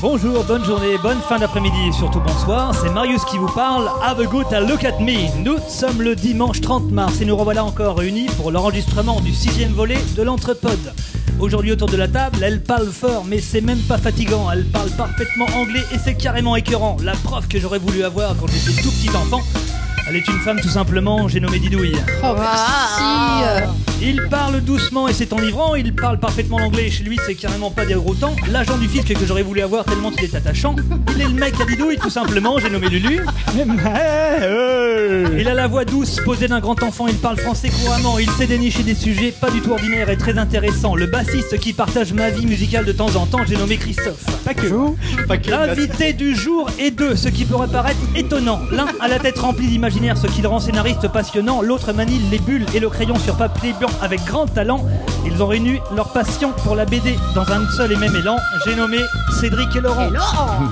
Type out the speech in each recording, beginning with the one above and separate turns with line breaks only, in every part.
bonjour, bonne journée, bonne fin d'après-midi et surtout bonsoir. C'est Marius qui vous parle. Have a good look at me. Nous sommes le dimanche 30 mars et nous revoilà encore réunis pour l'enregistrement du sixième volet de l'Entrepode. Aujourd'hui autour de la table, elle parle fort, mais c'est même pas fatigant. Elle parle parfaitement anglais et c'est carrément écœurant. La prof que j'aurais voulu avoir quand j'étais tout petit enfant. Elle est une femme tout simplement, j'ai nommé Didouille.
Oh, merci.
Ah.
euh,
Il parle doucement et c'est enivrant, il parle parfaitement l'anglais et chez lui c'est carrément pas déroutant. L'agent du fisc que j'aurais voulu avoir tellement il est attachant, il est le mec à bidouille tout simplement, j'ai nommé Lulu. Il a la voix douce, posée d'un grand enfant, il parle français couramment, il sait dénicher des sujets pas du tout ordinaires et très intéressants. Le bassiste qui partage ma vie musicale de temps en temps, j'ai nommé Christophe.
Pas que. Pas que.
L'invité du jour est deux, ce qui pourrait paraître étonnant. L'un a la tête remplie d'imaginaire, ce qui le rend scénariste passionnant. L'autre manie les bulles et le crayon sur papier blanc avec grand talent. Ils ont réuni leur passion pour la BD dans un seul et même élan. J'ai nommé Cédric et Laurent.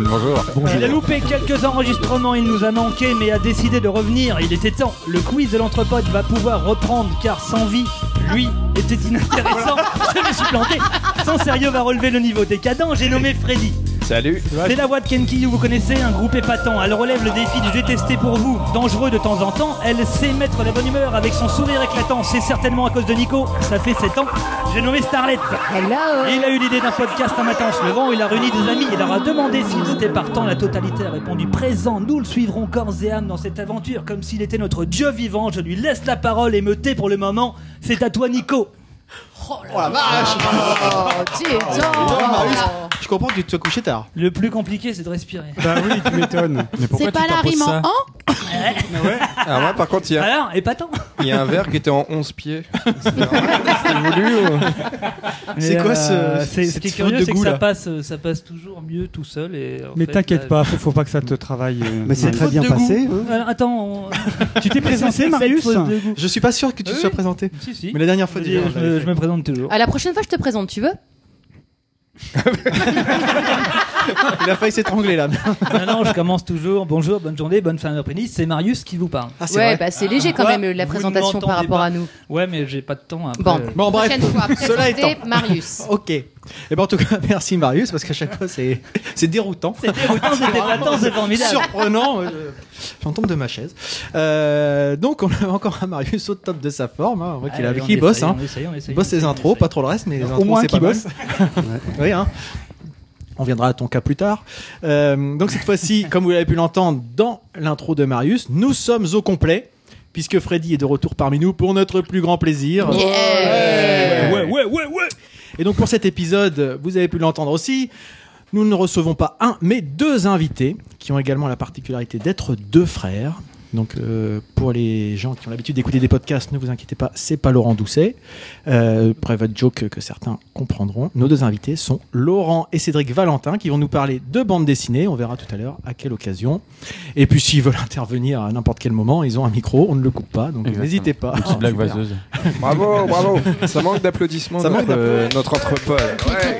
Bonjour.
Il a loupé quelques enregistrements, il nous a manqué, mais a décidé de revenir. Il était temps. Le quiz de l'entrepôt va pouvoir reprendre, car sans vie, lui était inintéressant. Je me suis planté. Son sérieux va relever le niveau décadent. J'ai nommé Freddy.
Salut.
C'est la voix de Kenki, vous connaissez, un groupe épatant. Elle relève le défi du détesté pour vous. Dangereux de temps en temps, elle sait mettre la bonne humeur avec son sourire éclatant. C'est certainement à cause de Nico, ça fait 7 ans. J'ai nommé Starlet. Et
Hello.
il a eu l'idée d'un podcast un matin en se levant, il a réuni des amis, il leur a demandé s'ils étaient partants, la totalité a répondu présent, nous le suivrons corps et âme dans cette aventure, comme s'il était notre Dieu vivant, je lui laisse la parole et me tais pour le moment, c'est à toi Nico
Oh la vache
Oh, dis donc.
Putain, Ah,
Oh.
Marius, Je comprends que tu te sois couché tard.
Le plus compliqué c'est de respirer.
Bah oui, tu m'étonnes.
Mais
C'est pas la rime en en
Alors moi, Ah par contre, il y a,
Alors, épatant
il y a un verre qui était en 11 pieds. C'est voulu ou-
C'est
Mais,
quoi
euh,
ce-
c'est- Ce
cette
qui est
faute
curieux
de
c'est que
goût,
ça
là
passe, euh, ça passe toujours mieux tout seul et... en
Mais
fait,
t'inquiète
là-
pas, faut, faut pas que ça te travaille. euh,
Mais c'est
Marius.
très bien
de goût.
passé.
Euh, attends, on-
Tu t'es présenté, Marius
Faute de goût.
Je suis pas sûr que tu te
Oui.
sois présenté.
Si, si.
Mais la dernière fois
Je,
déjà.
je me- je me présente toujours.
À Ah, la prochaine fois, je te présente, tu veux
Il a failli s'étrangler là.
non, non, je commence toujours. Bonjour, bonne journée, bonne fin d'après-midi. C'est Marius qui vous parle.
Ah, c'est
Ouais,
vrai.
bah c'est léger quand
Ouais,
même euh, la
vous
présentation
ne
par rapport
m'entendez
à nous.
Ouais, mais j'ai pas de temps. Après.
Bon.
Bon, bref.
Prochaine fois,
Cela
présenter
étant.
Marius.
Ok. Et ben en tout cas, merci Marius parce qu'à chaque fois c'est c'est déroutant.
C'est déroutant, c'est épatant, c'est formidable.
Surprenant, euh, j'en tombe de ma chaise. Euh, donc on a encore un Marius au top de sa forme, hein. on voit qu'il a-
Allez, on
qu'il bosse,
essaye,
hein.
on essaye, on essaye,
Il bosse
on
ses
essaye,
intros,
on
pas trop le reste, mais les intros
moins
c'est
qu'il
pas mal.
bosse.
oui, hein. On viendra à ton cas plus tard. Euh, donc cette fois-ci, comme vous l'avez pu l'entendre dans l'intro de Marius, nous sommes au complet puisque Freddy est de retour parmi nous pour notre plus grand plaisir.
Yeah.
essaye. Ouais, ouais, ouais, ouais.
Et donc pour cet épisode, vous avez pu l'entendre aussi, nous ne recevons pas un, mais deux invités qui ont également la particularité d'être deux frères. Donc euh, pour les gens qui ont l'habitude d'écouter des podcasts, ne vous inquiétez pas, c'est pas Laurent Doucet. Euh, private joke que certains comprendront. Nos deux invités sont Laurent et Cédric Valentin qui vont nous parler de bande dessinée. On verra tout à l'heure à quelle occasion. Et puis s'ils veulent intervenir à n'importe quel moment, ils ont un micro, on ne le coupe pas, donc
Exactement.
n'hésitez pas.
Petite blague vaseuse.
Bravo, bravo. Ça manque d'applaudissements.
Ça
notre,
manque d'applaudissements.
notre entrepôt. Ouais.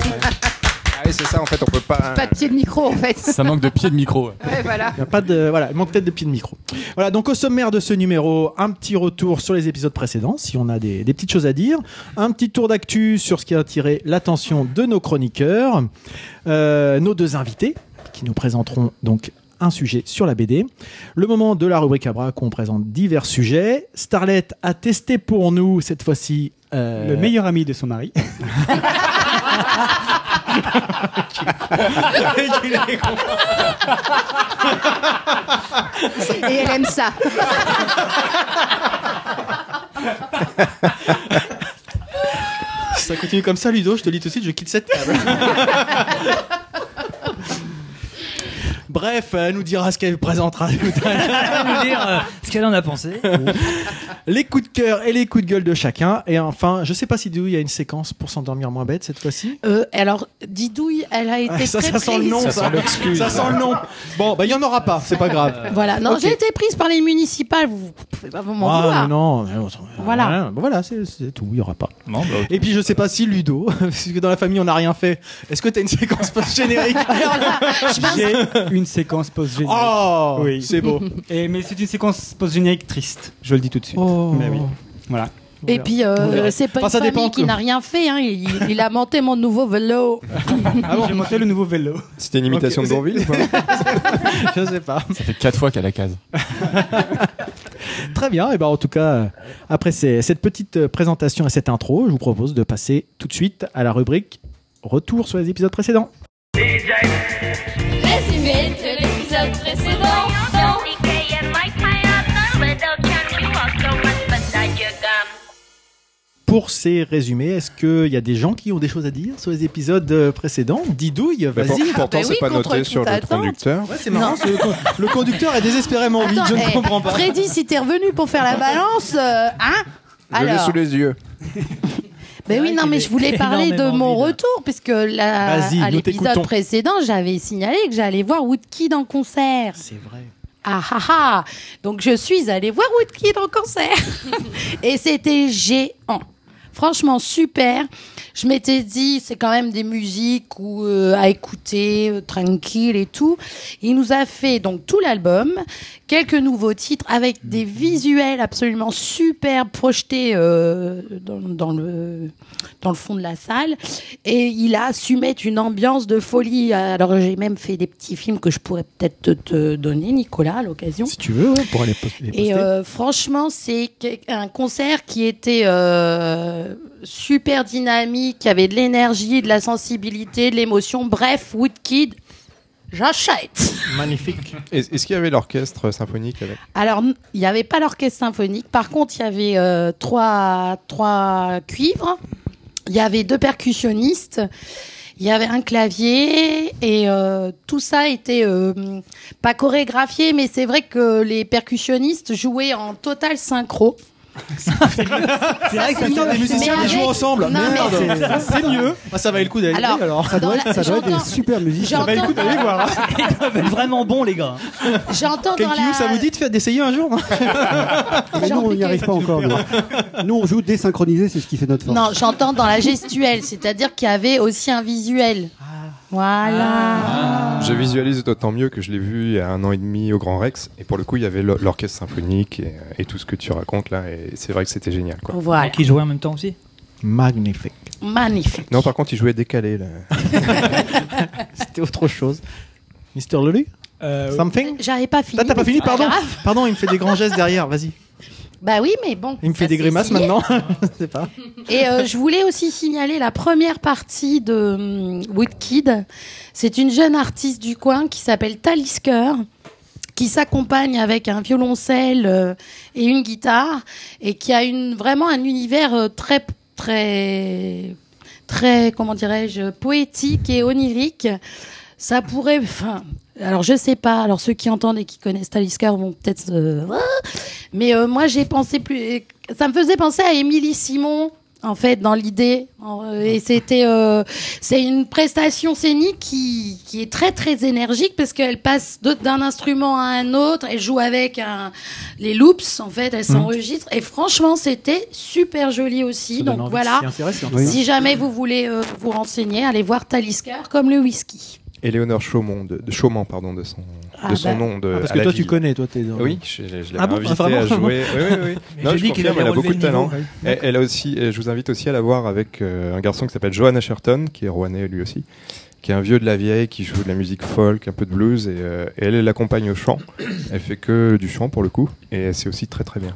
Ah oui, c'est ça. En fait, on peut pas.
Pas de pied de micro en fait.
Ça manque de pied de micro.
Ouais, voilà.
Il y a pas de voilà, il manque peut-être de pied de micro. Voilà, donc au sommaire de ce numéro, un petit retour sur les épisodes précédents, si on a des, des petites choses à dire, un petit tour d'actu sur ce qui a attiré l'attention de nos chroniqueurs, Euh, nos deux invités qui nous présenteront donc un sujet sur la BD, le moment de la rubrique à brac où on présente divers sujets. Starlet a testé pour nous cette fois-ci euh,
Le meilleur ami de son mari.
Et elle aime ça.
Si ça continue comme ça, Ludo, je te lis tout de suite, je quitte cette table. Bref, euh, elle nous dira ce qu'elle présentera tout à l'heure.
Elle va nous dire euh, ce qu'elle en a pensé.
Les coups de cœur et les coups de gueule de chacun. Et enfin, je sais pas si Didou, il y a une séquence pour s'endormir moins bête cette fois-ci.
Euh, alors, Didouille, elle a été
Ah, ça,
très
ça sent le
prise.
nom, ça.
Ça sent l'excuse.
Ça sent le nom. Bon, bah, il y en aura pas, c'est pas grave.
Euh, Voilà, non,
Ok.
j'ai été prise par les municipales, vous, vous pouvez pas m'en
Ah,
vouloir.
non, non.
Voilà.
Bon, voilà, c'est c'est tout, il y aura pas.
Bon, bah,
Et puis, je sais pas si Ludo, puisque dans la famille, on n'a rien fait. Est-ce que t'as une séquence post-générique
J'ai une séquence post-générique.
Oh,
Oui.
c'est beau.
Et, mais c'est une séquence post-générique triste, je le dis tout de suite.
Oh.
Mais oui. Voilà.
Et puis, euh,
verra.
c'est pas
Enfin,
une
ça
famille
dépend
qui
que-
n'a rien fait. hein. Il, il a monté mon nouveau vélo.
Ah
J'ai monté le nouveau vélo.
C'était une imitation
Ok,
de Bourville ou pas
je sais pas.
Ça fait 4 fois qu'elle a case.
Très bien. Et ben en tout cas, euh, après ces- cette petite euh, présentation et cette intro, je vous propose de passer tout de suite à la rubrique retour sur les épisodes précédents.
Résumé de l'épisode précédent.
Pour ces résumés, est-ce qu'il y a des gens qui ont des choses à dire sur les épisodes euh, précédents Didouille,
Mais pour-
vas-y.
Pourtant,
bah
c'est
oui,
pas
contre
noté
toute
sur le
attente.
conducteur.
Ouais, c'est marrant, ce- le, con- le conducteur est désespérément vide,
Attends,
je ne
eh,
comprends pas.
Freddy, si t'es revenu pour faire la balance, euh, hein
Je l'ai
Alors,
sous les yeux.
ben oui,
C'est
non,
vrai
mais
qu'il
je voulais
est
parler de
énormément
mon
vide.
retour, puisque la-
Vas-y, nous
à l'épisode
t'écoutons.
précédent, j'avais signalé que j'allais voir Woodkid en concert.
C'est vrai.
Ah ah ah Donc je suis allée voir Woodkid en concert et c'était géant. Franchement super. Je m'étais dit c'est quand même des musiques où, euh, à écouter euh, tranquille et tout. Il nous a fait donc tout l'album, quelques nouveaux titres avec des
Mhm.
visuels absolument superbes projetés euh, dans, dans le dans le fond de la salle et il a su mettre une ambiance de folie. Alors j'ai même fait des petits films que je pourrais peut-être te, te donner, Nicolas, à l'occasion.
Si tu veux, ouais, pour aller post- les poster.
Et euh, franchement, c'est que- un concert qui était euh, super dynamique, qui avait de l'énergie, de la sensibilité, de l'émotion. Bref, Woodkid, j'achète.
Magnifique.
Est- Est-ce qu'il y avait l'orchestre symphonique avec
Alors, n- il n'y avait pas l'orchestre symphonique. Par contre, il y avait euh, trois, trois cuivres. Il y avait deux percussionnistes. Il y avait un clavier. Et euh, tout ça était euh, pas chorégraphié, mais c'est vrai que les percussionnistes jouaient en total synchro.
Ah, C'est vrai
c'est
putain,
mieux.
les musiciens
Mais
ils jouent
avec-
ensemble.
Non, mais-
Merde, c'est mieux. Ah, ça valait le coup d'aller
Alors,
voir, alors.
Ça
Dans
doit
la-
être, ça doit être des
j'entends-
super musiques. Ça va
j'entends-
écoute, allez voir. hein.
C'est vraiment bon, les gars.
J'entends dans
Kenkyu,
la...
ça vous dit de faire d'essayer un jour
Mais nous, on n'y arrive pas encore. nous. Nous, on joue désynchronisé, c'est ce qui fait notre force.
Non, j'entends dans la gestuelle, c'est-à-dire qu'il y avait aussi un visuel.
Ah.
Voilà.
Je visualise d'autant mieux que je l'ai vu il y a un an et demi au Grand Rex. Et pour le coup, il y avait l'o- l'orchestre symphonique et, et tout ce que tu racontes là. Et c'est vrai que c'était génial. Quoi.
Voilà.
Qui jouait en même temps aussi.
Magnifique.
Magnifique.
Non, par contre, il jouait décalé là.
C'était autre chose. Mister Lulu Something
J'avais pas fini.
Ah, t'as pas
mais
fini,
c'est
pardon
grave.
Pardon, il me fait des grands gestes derrière, vas-y.
Bah oui, mais bon.
Il me fait
ça,
des
c'est
grimaces
signé.
maintenant. Je sais pas.
Et euh, je voulais aussi signaler la première partie de hum, Woodkid. C'est une jeune artiste du coin qui s'appelle Talisker, qui s'accompagne avec un violoncelle euh, et une guitare, et qui a une, vraiment un univers euh, très, très, très, comment dirais-je, poétique et onirique. Ça pourrait, enfin, alors je sais pas. Alors ceux qui entendent et qui connaissent Talisker vont peut-être euh, mais euh, moi, j'ai pensé plus. Ça me faisait penser à Émilie Simon. En fait, dans l'idée, En- euh, et c'était, euh, c'est une prestation scénique qui, qui est très très énergique parce qu'elle passe de- d'un instrument à un autre, elle joue avec un- les loops, en fait,
Mhm.
elle s'enregistre, et franchement, c'était super joli aussi.
Ça donne
Donc
envie,
voilà,
C'est intéressant.
Oui.
si jamais vous voulez euh, vous renseigner, allez voir Talisker comme le whisky.
Éléonore Chaumont, de, de Chaumont, pardon, de son,
Ah
de son
bah.
nom. De,
Ah, parce
à
que
la
toi,
ville.
tu connais, toi, t'es dans.
Oui, je, je- je l'avais
Ah bon
invitée
Ah, vraiment
à jouer. Oui, oui, oui. Non,
J'ai
je
dit qu'il
confirme,
avait
elle a
relevé
beaucoup de
le niveau.
talent. Elle, elle a aussi, et je vous invite aussi à la voir avec euh, un garçon qui s'appelle Johan Asherton, qui est rouennais lui aussi, qui est un vieux de la vieille, qui joue de la musique folk, un peu de blues, et, euh, et elle elle l'accompagne au chant. Elle fait que du chant pour le coup, et c'est aussi très très bien.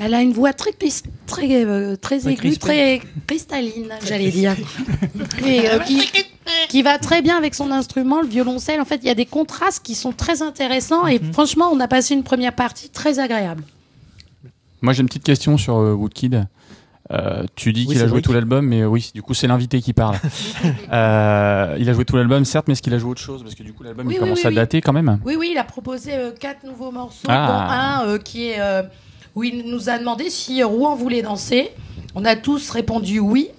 Elle a une voix très, cris- très, euh, très
Très
aiguë, très cristalline, j'allais dire. Et, euh, qui, qui va très bien avec son instrument, le violoncelle. En fait, il y a des contrastes qui sont très intéressants. Et franchement, on a passé une première partie très agréable.
Moi, j'ai une petite question sur euh, Woodkid. Euh, tu dis
Oui,
qu'il a joué
Cédric.
tout l'album, mais euh, oui, du coup, c'est l'invité qui parle. Euh, il a joué tout l'album, certes, mais est-ce qu'il a joué autre chose Parce que du coup, l'album,
Oui,
il
oui,
commence
oui,
à
oui.
dater quand même.
Oui, oui, il a proposé euh, quatre nouveaux morceaux,
Ah.
dont un euh, qui est. euh, où il nous a demandé si euh, Rouen voulait danser. On a tous répondu oui.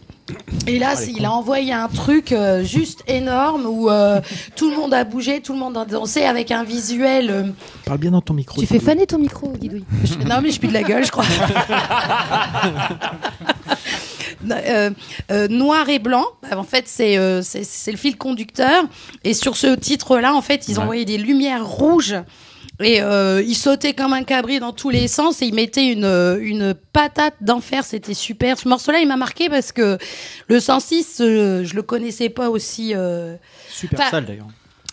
Et là,
Ah,
c'est- il a envoyé un truc euh, juste énorme où euh, tout le monde a bougé, tout le monde a dansé avec un visuel. euh,
Parle bien dans ton micro.
Tu fais faner ton micro, Guidouille.
je- non, mais je pue de la gueule, je crois. Non, euh, euh, noir et blanc, Bah, en fait, c'est euh, c'est- c'est le fil conducteur. Et sur ce titre-là, en fait, ils ont
Ouais.
envoyé des lumières rouges. Et euh, il sautait comme un cabri dans tous les sens et il mettait une, euh, une patate d'enfer. C'était super. Ce morceau-là, il m'a marqué parce que le 106, euh, je le connaissais pas aussi. euh,
Super
Enfin,
sale d'ailleurs.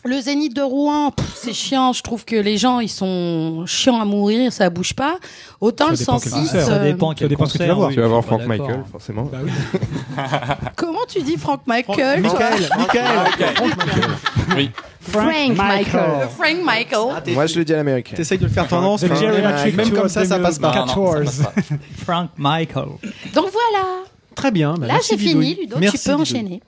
le Zénith de Rouen, pff, c'est chiant. Je trouve que les gens, ils sont chiants à mourir. Ça bouge pas. Autant le
Ça dépend quel
106.
concert.
Ça
euh,
dépend quel
dépend ce que tu vas
concert,
voir.
oui,
tu vas voir
je suis
Frank
pas
Michael,
d'accord.
forcément.
Comment tu dis Frank Michael toi
Oui.
Frank Michael.
Le Frank
Ah,
Michael.
Moi, je le dis à l'américaine.
T'essayes de le faire tendance.
The
mais-
Jerry Matrick
Même
Tour
comme ça, ça passe pas.
Bah,
Non, non, ça
2014.
passe pas.
Frank Michael.
Donc voilà.
Très bien. bah,
Là,
merci,
j'ai fini,
Didouille.
Ludo.
Merci,
tu peux
Didouille.
enchaîner.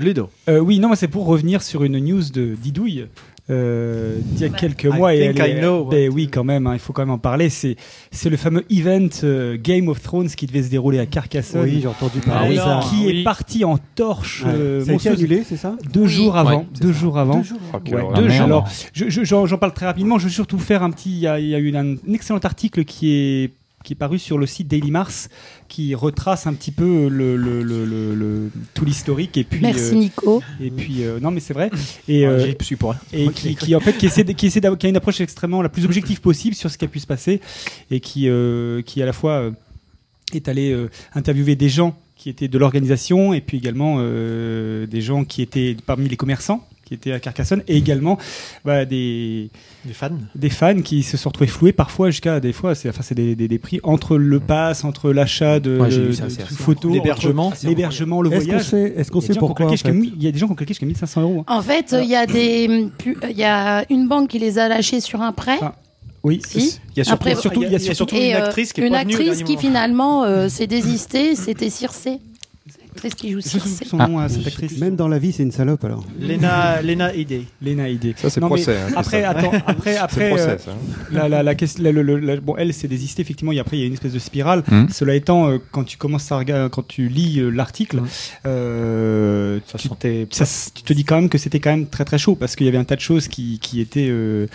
Ludo.
Euh, oui, non, moi, c'est pour revenir sur une news de Didouille euh, d'il
Bah,
y a quelques
I
mois. et
think
elle est-
I know what-
Ben oui, quand même, hein, il faut quand même en parler. C'est c'est le fameux event euh, Game of Thrones qui devait se dérouler à Carcassonne,
Oui, j'ai entendu
Ah
parler.
oui,
ça.
ça.
qui
oui.
est parti en torche
Ouais.
euh,
Ça a été
monstrueuse.
annulé, c'est ça
Deux
Oui.
jours avant,
Ouais,
deux jours avant.
Oh, quelle
Ouais,
horreur.
La
deux
merde.
jours. Alors, je- je- j'en j'en parle très rapidement. Je veux surtout faire un petit. Il y a, il y a eu un, un excellent article qui est qui est paru sur le site Daily Mars, qui retrace un petit peu le, le- le- le- le- tout l'historique et puis
Merci,
euh,
Nico.
et puis euh, non mais c'est vrai et, euh,
J'y suis pour rien.
et qui, qui, en fait qui essaie de- qui essaie d'avoir qui a une approche extrêmement la plus objective possible sur ce qui a pu se passer et qui euh, qui à la fois euh, est allé euh, interviewer des gens qui étaient de l'organisation et puis également euh, des gens qui étaient parmi les commerçants qui étaient à Carcassonne et également bah, des
Des fans.
des fans qui se sont retrouvés floués parfois jusqu'à des fois c'est enfin c'est des, des, des prix entre le pass entre l'achat de,
Ouais, j'ai
de-
vu ça,
de-
c'est
de
assez
photos entre
L'hébergement.
l'hébergement le
Est-ce qu'on
voyage
sait, est-ce qu'on
il y a
sait
des gens qui ont
pourquoi
claqué
en
jusqu'à
fait
mi- il y a des gens qui ont claqué jusqu'à 1500 euros hein.
En fait, il y a des, pu- il y a une banque qui les a lâchés sur un prêt.
Ah, oui
Si.
Il y a surtout,
Après,
surtout- il y a
il y a
surtout
Et,
une
euh,
actrice qui est
une
pas venue au
actrice
dernier
qui
moment.
finalement euh, s'est désistée, c'était Circé. C'est L'actrice qui joue
Je sais
Circé.
plus son
Ah.
nom à cette actrice.
Même dans la vie, c'est une salope alors.
Lena, Lena Headey.
Lena Headey.
Ça, c'est
Non, mais
procès, hein,
après,
ça.
attends, après,
C'est
après, euh,
procès, ça. hein.
la, la, la, question- la- le- le- la- bon, elle s'est désistée effectivement. Et après, il y a une espèce de spirale.
Hmm.
Mhm.
Cela étant, euh, quand tu commences à regarder, quand tu lis euh, l'article, euh,
Hmm. Ça
tu,
sentait.
ça s- tu te dis quand même que c'était quand même très très chaud parce qu'il y avait un tas de choses qui, qui étaient euh,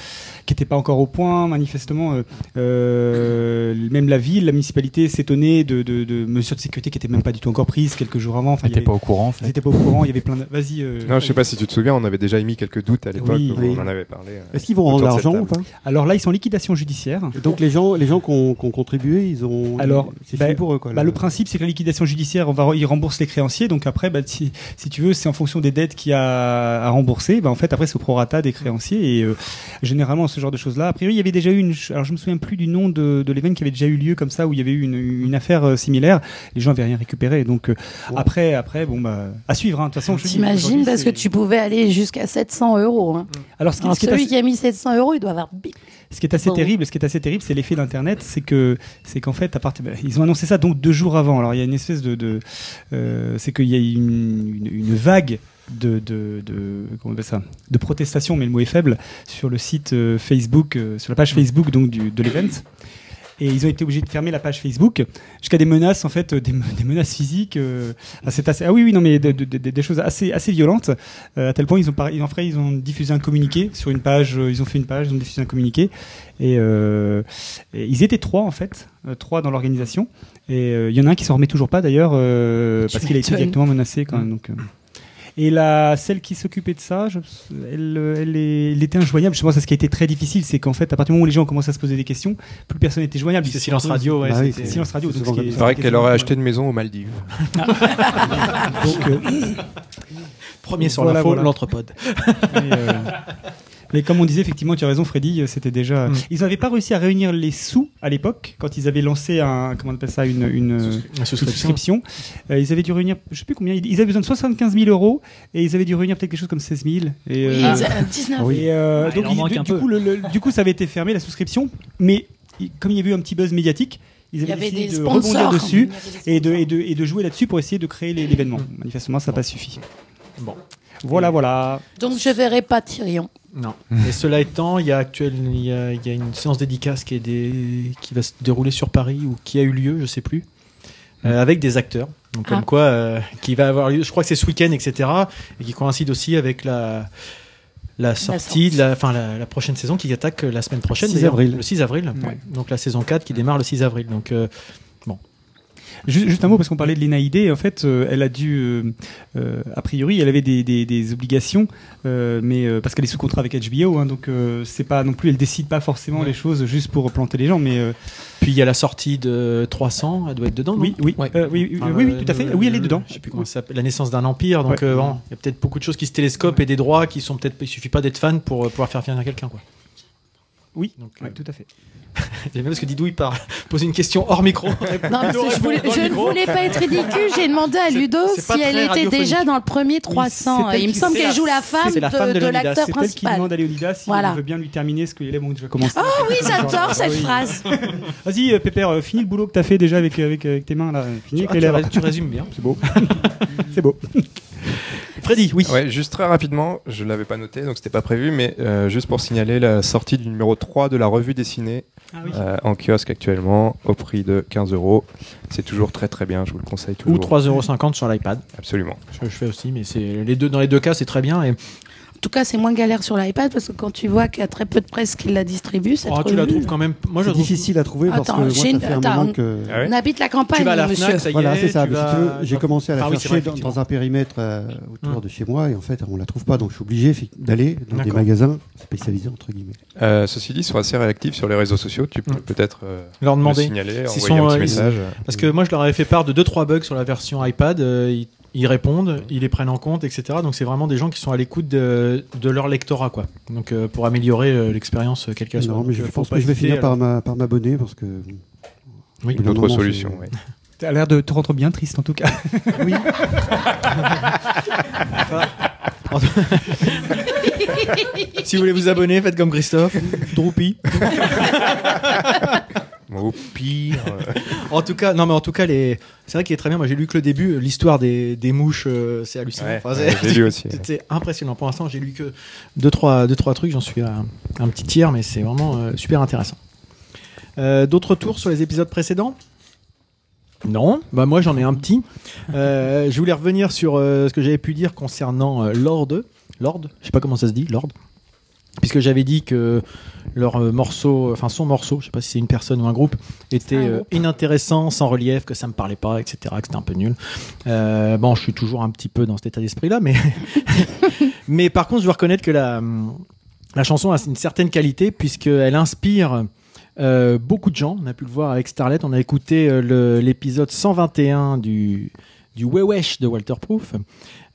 qui étaient pas encore au point manifestement euh, euh, même la ville la municipalité s'étonnait de, de, de mesures de sécurité qui étaient même pas du tout encore prises quelques jours avant enfin,
Elle
il
était
y avait-
pas au courant en
ils
fait.
étaient pas au courant il y avait plein de vas-y euh,
Non, je sais pas si tu te souviens, on avait déjà émis quelques doutes à l'époque,
Oui,
où
oui.
on en avait parlé. euh,
Est-ce qu'ils vont rendre
autour de cette
l'argent ou pas
table.
alors là ils sont en liquidation judiciaire
Et Donc les gens, les gens qui ont, qui ont contribué, ils ont.
Alors,
c'est
ben,
bah,
fini pour eux quoi.
Bah,
là.
le principe, c'est que la liquidation judiciaire, on va, ils remboursent les créanciers. Donc après, bah, si, si tu veux, c'est en fonction des dettes qu'il y a à rembourser. Bah, en fait, après, c'est au prorata des créanciers. Et euh, généralement, ce genre de choses-là. A priori, il y avait déjà eu une. ch- Alors, je me souviens plus du nom de, de l'événement qui avait déjà eu lieu comme ça, où il y avait eu une, une affaire euh, similaire. Les gens n'avaient rien récupéré. Donc euh, après, après, bon, bah, à suivre. hein. De toute façon, je dis,
T'imagines
aujourd'hui,
parce que
c'est-
tu pouvais aller jusqu'à 700 euros. hein.
Alors, ce qui,
Alors,
ce qui est
celui
assez-
qui a mis 700 euros, il doit avoir. bi-
Ce qui est assez
Bon.
terrible, ce qui est assez terrible, c'est l'effet d'internet, c'est que c'est qu'en fait, à partir, bah, ils ont annoncé ça donc deux jours avant. Alors il y a une espèce de, de euh, c'est qu'il y a une, une, une vague de, de, de comment on appelle ça, de protestation, mais le mot est faible, sur le site euh, Facebook, euh, sur la page Facebook donc du, de l'event. Et ils ont été obligés de fermer la page Facebook jusqu'à des menaces en fait, euh, des, me- des menaces physiques. euh, ah, c'est assez, ah oui oui non mais de- de- de- des choses assez assez violentes euh, à tel point ils ont par- ils ont fait- ils ont diffusé un communiqué sur une page, euh, ils ont fait une page, ils ont diffusé un communiqué et, euh, et ils étaient trois en fait, euh, trois dans l'organisation. Et euh, il y en a un qui s'en remet toujours pas d'ailleurs euh,
Tu
parce qu'il a été
m'étonnes.
directement menacé quand même. Donc, euh. Et la celle qui s'occupait de ça, je- elle, euh, elle, est- elle était injoignable. Je pense que ce qui a été très difficile, c'est qu'en fait, à partir du moment où les gens ont commencé à se poser des questions, plus personne n'était joignable.
C'est
Ils se
silence
sont-
radio. Ouais,
Bah oui,
c'était-
C'est Ah, silence radio.
C'est
donc
souvent
ce qui
comme
est-
Il paraît qu'elle aurait acheté une maison aux Maldives.
Donc, euh,
Ah. Premier sur
Voilà,
l'info,
voilà.
l'entrepode.
Mais, euh, mais comme on disait, effectivement, tu as raison, Freddy, euh, c'était déjà.
Mm.
Ils n'avaient pas réussi à réunir les sous à l'époque, quand ils avaient lancé un. Comment on appelle ça Une, une, euh,
La souscription.
souscription. Euh, ils avaient dû réunir, je sais plus combien, ils ils avaient besoin de 75 000 euros et ils avaient dû réunir peut-être quelque chose comme 16 000. Et, euh,
Ils- euh, 19.
et, euh,
Ah, il
donc,
en
ils-
manque
du,
un
du
peu.
coup, le- le- du coup, ça avait été fermé, la souscription, mais il- comme il y avait eu un petit buzz médiatique,
Il
ils
y
avaient
avait des
décidé de
sponsors.
rebondir dessus
Il y
et
avait des
de, et,
sponsors.
de, et de jouer là-dessus pour essayer de créer les- l'événement. Manifestement, ça n'a pas suffi.
Bon.
Voilà, voilà.
Donc je verrai pas Tyrion.
Non. Et cela étant, il y a actuel, il y a, il y a une séance dédicace qui est des- qui va se dérouler sur Paris ou qui a eu lieu, je sais plus, euh, avec des acteurs. Donc
Ah.
comme quoi, euh, qui va avoir lieu. Je crois que c'est ce week-end, etc. Et qui coïncide aussi avec la la sortie,
sortie.
de la, enfin la, la prochaine saison qui attaque euh, la semaine prochaine,
6
d'ailleurs,
avril.
le 6 avril.
Ouais.
Donc la saison 4 qui démarre le 6 avril. Donc euh,
Ju- Juste, un mot, parce qu'on parlait de l'ENAID. En fait, euh, elle a dû, euh, euh, a priori, elle avait des, des- des obligations, euh, mais euh, parce qu'elle est sous contrat avec HBO, hein, donc euh, c'est pas non plus, elle décide pas forcément les choses juste pour planter les gens, mais. euh,
Puis il y a la sortie de 300, elle doit être dedans. Ah,
Oui, oui, euh, oui, oui, oui, oui, tout à fait. Oui, elle est dedans.
Je sais plus comment ça s'appelle. La naissance d'un empire. Donc,
Ouais.
euh, bon, il y a peut-être beaucoup de choses qui se télescopent et des droits qui sont peut-être. Il suffit pas d'être fan pour euh, pouvoir faire venir quelqu'un, quoi.
Oui, tout à fait.
J'aime bien parce que Didou il parle, pose une question hors micro.
Non, parce que je, voulais- je ne voulais pas être ridicule. J'ai demandé à Ludo
c'est pas
si elle
très
était
radiophonique.
déjà dans le premier
C'est
300.
elle
Et il me
qui-
semble
c'est
qu'elle joue la femme
c'est
de,
la femme de
de
Léonidas.
l'acteur
C'est elle qui
principal.
demande à Léonidas si
Voilà.
on veut bien lui terminer ce que les élèves ont déjà commencé.
Oh oui, j'adore cette
Ah oui.
phrase.
Vas-y, euh, Pépère, euh, finis le boulot que t'as fait déjà avec, euh, avec, avec tes mains là. Finis avec
Ah,
les
tu
lèvres.
rés- tu résumes bien.
C'est beau. C'est beau.
Freddy, oui.
Ouais, juste très rapidement, je l'avais pas noté, donc c'était pas prévu, mais euh, juste pour signaler la sortie du numéro 3 de la revue dessinée
Ah
euh, en kiosque actuellement, au prix de 15 euros. C'est toujours très très bien, je vous le conseille
Ou
toujours.
3,50€ sur l'iPad.
Absolument.
Je, je fais aussi, mais c'est les deux, dans les deux cas, c'est très bien. Et...
En tout cas, c'est moins galère sur l'iPad parce que quand tu vois qu'il y a très peu de presse qui la distribue, cette
Oh, tu la
revue-
trouves quand même. Moi, je
C'est
la trouve.
difficile à trouver parce que
Attends,
moi,
j'ai
ça
une-
fait un
attends,
moment que.
Ah ouais
On habite la campagne,
Tu vas à la
monsieur.
Fnac, ça y est.
Voilà, c'est ça.
tu
mais si
vas-
tu veux, J'ai commencé à la
Ah oui, c'est
chercher
vrai,
dans,
effectivement.
dans un périmètre euh, autour
Hum.
de chez moi et en fait, on la trouve pas, donc je suis obligé fi- d'aller dans des
D'accord.
magasins spécialisés entre guillemets.
Euh, ceci dit, ils sont assez réactifs sur les réseaux sociaux. Tu peux
Mm.
peut-être euh,
Leur
le
demander.
signaler,
S'ils
envoyer
sont,
un
euh,
petit
ils-
message.
Parce que moi, je leur avais fait part de 2-3 bugs sur la version iPad. euh, ils, ils répondent, ils les prennent en compte, etc. Donc, c'est vraiment des gens qui sont à l'écoute de, de leur lectorat, quoi. Donc, euh, pour améliorer euh, l'expérience, euh, quelle qu'elle soit.
Non, mais
Donc,
je
euh, faut
pense
pas
que je vais
hésiter,
finir par
alors.
m'a- par m'abonner parce que.
Oui.
au bout
Une
d'un
autre
moment,
solution,
c'est-
ouais.
T'as l'air de te rendre bien triste en tout cas.
Si vous voulez vous abonner, faites comme Christophe. Droupi.
Au pire. euh,
En tout cas, non, mais en tout cas, les... c'est vrai qu'il est très bien. Moi, j'ai lu que le début, euh, l'histoire des, des mouches, euh, c'est hallucinant.
ouais,
Enfin,
ouais,
c'est-
J'ai lu aussi. ouais.
C'était impressionnant. Pour l'instant, j'ai lu que 2-3 deux, trois, deux, trois trucs, j'en suis à un petit tiers, mais c'est vraiment euh, super intéressant. Euh, D'autres tours sur les épisodes précédents non, bah moi j'en ai un petit. Euh, je voulais revenir sur euh, ce que j'avais pu dire concernant euh, Lord. Lord, je sais pas comment ça se dit, Lord. Puisque j'avais dit que leur euh, morceau, enfin son morceau, je sais pas si c'est une personne ou un groupe,
C'est
était
un
euh,
groupe.
inintéressant, sans relief, que ça me parlait pas, etc., que c'était un peu nul. Euh, bon, je suis toujours un petit peu dans cet état d'esprit-là, mais mais par contre, je dois reconnaître que la, hum, la chanson a une certaine qualité puisqu'elle inspire euh, beaucoup de gens. On a pu le voir avec Starlet. On a écouté euh, le- l'épisode 121 du du Wewesh de Walter Proof,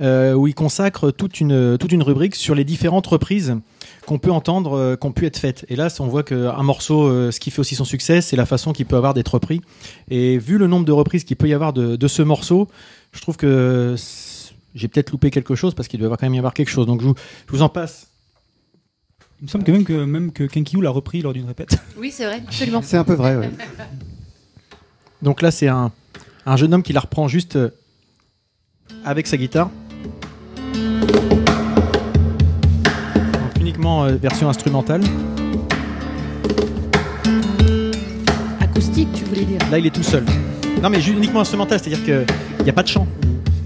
euh, où il consacre toute une, toute une rubrique sur les différentes reprises qu'on peut entendre, euh, qu'on pu être faites. Et là, on voit qu'un morceau, euh, ce qui fait aussi son succès, c'est la façon qu'il peut avoir d'être repris. Et vu le nombre de reprises qu'il peut y avoir de, de ce morceau, je trouve que c'est- j'ai peut-être loupé quelque chose parce qu'il doit y avoir quand même y avoir quelque chose. Donc je vous, je vous en passe.
Il me semble que même que, même que Kenkiu l'a repris lors d'une répète.
Oui, c'est vrai, absolument.
C'est un peu vrai. ouais.
Donc là, c'est un, un jeune homme qui la reprend juste euh, avec sa guitare. Donc uniquement euh, version instrumentale.
Acoustique, tu voulais dire.
Là, il est tout seul. Non, mais ju- uniquement instrumental, c'est-à-dire qu'il n'y a pas de chant.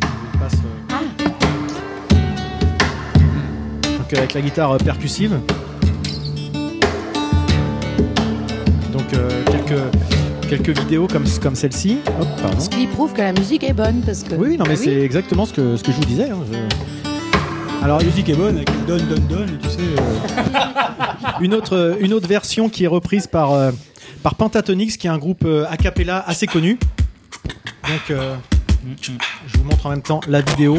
Il passe, euh, Donc, euh, avec la guitare euh, percussive. Donc, euh, quelques, quelques vidéos comme, comme celle-ci. Hop, pardon.
Ce qui prouve que la musique est bonne parce que. Bah
Oui, oui, non, mais c'est exactement ce que, ce que je vous disais. hein, je- Alors, il y a
musique est bonne, avec donne, donne, donne, tu sais.
euh, une autre, une autre version qui est reprise par, euh, par Pentatonix, qui est un groupe euh, a cappella assez connu. Donc, euh, je vous montre en même temps la vidéo.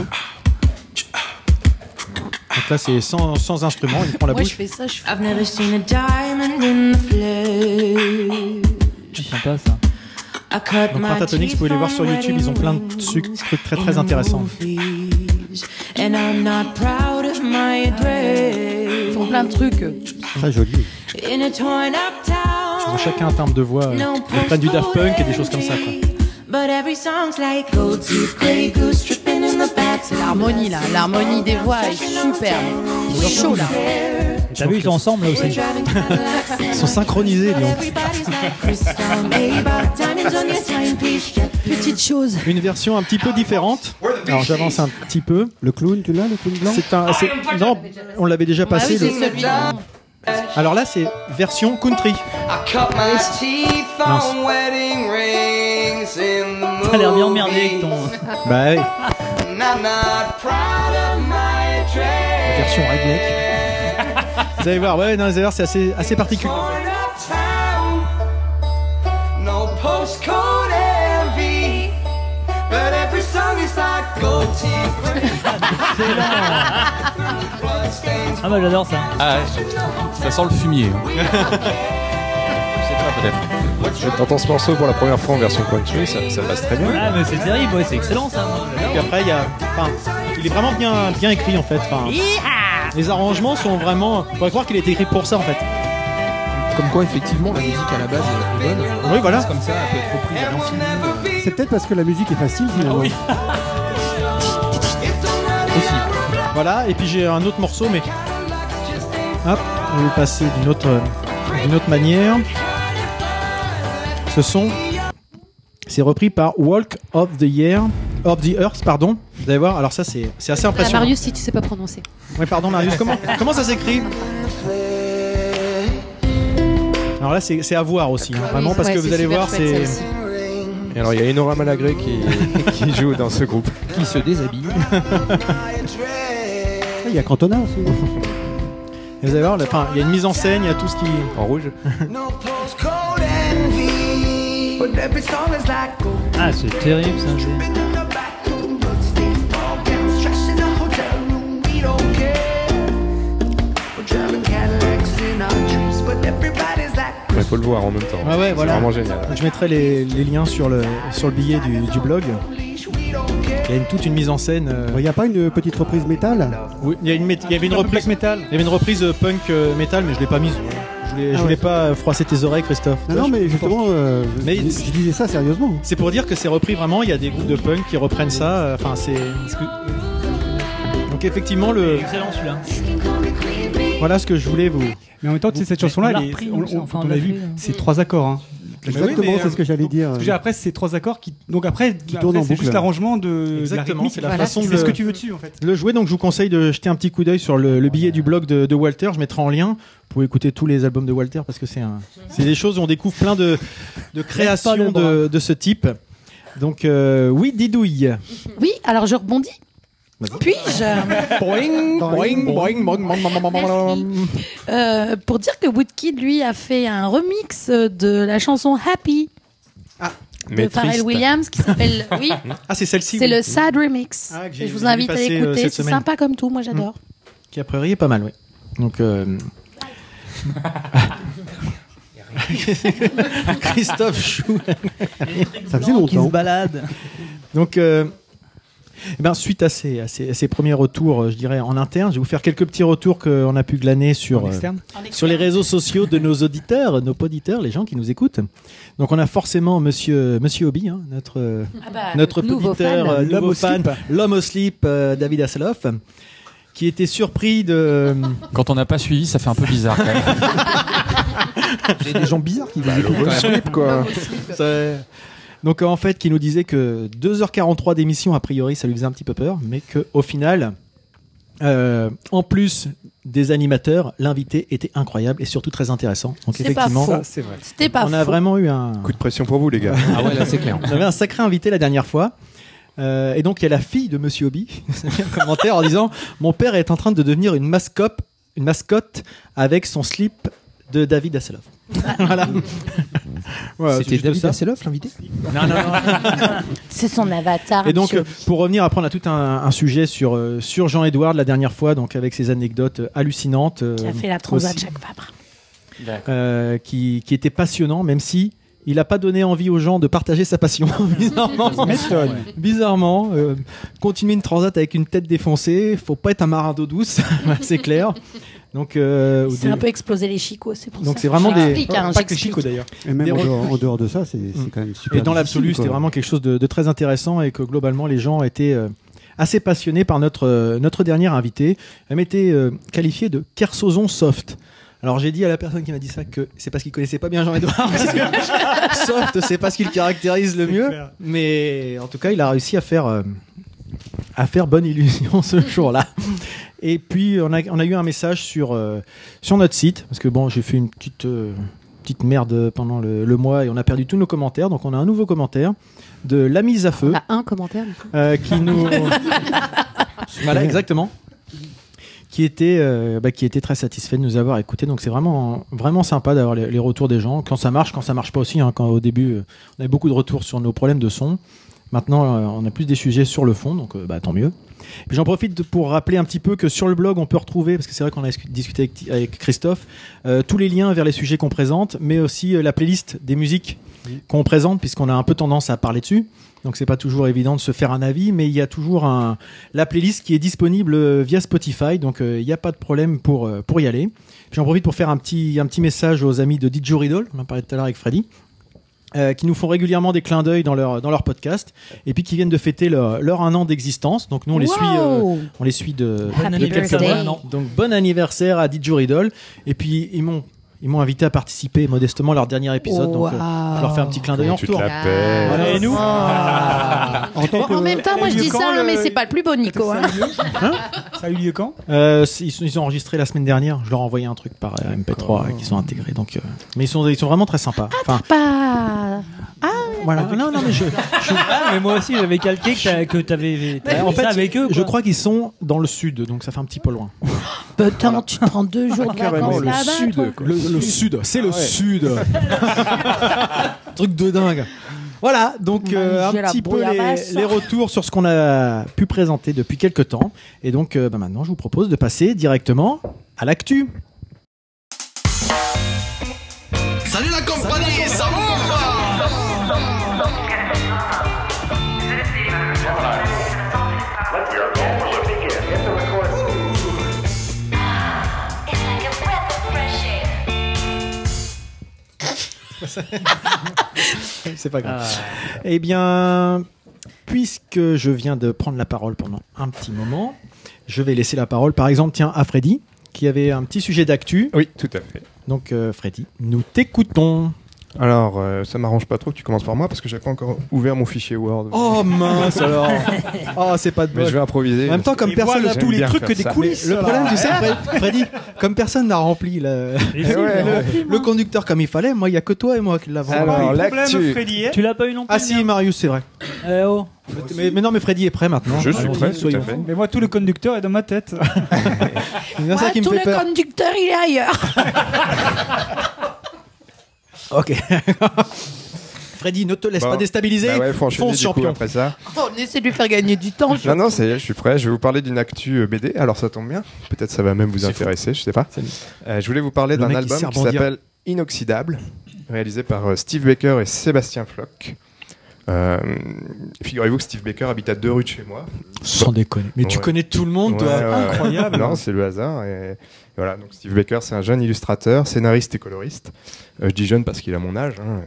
Donc là, c'est sans, sans instrument, il prend la
Moi, je
bouche.
fais ça. Je...
I've never seen a diamond in the flesh.
Sympa ça.
I cut
Donc
my
Pentatonix, vous pouvez les voir sur YouTube, ils ont plein de trucs, trucs très très intéressants.
movies. And I'm not proud of my
Ils
address.
font plein de trucs. eux.
Très joli.
In a torn up
Ils
town.
ont chacun un timbre de voix, euh, ils prennent du Daft Punk et des choses comme ça. quoi.
But every song's like gold tooth, grey goose, tripping in the back.
C'est l'harmonie là. L'harmonie des voix est superbe. Il est chaud là.
T'as vu, ils sont ensemble là aussi.
Ils
sont synchronisés, dis donc.
Ah Petite chose.
Une version un petit peu différente. Alors j'avance un petit peu.
Le clown, tu l'as, le clown blanc
C'est un, c'est- non, on l'avait déjà
Ah oui,
passé.
c'est
le-
celui-là.
Alors là, c'est version country.
I cut my teeth on wedding rings in the
T'as l'air bien emmerdé avec ton.
Bah oui.
And I'm not proud of my
La
trade.
version redneck. vous allez voir, ouais, non, les allers, c'est assez, assez particulier.
Torn up town, no postcode envy, but every song is like gold teeth.
Ah bah j'adore ça.
Ah, ouais. ça sent le fumier. hein.
Je sais pas, peut-être. Je t'entends ce morceau pour la première fois en version country, ça, ça passe très bien.
Ah mais c'est terrible, ouais, c'est excellent ça.
Puis après, il y a. Enfin, il est vraiment bien, bien écrit en fait. Enfin, les arrangements sont vraiment. On pourrait croire qu'il est écrit pour ça en fait.
Comme quoi, effectivement, la musique à la base est bonne.
Oui, voilà.
Comme ça, elle peut être reprise à l'infini.
C'est peut-être parce que la musique est facile finalement.
Voilà, et puis j'ai un autre morceau, mais. Hop, on va le passer d'une autre, euh, d'une autre manière. Ce son, c'est repris par Walk of the Year, of the Earth, pardon. Vous allez voir, alors ça c'est, c'est assez
Ah,
impressionnant.
Marius, si tu sais pas prononcer.
Oui, pardon Marius, comment, comment ça s'écrit Alors là, c'est, c'est à voir aussi, hein, vraiment, parce
ouais,
que vous
c'est
allez
super
voir,
chouette,
c'est.
celle-ci.
Et alors, il y a Enora Malagré qui, qui joue dans ce groupe.
Qui se déshabille.
Ah, Il y a Cantona aussi.
Et Vous allez voir, là, enfin, il y a une mise en scène, il y a tout ce qui.
En rouge
No postcode envy, but every song is like gold
Ah c'est terrible ça.
in the back room. Good Steve fall down, stressed in a hotel room. We don't care. We're driving Cadillacs in our dreams, but everybody's like
Il faut le voir en même temps.
Ah ouais,
c'est
voilà.
vraiment génial.
Je mettrai les, les liens sur le, sur le billet du, du blog.
English. We don't care.
Il y a une- toute une mise en scène. euh,
Il n'y a pas une petite reprise métal
Oui, il y, a une mét- il y avait une reprise métal. Il y avait une reprise euh, punk euh, métal, mais je l'ai pas mise. Je voulais, je
Ah ouais.
voulais pas euh, froisser tes oreilles, Christophe.
Non,
Toi,
non,
je-
mais justement, euh, je-
Mais-
je, je disais ça sérieusement.
C'est pour dire que c'est repris vraiment. Il y a des groupes de punk qui reprennent ça. euh, Enfin, c'est. ce que- Donc effectivement, le
Excellent celui-là.
voilà ce que je voulais vous.
Mais en même temps, tu sais, cette chanson-là,
on l'a
elle est-
repris,
on,
nous,
on-
enfin,
on
on
l'a
l'a
vu,
fait, hein.
c'est trois accords. hein.
Exactement,
mais,
euh,
c'est ce que j'allais dire.
Ce que j'ai après, c'est trois accords qui. Donc après, après,
tournent en
c'est juste
boucle.
l'arrangement de- de. la
Exactement,
rythmique.
c'est la
Voilà,
façon de
C'est ce
le-
que tu veux dessus, en fait.
le jouer. Donc je vous conseille de jeter un petit coup d'œil sur le, le billet du blog de, de Walter. Je mettrai en lien. Vous pouvez écouter tous les albums de Walter parce que c'est un, c'est des choses où on découvre plein de, de créations de, de ce type. Donc euh, oui, didouille.
Oui, alors je rebondis. Puis-je
Boing, boing, boing, boing, boing, boing, boing, boing.
Euh, Pour dire que Woodkid, lui, a fait un remix de la chanson Happy
Ah.
de Pharrell Williams qui s'appelle. Oui,
Ah, c'est celle-ci.
c'est
oui.
le Sad Remix.
Ah, que j'ai-
Et je
j'ai
vous
vu
invite à
passer, euh,
l'écouter.
cette
C'est
semaine. Hmm.
sympa comme tout, moi j'adore.
qui a priori est pas mal, oui. Donc. euh, Christophe Chou.
Ça faisait
Qui se
longtemps.
balade.
Donc, euh, eh ben, suite à ces, à, ces, à ces premiers retours, euh, je dirais en interne, je vais vous faire quelques petits retours qu'on a pu glaner sur,
En
euh,
externe.
sur les réseaux sociaux de nos auditeurs, nos poditeurs, les gens qui nous écoutent. Donc, on a forcément Monsieur, monsieur Obi, hein, notre, euh,
Ah bah,
notre
nouveau
poditeur,
fan.
euh,
L'homme
nouveau
au
fan,
slip.
l'homme au slip, euh, David Asseloff, qui était surpris de. euh,
Quand on n'a pas suivi, ça fait un peu bizarre. Quand même.
J'ai des gens bizarres qui vous écoutent quand même.
quoi.
Ça- Donc euh, en fait, qui nous disait que 2h43 d'émission, a priori, ça lui faisait un petit peu peur, mais que au final, euh, en plus des animateurs, l'invité était incroyable et surtout très intéressant. Donc
C'est pas
effectivement,
faux.
C'est vrai.
C'était pas
on a
faux.
vraiment eu un,
Coup de pression pour vous, les gars.
Ah ouais, là, c'est clair.
on avait un sacré invité la dernière fois. Euh, et donc il y a la fille de Monsieur Obi, qui a un commentaire en disant mon père est en train de devenir une mascotte, une mascotte avec son slip de David Hasselhoff. voilà. Voilà, c'est
C'était
juste
David
ça.
Hasselhoff, l'invité
C'est son avatar.
Et donc, euh, pour revenir, après, on a tout un, un sujet sur, euh, sur Jean-Édouard la dernière fois, donc avec ses anecdotes euh, hallucinantes, euh,
Qui a fait la transat
aussi,
Jacques Vabre.
euh, qui, qui était passionnant, même si il n'a pas donné envie aux gens de partager sa passion. bizarrement, bizarrement euh, continuer une transat avec une tête défoncée, faut pas être un marin d'eau douce, c'est clair. Donc, euh, ou
C'est
des-
un peu explosé les chicots, c'est pour
donc
ça.
c'est vraiment des
J'explique, hein,
pas que les
j'explique.
chicots d'ailleurs.
Et même
Des
en
re-
dehors, en dehors de ça, c'est c'est quand même super.
Et dans
difficile,
l'absolu,
quoi.
c'était vraiment quelque chose de, de très intéressant et que globalement, les gens étaient euh, assez passionnés par notre, euh, notre dernière invitée. Elle m'était euh, qualifiée de Kersozon Soft. Alors j'ai dit à la personne qui m'a dit ça que c'est parce qu'il connaissait pas bien Jean-Edouard. parce que soft, c'est pas ce qu'il caractérise le mieux.
clair.
Mais en tout cas, il a réussi à faire, euh, à faire bonne illusion ce jour-là. Et puis on a, on a eu un message sur, euh, sur notre site, parce que bon, j'ai fait une petite... euh, petite merde pendant le, le mois et on a perdu tous nos commentaires. Donc on a un nouveau commentaire de la mise à feu
On a un commentaire. du coup.
euh, qui nous voilà exactement qui était euh, bah, qui était très satisfait de nous avoir écouté donc c'est vraiment vraiment sympa d'avoir les, les retours des gens quand ça marche quand ça marche pas aussi hein, quand au début euh, on avait beaucoup de retours sur nos problèmes de son maintenant euh, on a plus des sujets sur le fond donc euh, bah, tant mieux Puis j'en profite pour rappeler un petit peu que sur le blog on peut retrouver parce que c'est vrai qu'on a discu- discuté avec, avec Christophe euh, tous les liens vers les sujets qu'on présente mais aussi euh, la playlist des musiques qu'on présente puisqu'on a un peu tendance à parler dessus. Donc c'est pas toujours évident de se faire un avis, mais il y a toujours un, la playlist qui est disponible euh, via Spotify, donc euh, il n'y a pas de problème pour, euh, pour y aller. J'en profite pour faire un petit, un petit message aux amis de DJ Riddle, on en parlait tout à l'heure avec Freddy, euh, qui nous font régulièrement des clins d'œil dans leur, dans leur podcast, et puis qui viennent de fêter leur, leur un an d'existence. Donc nous on les
Wow.
suit, euh, on les suit de,
Happy
de quelques
birthday.
mois. Donc bon anniversaire à DJ Riddle, et puis ils m'ont ils m'ont invité à participer modestement à leur dernier épisode, donc euh, je leur fais un petit clin d'œil en
Tu te
retour.
la pèles.
Voilà.
Et nous
En tant que-
Ah. En même temps, moi je
Et
dis
quand
ça, hein,
le-
mais c'est pas le plus beau Nico. hein.
Ça a eu lieu quand
Euh, c'est- ils, sont- ils ont enregistré la semaine dernière. Je leur ai envoyé un truc par euh, MP3 euh, qu'ils sont intégrés. Donc, euh, mais ils sont, ils sont vraiment très sympas. Enfin,
Pas. Ah,
voilà. Non, non, mais je.
Ah, mais moi aussi j'avais calqué que t'a- que t'avais t'avais
euh, en
fait
fait,
ça avec eux.
je crois qu'ils sont dans le sud, donc ça fait un petit peu loin.
Putain, Bah, tu te prends deux jours de
Ah, carrément,
vacances
le
là-bas.
sud,
toi.
quoi. Ah Le- le sud, c'est le sud. Truc de dingue. Voilà, donc euh, un
Manger la
petit peu les,
bouillabaisse.
les retours sur ce qu'on a pu présenter depuis quelques temps. Et donc, euh, bah, maintenant, je vous propose de passer directement à l'actu.
Salut la compagnie, ça va
C'est pas grave.
Ah.
Eh bien, puisque je viens de prendre la parole pendant un petit moment, je vais laisser la parole, par exemple, tiens, à Freddy, qui avait un petit sujet d'actu.
Oui, tout à fait.
Donc, euh, Freddy, nous t'écoutons.
Alors, euh, ça m'arrange pas trop que tu commences par moi parce que j'ai pas encore ouvert mon fichier Word.
Oh mince alors Oh, c'est pas de
Mais
bol.
je vais improviser.
En même temps,
parce
comme
que-
personne
J'aime bien faire ça.
Le problème, tu
Ah,
sais, Fred- Freddy, comme personne n'a rempli le,
Et si,
le-
ouais.
le- le conducteur comme il fallait, moi, il y a que toi et moi qui l'avons.
Alors,
rempli.
l'actu. Problème, Freddy, hein
Tu l'as pas eu non plus
Ah si, Marius, c'est vrai.
Eh oh.
Mais, mais non, mais Freddy est prêt maintenant.
Je suis
Allons-y,
prêt, tout
soyons
à fait.
fous.
Mais moi, tout le conducteur est dans ma tête.
Il y en a ça
Ouais,
qui me
tout
fait
le
peur.
conducteur, il est ailleurs.
Ok. Freddy, ne te laisse
Bon.
pas déstabiliser.
Bah ouais, faut enchaîner
Fonce
du coup
champion.
après ça.
On essaie de lui faire gagner du temps. je-
Non, non, ça y est, je suis prêt. Je vais vous parler d'une actu euh, BD. Alors, ça tombe bien. Peut-être ça va même vous intéresser, je sais pas. Euh, je voulais vous parler
Le
d'un
mec qui
album
sait
qui
rebondir.
s'appelle Inoxydable, réalisé par euh, Steve Baker et Sébastien Flock. Euh, Figurez-vous que Steve Baker habite à deux rues de chez moi.
Sans déconner. Mais tu
Ouais.
connais tout le monde,
Ouais,
toi.
ouais, ouais.
incroyable.
Non, c'est le hasard. Et, et voilà, donc Steve Baker, c'est un jeune illustrateur, scénariste et coloriste. Euh, je dis jeune parce qu'il a mon âge. hein.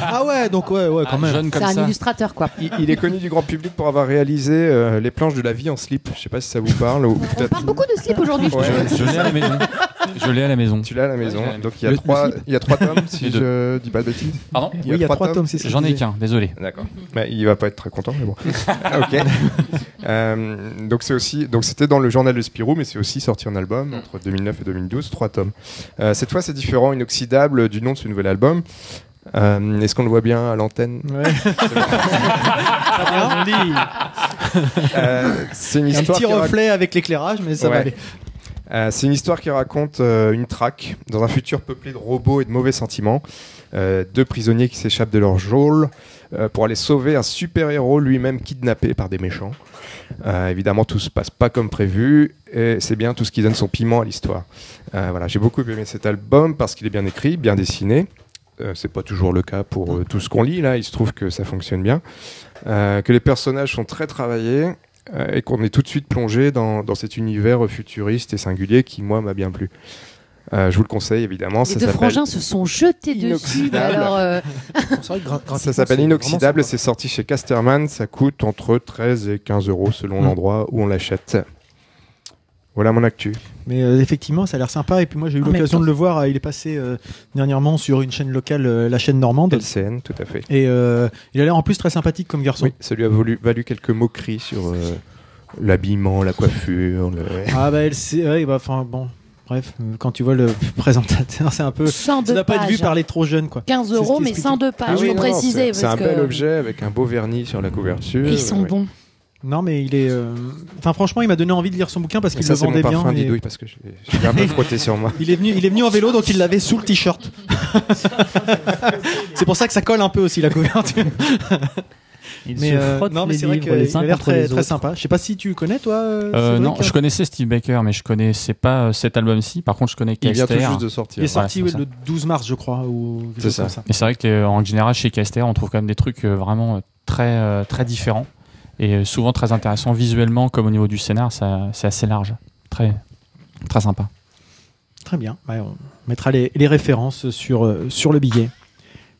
Ah ouais, donc ouais, ouais, quand
Ah,
même.
jeune
C'est
comme
un
ça.
illustrateur, quoi.
Il, il est connu du grand public pour avoir réalisé euh, les planches de la vie en slip. Je sais pas si ça vous parle ou
On
peut-être.
parle beaucoup de slip aujourd'hui.
Ouais, ouais,
Je l'ai à la maison. Je l'ai à la maison.
Tu l'as à la maison.
Ouais, je l'ai.
Donc il y a
Le-
trois,
le slip.
il y a trois tomes si
Les
je dis pas de bêtises.
Pardon
Oui, il y a trois tomes, c'est ça.
J'en ai qu'un, désolé.
D'accord. Mais il va pas être très content, mais bon. Ah, ok. Euh, donc c'est aussi, donc c'était dans le journal de Spirou, mais c'est aussi sorti en album entre 2009 et 2012, trois tomes. Euh, cette fois, c'est différent, inoxydable du nom de ce nouvel album. Euh, Est-ce qu'on le voit bien à l'antenne
Ouais.
Ah, joli.
Euh, C'est une
Il y a un
histoire.
petit
qui raconte-
reflet avec l'éclairage, mais ça va
Ouais.
aller.
Euh, c'est une histoire qui raconte euh, une traque dans un futur peuplé de robots et de mauvais sentiments. Euh, deux prisonniers qui s'échappent de leur geôle euh, pour aller sauver un super-héros lui-même kidnappé par des méchants. Euh, évidemment, tout se passe pas comme prévu et c'est bien tout ce qui donne son piment à l'histoire. Euh, voilà, j'ai beaucoup aimé cet album parce qu'il est bien écrit, bien dessiné. Euh, c'est pas toujours le cas pour euh, tout ce qu'on lit là. Il se trouve que ça fonctionne bien, Euh, que les personnages sont très travaillés euh, et qu'on est tout de suite plongé dans, dans cet univers futuriste et singulier qui, moi, m'a bien plu. Euh, je vous le conseille évidemment.
Les
ça
deux
s'appelle-
frangins se sont jetés dessus. mais
Inoxydable.
Alors, euh,
Ça s'appelle Inoxydable, c'est sorti chez Casterman, ça coûte entre 13 et 15 euros selon
Mm.
l'endroit où on l'achète. Voilà mon actu.
Mais euh, effectivement, ça a l'air sympa. Et puis moi, j'ai eu
Ah, mais
l'occasion de le voir. euh, Il est passé euh, dernièrement sur une chaîne locale, euh, la chaîne normande.
LCN, tout à fait.
Et euh, il a l'air en plus très sympathique comme garçon.
Oui, ça lui a valu, valu quelques moqueries sur euh, l'habillement, la coiffure. le-
Ah bah, elle sait- ouais, bah, enfin bon. Bref, euh, quand tu vois le présentateur, c'est un peu.
102
Ça doit pas être vu
pages.
par les trop jeunes, quoi.
15
C'est ce
euros,
qui
mais
explique.
102
Ah
pages, je faut préciser.
C'est
parce
un bel
que-
objet avec un beau vernis
Mmh.
sur la couverture.
Ils sont
Ouais.
bons.
Non, mais il est. euh, Enfin, franchement, il m'a donné envie de lire son bouquin parce
Et
qu'il
ça,
le
c'est mon
vendait bien.
parfum
et-
didouille parce que je l'ai- je l'ai un peu frotté sur moi.
Il est venu, il est venu en vélo, donc il l'avait sous le t-shirt. c'est pour ça que ça colle un peu aussi la couverture.
Il se frotte
non, mais
les
c'est vrai
livres
qu'il
les uns
a l'air
contre les
très, très
autres.
sympa. Je sais pas si tu connais toi. euh,
Euh,
Cédric,
non, je connaissais Steve Baker, mais je connaissais pas euh, cet album-ci. Par contre, je connais
Il
Caster.
vient tout juste de sortir.
Il est sorti
Ouais,
oui,
c'est
le 12 mars, je crois. Ou... quelque
C'est
chose
ça.
comme ça.
Et c'est vrai que euh, en général chez Caster, on trouve quand même des trucs euh, vraiment euh, très euh, très différents et euh, souvent très intéressants visuellement comme au niveau du scénar, ça c'est assez large, très très sympa.
Très bien. Ouais, on mettra les, les références sur, euh, sur le billet.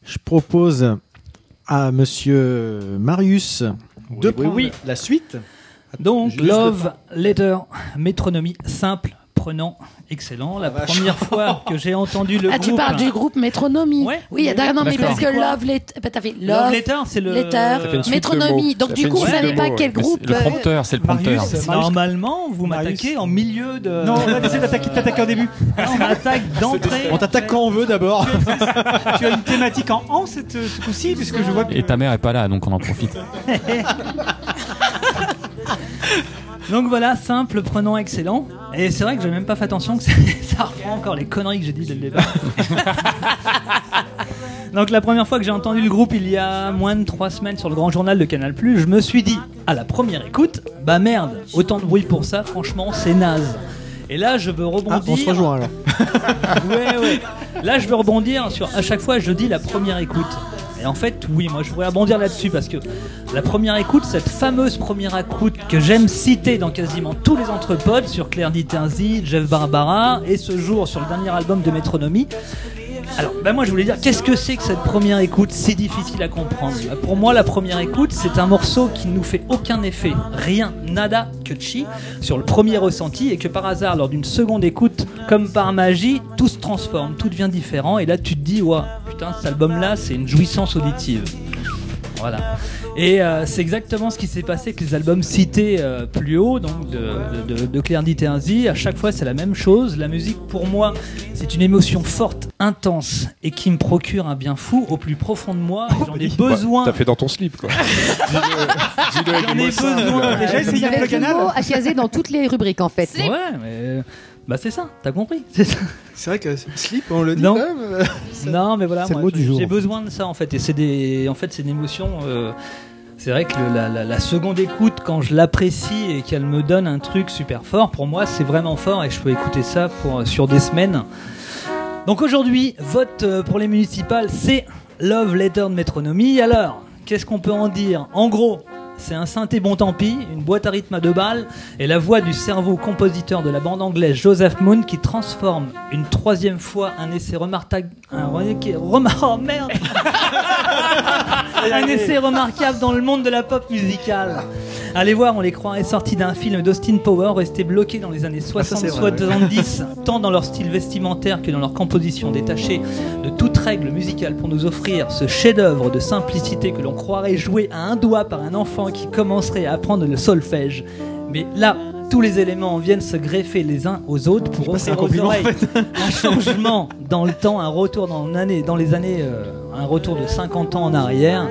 Je propose à monsieur Marius de prendre la suite.
Donc,
Juste
Love Letter, métronomie simple, prenant, excellent.
Ah, bah,
La première fois que j'ai entendu le
Ah,
groupe.
tu parles du groupe Métronomie. oui, il y a- non, mais
D'accord.
parce que
C'est quoi
Love Letter. bah, t'as fait Love,
Love Letter, c'est le-
Letter,
Ça fait une suite de mots.
Euh, Métronomie.
Ça
Donc,
fait
du
une
coup, on
suite de
savait pas
mots,
quel
ouais.
groupe. euh,
Le prompteur, c'est le prompteur.
Normalement, vous m'attaquez en milieu de.
Non, on a essayé d'attaquer-
t'attaquer au début. on m'attaque d'entrée.
On t'attaque quand on veut d'abord.
tu as une thématique en en cette, euh, ce coup-ci, puisque je vois que.
Et ta mère est pas là, donc on en profite.
Donc voilà, simple, prenant, excellent. Et c'est vrai que j'ai même pas fait attention que ça, ça reprend encore les conneries que j'ai dit dès le départ. Donc la première fois que j'ai entendu le groupe il y a moins de trois semaines sur le grand journal de Canal+, je me suis dit à la première écoute, bah merde, autant de bruit pour ça, franchement c'est naze. Et là je veux rebondir.
Ah, on se rejoint alors.
Ouais, ouais. Là, je veux rebondir sur. À chaque fois, je dis la première écoute. Et en fait, oui, moi, je voudrais rebondir là-dessus parce que la première écoute, cette fameuse première écoute que j'aime citer dans quasiment tous les entrepodes sur Claire Ditinzi, Jeff Barbara et ce jour sur le dernier album de Métronomie. Alors, ben moi, je voulais dire, qu'est-ce que c'est que cette première écoute C'est difficile à comprendre. Bah, Pour moi, la première écoute, c'est un morceau qui ne nous fait aucun effet, rien, nada, que chi, sur le premier ressenti, et que par hasard, lors d'une seconde écoute, comme par magie, tout se transforme, tout devient différent, et là, tu te dis, ouais, putain, cet album-là, c'est une jouissance auditive. Voilà. Et euh, c'est exactement ce qui s'est passé avec les albums cités euh, plus haut, donc de, de, de Claire Ditenzi. À chaque fois, c'est la même chose. La musique, pour moi, c'est une émotion forte, intense, et qui me procure un bien fou au plus profond de moi. Et J'en ai
Bah,
besoin.
T'as fait dans ton slip, quoi. Dis-le avec
J'en
des
ai
mots simples.
besoin. Déjà, essayé
Avec
le
le
canal.
mot à caser dans toutes les rubriques en fait.
Ouais, mais. Bah, c'est ça, t'as compris. C'est ça.
C'est vrai que slip, on le dit
Non.
quand même. euh,
Non, mais voilà,
C'est le
moi,
mot du jour,
j'ai
en
besoin de ça en fait. Et c'est des, en fait, c'est une émotion. euh, c'est vrai que le- la, la- la seconde écoute, quand je l'apprécie et qu'elle me donne un truc super fort, pour moi, c'est vraiment fort et je peux écouter ça pour, sur des semaines. Donc aujourd'hui, vote euh, pour les municipales, c'est Love Letter de Métronomie. Alors, qu'est-ce qu'on peut en dire En gros, c'est un synthé bon tant pis, une boîte à rythme à deux balles, et la voix du cerveau compositeur de la bande anglaise Joseph Moon qui transforme une troisième fois un essai remarquable. Un, re- remar- oh, merde un essai remarquable dans le monde de la pop musicale. Allez voir, on les croirait sortis d'un film d'Austin Power, resté bloqué dans les années
Ah, ça, c'est
60,
vrai,
70, tant dans leur style vestimentaire que dans leur composition détachée de toute règle musicale pour nous offrir ce chef-d'œuvre de simplicité que l'on croirait joué à un doigt par un enfant qui commencerait à apprendre le solfège. Mais là, tous les éléments viennent se greffer les uns aux autres pour
c'est
offrir
un
aux
compliment, en
oreilles
fait.
un changement dans le temps, un retour dans, l'année- dans les années, euh, un retour de 50 ans en arrière.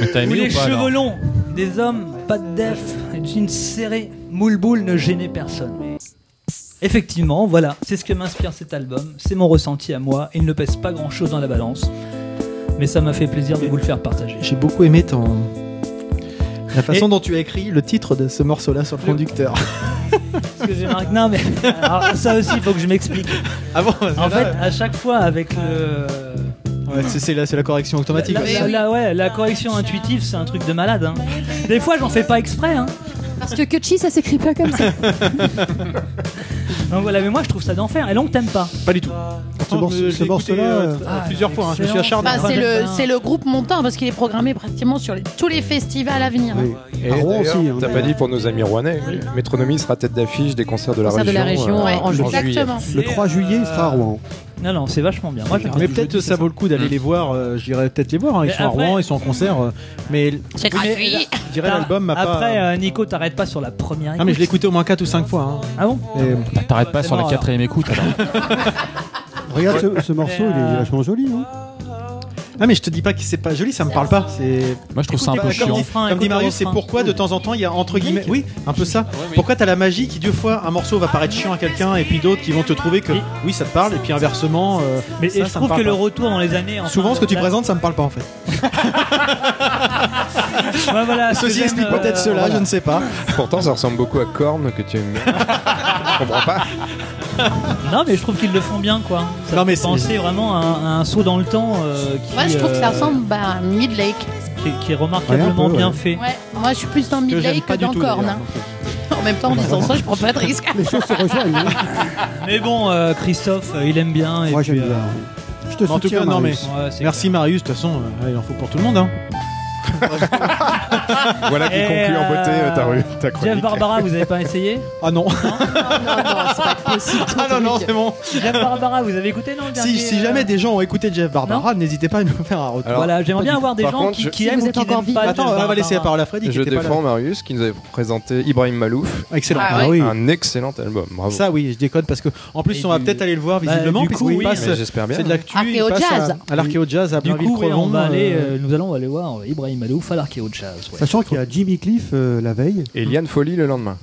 Mais t'as
Où
aimé
les
ou pas alors
cheveux longs, des hommes, pas de def, et jeans serrés, moule boule ne gênait personne. Effectivement, voilà, c'est ce que m'inspire cet album, c'est mon ressenti à moi, il ne pèse pas grand chose dans la balance, mais ça m'a fait plaisir de vous le faire partager.
J'ai beaucoup aimé ton. La façon dont tu as écrit le titre de ce morceau-là sur le conducteur.
Parce que j'ai marqué- Non mais alors, ça aussi, il faut que je m'explique.
Ah bon
En fait, à chaque fois avec le...
Ouais, c'est- c'est la, c'est la correction automatique.
La, la- la- ouais, la correction intuitive, c'est un truc de malade. hein. Des fois, j'en fais pas exprès. hein.
Parce que Kutchi ça s'écrit pas comme ça.
Donc voilà, mais moi, je trouve ça d'enfer. Et donc, t'aimes pas Ah,
Pas du tout.
Ce morceau- ce morceau-là, euh,
plusieurs fois, hein, je me suis acharné.
Bah, c'est le,
Enfin,
c'est le groupe montant parce qu'il est programmé pratiquement sur les- tous les festivals à venir.
oui.
Et
À Rouen
d'ailleurs,
aussi. hein.
T'as pas dit pour nos amis rouennais, Métronomie sera tête d'affiche des concerts de la
Concert de
région.
la région,
euh,
ouais,
en juillet.
exactement.
Euh,
Le 3 juillet, il sera à Rouen.
Non, non, c'est vachement bien. Moi, j'aime
mais
bien.
peut-être ça vaut le coup d'aller les voir. euh, J'irai peut-être les voir. hein, Ils
Mais
sont
après-
à Rouen, ils sont en concert. euh, mais
C'est
gratuit. je dirais l'album m'a pas-
Après, euh, Nico, t'arrêtes pas sur la première
Ah, mais je l'ai écouté au moins 4 ou 5 fois. hein.
Ah bon
T'arrêtes pas
c'est
sur la
mort,
quatrième écoute.
hein. Regarde ce, ce morceau, il est vachement joli, hein. non
Ah mais je te dis pas que c'est pas joli, ça me parle pas. C'est
moi je trouve ça un peu
Comme
chiant.
dit, comme dit Marius, c'est pourquoi de temps en temps il y a entre guillemets, oui, un peu ça. Pourquoi t'as la magie qui deux fois un morceau va paraître chiant à quelqu'un et puis d'autres qui vont te trouver que oui ça te parle et puis inversement. euh,
Mais
ça,
et
ça
je
me
trouve
parle
que le
pas.
retour dans les années. enfin,
Souvent, ce que tu
la-
présentes, ça me parle pas en fait.
Ouais, voilà, ce que
Ceci
j'aime,
explique peut-être
euh,
cela,
voilà.
je ne sais pas.
Pourtant, ça ressemble beaucoup à Korn que tu aimes. bien. Je comprends pas.
Non, mais je trouve qu'ils le font bien, quoi. Ça
Non,
non,
mais
mais
c'est-
penser vraiment à un, à un saut dans le temps. euh, qui,
Moi, je trouve que ça
euh,
ressemble bah, à Midlake.
Qui, qui est remarquablement
Ouais, un peu,
bien
ouais.
fait.
Ouais, moi, je suis plus dans
j'aime
Midlake que
pas du
dans
tout,
Korn.
d'ailleurs,
hein. En même temps, en disant ça, je prends pas de risque.
Les choses se rejoignent. hein.
Mais bon, euh, Christophe, euh, il aime bien. Et
Moi,
puis,
j'aime
euh,
Je te
Mais en tout
soutiens,
cas, non mais
Marius.
merci Marius. De toute façon, euh, ouais, il en faut pour tout le monde. hein.
Voilà qui
Et,
conclut en beauté euh, ta, rue- ta
Jeff
chronique.
Barbara, vous avez pas essayé
Ah non.
ah
non, non, c'est bon.
Jeff Barbara, vous avez écouté, non le dernier, euh,
Si, si jamais des gens ont écouté Jeff Barbara, n'hésitez pas à nous faire un retour.
Alors,
Voilà, j'aimerais bien avoir des
par
gens
contre,
qui,
je-
qui
Si
aiment
vous
ou
êtes
qui
encore
n'aiment pas.
Attends,
Jeff
on va
Barbara.
laisser la parole à Freddy.
Je
qui était pas là.
défends Marius qui nous avait présenté Ibrahim Malouf.
Excellent.
Ah,
Ah oui.
Un excellent album. Bravo.
Ça oui, je déconne parce que en plus
Et
on va
du-
peut-être aller le voir
Bah,
visiblement
du
parce
coup,
qu'il
oui.
passe
Mais j'espère bien. hein.
c'est de l'actu, il
Archéo
passe
Jazz.
à, à l'archéo jazz à
Du
Blainville
coup, oui,
Crevon.
on va aller, euh, nous allons aller voir Ibrahim Malouf à l'archéo de chasse. ouais.
Sachant qu'il y a Jimmy Cliff euh, la veille.
Et Liane Folly le lendemain.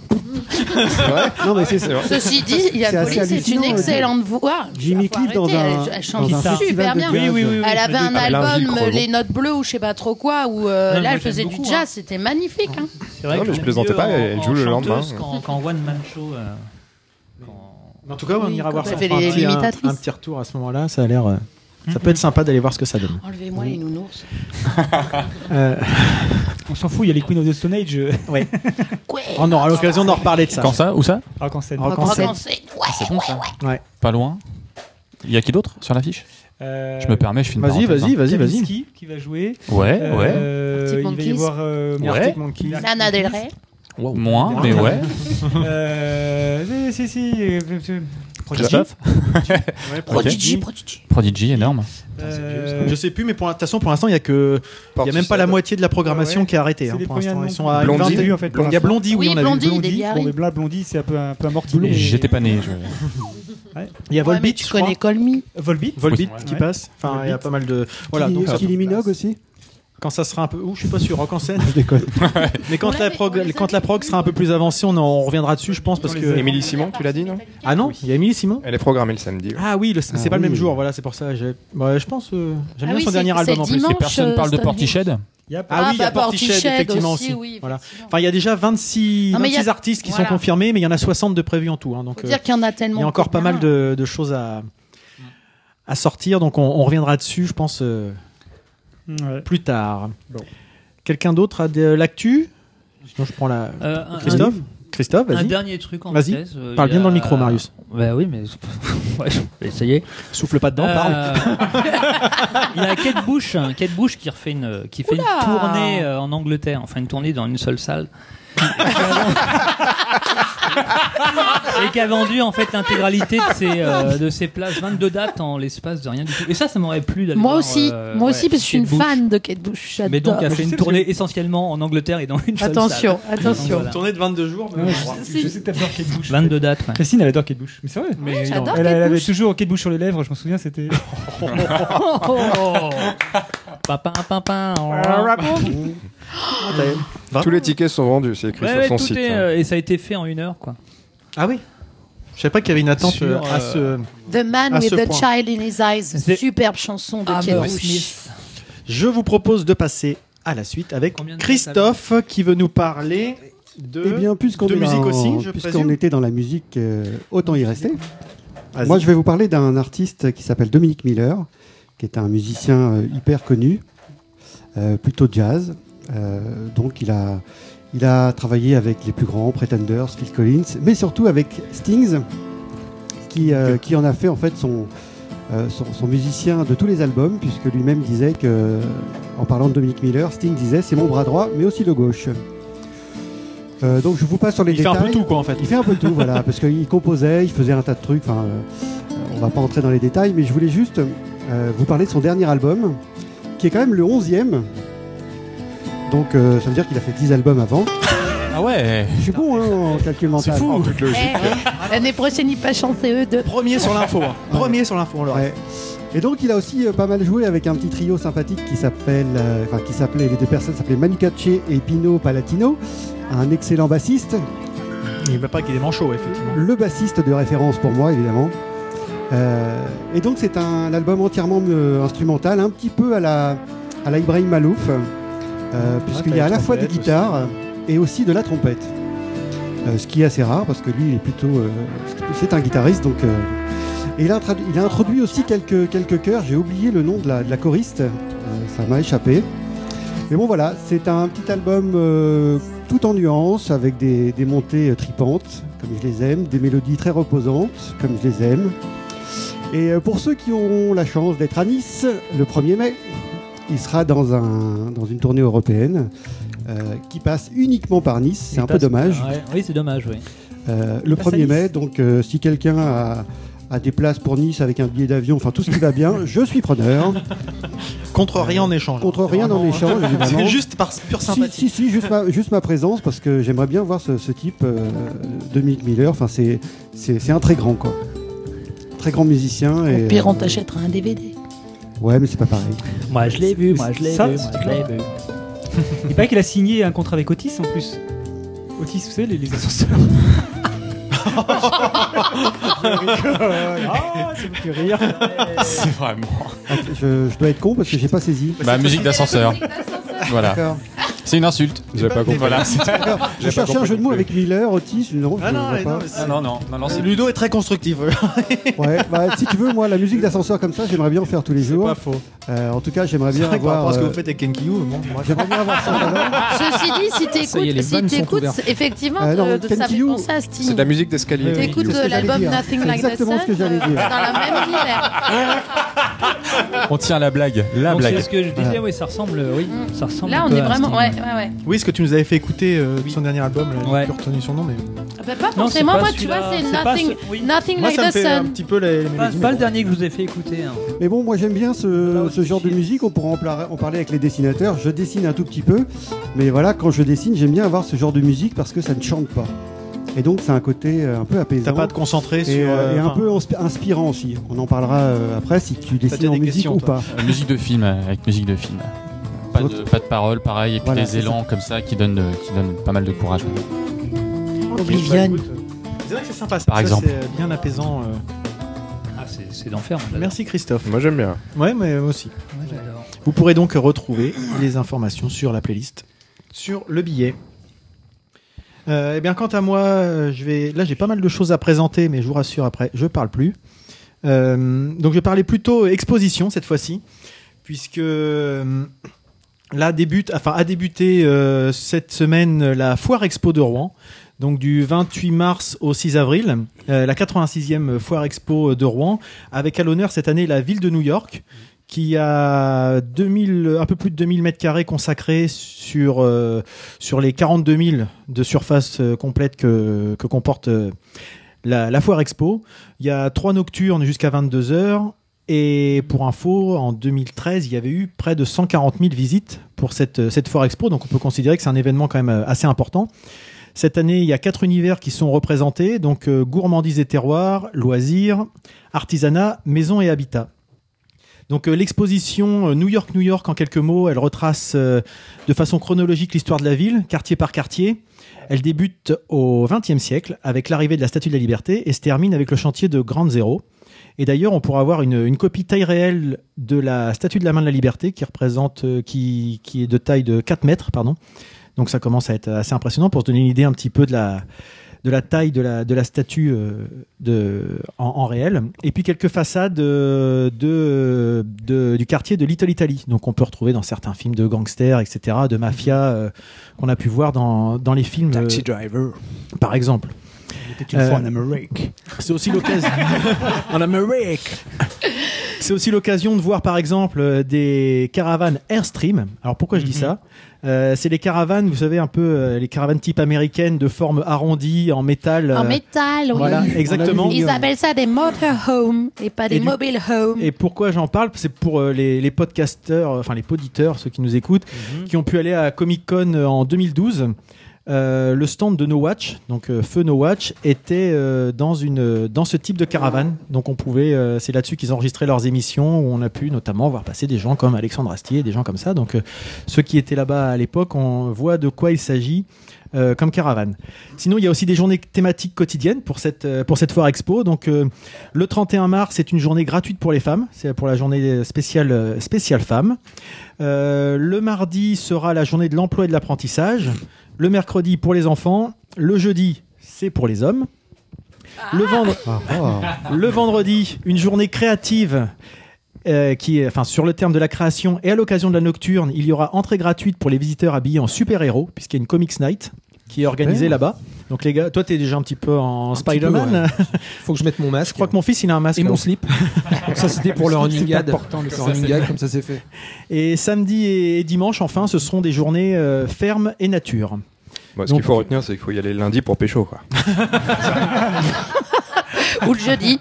c'est vrai
Non, mais c'est
vrai.
Ceci dit, il y
C'est
a
assez
Police, c'est une
hallucinant, euh,
excellente voix.
Jimmy
Faut
Cliff dans
arrêter,
un,
elle- elle chante
dans un
super
festival
bien.
de jazz.
Oui, oui, oui.
Elle avait un
Ah, Bellingville,
album, euh,
Crevon.
Les Notes Bleues ou je sais pas trop quoi, où euh,
Ouais, moi,
là elle faisait
j'aime
du
beaucoup,
jazz, c'était magnifique. hein.
C'est vrai
Non,
que
mais je
j'aime
plaisantais
mieux
pas,
en-
elle
en
joue le lendemain.
chanteuse qu'en- Qu'en One Man Show. euh.
En tout cas, on
Oui,
ira
quand
voir
elle
ça.
fait
On fera
les
un petit- euh, un,
imitatrices.
un petit retour à ce moment-là, ça a l'air euh, ça peut être sympa d'aller voir ce que ça donne.
Enlevez-moi les nounours.
Euh,
On s'en fout, il y a les Queen of the Stone Age. euh,
ouais.
Ouais.
On aura l'occasion d'en reparler de ça.
Quand ça Où ça
Ah, Rock en scène.
Rock en
Rock
scène.
en scène, ouais.
Ah, C'est bon ça.
Ouais.
Pas loin. Il y a qui d'autre sur l'affiche
Euh,
Je me permets, je fais une
Vas-y,
parenthèse,
vas-y,
hein.
vas-y, vas-y.
Kavinsky qui va jouer.
Ouais, ouais.
Arctic
Euh, il va y
Monkeys.
avoir. euh,
Ouais.
Arctic Monkeys.
Lana Del Rey.
Moins, mais ouais.
Euh, si, si, si, euh, euh,
Christophe
Prodigy, Prodigy.
Prodigy, énorme.
euh,
Je sais plus, mais pour la- de toute façon, pour l'instant, il y a que il y a même pas la moitié de la programmation
Ouais, ouais.
qui est arrêtée.
C'est
hein,
les
pour
premiers
l'instant,
noms
ils sont à
qu'on a
Blondie.
vus, en fait,
Il
pour
y a
l'instant.
Blondie, oui,
Oui,
on a vu.
Blondie,
Blondie,
Delia
bon,
Harry.
mais là, Blondie, c'est un peu, un peu amorti. mais-
J'étais pas né. je-
Il y a
Ouais, mais
Volbeat,
tu
je crois.
connais Call Me.
Volbeat.
Volbeat
Ouais.
qui
Ouais.
passe. Enfin, il y a pas mal de voilà.
Kylie-
Donc ça-
Kylie Minogue aussi
quand ça sera un peu, ou je suis pas sûr, rock en scène.
Je déconne.
Mais quand
On
la
l'avait- on
prog,
les
quand
avait
la prog sera un peu plus avancée, on, en- on reviendra dessus, je pense, parce que
Émilie Simon, tu l'as dit, non
ah non, il y a Émilie Simon.
Elle est programmée le samedi. ouais.
Ah oui, le- c'est
Ah
pas le
oui.
même jour, voilà, c'est pour ça. j'ai- ouais, je pense, euh, j'aime
Ah
bien
oui,
son
c'est-
dernier
c'est
album en plus.
dimanche,
Et personne
euh,
parle de
Stonehenge.
Portiched
Y a pas-
Ah oui, il y a
Ah, bah,
Portishead,
Portishead
effectivement aussi.
aussi, oui,
voilà.
effectivement.
Enfin, il y a déjà 26,
Non, mais il y a-
26 artistes qui
voilà.
sont confirmés, mais il y en a 60 de prévus en tout. hein, donc,
Faut
euh,
dire qu'il y en a tellement.
il y a encore
que
pas mal
bien.
de, de choses à, à sortir, donc on, on reviendra dessus, je pense, euh,
Ouais.
plus tard. Quelqu'un d'autre a de l'actu Sinon, je prends la.
Euh, un- un-
Christophe Christophe,
Un
vas-y.
dernier truc en
Vas-y.
vitesse, euh,
Parle
il y
bien
a-
dans le micro, Marius.
Bah oui, mais ouais, je vais essayer.
Souffle pas dedans, parle.
Euh, Il y a Kate Bush, hein, Kate Bush qui refait une, euh, qui fait
Oula
une tournée euh, en Angleterre, enfin une tournée dans une seule salle. Et qui a vendu en fait l'intégralité de ses, euh, de ses places, 22 dates en l'espace de rien du tout. Et ça, ça m'aurait plu d'aller
Moi
voir,
aussi,
euh,
moi
ouais,
aussi, parce que je suis une
Kate Bush.
fan de Kate Bush.
Mais donc,
j'adore.
elle a fait
sais
une
parce
tournée essentiellement en Angleterre et dans une seule
Attention,
salle.
attention.
Donc, voilà.
Tournée de 22 jours.
Ouais, je, je sais que t'adores Kate Bush.
22 dates, ouais.
Christine, elle adore Kate Bush. Mais c'est
Ah
vrai.
Ouais, J'adore
Elle, elle
Kate
avait
Bush.
toujours Kate Bush sur les lèvres, je m'en souviens, c'était.
Oh. Papin, papin.
Tous les tickets sont vendus, c'est écrit
Ouais,
sur
ouais,
son
tout
site.
est,
hein.
euh, et ça a été fait en une heure, quoi.
Ah oui Je savais pas qu'il y avait une attente
Sur,
euh, à
euh,
ce.
The Man
À
with
ce
the
point.
Child in His Eyes,
C'est-
superbe chanson de Kate
Hammer
Bush.
Smith.
Je vous propose de passer à la suite avec
Combien de
Christophe qui veut nous parler de.
Eh bien, puisqu'on
de
est
musique
dans-
aussi, je
puisqu'on
présume.
était dans la musique, euh, autant y rester.
Vas-y.
Moi, je vais vous parler d'un artiste qui s'appelle Dominique Miller, qui est un musicien euh, hyper connu, euh, plutôt jazz. Euh, donc, il a, il a travaillé avec les plus grands, Pretenders, Phil Collins, mais surtout avec Stings, qui, euh, qui en a fait en fait son, euh, son, son musicien de tous les albums, puisque lui-même disait que, en parlant de Dominique Miller, Sting disait c'est mon bras droit, mais aussi le gauche. Euh, donc, je vous passe sur les
Il fait
détails.
un peu tout, quoi, en fait.
Il fait un peu tout, voilà, parce qu'il composait, il faisait un tas de trucs. Enfin, euh, on va pas entrer dans les détails, mais je voulais juste euh, vous parler de son dernier album, qui est quand même le 11e. Donc euh, ça veut dire qu'il a fait 10 albums avant.
Ah ouais
Je suis bon hein, en calcul mental.
fou. En
toute
Eh, L'année prochaine, il passe en CE2.
Premier sur l'info. hein. Premier sur l'info, on le rappelle.
Et donc il a aussi euh, pas mal joué avec un petit trio sympathique qui s'appelle, euh, enfin qui s'appelait, les deux personnes s'appelaient Manicace et Pino Palatino, un excellent bassiste,
Il ne pas qu'il est manchot, effectivement.
le bassiste de référence pour moi évidemment. Euh, et donc c'est un album entièrement euh, instrumental, un petit peu à la, à la Ibrahim Malouf, euh, puisqu'il y a à la fois des
trompette
guitares et aussi de la trompette. Euh, ce qui est assez rare parce que lui il est plutôt euh, c'est un guitariste donc euh, et il a, introduit- il a introduit aussi quelques quelques chœurs j'ai oublié le nom de la, de la choriste euh, ça m'a échappé mais bon voilà c'est un petit album euh, tout en nuances avec des, des montées euh, tripantes comme je les aime des mélodies très reposantes comme je les aime et euh, pour ceux qui auront la chance d'être à Nice le 1er mai il sera dans un dans une tournée européenne euh, qui passe uniquement par Nice c'est un peu dommage
Ouais, Oui, c'est dommage, oui.
euh, le
Passe à
1er
Nice.
mai, donc euh, si quelqu'un a, a des places pour Nice avec un billet d'avion, enfin tout ce qui va bien, je suis preneur.
Contre rien en échange.
Ah Contre
C'est
rien en
vraiment-
échange, évidemment.
C'est juste par pure
Si, si,
sympathie.
si, juste ma, juste ma présence, parce que j'aimerais bien voir ce, ce type, euh, Dominique Miller, enfin c'est, c'est, c'est un très grand quoi. Très grand musicien. Et,
Au pire, on
euh,
t'achètera un DVD.
Ouais, mais c'est pas pareil.
Moi, je l'ai vu, moi, je l'ai vu,
Ça,
moi,
c'est
je l'ai vu.
Il paraît qu'il a signé un contrat avec Otis en plus. Otis, vous savez, les, les ascenseurs. Ah, ça me fait rire.
C'est vraiment.
Att- Je, je dois être con parce que j'ai pas saisi.
Bah, musique d'ascenseur. Voilà.
D'accord.
C'est une insulte.
J'avais pas compris.
Voilà. c'est-
Je cherchais un jeu de mots avec Miller, Otis, non, je
Ah non,
vois
mais
pas.
non, mais c'est-
Ah non, non, non, non, c'est
Ludo est très constructif.
Ouais, bah, si tu veux, moi, la musique d'ascenseur comme ça, j'aimerais bien en faire tous les jours.
faux.
Euh, en tout cas, j'aimerais
C'est
bien
vrai que par rapport
avoir.
à ce que
euh,
vous faites avec Kenkiu, bon, moi, je-
J'aimerais bien avoir ça maintenant.
Ceci dit, si
Ça y est,
t'écoutes,
les
si
vannes sont
t'écoutes,
ouvertes.
effectivement,
Ah non,
euh, de- ça
Thank
fait
you.
penser à
C'est de
Sting.
la musique d'escalier.
Oui, oui.
T'écoutes
C'est ce que
euh,
j'allais
l'album
dire.
Nothing
C'est
Like That
exactement ce que
Sun,
j'allais
euh,
dire.
dans la même univers.
On tient la blague. La
Donc,
blague.
c'est ce que je disais,
Voilà.
oui, ça ressemble, euh, oui, ça ressemble.
Mm. Là,
un
on
peu
est
à
vraiment.
Sting.
Ouais, ouais, ouais.
Oui, ce que tu nous avais fait écouter euh, de son dernier album, là, j'ai
Ouais.
plus retenu son nom, mais
Ah bah, pas
Non, c'est
forcément,
pas
moi, tu
celui-là,
vois, c'est
c'est pas
Nothing,
ce- oui.
nothing
moi
Like
ça me
That
fait un
Sun.
petit peu les, les
Pas,
mélodies.
pas le dernier que je vous ai fait écouter. hein.
Mais bon, moi j'aime bien
Là
ce,
aussi,
ce genre de
chier.
musique. On pourra en, pla- en parler avec les dessinateurs. Je dessine un tout petit peu, mais voilà, quand je dessine, j'aime bien avoir ce genre de musique parce que ça ne chante pas. Et donc, c'est un côté euh, un peu apaisant.
T'as pas à te concentrer
et,
sur.
euh,
euh,
et un
enfin,
peu inspi- inspirant aussi. On en parlera euh, après si tu
déjà
dessines en
des
musique
questions,
ou
toi.
pas.
Euh, Musique de film, euh, avec musique de film. Pas de, pas de paroles, pareil, et puis
Voilà,
des
c'est
élans comme ça qui donnent, de- qui donnent pas mal de courage.
Oh,
ok,
Oblivion.
bah, écoute, euh, C'est vrai que c'est sympa. ça,
Par
ça,
exemple.
C'est euh, bien apaisant. euh.
Ah, c'est c'est d'enfer. on l'adore.
Merci Christophe.
Moi j'aime bien.
Ouais, mais moi aussi.
Ouais, j'adore.
Vous pourrez donc retrouver les informations sur la playlist, sur le billet. Euh, eh bien, quant à moi, euh, je vais. Là, j'ai pas mal de choses à présenter, mais je vous rassure, après, je parle plus. Euh, donc, je vais parler plutôt exposition cette fois-ci, puisque euh, là débute, enfin, a débuté euh, cette semaine la foire expo de Rouen. Donc du 28 mars au 6 avril, euh, la 86e foire expo de Rouen, avec à l'honneur cette année la ville de New York, qui a 2000, un peu plus de 2000 mètres carrés consacrés sur, euh, sur les 42 000 de surface euh, complète que, que comporte euh, la, la foire expo. Il y a trois nocturnes jusqu'à 22 heures. Et pour info, en 2013, il y avait eu près de 140 000 visites pour cette, euh, cette foire expo. Donc on peut considérer que c'est un événement quand même euh, assez important. Cette année, il y a quatre univers qui sont représentés. Donc euh, gourmandise et terroir, loisirs, artisanat, maison et habitat. Donc euh, l'exposition euh, New York, New York, en quelques mots, elle retrace euh, de façon chronologique l'histoire de la ville, quartier par quartier. Elle débute au XXe siècle avec l'arrivée de la Statue de la Liberté et se termine avec le chantier de Grande Zéro. Et d'ailleurs, on pourra avoir une, une copie taille réelle de la Statue de la Main de la Liberté qui représente, euh, qui, qui est de taille de 4 mètres, pardon. Donc ça commence à être assez impressionnant pour se donner une idée un petit peu de la, de la taille de la, de la statue euh, de, en, en réel. Et puis quelques façades euh, de, de- du quartier de Little Italy. Donc on peut retrouver dans certains films de gangsters, etc., de mafia, euh, qu'on a pu voir dans, dans les films, euh,
Driver.
par exemple.
C'était une
Euh,
fois en Amérique.
C'est aussi l'occasion. en Amérique C'est aussi l'occasion de voir par exemple euh, des caravanes Airstream. Alors pourquoi
Mhm.
je dis ça Euh, C'est les caravanes, vous savez, un peu euh, les caravanes type américaine de forme arrondie en métal. euh,
En métal, oui.
Voilà, exactement.
Ils appellent ça des motorhomes et pas des
Et du-
mobile homes.
Et pourquoi j'en parle C'est pour euh, les, les podcasteurs, euh, enfin les poditeurs, ceux qui nous écoutent, qui ont pu aller à Comic Con en 2012. Euh, le stand de No Watch, donc euh, Feu No Watch, était euh, dans, une, euh, dans ce type de caravane. Donc on pouvait, euh, c'est là-dessus qu'ils enregistraient leurs émissions où on a pu notamment voir passer des gens comme Alexandre Astier, des gens comme ça. Donc euh, ceux qui étaient là-bas à l'époque, on voit de quoi il s'agit euh, comme caravane. Sinon, il y a aussi des journées thématiques quotidiennes pour cette, euh, pour cette foire expo. Donc, euh, le 31 mars, c'est une journée gratuite pour les femmes. C'est pour la journée spéciale, euh, spéciale femmes. Euh, le mardi sera la journée de l'emploi et de l'apprentissage. Le mercredi pour les enfants. Le jeudi, c'est pour les hommes. Le, vendre-
Ah,
le vendredi, une journée créative. euh, qui est, enfin, sur le terme de la création et à l'occasion de la nocturne, il y aura entrée gratuite pour les visiteurs habillés en super-héros, puisqu'il y a une Comics Night qui est organisée là-bas. Donc les gars, toi t'es déjà un petit peu en Spider-Man.
peu,
Faut que je mette mon masque. Je crois que mon fils il a un masque.
Et mon
là.
slip. Donc ça, c'était pour le running
C'est
gag.
important,
Comme
le slip.
ça, running gag, comme ça, c'est fait.
Et samedi et dimanche enfin, ce seront des journées euh, ferme et nature.
Bon, ce
Donc-
qu'il faut retenir, c'est qu'il faut y aller lundi pour pécho. quoi.
Ou le jeudi.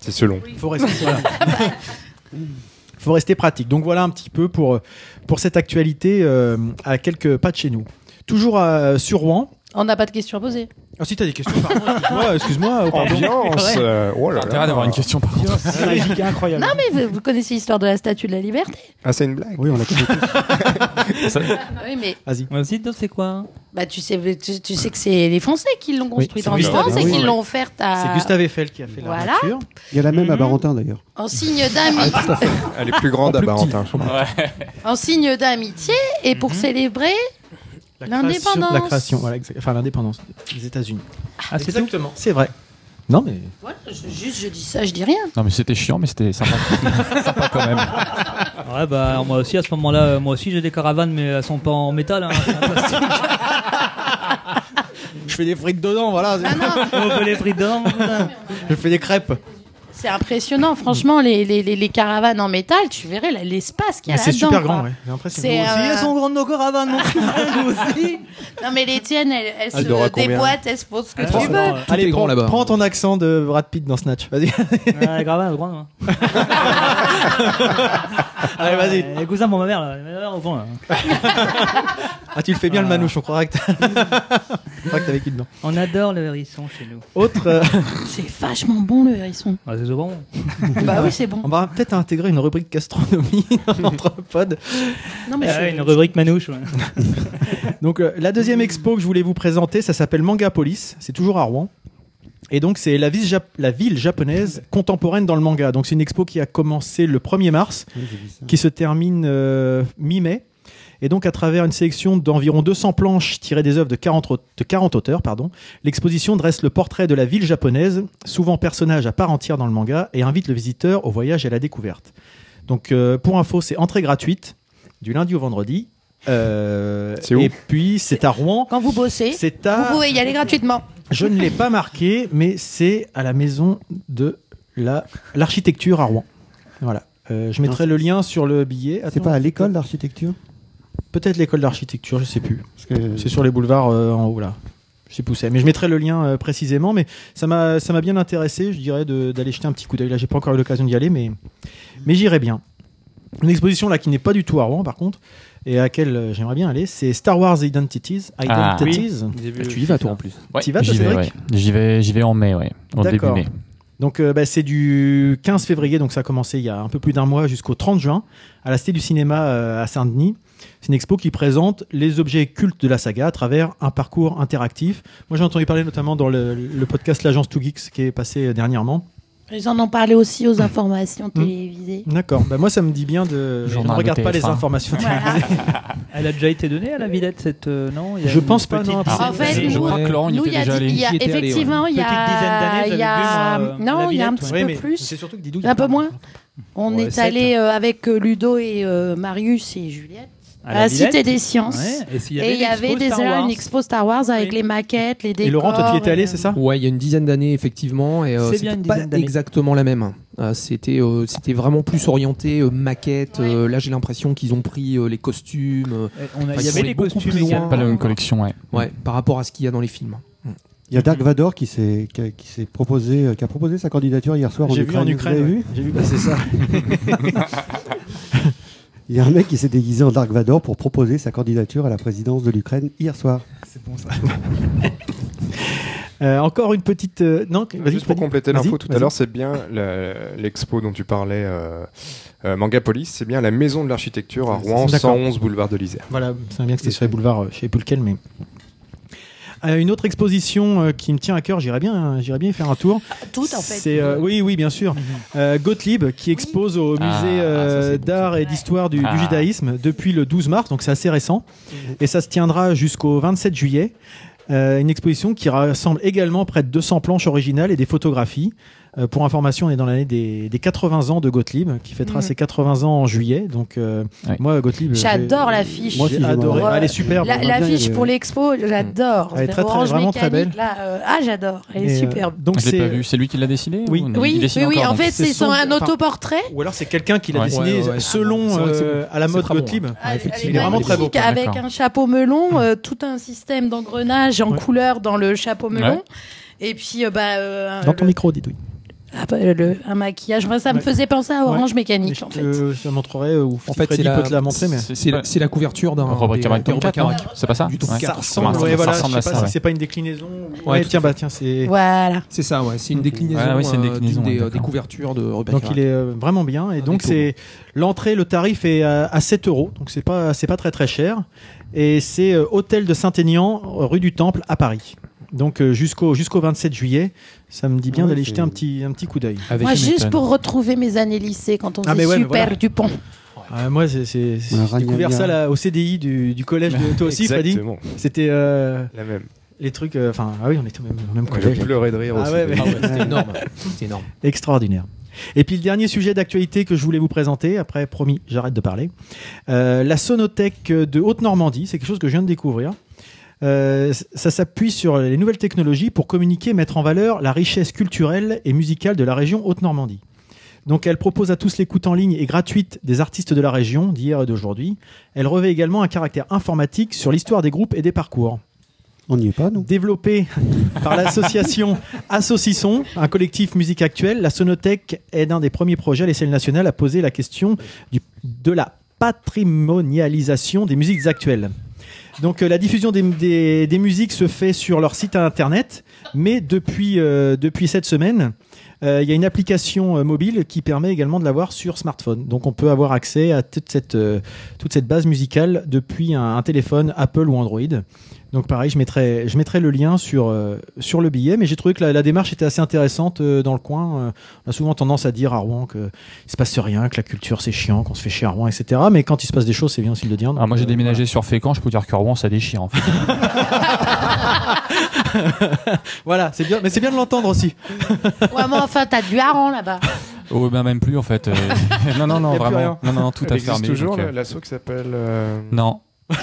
C'est selon.
Il faut rester, voilà. faut rester pratique. Donc voilà un petit peu pour, pour cette actualité euh, à quelques pas de chez nous. Toujours à- sur Rouen.
On n'a pas de questions à poser.
Ah si t'as des questions par contre, excuse-moi, excuse-moi, oh, pardon.
Ambiance, euh, oh là là.
Intérêt d'avoir une question par contre.
incroyable.
Non, mais vous, vous connaissez l'histoire de la statue de la liberté
Ah, c'est une blague
Oui, on l'a connu.
Oui, mais
Vas-y.
Vas-y, toi, c'est quoi
bah, tu, sais, tu, tu sais que c'est les Français qui l'ont construite
c'est
en
Gustave
France et
Eiffel.
qui l'ont offerte à.
C'est Gustave Eiffel qui a fait la
Voilà.
nature.
Il y a la même à
Mm-hmm.
Barentin d'ailleurs.
En signe
Ah,
d'amitié.
Ah,
Elle est plus grande à Barentin. je crois.
en signe d'amitié et pour célébrer l'indépendance.
Mhm. La création, voilà, exact- enfin l'indépendance des États-Unis.
Ah, c'est tout
Exactement, c'est vrai. Non mais
Voilà, je- juste je dis ça, je dis rien.
Non mais c'était chiant mais c'était sympa. sympa quand même.
Ouais, bah moi aussi, à ce moment-là, euh, moi aussi j'ai des caravanes, mais elles sont pas en métal. Hein, c'est en plastique.
je fais des frites dedans,
Ah
voilà,
On peut les frites dedans. putain.
je fais des crêpes.
C'est impressionnant, franchement, les, les, les, les caravanes en métal, tu verrais la- l'espace qu'il y a
Mais c'est
là-dedans,
super
quoi.
grand, ouais. J'ai l'impression.
C'est,
Si
euh,
elles sont grandes nos caravanes, mon frère, nous aussi.
Non, mais les tiennes, elles, elles
Elle
se
devra combien
déboîtent, elles se font ce que
Trois
Ah, tu
cents
veux.
euros,
Tout est grand
prends,
là-bas.
prends ton accent de Brad Pitt dans Snatch. Vas-y.
ouais. Ouais, caravane, grande. hein.
Allez, vas-y.
Euh, hein. Les cousins pour ma mère, là. Ma mère, au fond, là.
Ah, tu le fais bien le manouche, on croirait que t'as- on croirait que t'avais qui dedans.
On adore le hérisson chez nous.
Autre, euh,
C'est vachement bon le hérisson.
Ah, c'est bon.
bah oui, c'est bon.
on va peut-être intégrer une rubrique gastronomie dans notre pod.
Non, mais
Ah,
je-
une rubrique manouche. ouais.
Donc euh, la deuxième expo que je voulais vous présenter, ça s'appelle Mangapolis, c'est toujours à Rouen. Et donc c'est la, ville jap- la ville japonaise contemporaine dans le manga. Donc c'est une expo qui a commencé le 1er mars,
Oui, j'ai vu ça.
qui se termine euh, mi-mai. Et donc à travers une sélection d'environ 200 planches tirées des œuvres de 40, au- de 40 auteurs, pardon, l'exposition dresse le portrait de la ville japonaise, souvent personnage à part entière dans le manga, et invite le visiteur au voyage et à la découverte. Donc euh, pour info, c'est entrée gratuite du lundi au vendredi. Euh,
C'est où
et puis c'est à Rouen.
Quand vous bossez,
C'est
vous
à.
pouvez y aller gratuitement.
Ah. Je ne l'ai pas marqué, mais c'est à la maison de la l'architecture à Rouen. Voilà. Euh, je mettrai le lien sur le billet.
C'est
Attends,
pas à l'école d'architecture
Peut-être l'école d'architecture, je sais plus.
Parce que-
C'est sur les boulevards euh, en haut là. Je sais plus où c'est. mais je mettrai le lien euh, précisément. Mais ça m'a ça m'a bien intéressé, je dirais, de- d'aller jeter un petit coup d'œil. Là, j'ai pas encore eu l'occasion d'y aller, mais mais j'irai bien. Une exposition là qui n'est pas du tout à Rouen, par contre, et à laquelle euh, j'aimerais bien aller, c'est Star Wars Identities.
Ah.
Identities.
tu y vas toi en plus.
Ouais,
T'y vas, toi,
j'y vais,
Cédric
ouais. J'y vais, j'y vais en mai, ouais. En début
D'accord.
mai.
Donc euh, bah, c'est du 15 février, donc ça a commencé il y a un peu plus d'un mois jusqu'au 30 juin à la Cité du Cinéma euh, à Saint-Denis. C'est une expo qui présente les objets cultes de la saga à travers un parcours interactif. Moi j'ai entendu parler notamment dans le, le podcast L'Agence 2 Geeks qui est passé euh, dernièrement.
Ils en ont parlé aussi aux informations
Hmm.
télévisées.
D'accord, bah, moi ça me dit bien de... Je
Journal
ne
de
regarde pas les
TF1.
informations.
Voilà.
Elle a déjà été donnée à la Villette, cette. euh, non il y a
Je
une
pense pas,
petite
non,
dizaine-
En fait,
Je
nous,
crois que Laurent, il
nous,
était
il y a,
déjà
dit-
allé.
il y a
Il y
hein.
était allé,
effectivement, il y
Petite dizaine d'années,
a,
j'avais
il y a-
vu, moi, euh, la
non, il y a un
Villette,
petit
ouais.
Oui,
peu
mais
plus.
c'est surtout que Didou, il
Un peu
parle.
moins. On
Ouais,
est
sept.
allé euh, avec euh, Ludo et euh, Marius et Juliette.
à
à
la
la
Villette.
Cité des Sciences.
Ouais, et s'il y
Et
avait
il y avait
l'expo
déjà
Star Wars.
une expo Star Wars avec les maquettes, les décors.
Et Laurent, toi, tu y étais
et-
allé, c'est ça Ouais, il y a une dizaine d'années, effectivement. Et
C'est
euh,
bien
c'était
une
pas
dizaine d'années.
exactement la même. Euh, c'était, euh, c'était vraiment plus orienté euh, maquette. euh, là, j'ai l'impression qu'ils ont pris euh, les costumes. euh,
Et on
enfin,
a- il y
ils
avait
sont allés
les
beaucoup
costumes
plus
également.
loin.
Pas la même collection, ouais.
Ouais, par rapport à ce qu'il y a dans les films.
Il y a Dark Vador qui s'est qui a- qui s'est proposé euh, qui a proposé sa candidature hier soir en
J'ai
Ukraine.
vu en Ukraine,
Vous avez
ouais.
vu
J'ai vu passer ça.
Il y a un mec qui s'est déguisé en Dark Vador pour proposer sa candidature à la présidence de l'Ukraine hier soir.
C'est bon ça.
Euh, encore une petite. euh, non, vas-y,
Ah, Juste pour
Freddy.
compléter
Vas-y,
l'info tout à
vas-y.
l'heure, c'est bien la- l'expo dont tu parlais, euh, euh, Mangapolis, c'est bien la maison de l'architecture à Rouen,
D'accord.
111 boulevard de l'Isère.
Voilà, c'est bien que c'était sur les boulevards, euh, je sais plus lequel, mais. Euh, une autre exposition euh, qui me tient à cœur, j'irais bien, hein, j'irais bien y faire un tour.
Ah, Tout, en fait. Mhm.
C'est, euh, oui, oui, bien sûr. Euh, Gottlieb qui expose au musée
Ah, ah, ça,
euh,
c'est
d'art et d'histoire du, du
Ah. Mhm.
judaïsme depuis le 12 mars, donc c'est assez récent, et ça se tiendra jusqu'au 27 juillet. Euh, une exposition qui rassemble également près de 200 planches originales et des photographies. Euh, pour information, on est dans l'année des, des 80 ans de Gottlieb, qui fêtera
Mhm.
ses 80 ans en juillet. Donc euh, moi, Gottlieb,
J'adore
j'ai-
l'affiche.
Moi aussi, j'ai adoré.
Pour, euh,
Elle est superbe.
la-
On va bien y
L'affiche
aller.
pour l'expo, j'adore.
Elle est très, très-
Orange
vraiment très
Mécanique,
belle.
là, euh, ah, j'adore. Elle est
Et, euh,
superbe.
donc
Je l'ai
c'est-
pas vu. C'est lui qui l'a dessiné
Oui.
ou-
Oui,
il dessine
oui, oui,
encore,
en
donc.
fait, c'est son- un
enfin,
autoportrait.
Ou alors c'est quelqu'un qui l'a
Ouais.
dessiné euh,
Ouais, ouais,
selon
c'est vrai que c'est
euh,
beau.
à la
C'est
mode
très bon,
Gottlieb.
ouais.
Ah, elle-
effectivement. Il est vraiment très beau.
magnifique, Avec
D'accord.
un chapeau melon, euh, tout un système d'engrenage en
Ouais.
couleur dans le chapeau melon.
Ouais.
Et puis, euh, bah, euh, un,
Dans ton
le-
micro, Didouille.
ah, bah, le- un maquillage. Enfin, ça me
Ouais.
faisait penser à Orange
Ouais.
Mécanique,
Je
en
te,
fait.
je te montrerai euh, ou
En fait,
Freddy
c'est la-
peut te la montrer, mais
c'est- c'est la- c'est la couverture d'un
Robert
des-
Carrel
des Robert
Tomcat, non
Carrel.
C'est pas ça
Du Tomcat.
Ouais,
ça
Ça
ressemble.
ressemble
ouais,
à
voilà,
ça,
je sais
ouais.
pas si c'est pas une déclinaison. ou-
Ouais,
Ouais,
tout
tiens,
à
bah
fait.
tiens, c'est.
Voilà.
C'est ça, ouais. C'est une déclinaison,
Ouais, ouais, c'est une
euh, d'une
déclinaison, ouais,
des, euh, des
d'accord.
couvertures de
Bah,
Robert
Donc
Carrel.
il est euh, vraiment bien et donc
détour.
c'est l'entrée, le tarif est à, à 7 euros donc c'est pas c'est pas très très cher et c'est euh, hôtel de Saint-Aignan euh, rue du Temple à Paris donc euh, jusqu'au jusqu'au 27 juillet ça me dit bien
Ouais,
d'aller
c'est-
jeter un petit un petit coup d'œil
Moi, juste pour retrouver mes années lycée quand on
Ah,
faisait
mais ouais, mais
super
voilà.
Dupont.
Ah, moi c'est c'est- c'est-
Ouais,
j'ai découvert
Ragnagna.
ça là, au CDI du, du collège de toi aussi Freddy
Exactement,
c'était euh,
la même.
les trucs euh, enfin ah oui on était au même, au même
Ouais,
collège
je pleurais de rire
Ah
aussi.
ouais, mais-
Ah ouais, c'était énorme. C'était énorme.
Extraordinaire. Et puis le dernier sujet d'actualité que je voulais vous présenter, après promis, j'arrête de parler. Euh, la sonothèque de Haute-Normandie, c'est quelque chose que je viens de découvrir. Euh, ça s'appuie sur les nouvelles technologies pour communiquer et mettre en valeur la richesse culturelle et musicale de la région Haute-Normandie. Donc elle propose à tous l'écoute en ligne et gratuite des artistes de la région d'hier et d'aujourd'hui. Elle revêt également un caractère informatique sur l'histoire des groupes et des parcours
On n'y est pas, nous.
développé par l'association Assaucisson, un collectif musique actuelle. La Sonothèque est un des premiers projets à l'échelle nationale à poser la question du- de la patrimonialisation des musiques actuelles. Donc euh, la diffusion des, des- des musiques se fait sur leur site internet, mais depuis, euh, depuis cette semaine, euh, il y a une application euh, mobile qui permet également de l'avoir sur smartphone. Donc on peut avoir accès à toute cette, euh, toute cette base musicale depuis un, un téléphone Apple ou Android. Donc pareil, je mettrai, je mettrai le lien sur, euh, sur le billet, mais j'ai trouvé que la, la démarche était assez intéressante euh, dans le coin. Euh, on a souvent tendance à dire à Rouen qu'il se passe rien, que la culture c'est chiant, qu'on se fait chier à Rouen, etc. Mais quand il se passe des choses, c'est bien aussi de le dire.
Ah, moi j'ai
Donc, euh,
déménagé sur Fécamp, je peux dire que Rouen ça déchire en fait.
Voilà, c'est bien, mais c'est bien de l'entendre aussi.
Ouais, mais enfin, t'as du hareng là-bas.
Oh, ben même plus en fait. euh, non, non,
Y
non,
a plus rien.
vraiment. Non, non, non, tout
Elle
à fait.
existe
mais
toujours
donc, euh,
la- l'assaut qui s'appelle. euh,
Non.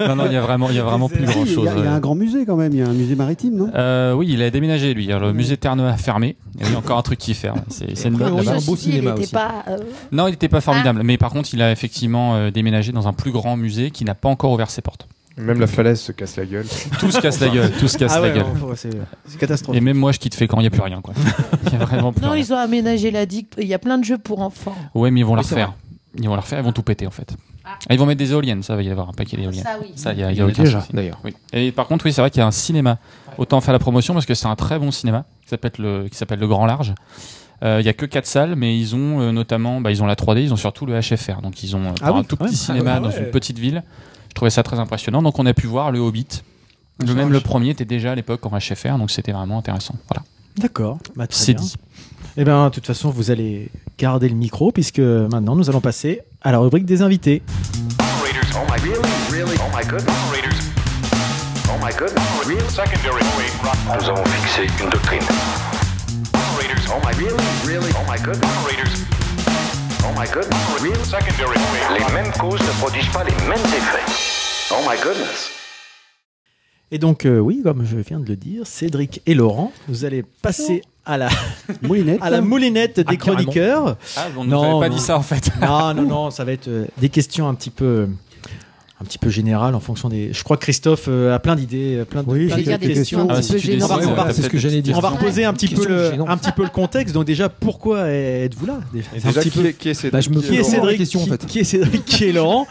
non, non, il y a vraiment, il y a vraiment plus grand
Si, Il y,
chose.
a- il y a un grand musée quand même, il y a un musée maritime, non
Euh, oui, il a déménagé lui. Le musée Terre-Neuve a fermé. Il y a encore un truc qui ferme. C'est c'est une blague
Bon,
là-bas.
ceci
beau
dit, il
cinéma
était
aussi.
pas, euh, Ah.
Non, il n'était pas formidable. Mais par contre, il a effectivement euh, déménagé dans un plus grand musée qui n'a pas encore ouvert ses portes.
Même la falaise se casse la gueule.
Tout se casse la gueule. Tout se casse
Ah
la
ouais,
gueule.
non, faut- c'est c'est catastrophe.
Et même moi, je quitte Fécamp, il n'y a plus rien. Quoi. Il y a vraiment plus
Non,
rien.
ils ont aménagé la digue. Il y a plein de jeux pour enfants.
Ouais, mais ils vont la
Oui, c'est
refaire. Ils vont la refaire, ils vont tout péter en fait. Ah, ils vont mettre des éoliennes, ça va y avoir un paquet d'éoliennes.
Ça, oui.
Ça, il y a, il y
Il y
a
en a
aucun
déjà,
souci.
d'ailleurs.
Oui. Et par contre, oui, c'est vrai qu'il y a un cinéma. Autant faire la promotion parce que c'est un très bon cinéma qui s'appelle le, qui s'appelle le Grand Large. Euh, Il y a que quatre salles, mais ils ont euh, notamment, bah, ils ont la 3D, ils ont surtout le HFR. Donc ils ont euh,
Ah
par
oui,
un tout
quand
petit
même.
cinéma
Ah ouais.
dans une petite ville. Je trouvais ça très impressionnant. Donc on a pu voir le Hobbit. Le même le premier était déjà à l'époque en HFR, donc c'était vraiment intéressant. Voilà,
D'accord, bah, très
c'est
bien.
dit.
Eh bien, de toute façon, vous allez garder le micro puisque maintenant nous allons passer à la rubrique des invités.
oh oh Nous avons fixé une oh doctrine. Oh my goodness. Les mêmes causes ne produisent pas les mêmes effets. Oh my goodness.
Et donc, euh, oui, comme je viens de le dire, Cédric et Laurent, vous allez passer à la
moulinette,
à la moulinette des
Ah, carrément.
chroniqueurs.
Ah, on nous avait pas dit ça, en fait.
non, non, non, ça va être euh, des questions un petit peu un petit peu générales en fonction des je crois que Christophe euh, a plein d'idées euh, plein de,
Oui,
plein
j'ai
de
des questions un Ah, petit si peu tu générales. décides,
On va-
ouais,
on va-
c'est ce que j'allais dire.
on va reposer un petit peu
Question
le
gênante.
un petit peu le contexte donc déjà pourquoi êtes-vous là déjà,
Et
Un
déjà,
petit
qui
peu.
est- qui est Cédric Bah, je me
qui
pose
est
vraiment la
Cédric
question, en
qui-
fait.
qui est Cédric qui est Laurent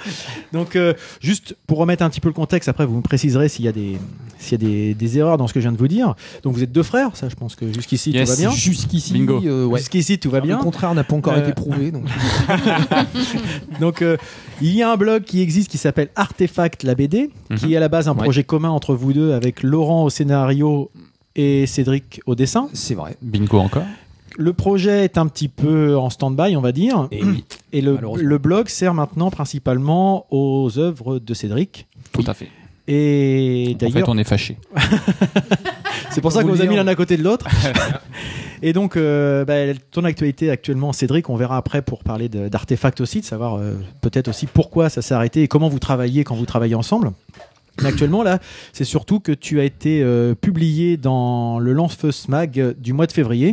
donc euh, juste pour remettre un petit peu le contexte après vous me préciserez s'il y a des s'il y a des, des erreurs dans ce que je viens de vous dire donc vous êtes deux frères ça je pense que jusqu'ici
Yes.
tout va bien
Jusqu'ici,
Bingo.
euh, ouais.
jusqu'ici tout va bien
Le contraire n'a pas encore
Euh,
été prouvé. Donc.
donc, euh, il y a un blog qui existe qui s'appelle Artefact la BD, qui est à la base un
Mhm. Ouais.
projet commun entre vous deux avec Laurent au scénario et Cédric au dessin.
C'est vrai.
Bingo encore.
Le projet est un petit peu en stand-by, on va dire. Et, le, le blog sert maintenant principalement aux œuvres de Cédric.
Tout à fait.
Et
En
d'ailleurs.
fait, on est fâchés.
C'est pour ça
Vous
qu'on vous a
le
mis
dire.
l'un à côté de l'autre. Et donc, euh, bah, ton actualité actuellement, Cédric, on verra après pour parler de- d'artefacts aussi, de savoir euh, peut-être aussi pourquoi ça s'est arrêté et comment vous travaillez quand vous travaillez ensemble. Mais actuellement, là, c'est surtout que tu as été euh, publié dans le lance-feu SMAG euh, du mois de février.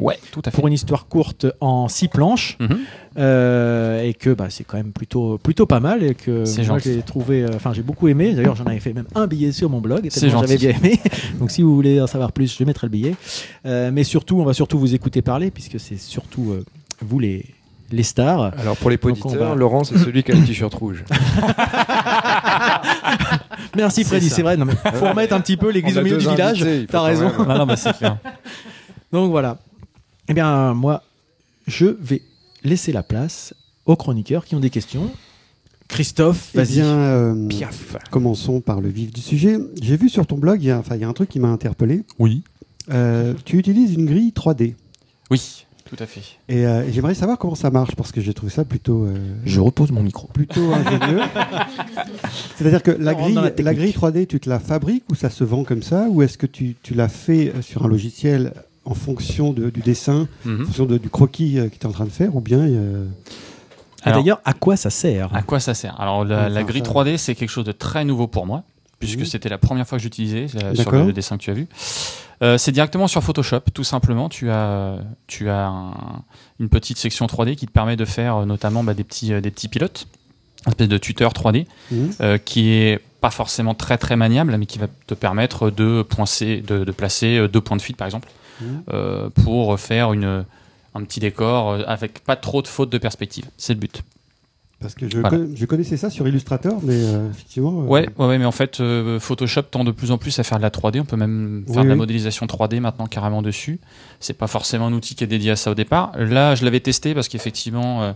Pour une histoire courte en six planches.
Mhm.
Euh, et que bah, c'est quand même plutôt, plutôt pas mal. Et que
C'est
moi,
gentil.
j'ai trouvé, euh, enfin, j'ai beaucoup aimé. D'ailleurs, j'en avais fait même un billet sur mon blog.
C'est
tellement
gentil.
J'avais bien aimé. Donc si vous voulez en savoir plus, je mettrai le billet. Euh, mais surtout, on va surtout vous écouter parler, puisque c'est surtout euh, vous les, les stars.
Alors pour les
Donc, on
poditeurs,
va-
Laurent, c'est celui qui a le t-shirt rouge.
Merci
C'est
Freddy,
ça.
c'est vrai. Non, mais faut
Ouais.
remettre un petit peu l'église
On a
au milieu
deux
du village.
invités, il faut
T'as
quand
raison.
même. Non, non, mais c'est clair.
Donc voilà. Eh bien, moi, je vais laisser la place aux chroniqueurs qui ont des questions. Christophe,
Eh
vas-y.
bien, euh,
Piaf.
commençons par le vif du sujet. J'ai vu sur ton blog, il y a, enfin, il y a un truc qui m'a interpellé. Euh,
Oui.
tu utilises une grille 3D.
Oui, tout à fait.
Et euh, et j'aimerais savoir comment ça marche parce que j'ai trouvé ça plutôt. euh,
Je repose mon micro.
Plutôt ingénieux. C'est-à-dire que la
On rentre
grille,
dans la
la,
technique.
grille 3D, tu te la fabriques ou ça se vend comme ça Ou est-ce que tu, tu la fais euh, sur un logiciel en fonction de- du dessin,
Mhm.
en fonction de- du croquis euh, que tu es en train de faire Ou bien. euh,
Alors-
Ah, D'ailleurs, à quoi ça sert
À quoi ça sert Alors la,
Ouais,
la
ça,
grille
ça-
3D, c'est quelque chose de très nouveau pour moi, puisque c'était la première fois que j'utilisais euh, sur
D'accord.
le, dessin que tu as vu. Euh, c'est directement sur Photoshop, tout simplement. Tu as, tu as un- une petite section 3D qui te permet de faire euh, notamment bah, des, petits, euh, des petits pilotes, un espèce de tuteur 3D,
Mhm.
euh, qui est pas forcément très très maniable, mais qui va te permettre de, poincer- de, de placer euh, deux points de fuite, par exemple,
Mhm.
euh, pour faire une, un petit décor euh, avec pas trop de fautes de perspective. C'est le but.
Parce que je,
Voilà.
conna- je connaissais ça sur Illustrator, mais euh, effectivement. euh,
Ouais, ouais, ouais, mais en fait, euh, Photoshop tend de plus en plus à faire de la 3D. On peut même faire
Oui,
de la
oui.
modélisation 3D maintenant carrément dessus. C'est pas forcément un outil qui est dédié à ça au départ. Là, je l'avais testé parce qu'effectivement, euh,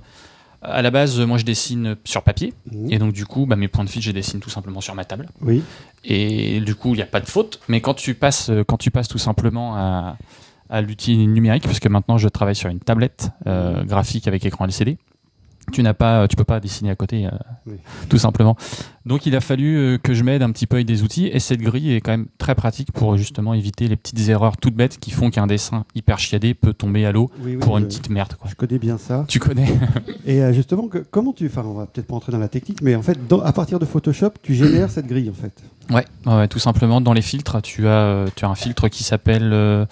à la base, euh, moi, je dessine sur papier.
Mhm.
Et donc, du coup, bah, mes points de fuite, je les dessine tout simplement sur ma table.
Oui.
Et du coup, il n'y a pas de faute. Mais quand tu passes, euh, quand tu passes tout simplement à, à l'outil numérique, puisque maintenant, je travaille sur une tablette euh, graphique avec écran LCD, tu n'as pas, tu peux pas dessiner à côté, euh,
Oui.
tout simplement. Donc il a fallu euh, que je m'aide un petit peu avec des outils et cette grille est quand même très pratique pour justement éviter les petites erreurs toutes bêtes qui font qu'un dessin hyper chiadé peut tomber à l'eau
Oui, oui,
pour une
je-
petite merde. Quoi.
Je connais bien ça.
Tu connais
Et euh, justement, que- comment tu. Enfin, on va peut-être pas entrer dans la technique, mais en fait, dans- à partir de Photoshop, tu génères cette grille, en fait.
Ouais, ouais, ouais, tout simplement dans les filtres, tu as, euh, tu as un filtre qui s'appelle euh,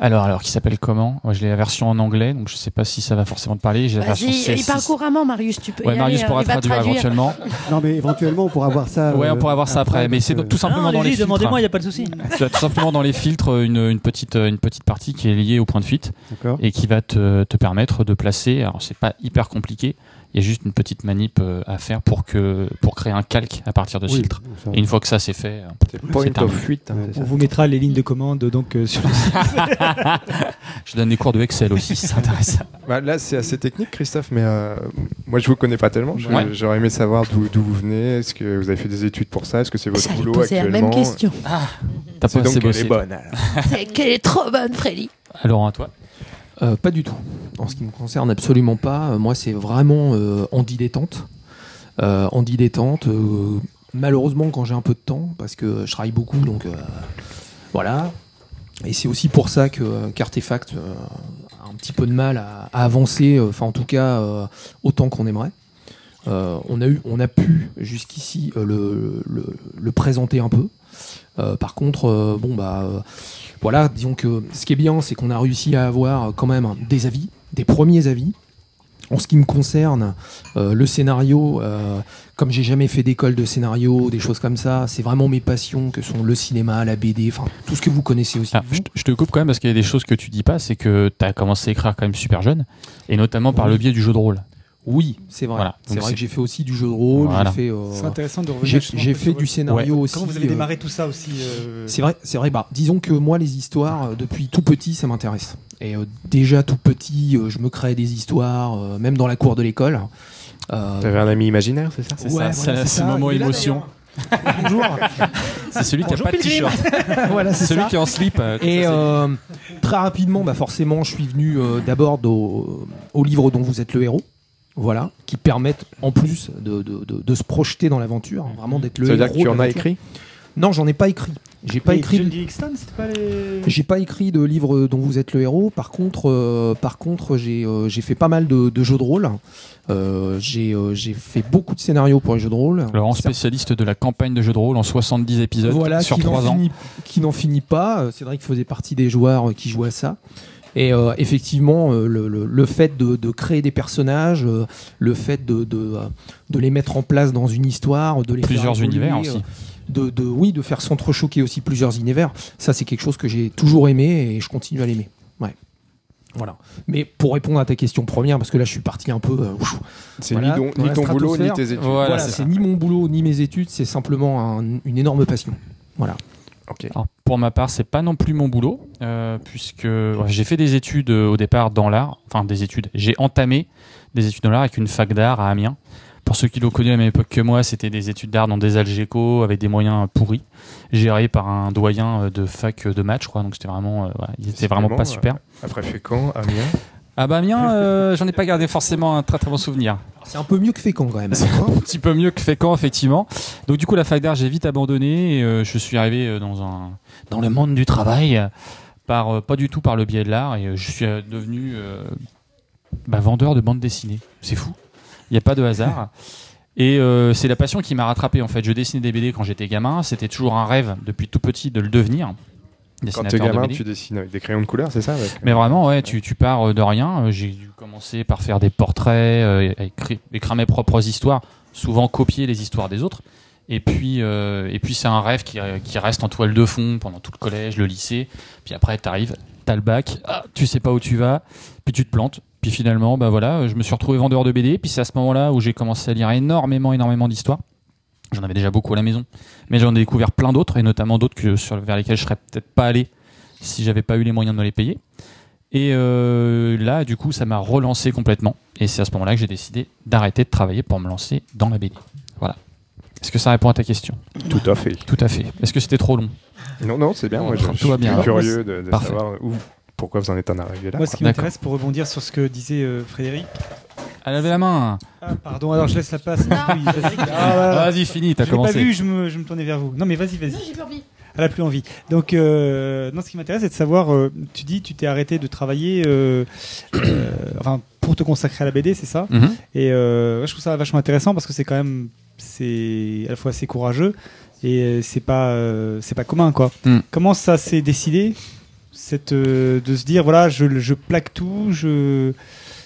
alors alors qui s'appelle comment Ouais, Je l'ai la version en anglais, donc je sais pas si ça va forcément te parler. J'ai la version
Vas-y, il
CS6.
parle couramment, Marius. Tu peux
Ouais,
y
Marius
aller,
pourra
euh, il va
traduire éventuellement.
Non, mais éventuellement, on pourra voir ça.
Ouais, on
euh,
pourra voir ça après, mais c'est
parce que-
tout simplement
Non,
dans les
allez-y,
filtres.
demandez-moi, il n'y a pas de souci.
Tu as tout simplement dans les filtres une, une petite, une petite partie qui est liée au point de fuite
D'accord.
et qui va te, te permettre de placer. Alors, c'est pas hyper compliqué, il y a juste une petite manip euh, à faire pour, que, pour créer un calque à partir de ce
Oui,
filtre.
ça va.
Et une fois que ça c'est fait, euh, hein, c'est terminé.
On vous mettra les lignes de commande donc euh, sur le site.
Je donne des cours de Excel aussi, si ça intéresse.
Bah, là, c'est assez technique, Christophe, mais euh, moi, je vous connais pas tellement. Je-
Ouais.
J'aurais aimé savoir d'où d'où vous venez. Est-ce que vous avez fait des études pour ça Est-ce que c'est votre
J'allais
boulot
poser la même
actuellement
question. Ah,
t'as
C'est
pas
donc
assez
qu'elle
bossé,
est
Bah,
toi.
bonne. alors.
C'est qu'elle est trop bonne, Freddy.
Alors, à toi
Euh, Pas du tout. En ce qui me concerne, absolument pas. Euh, Moi, c'est vraiment euh, en dilettante. Euh, en dilettante, euh, malheureusement, quand j'ai un peu de temps, parce que je travaille beaucoup, donc euh, voilà. Et c'est aussi pour ça que euh, qu'Artefact euh, a un petit peu de mal à, à avancer, euh, enfin en tout cas euh, autant qu'on aimerait. Euh, on, a eu, on a pu jusqu'ici euh, le, le- le présenter un peu. Euh, par contre, euh, bon bah euh, voilà, disons que ce qui est bien, c'est qu'on a réussi à avoir euh, quand même des avis, des premiers avis. En ce qui me concerne, euh, le scénario, euh, comme j'ai jamais fait d'école de scénario, des choses comme ça, c'est vraiment mes passions que sont le cinéma, la BD, enfin tout ce que vous connaissez aussi.
Ah, je, te- je te coupe quand même parce qu'il y a des choses que tu dis pas, c'est que tu as commencé à écrire quand même super jeune, et notamment par
Oui.
le biais du jeu de rôle.
Oui, c'est vrai.
Voilà.
C'est
Donc
vrai
c'est-
que j'ai fait aussi du jeu de rôle.
Voilà.
j'ai fait, euh,
C'est intéressant de revenir
J'ai,
justement
j'ai
un peu
fait
sur
du
votre-
scénario
Ouais.
aussi.
Comment vous avez
euh,
démarré tout ça aussi euh,
C'est vrai, c'est vrai. Bah, disons que moi, les histoires, euh, depuis tout petit, ça m'intéresse. Et euh, déjà tout petit, euh, je me créais des histoires, euh, même dans la cour de l'école. Euh,
T'avais un ami imaginaire, c'est ça
C'est ça, c'est- c'est le moment émotion.
C'est celui qui a
Bonjour,
pas de
Pilgrim.
t-shirt.
Voilà, c'est
celui
ça.
qui est en slip. euh,
Et
comme ça.
euh, très rapidement, bah forcément, je suis venu euh, d'abord au, au livre dont vous êtes le héros. Voilà, qui permettent en plus de, de- de- de se projeter dans l'aventure, hein,
Mm.
vraiment d'être le
Ça veut
héros.
dire que tu
de
en as
l'aventure.
écrit
Non, j'en ai pas écrit. J'ai pas
les
écrit.
John D. Hickson, c'était pas les.
Euh, J'ai pas écrit de livre dont vous êtes le héros. Par contre, euh, par contre, j'ai euh, j'ai fait pas mal de, de jeux de rôle. Euh, j'ai euh, j'ai fait beaucoup de scénarios pour les jeux de rôle.
Laurent, spécialiste de la campagne de jeu de rôle en 70 épisodes
Voilà,
sur
qui n'en
3 ans.
finit- qui n'en finit pas. Euh, Cédric faisait partie des joueurs euh, qui jouaient à ça. Et euh, effectivement, euh, le, le- le fait de, de créer des personnages, euh, le fait de, de, euh, de les mettre en place dans une histoire, de les faire
Plusieurs
évoluer,
univers
euh,
aussi.
De, de- oui, de faire s'entrechoquer aussi plusieurs univers. Ça, c'est quelque chose que j'ai toujours aimé et je continue à l'aimer. Ouais. Voilà. Mais pour répondre à ta question première, parce que là, je suis parti un peu. euh, ouf.
C'est ni don- ni
dans la
ton boulot, ni
stratosphère.
tes études.
Voilà,
Voilà, c'est
c'est
ça.
ni mon boulot, ni mes études. C'est simplement un- une énorme passion. Voilà.
Alors, pour ma part, c'est pas non plus mon boulot, euh, puisque ouais, j'ai fait des études euh, au départ dans l'art, enfin des études. J'ai entamé des études dans l'art avec une fac d'art à Amiens. Pour ceux qui l'ont connu à la même époque que moi, c'était des études d'art dans des algécos avec des moyens euh, pourris, gérés par un doyen euh, de fac euh, de match, quoi. Donc c'était vraiment, euh, ouais, il était vraiment pas super.
euh, Après Fécamp, Amiens.
Ah bah Amiens, euh, j'en ai pas gardé forcément un très très bon souvenir.
C'est un peu mieux que Fécamp quand même.
un petit peu mieux que Fécamp effectivement. Donc du coup la fac d'art j'ai vite abandonné et euh, je suis arrivé euh, dans un dans le monde du travail euh, par euh, pas du tout par le biais de l'art et euh, je suis euh, devenu euh, bah, vendeur de bande dessinée. C'est fou. Il n'y a pas de hasard. Et euh, c'est la passion qui m'a rattrapé en fait. Je dessinais des BD quand j'étais gamin. C'était toujours un rêve depuis tout petit de le devenir.
Quand
dessinateur
t'es
de
gamin,
BD.
tu dessines avec des crayons de couleur, c'est ça avec-
Mais vraiment, ouais, tu, tu pars euh, de rien. Euh, J'ai dû commencer par faire des portraits, euh, écri- écrire mes propres histoires, souvent copier les histoires des autres. Et puis, euh, et puis c'est un rêve qui, euh, qui reste en toile de fond pendant tout le collège, le lycée. Puis après, t'arrives, t'as le bac, ah, tu sais pas où tu vas, puis tu te plantes. Puis finalement, bah voilà, je me suis retrouvé vendeur de BD. Puis c'est à ce moment-là où j'ai commencé à lire énormément, énormément d'histoires. J'en avais déjà beaucoup à la maison, mais j'en ai découvert plein d'autres, et notamment d'autres que, sur, vers lesquels je serais peut-être pas allé si j'avais pas eu les moyens de me les payer. Et euh, là, du coup, ça m'a relancé complètement. Et c'est à ce moment-là que j'ai décidé d'arrêter de travailler pour me lancer dans la BD. Voilà. Est-ce que ça répond à ta question
Tout à fait.
Tout à fait. Est-ce que c'était trop long
Non, non, c'est bien. Moi, je,
Tout
je
va
suis
bien.
curieux de, de
Parfait.
savoir où, pourquoi vous en êtes en arrivé là.
Moi, ce qui
quoi.
m'intéresse, pour rebondir sur ce que disait euh, Frédéric.
Elle avait la main.
Ah, pardon, alors je laisse la passe. Oui, vas-y.
Ah, Vas-y, finis, t'as
Je l'ai
commencé.
Ah, pas vu, je me, je me tournais vers vous. Non, mais vas-y, vas-y.
j'ai plus envie.
Elle a plus envie. Donc, euh, non, ce qui m'intéresse, c'est de savoir. euh, tu dis, tu t'es arrêté de travailler, euh, euh, enfin, pour te consacrer à la BD, c'est ça
Mhm.
Et euh, ouais, je trouve ça vachement intéressant parce que c'est quand même, c'est à la fois assez courageux et euh, c'est pas, euh, c'est pas commun, quoi.
Mm.
Comment ça s'est décidé cette, euh, de se dire voilà, je, je plaque tout, je.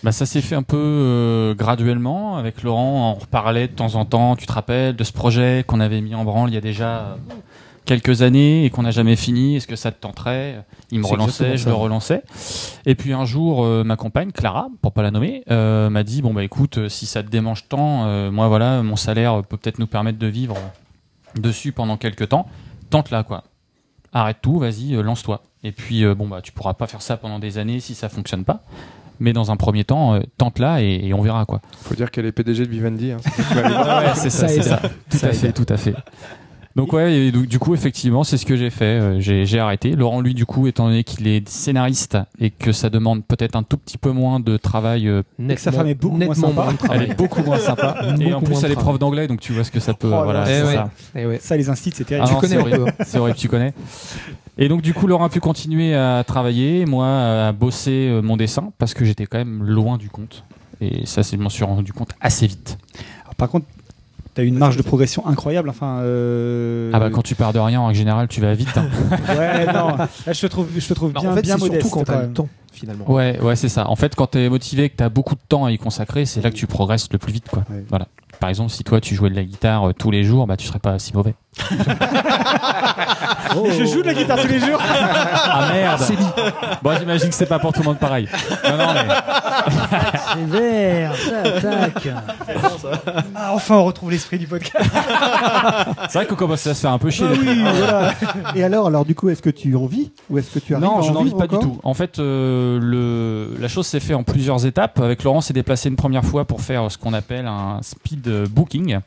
Bah, ça s'est fait un peu euh, graduellement. Avec Laurent, on reparlait de temps en temps, tu te rappelles, de ce projet qu'on avait mis en branle il y a déjà euh, quelques années et qu'on n'a jamais fini. Est-ce que ça te tenterait Il me
C'est
relançait,
exactement
je
ça.
le relançais. Et puis un jour, euh, ma compagne, Clara, pour pas la nommer, euh, m'a dit, bon bah écoute, euh, si ça te démange tant, euh, moi voilà, mon salaire peut peut-être nous permettre de vivre dessus pendant quelques temps. Tente-la quoi. Arrête tout, vas-y, euh, lance-toi. Et puis euh, bon bah tu pourras pas faire ça pendant des années si ça fonctionne pas. Mais dans un premier temps, euh, tente-la et, et on verra quoi.
Faut dire qu'elle est PDG de Vivendi. hein.
Ah Ouais, ouais, c'est
Ça
ça, c'est
aide.
ça. Tout
Ça
à fait,
aide.
tout à fait. Donc ouais, et du, du coup effectivement, c'est ce que j'ai fait. Euh, J'ai j'ai arrêté. Laurent, lui, du coup, étant donné qu'il est scénariste et que ça demande peut-être un tout petit peu moins de travail, euh,
Et que sa femme est beaucoup moins
nettement
sympa.
de travail. Elle est beaucoup moins sympa. et en
Beaucoup
plus,
moins de
elle est
travail.
prof d'anglais, donc tu vois ce que ça peut.
Oh là
Euh, voilà,
là,
c'est
ça.
ça.
Ça, les incites, c'est terrible.
Ah non, c'est horrible. C'est horrible, tu connais. Et donc du coup, Laurent a pu continuer à travailler, moi à bosser euh, mon dessin parce que j'étais quand même loin du compte. Et ça, c'est je m'en suis rendu compte assez vite.
Alors, par contre, t'as eu une marge de progression incroyable. Enfin, euh,
Ah bah quand tu pars de rien, en général, tu vas vite. hein.
ouais, non. Là, je te trouve, je te trouve
Bah,
bien,
en fait,
bien
c'est
modeste.
surtout quand
quand
t'as le
même.
temps, finalement.
Ouais, ouais, c'est ça. En fait, quand t'es motivé, que t'as beaucoup de temps à y consacrer, c'est là que tu progresses le plus vite, quoi. Voilà. Par exemple, si toi tu jouais de la guitare euh, tous les jours, bah tu serais pas si mauvais.
Je joue de la guitare tous les jours.
Ah merde. C'est dit. Bon, j'imagine que c'est pas pour tout le monde pareil. Non, non, mais
C'est vert, ça attaque.
Ah, enfin, on retrouve l'esprit du podcast.
c'est vrai qu'on commence à se faire un peu chier.
Ah
Ah
Et alors, alors du coup, est-ce que tu en vis ou est-ce que tu arrives à
Non, je n'en vis
vivre
pas du
encore
tout. En fait, euh, le, la chose s'est faite en plusieurs étapes. Avec Laurent, s'est déplacé une première fois pour faire ce qu'on appelle un speed euh, booking.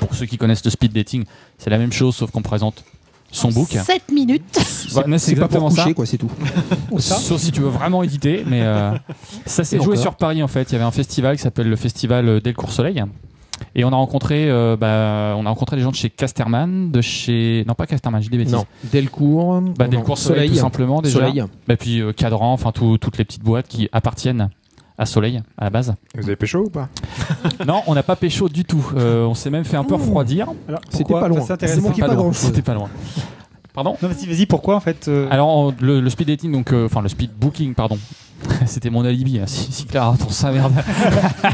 Pour ceux qui connaissent le speed dating, c'est la même chose, sauf qu'on présente son book.
7 minutes.
Ouais, mais
C'est pas pour
exactement
coucher,
ça.
quoi, c'est tout.
Sauf si tu veux vraiment éditer, mais euh, ça s'est
Et euh,
joué
encore.
sur Paris en fait. Il y avait un festival qui s'appelle le Festival Dès le Cours Soleil. Et on a rencontré, euh, bah, on a rencontré les gens de chez Casterman, de chez, non pas Casterman, j'ai des bêtises.
Non, Delcourt.
Bah, des cours soleil, tout simplement déjà.
Soleil.
Bah, puis euh, cadran, enfin tout- toutes les petites boîtes qui appartiennent à Soleil à la base.
Vous avez pécho ou pas
non, on n'a pas pécho du tout. Euh, on s'est même fait un peu refroidir.
Alors, pourquoi
C'était pas
Ça,
loin.
C'est intéressant.
manquait pas
loin.
grand-chose.
C'était pas loin. Pardon
Non, vas-y, vas-y, pourquoi en fait euh,
Alors en- le, le speed dating, donc euh, enfin le speed booking, pardon. C'était mon alibi. hein. Si, si Clara attends ça merde.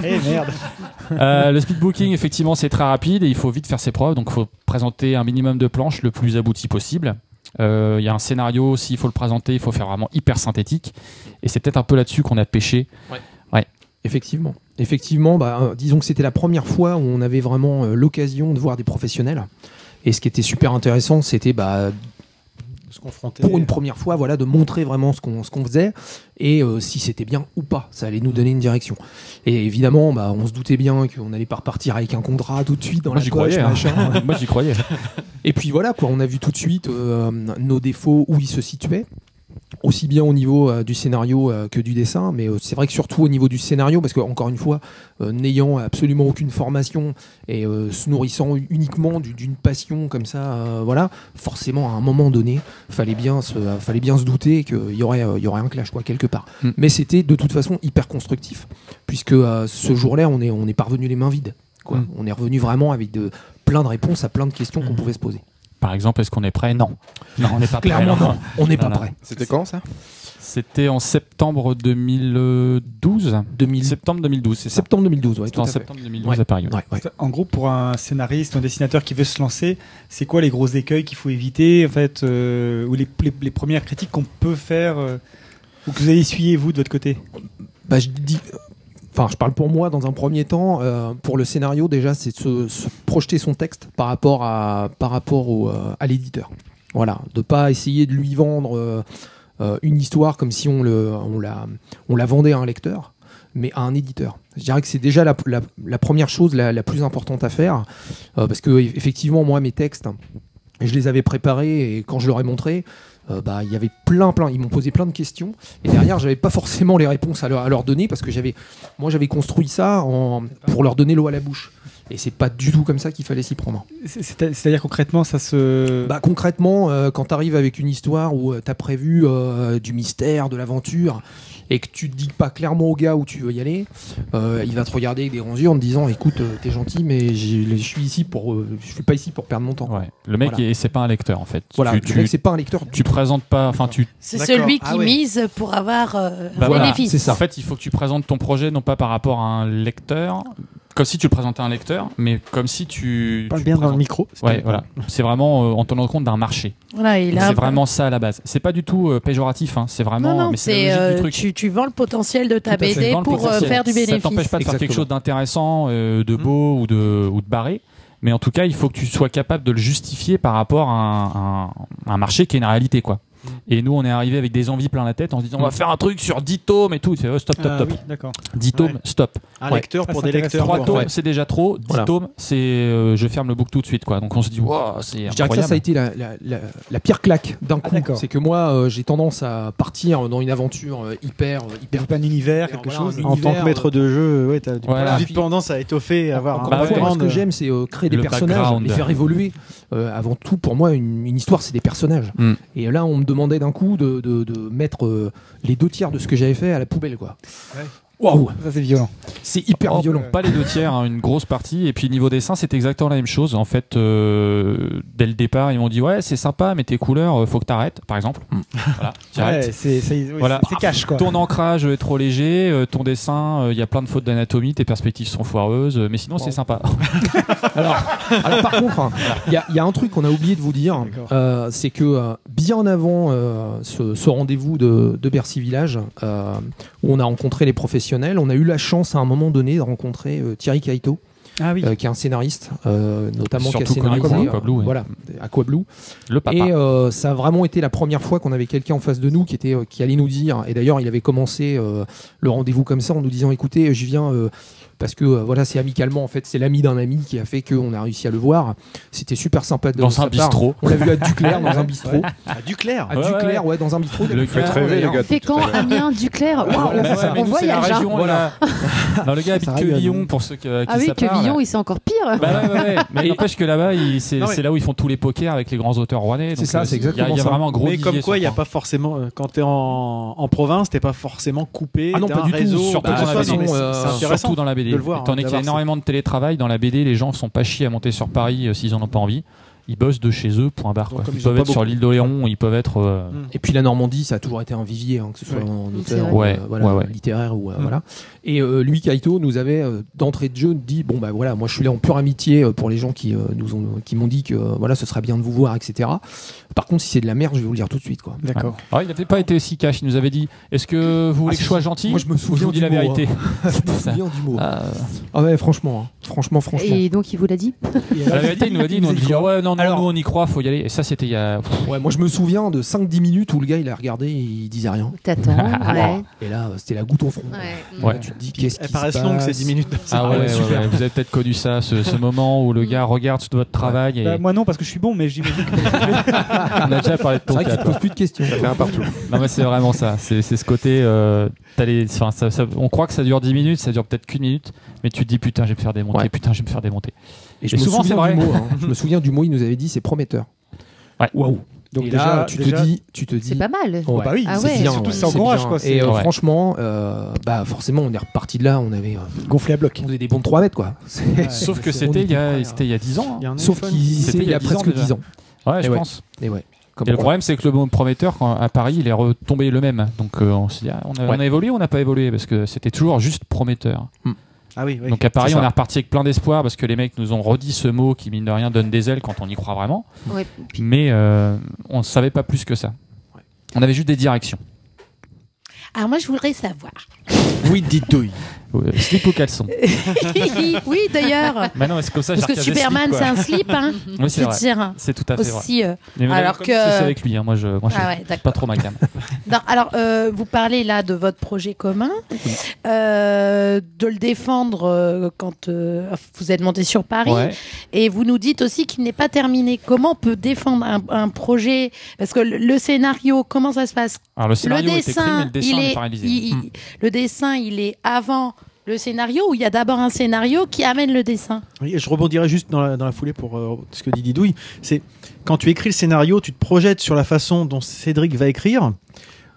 Eh merde.
Euh, le speed booking, effectivement, c'est très rapide et il faut vite faire ses preuves. Donc, il faut présenter un minimum de planches le plus abouti possible. Euh, Il y a un scénario, s'il faut le présenter, il faut faire vraiment hyper synthétique. Et c'est peut-être un peu là-dessus qu'on a pêché.
Ouais.
Ouais.
Effectivement. Effectivement, bah, euh, disons que c'était la première fois où on avait vraiment euh, l'occasion de voir des professionnels. Et ce qui était super intéressant, c'était bah,
se confronter.
pour une première fois, voilà, de montrer vraiment ce qu'on ce qu'on faisait et euh, si c'était bien ou pas. Ça allait nous donner une direction. Et évidemment, bah, on se doutait bien qu'on allait pas repartir avec un contrat tout de suite dans
Moi,
la
j'y
poche,
croyais. hein.
machin.
Moi, j'y croyais.
Et puis voilà, quoi, on a vu tout de suite euh, nos défauts, où ils se situaient, aussi bien au niveau euh, du scénario euh, que du dessin, mais euh, c'est vrai que surtout au niveau du scénario, parce que encore une fois, euh, n'ayant absolument aucune formation et euh, se nourrissant uniquement du- d'une passion comme ça, euh, voilà, forcément à un moment donné, fallait bien se, euh, fallait bien se douter qu'il y aurait, euh, il y aurait un clash quoi quelque part.
Mm.
Mais c'était de toute façon hyper constructif, puisque euh, ce jour-là, on est, on est parvenu les mains vides.
Mm.
Quoi. On est revenu vraiment avec de, plein de réponses à plein de questions qu'on pouvait se poser.
Par exemple, est-ce qu'on est prêt Non. Non, on n'est pas prêt.
Clairement,
alors.
non. On n'est pas
Voilà.
prêt.
C'était quand ça
C'était en septembre 2012.
2000.
Septembre 2012, c'est ça
Septembre 2012, ouais,
C'était
tout
en
à fait.
septembre 2012
Ouais.
à Paris. ouais.
Ouais, ouais.
En gros, pour un scénariste, un dessinateur qui veut se lancer, c'est quoi les gros écueils qu'il faut éviter, en fait, euh, ou les, les- les premières critiques qu'on peut faire, euh, ou que vous avez essuyé vous de votre côté
Bah, je dis. Enfin, je parle pour moi dans un premier temps. euh, pour le scénario, déjà, c'est de se, se projeter son texte par rapport à, par rapport au, euh, à l'éditeur. Voilà, de pas essayer de lui vendre euh, euh, une histoire comme si on, le, on, la, on la vendait à un lecteur, mais à un éditeur. Je dirais que c'est déjà la, la- la première chose la, la plus importante à faire, euh, parce que eff- effectivement, moi, mes textes, je les avais préparés et quand je leur ai montré, euh, bah, il y avait plein, plein, ils m'ont posé plein de questions et derrière, j'avais pas forcément les réponses à leur, à leur donner parce que j'avais, moi, j'avais construit ça en, pour leur donner l'eau à la bouche. Et c'est pas du tout comme ça qu'il fallait s'y prendre.
C'est- c'est- C'est-à-dire concrètement, ça se.
Bah, concrètement, euh, quand tu arrives avec une histoire où tu as prévu euh, du mystère, de l'aventure, et que tu te dis pas clairement au gars où tu veux y aller, euh, il va te regarder avec des grands yeux en te disant Écoute, euh, t'es gentil, mais j'ai- je suis ici pour, euh, je suis pas ici pour perdre mon temps.
Ouais. Le mec,
Voilà.
est- c'est pas un lecteur en fait.
Voilà,
tu,
le
tu-
mec, c'est pas un lecteur.
tu présentes pas, enfin tu,
C'est
D'accord.
celui qui
Ah ouais.
mise pour avoir euh,
Bah
un
voilà,
bénéfice.
c'est ça.
En fait, il faut que tu présentes ton projet non pas par rapport à un lecteur, comme si tu le présentais à un lecteur, mais comme si tu.
Parle
tu
bien dans le
présentes-
micro. c'est
Ouais,
pas-
voilà. C'est vraiment euh, en tenant compte d'un marché.
Voilà, il a
C'est
un-
vraiment ça à la base. C'est pas du tout euh, péjoratif, hein. c'est vraiment.
Non, non,
mais c'est
c'est
la logique du
euh,
truc.
tu, tu vends le potentiel de ta
Tout à fait.
BD
Dans le
pour euh,
potentiel.
faire du
Ça t'empêche
bénéfice.
pas de faire quelque
Exactement.
chose d'intéressant, euh, de beau
Mmh.
ou, de, ou de barré. Mais en tout cas, il faut que tu sois capable de le justifier par rapport à un, à un- à un marché qui est une réalité, quoi.
Mmh.
Et nous, on est arrivé avec des envies plein la tête en se disant on va faire un truc sur 10 tomes et tout. C'est oh, stop, stop,
Ah
stop.
oui, d'accord.
10 tomes,
Ouais.
stop.
Un lecteur Ça, pour c'est des intéressant. lecteurs,
3
quoi.
tomes,
Ouais.
c'est déjà trop. 10
Voilà.
tomes, c'est euh, je ferme le book tout de suite. quoi. Donc on se dit waouh, c'est
Je dirais que ça, ça a
incroyable.
été la, la- la- la pire claque d'un
Ah,
coup. c'est que moi, euh, j'ai tendance à partir dans une aventure euh, hyper, euh, hyper.
Un univers, quelque
voilà,
chose.
un
En tant que
univers,
maître de jeu, euh, ouais, t'as du Bah,
Voilà.
vite tendance à étoffer, à avoir
Encore une
un
fois, moi, ce
background.
que j'aime, c'est euh, créer des
Le
personnages,
background.
les faire évoluer. Euh, avant tout, pour moi, une, une histoire, c'est des personnages.
Mm.
Et là, on me demandait d'un coup de, de- de mettre euh, les deux tiers de ce que j'avais fait à la poubelle, quoi. Waouh,
ça c'est violent.
C'est hyper
Oh,
violent.
Pas les deux tiers, hein, une grosse partie. Et puis niveau dessin, c'est exactement la même chose. En fait, euh, dès le départ, ils m'ont dit ouais, c'est sympa, mais tes couleurs, euh, faut que t'arrêtes, par exemple. Voilà, t'arrêtes.
Ouais, c'est- c'est- oui, c'est- c'est cash, quoi.
Ton ancrage est trop léger, euh, ton dessin, il y a plein de fautes d'anatomie, tes perspectives sont foireuses, euh, mais sinon c'est sympa.
Alors par contre, hein, il y, a- il y a un truc qu'on a oublié de vous dire, euh, c'est que euh, bien avant euh, ce, ce rendez-vous de, de Bercy Village, euh, où on a rencontré les professionnels, on a eu la chance à un moment donné de rencontrer euh, Thierry Kaito. euh, qui est un scénariste, euh, notamment qui a
Surtout connu
scénarisé
pour
euh,
Aquablue, ouais.
voilà, Aquablue.
Le papa.
Et euh, ça a vraiment été la première fois qu'on avait quelqu'un en face de nous qui était euh, qui allait nous dire. Et d'ailleurs, il avait commencé euh, le rendez-vous comme ça en nous disant "Écoutez, je viens euh, parce que euh, voilà, c'est amicalement en fait, c'est l'ami d'un ami qui a fait qu'on a réussi à le voir. C'était super sympa de
Dans
sa
un
part.
bistrot.
On l'a vu à Duclair dans un bistrot.
À Duclair
À Duclair, ouais, dans un bistrot.
Le gars, Faites rêver, les gars,
Fécamp, Amiens, Duclerc. Waouh,
Bah ouais, mais
on
nous,
voit,
c'est
il y a
la
déjà.
région,
Voilà.
là. Alors le gars habite
Ça arrive à
Quevillon
nous.
pour ceux que- à qui
Ah oui,
ça parle.
Quevillon, il c'est encore pire.
Bah ouais, ouais, ouais. Mais n'empêche que là-bas, il- c'est
Non, mais-
c'est là où ils font tous les pokers avec les grands auteurs rouennais.
C'est
Donc,
ça,
euh,
c'est
il y a-
exactement
Il y a
ça.
vraiment un gros
Mais comme
vivier
quoi,
sur
il n'y a
le
pas forcément. euh, Quand t'es en, en province, t'es pas forcément coupé.
Ah non,
t'as
pas
un
du
réseau,
tout, surtout
bah,
dans la
ça,
BD.
non, mais c'est-
euh,
c'est intéressant
surtout dans la BD.
de le voir, hein,
Étant donné qu'il y a
d'avoir ça.
énormément de télétravail dans la BD, les gens sont pas chiés à monter sur Paris euh, s'ils en ont pas envie. Ils bossent de chez eux, point barre. quoi.
comme
Ils
ils ont
peuvent
pas
être sur
beaucoup.
l'île d'Oléron, ils peuvent être. euh,
Mm. Et puis la Normandie, ça a toujours été un vivier, hein, que ce soit
Ouais.
en
C'est vrai.
auteur, ou,
Ouais,
euh, voilà,
ouais, ouais.
littéraire ou euh,
Mm.
voilà. Et euh, lui, Kaito, nous avait euh, d'entrée de jeu dit bon bah voilà, moi je suis là en pure amitié euh, pour les gens qui euh, nous ont, qui m'ont dit que euh, voilà, ce serait bien de vous voir, etc. Par contre, si c'est de la merde, je vais vous le dire tout de suite, quoi.
D'accord.
Ah, il n'avait pas été aussi cash. Il nous avait dit Est-ce que vous
Ah,
voulez que
si,
je sois
si.
gentil
Moi, je me
Ou
souviens
vous dis
du
la
mot,
vérité. Euh,
hein. Je me souviens du mot. Ah, ouais, franchement, hein. franchement, franchement.
Et donc, il vous l'a dit
La vérité, il nous a dit, nous, on dit, ouais, non, non, nous, on y croit, faut y aller. Et ça, c'était il y a.
Ouais, moi je me souviens de 5-10 minutes où le gars il a regardé et il disait rien.
T'attends, ouais.
Et là, euh, c'était la goutte au front.
Ouais.
Tu te dis qu'est-ce qui se passe
paraissent longues, ces 10 minutes.
Ah ouais, ouais, ouais, vous avez peut-être connu ça, ce, ce moment
Mm.
où le gars regarde votre travail et
Bah, moi non, parce que je suis bon, mais j'imagine que.
on a déjà parlé de ton
C'est vrai
cas.
qu'il te
toi.
pose plus de questions. Ça fait un partout.
Non mais c'est vraiment ça, c'est c'est ce côté, euh, t'as les- enfin, ça- ça- on croit que ça dure 10 minutes, ça dure peut-être qu'une minute, mais tu te dis putain je vais me faire démonter, putain je vais me faire démonter.
Et, je me
souvent c'est
souviens
vrai.
du mot, hein. Je me souviens du mot, il nous avait dit c'est prometteur.
Ouais.
Waouh.
Donc
et
déjà-
là, tu
déjà-
te dis, tu te dis.
C'est pas mal.
Ouais.
bah oui,
ah
c'est
ouais.
bien,
surtout
ouais,
si ça encourage,
bien.
quoi, c'est-
Et euh,
Ouais.
franchement, euh, bah forcément, on est reparti de là, on avait euh,
gonflé à bloc.
On faisait des bons de 3 mètres, quoi. C'est-
Sauf que
c'est- on
c'était il, y
était
a-
prêts,
c'était il y a 10 ans.
Il y a
hein.
un Sauf iPhone. qu'il-
C'était
c'est il y a presque
10
10 ans.
Ouais, je
Et ouais.
pense.
Et ouais.
Et le problème, c'est que le bon prometteur, quand- à Paris, il est retombé le même. Donc euh, on s'est dit, ah, on, a,
Ouais.
on a évolué ou on n'a pas évolué Parce que c'était toujours juste prometteur.
Ah oui, oui.
Donc à Paris,
C'est
on
ça.
est reparti avec plein d'espoir parce que les mecs nous ont redit ce mot qui, mine de rien, donne des ailes quand on y croit vraiment.
Ouais.
Mais euh, on ne savait pas plus que ça. On avait juste des directions.
Alors Ah, moi, je voudrais savoir.
Oui, didouille. Slip ou caleçon
oui, d'ailleurs.
Bah non, c'est comme ça,
Parce
j'ai
que
recasé
Superman,
slip,
c'est
quoi.
un slip, hein.
Oui, c'est
Je
vrai.
veux dire,
C'est tout à fait
aussi,
vrai.
euh,
Mais vous l'avez
alors
comme
que-
si C'est avec lui, hein. moi je. Moi, je
Ah ouais,
c'est pas trop ma gamme.
Non, alors, euh, vous parlez là de votre projet commun, euh, de le défendre euh, quand euh, vous êtes monté sur Paris,
Ouais.
et vous nous dites aussi qu'il n'est pas terminé. Comment on peut défendre un, un projet Parce que le, le scénario, comment ça se passe
Alors, le scénario est écrit, mais le dessin
il
n'est
est-
pas réalisé.
il- il-
Hmm.
le dessin, il est avant le scénario, ou il y a d'abord un scénario qui amène le dessin
Oui, et je rebondirai juste dans la, dans la foulée pour euh, ce que dit Didouille. C'est quand tu écris le scénario, tu te projettes sur la façon dont Cédric va écrire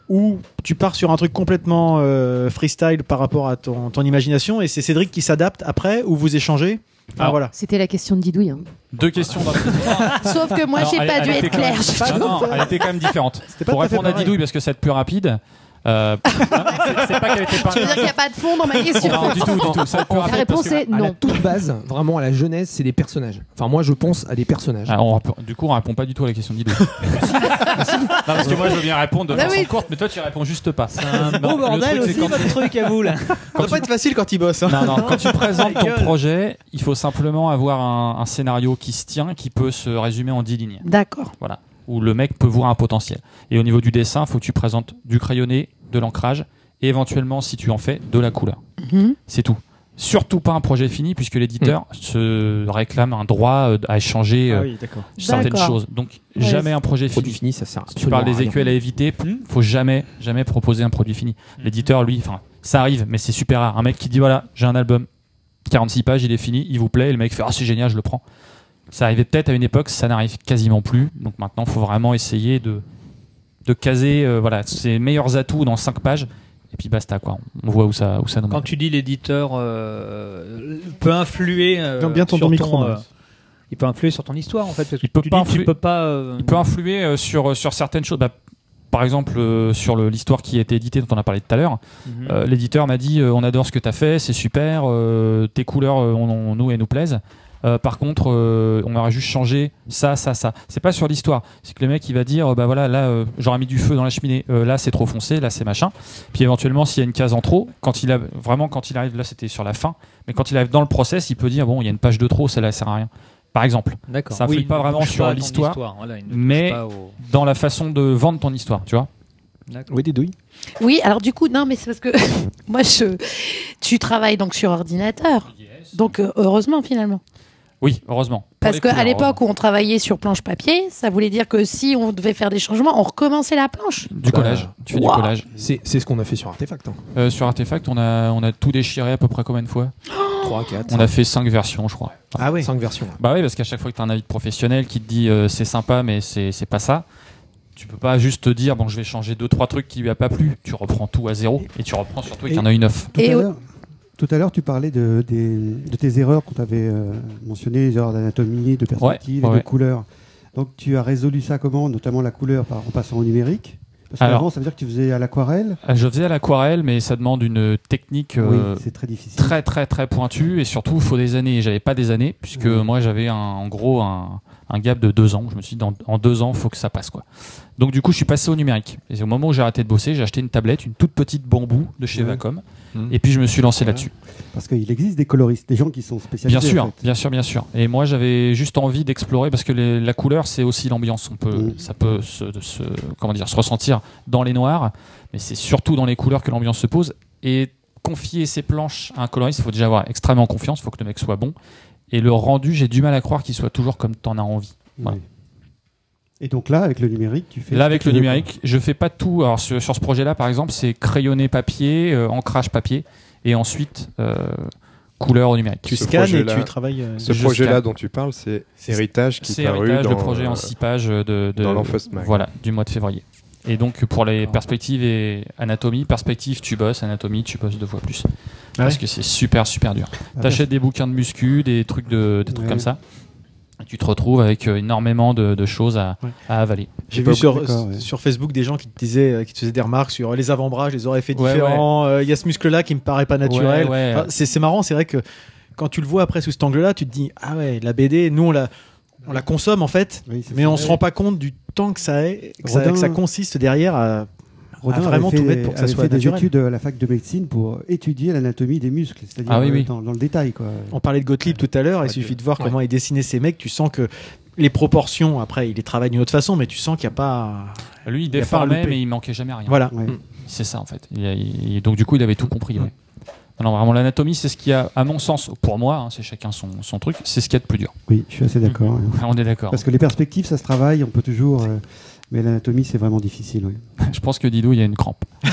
ou tu pars sur un truc complètement euh, freestyle par rapport à ton, ton imagination et c'est Cédric qui s'adapte après ou vous échangez. Ah, voilà.
C'était la question de Didouille. hein.
Deux questions dans la
Sauf que moi,
Alors,
j'ai
elle-
pas
elle
dû
était
être
quand même-
claire. je
Non, non,
trouve.
elle était quand même différente.
pas
Pour
tout à fait
répondre à
pareil.
Didouille, parce que ça va être plus rapide. euh, c'est pas qu'elle était pas.
Je veux dire qu'il n'y a pas de fond dans ma question.
Non, du tout, du tout. Ça va être plus
En
rapide
fait,
parce que-
à la toute base, vraiment à la jeunesse, c'est des personnages. Enfin, moi, je pense à des personnages. Ah
Ah, on rep- du coup, on répond pas du tout à la question de Didouille. non, parce que moi, je veux bien répondre de
Bah
façon
oui.
courte, mais toi, tu réponds juste pas. C'est
un beau bordel aussi, votre truc à vous, là. Ça va pas être facile quand il bosse. hein.
Non, non, quand tu présentes
Ma
ton
gueule.
projet, il faut simplement avoir un, un scénario qui se tient, qui peut se résumer en 10 lignes.
D'accord.
Voilà. où le mec peut voir un potentiel. Et au niveau du dessin, faut que tu présentes du crayonné, de l'ancrage et éventuellement, si tu en fais, de la couleur.
Mhm.
C'est tout. Surtout pas un projet fini puisque l'éditeur se réclame un droit euh, à échanger
Mm. Ah
euh,
oui, d'accord.
certaines
D'accord.
choses. Donc
Ouais.
jamais un projet
Produit
fini.
fini, ça sert
Si tu parles
absolument
des
à rien.
écuelles à éviter, faut jamais jamais proposer un produit fini.
Mhm.
L'éditeur lui, enfin, ça arrive mais c'est super rare. Un mec qui dit voilà, j'ai un album 46 pages, il est fini, il vous plaît, et le mec fait ah c'est génial, je le prends. Ça arrivait peut-être à une époque, ça n'arrive quasiment plus. Donc maintenant, faut vraiment essayer de de caser euh, voilà, ses meilleurs atouts dans 5 pages et puis basta quoi. On voit où ça où ça nous mène.
Quand tu dis l'éditeur euh, peut influer euh,
Non, bien ton
sur
micro,
euh,
Max.
il peut influer sur ton histoire en fait. Parce que
peut
tu
pas
dis que tu
influer-
peux pas. euh,
Il peut influer euh, sur, sur certaines choses. Bah, par exemple, euh, sur le- l'histoire qui a été éditée, dont on a parlé tout à l'heure,
Mhm.
euh, l'éditeur m'a dit euh, On adore ce que tu as fait, c'est super, euh, tes couleurs euh, on- on- nous et nous plaisent. Euh, par contre, euh, on aurait juste changé ça, ça, ça. C'est pas sur l'histoire. C'est que le mec, il va dire euh, Bah voilà, là, euh, j'aurais mis du feu dans la cheminée, Euh, là, c'est trop foncé, là, c'est machin. Puis éventuellement, s'il y a une case en trop, quand il a, vraiment, quand il arrive, là, c'était sur la fin, mais quand il arrive dans le process, il peut dire Bon, il y a une page de trop, celle-là, elle sert à rien. Par exemple,
D'accord.
ça influe
Oui, il
pas
ne
vraiment
touche pas
sur
à ton
l'histoire,
histoire, voilà, il ne touche
mais
pas au-
dans la façon de vendre ton histoire, tu vois.
Oui, des douilles.
Oui, alors du coup, non, mais c'est parce que moi, je, tu travailles donc sur ordinateur. Donc euh, heureusement finalement.
Oui, heureusement. Pour
Parce
les
qu'à
couleurs, hein.
l'époque où on travaillait sur planche papier, ça voulait dire que si on devait faire des changements, on recommençait la planche.
Du collage.
Bah,
tu fais du collage.
C'est c'est ce qu'on a fait sur Artefact. hein.
heureusement. Euh, sur Artefact, on a, on a tout déchiré à peu près combien de fois
3, 4.
On a fait 5 versions, je crois.
Ah oui 5 versions.
Bah oui, parce qu'à chaque fois que tu as un avis de professionnel qui te dit euh, c'est sympa, mais c'est c'est pas ça. Tu peux pas juste te dire bon je vais changer deux trois trucs qui lui a pas plu. Tu reprends tout à zéro et tu reprends surtout avec un œil neuf.
Tout à l'heure- Tout à l'heure, tu parlais de, des- de tes erreurs qu'on t'avait euh, mentionnées, les erreurs d'anatomie, de perspective et
ouais.
de couleur. Donc, tu as résolu ça comment Notamment la couleur par- en passant au numérique Parce
Alors-
qu'avant, ça veut dire que tu faisais à l'aquarelle.
Ah, Je faisais à l'aquarelle, mais ça demande une technique euh,
Oui, c'est très difficile.
très très très pointue et surtout il faut des années. Et J'avais pas des années puisque moi j'avais un- en gros un, un gap de deux ans. Je me suis dit dans- en deux ans faut que ça passe quoi. Donc du coup je suis passé au numérique. Et au moment où j'ai arrêté de bosser, j'ai acheté une tablette, une toute petite bambou de chez
Ouais.
Vacom.
Mmh.
Mhm.
Et puis je me suis lancé
Voilà.
là-dessus.
Parce qu'il existe des coloristes, des gens qui sont spécialisés.
Bien sûr,
en fait.
bien sûr, bien sûr. Et moi, j'avais juste envie d'explorer parce que les- la couleur, c'est aussi l'ambiance. On peut, ça peut se, se- comment dire, se ressentir dans les noirs, mais c'est surtout dans les couleurs que l'ambiance se pose. Et confier ses planches à un coloriste, il faut déjà avoir extrêmement confiance. Il faut que le mec soit bon. Et le rendu, j'ai du mal à croire qu'il soit toujours comme t'en as envie. Voilà.
Et donc là, avec le numérique, tu fais.
Là,
ce
avec
que
le
tu veux,
numérique, je fais pas tout. Alors, sur, sur ce projet-là, par exemple, c'est crayonné papier, euh, ancrage papier, et ensuite euh, couleur au numérique.
Ce projet-là- Ce
Je
projet-là
scanne.
dont tu parles, c'est Héritage qui
C'est
est paru
Héritage,
dans euh,
le projet en 6 pages de, de-
dans l'Enfast Mag.
voilà, du mois de février. Et donc pour les perspectives et anatomie, perspective tu bosses, anatomie tu bosses deux fois plus. Parce que c'est super super dur.
Ah,
T'achètes des bouquins de muscu, des trucs de des trucs
Ouais.
comme ça. Et tu te retrouves avec euh, énormément de, de choses à, à avaler.
J'ai vu sur, sur Facebook des gens qui te disaient, euh, qui te faisaient des remarques sur euh, les avant-bras, je les aurais fait
Ouais,
différents. euh, Il y a ce muscle-là qui me paraît pas naturel.
Ouais, ouais.
Enfin, c'est c'est marrant, c'est vrai que quand tu le vois après sous cet angle-là, tu te dis ah ouais, la BD, nous on la on la consomme en fait, mais
ça.
on se rend pas compte du temps que ça est, que, ça,
Rodin-
que ça consiste derrière à, à
Rodin avait
Ah, vraiment
fait-
tout mettre pour que ça
avait
soit
fait des
naturel.
études à la fac de médecine pour étudier l'anatomie des muscles, c'est-à-dire
Ah oui,
euh,
oui.
Dans, dans le détail. Quoi.
On parlait de Gottlieb tout à l'heure, il suffit de voir comment il dessinait ces mecs, tu sens que les proportions, après, il les travaille d'une autre façon, mais tu sens qu'il n'y a pas.
Lui, il
y a pas à
déformait,
louper.
mais il manquait jamais rien.
Voilà.
Mm. C'est ça, en fait. Il a- il- donc, du coup, il avait tout compris. ouais. Non, non, vraiment, l'anatomie, c'est ce qui a, à mon sens, pour moi, hein, c'est chacun son, son truc, c'est ce qu'il y a de plus dur.
Oui, je suis assez d'accord. hein.
Mm-hmm. Ah, On est d'accord.
Parce que les perspectives, ça se travaille, on peut toujours. euh, mais l'anatomie, c'est vraiment difficile. oui.
Je pense que Didou, il y a une crampe.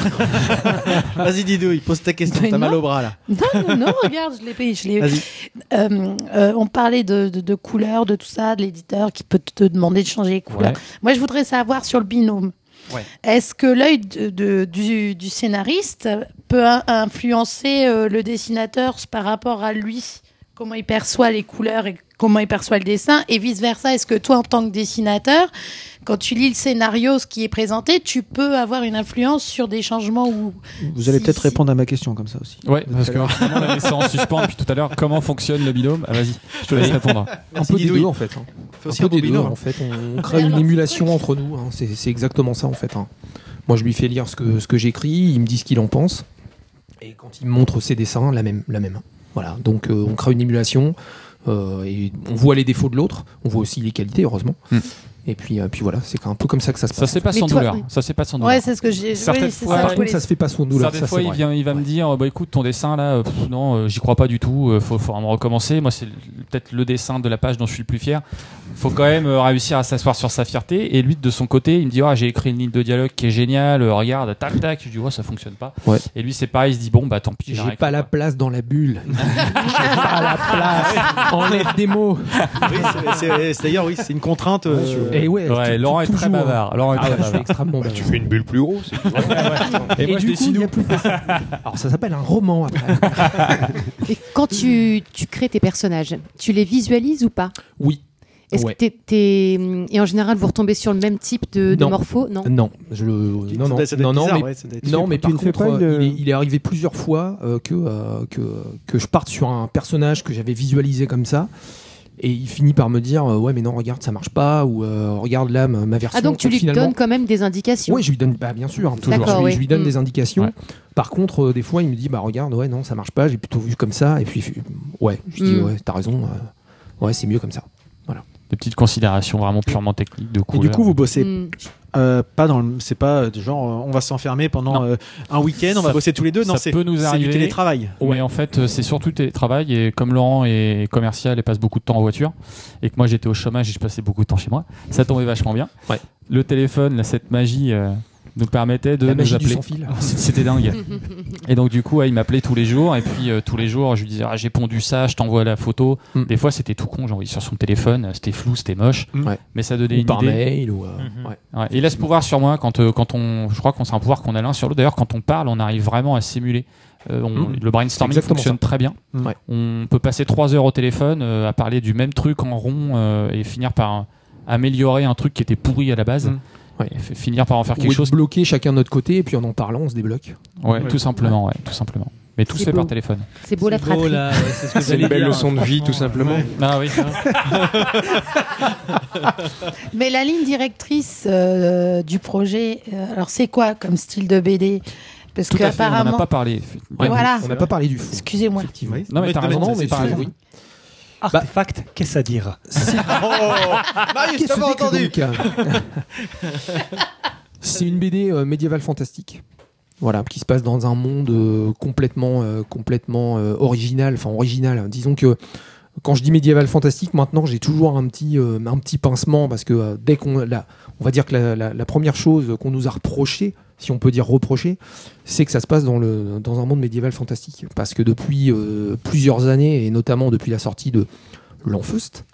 Vas-y, Didouille, pose ta question,
Mais
t'as mal
non.
au bras là.
Non, non, non, regarde, je l'ai payé. Je l'ai-
Vas-y.
Euh, euh, on parlait de, de, de couleurs, de tout ça, de l'éditeur qui peut te demander de changer les couleurs.
Ouais.
Moi, je voudrais savoir sur le binôme.
Ouais.
Est-ce que l'œil de- de- du, du scénariste peut in- influencer euh, le dessinateur par rapport à lui Comment il perçoit les couleurs et comment il perçoit le dessin Et vice-versa, est-ce que toi, en tant que dessinateur, quand tu lis le scénario, ce qui est présenté, tu peux avoir une influence sur des changements ou...
Vous allez peut-être répondre à ma question comme ça aussi.
Ouais,
Tout
parce
à
que
l'heure.
finalement, on l'a laissé en suspens depuis tout à l'heure. Comment fonctionne le binôme Ah, Vas-y, je te laisse répondre.
Un peu des deux en fait. hein.
Fais
Un
aussi
peu
un
des
bon
deux hein.
binôme.
en fait. On crée une émulation entre nous. hein. C'est c'est exactement ça en fait. hein. Moi je lui fais lire ce que, ce que j'écris, il me dit ce qu'il en pense. Et quand il me montre ses dessins, la même. La même. hein. Voilà, donc euh, on crée une émulation. euh, et on voit les défauts de l'autre, on voit aussi les qualités, heureusement. Et puis, euh, puis voilà, c'est un peu comme ça que ça se passe.
Hmm. Ça se fait pas
Mais
sans
toi-
douleur. Ça se fait pas sans
Ouais,
douleur.
c'est ce que j'ai-
Certaines
oui, c'est
fois,
ça,
Ah, Par
je
contre, ça se fait pas sans douleur.
Certaines
ça,
fois,
c'est
il,
vrai.
vient- il va me dire bah écoute, ton dessin là, euh, pff, non, euh, j'y crois pas du tout, euh, faut, faut me recommencer. Moi, c'est l- peut-être le dessin de la page dont je suis le plus fier. Faut quand même euh, réussir à s'asseoir sur sa fierté. Et lui, de son côté, il me dit ah, j'ai écrit une ligne de dialogue qui est géniale, euh, regarde, tac, tac. Je dis ouais, ça fonctionne pas.
Ouais.
Et lui, c'est pareil, il se dit bon, bah tant pis,
J'ai
j'arrête.
pas la place dans la bulle. J'ai pas la place. Enlève des mots.
Oui, c'est- c'est- c'est- d'ailleurs, oui, c'est une contrainte. euh,
Et ouais, tu- tu-
Laurent est très
toujours, hein.
bavard. Laurent est
Ah
très
ouais, je suis
bavard.
extrêmement bavard.
Bah, Tu fais une bulle plus grosse.
Et,
moi,
du
je
coup,
dessine
il y a plus facile. Alors, ça s'appelle hein. un roman après.
Et quand tu, tu crées tes personnages, tu les visualises ou pas
Oui.
Est-ce
Ouais.
que t'es- t'es- hum, Et en général, vous retombez sur le même type de, de morpho Non.
Non, je le- non, non,
doit- ça doit
non,
être
non,
bizarre,
mais,
ouais, ça doit être
non,
super.
mais
Tu
par
ne fais
contre,
pas une,
euh, il, est, il est arrivé plusieurs fois euh, que, euh, que que je parte sur un personnage que j'avais visualisé comme ça. Et il finit par me dire euh, ouais mais non regarde ça marche pas ou euh, regarde là ma, ma version euh,
Ah, donc tu lui
finalement-
donnes quand même des indications
Ouais, je lui donne, bah, bien sûr, toujours.
D'accord,
je, lui,
oui.
je lui donne
Mm.
des indications.
Ouais.
Par contre, euh, des fois, il me dit, bah regarde, ouais, non, ça marche pas, j'ai plutôt vu comme ça. Et puis, euh, ouais, je dis,
Mm.
ouais, t'as raison, euh, ouais, c'est mieux comme ça.
Des petites considérations vraiment purement techniques de
Et
couleur.
du coup, vous bossez
Mm.
euh, pas dans le. C'est pas euh, genre, euh, on va s'enfermer pendant euh, un week-end, on va
Ça-
bosser tous les deux. Non,
ça
c'est
peut nous
c'est du
arriver.
télétravail.
Mais en fait, euh, c'est surtout le télétravail. Et comme Laurent est commercial et passe beaucoup de temps en voiture, et que moi j'étais au chômage et je passais beaucoup de temps chez moi, ça tombait vachement bien.
Ouais.
Le téléphone, là, cette magie, euh, nous permettait de
La
nous
magie du
appeler.
sans fil.
C'était dingue. et donc, du coup, ouais, il m'appelait tous les jours. Et puis, euh, tous les jours, je lui disais Ah, J'ai pondu ça, je t'envoie la photo.
Mm.
Des fois, c'était tout con. J'envoyais sur son téléphone, euh, c'était flou, c'était moche.
Mm.
Ouais.
Mais ça donnait
Ou
une
par
idée.
mail ou. euh,
Mhm.
Mm-hmm.
ouais.
Ouais, et il a ce pouvoir sur moi quand, euh, quand on. Je crois qu'on c'est un pouvoir qu'on a l'un sur l'autre. D'ailleurs, quand on parle, on arrive vraiment à simuler. Euh, on-
Mm.
Le brainstorming
Exactement
fonctionne très bien.
Mm. Ouais.
On peut passer trois heures au téléphone euh, à parler du même truc en rond euh, et finir par euh, améliorer un truc qui était pourri à la base.
Mm. Ouais.
Et f- finir par en faire
Ou
quelque
être
chose.
bloqué chacun de notre côté, et puis en en parlant, on se débloque.
Ouais, tout simplement, ouais, tout simplement. Mais tout
C'est
se fait par
beau.
téléphone.
C'est beau la fratrie.
C'est une
hein,
belle leçon de vie, tout simplement.
Ah oui.
Mais la ligne directrice euh, du projet, euh, alors c'est quoi comme style de BD Parce
tout
que
à fait. On n'en
apparemment,
a pas parlé.
Ouais,
Voilà.
On n'a pas parlé du fond.
excusez-moi.
Effectivement.
Non, mais t'as raison,
non,
c'est
mais
sûr.
par exemple, oui.
Artefact, qu'est-ce à dire
Oh.
Marius,
Qu'est-ce que c'est que donc, euh, C'est une BD euh, médiévale fantastique. Voilà, qui se passe dans un monde euh, complètement, euh, complètement euh, original. Enfin, original. Disons que quand je dis médiéval fantastique, maintenant j'ai toujours un petit, euh, un petit pincement parce que euh, dès qu'on, la- on va dire que la, la- la première chose qu'on nous a reproché, si on peut dire reproché, c'est que ça se passe dans, le, dans un monde médiéval fantastique. Parce que depuis euh, plusieurs années et notamment depuis la sortie de L'Enfeust,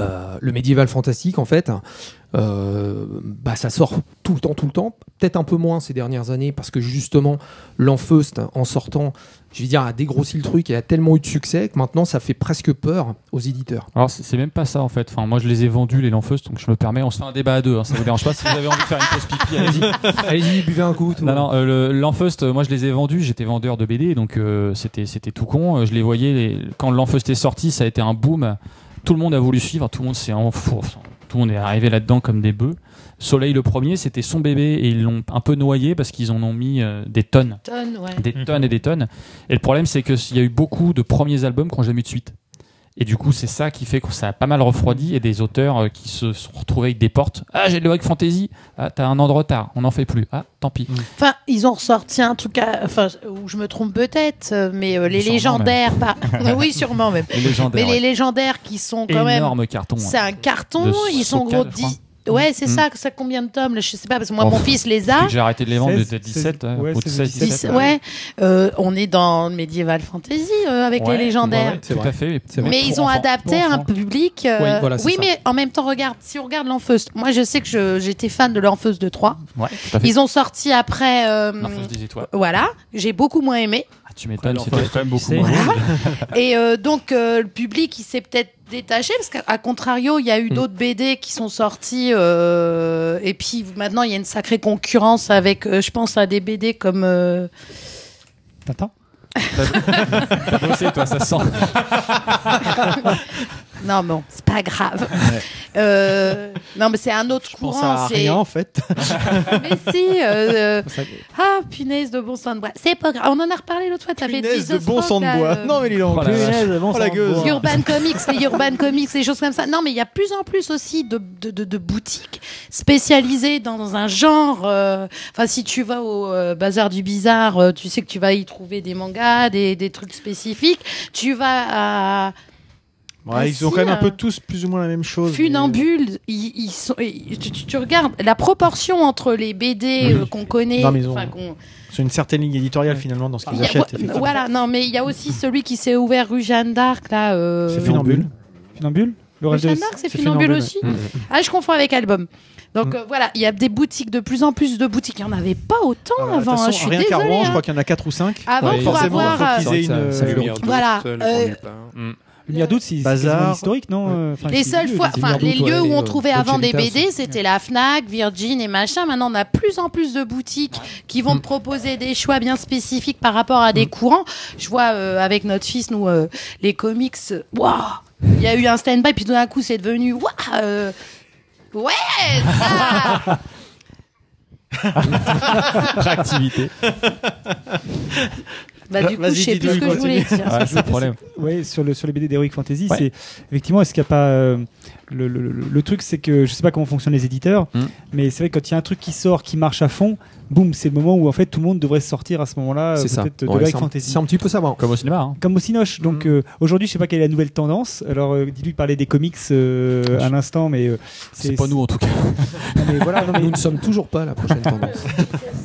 euh, le médiéval fantastique en fait, euh, bah, ça sort tout le temps, tout le temps. Peut-être un peu moins ces dernières années parce que justement, l'Enfeust, en sortant, je veux dire, a dégrossi le truc et a tellement eu de succès que maintenant, ça fait presque peur aux éditeurs.
Alors c'est c'est même pas ça en fait. Enfin moi je les ai vendus les lanfeuses donc je me permets. On se fait un débat à deux. hein, ça vous dérange pas si vous avez envie de faire une pause pipi allez-y.
Allez-y, buvez un coup.
Non, non, euh, le L'Enfeust, euh, moi je les ai vendus, j'étais vendeur de BD, donc euh, c'était c'était tout con. Euh, Je les voyais, les- quand l'Enfeust est sorti, ça a été un boom. Tout le monde a voulu suivre, tout le monde s'est en- fou- tout le monde est arrivé là-dedans comme des bœufs. Soleil le premier, c'était son bébé et ils l'ont un peu noyé parce qu'ils en ont mis euh, des tonnes,
Tonne, ouais.
des tonnes et des tonnes. Et le problème, c'est qu'il y a eu beaucoup de premiers albums qui n'ont jamais eu de suite. Et du coup, c'est ça qui fait que ça a pas mal refroidi et des auteurs euh, qui se sont retrouvés avec des portes. Ah, j'ai de l'Heroic Fantasy. Ah, t'as un an de retard. On n'en fait plus. Ah, tant pis.
Enfin, ils ont ressorti un truc, à- enfin, où je me trompe peut-être, euh, mais euh, les
Sûrement
légendaires, par- oui, sûrement même.
Les légendaires.
Mais les légendaires qui sont quand
énorme carton. hein.
même,
ouais.
c'est un carton,
De
ils sont
Sokal,
gros
je crois.
dix- Ouais, c'est
Mm.
ça, ça combien de tomes là, Je sais pas, parce que moi,
Oh,
mon fils les
Ah
a.
Depuis que J'ai arrêté de les hein. vendre,
16,
de 17 ouais,
ouais,
ou de
16,
16,
10,
17.
ouais, euh, on est dans le médiéval fantasy euh, avec
Ouais,
les légendaires.
ouais,
Tout
c'est
à
vrai.
fait.
C'est vrai.
Mais
pour
ils ont
enfants,
adapté
pour
à un
enfants.
public. euh,
Oui, voilà, c'est ça.
mais en même temps, regarde, si on regarde l'Enfeust, moi je sais que je- j'étais fan de l'Enfeust de 3.
Ouais, tout à fait.
Ils ont sorti après. euh,
L'enfance des étoiles.
voilà, j'ai beaucoup moins aimé.
Ah, tu m'étonnes,
Après,
c'était
l'enfance
quand même
du
beaucoup
lycée.
moins.
Et euh, donc, euh, le public, il s'est peut-être détaché, parce qu'à à contrario, il y a eu d'autres BD qui sont sortis. euh, et puis, maintenant, il y a une sacrée concurrence avec, euh, je pense, à des BD comme. euh,
Tintin
T'as bossé, toi, ça sent.
Non, bon, c'est pas grave.
Ouais.
Euh, non, mais c'est un autre
Je pense
courant.
à
c'est- Ah,
rien en fait.
Mais si. euh,
Ça-
Ah, punaise de bon sang de bois. C'est pas grave. On en a reparlé l'autre fois. T'avais
Punaise
dit
de
The
bon
Frog,
sang de
là,
bois.
euh,
Non mais il est en
Oh la vache.
Punaise de bon
Oh la
sang de
gueuse.
bois.
Urban Comics, les Urban Comics, les choses comme ça. Non, mais il y a plus en plus aussi de, de, de- de boutiques spécialisées dans un genre. euh, Enfin, si tu vas au euh, Bazar du Bizarre, euh, tu sais que tu vas y trouver des mangas, des, des trucs spécifiques. Tu vas à
Ouais,
Ah,
ils ont
si,
quand même un
euh.
peu tous plus ou moins la même chose.
Funambule. Ils, ils sont, ils- tu, tu- tu regardes la proportion entre les BD euh,
Oui.
qu'on connaît.
Non, mais ils ont-
enfin, qu'on-
C'est une certaine ligne éditoriale finalement dans ce qu'ils
Il y a-
achètent.
ouais,
effectivement.
voilà, non, mais il y a aussi celui qui s'est ouvert rue Jeanne d'Arc, là. euh,
C'est Funambule.
Funambule Le
Jeanne d'Arc, c'est Funambule aussi
Mm.
Ah, je confonds avec album. Donc euh, voilà, il y a des boutiques, de plus en plus de boutiques. Il n'y en avait pas autant
Ah, de toute
avant. hein,
façon,
je suis
rien
désolée.
qu'à Rouen, je
hein.
crois qu'il y en a 4 ou 5.
Avant, pour
forcément,
avoir,
il faut
euh,
qu'ils aient une.
Ça fait longtemps. Voilà, euh,
hein.
Hmm. Lumière d'août, c'est
Bazar.
Bazar... historique, non Euh, enfin,
les
c'est
seules
vieux,
fois,
c'est
enfin,
Lumière
les
d'août,
lieux
ouais,
où on
euh,
trouvait avant des
Ocellita aussi.
BD, c'était la Fnac, Virgin et machin. Maintenant, on a plus en plus de boutiques qui
Mm.
vont te proposer des choix bien spécifiques par rapport à des courants. Je vois euh, avec notre fils, nous, euh, les comics, euh, waouh, il y a eu un stand-by, puis tout d'un coup, c'est devenu waouh, euh, ouais, ça
Réactivité.
Bah, du coup, je sais plus ce que je voulais dire.
Ouais, sur le sur les BD d'Heroic Fantasy,
Ouais.
c'est effectivement est-ce qu'il n'y a pas euh, le, le- le- le truc, c'est que je sais pas comment fonctionnent les éditeurs,
Hmm.
Mm.
mais c'est vrai que quand il y a un truc qui sort, qui marche à fond, boum, c'est le moment où en fait tout le monde devrait sortir à ce moment-là. euh,
C'est ça.
peut-être, de
Ouais,
l'Heroic
c'est un-
Fantasy.
c'est un petit peu ça, Hmm. moi.
Comme au cinéma. hein.
Comme au Cinoche. Donc euh, aujourd'hui, je sais pas quelle est la nouvelle tendance. Alors, euh, dis-lui de parler des comics euh, à l'instant, mais euh,
C'est pas nous en tout cas.
Non, mais voilà, non, mais-
Nous ne sommes toujours pas la prochaine tendance.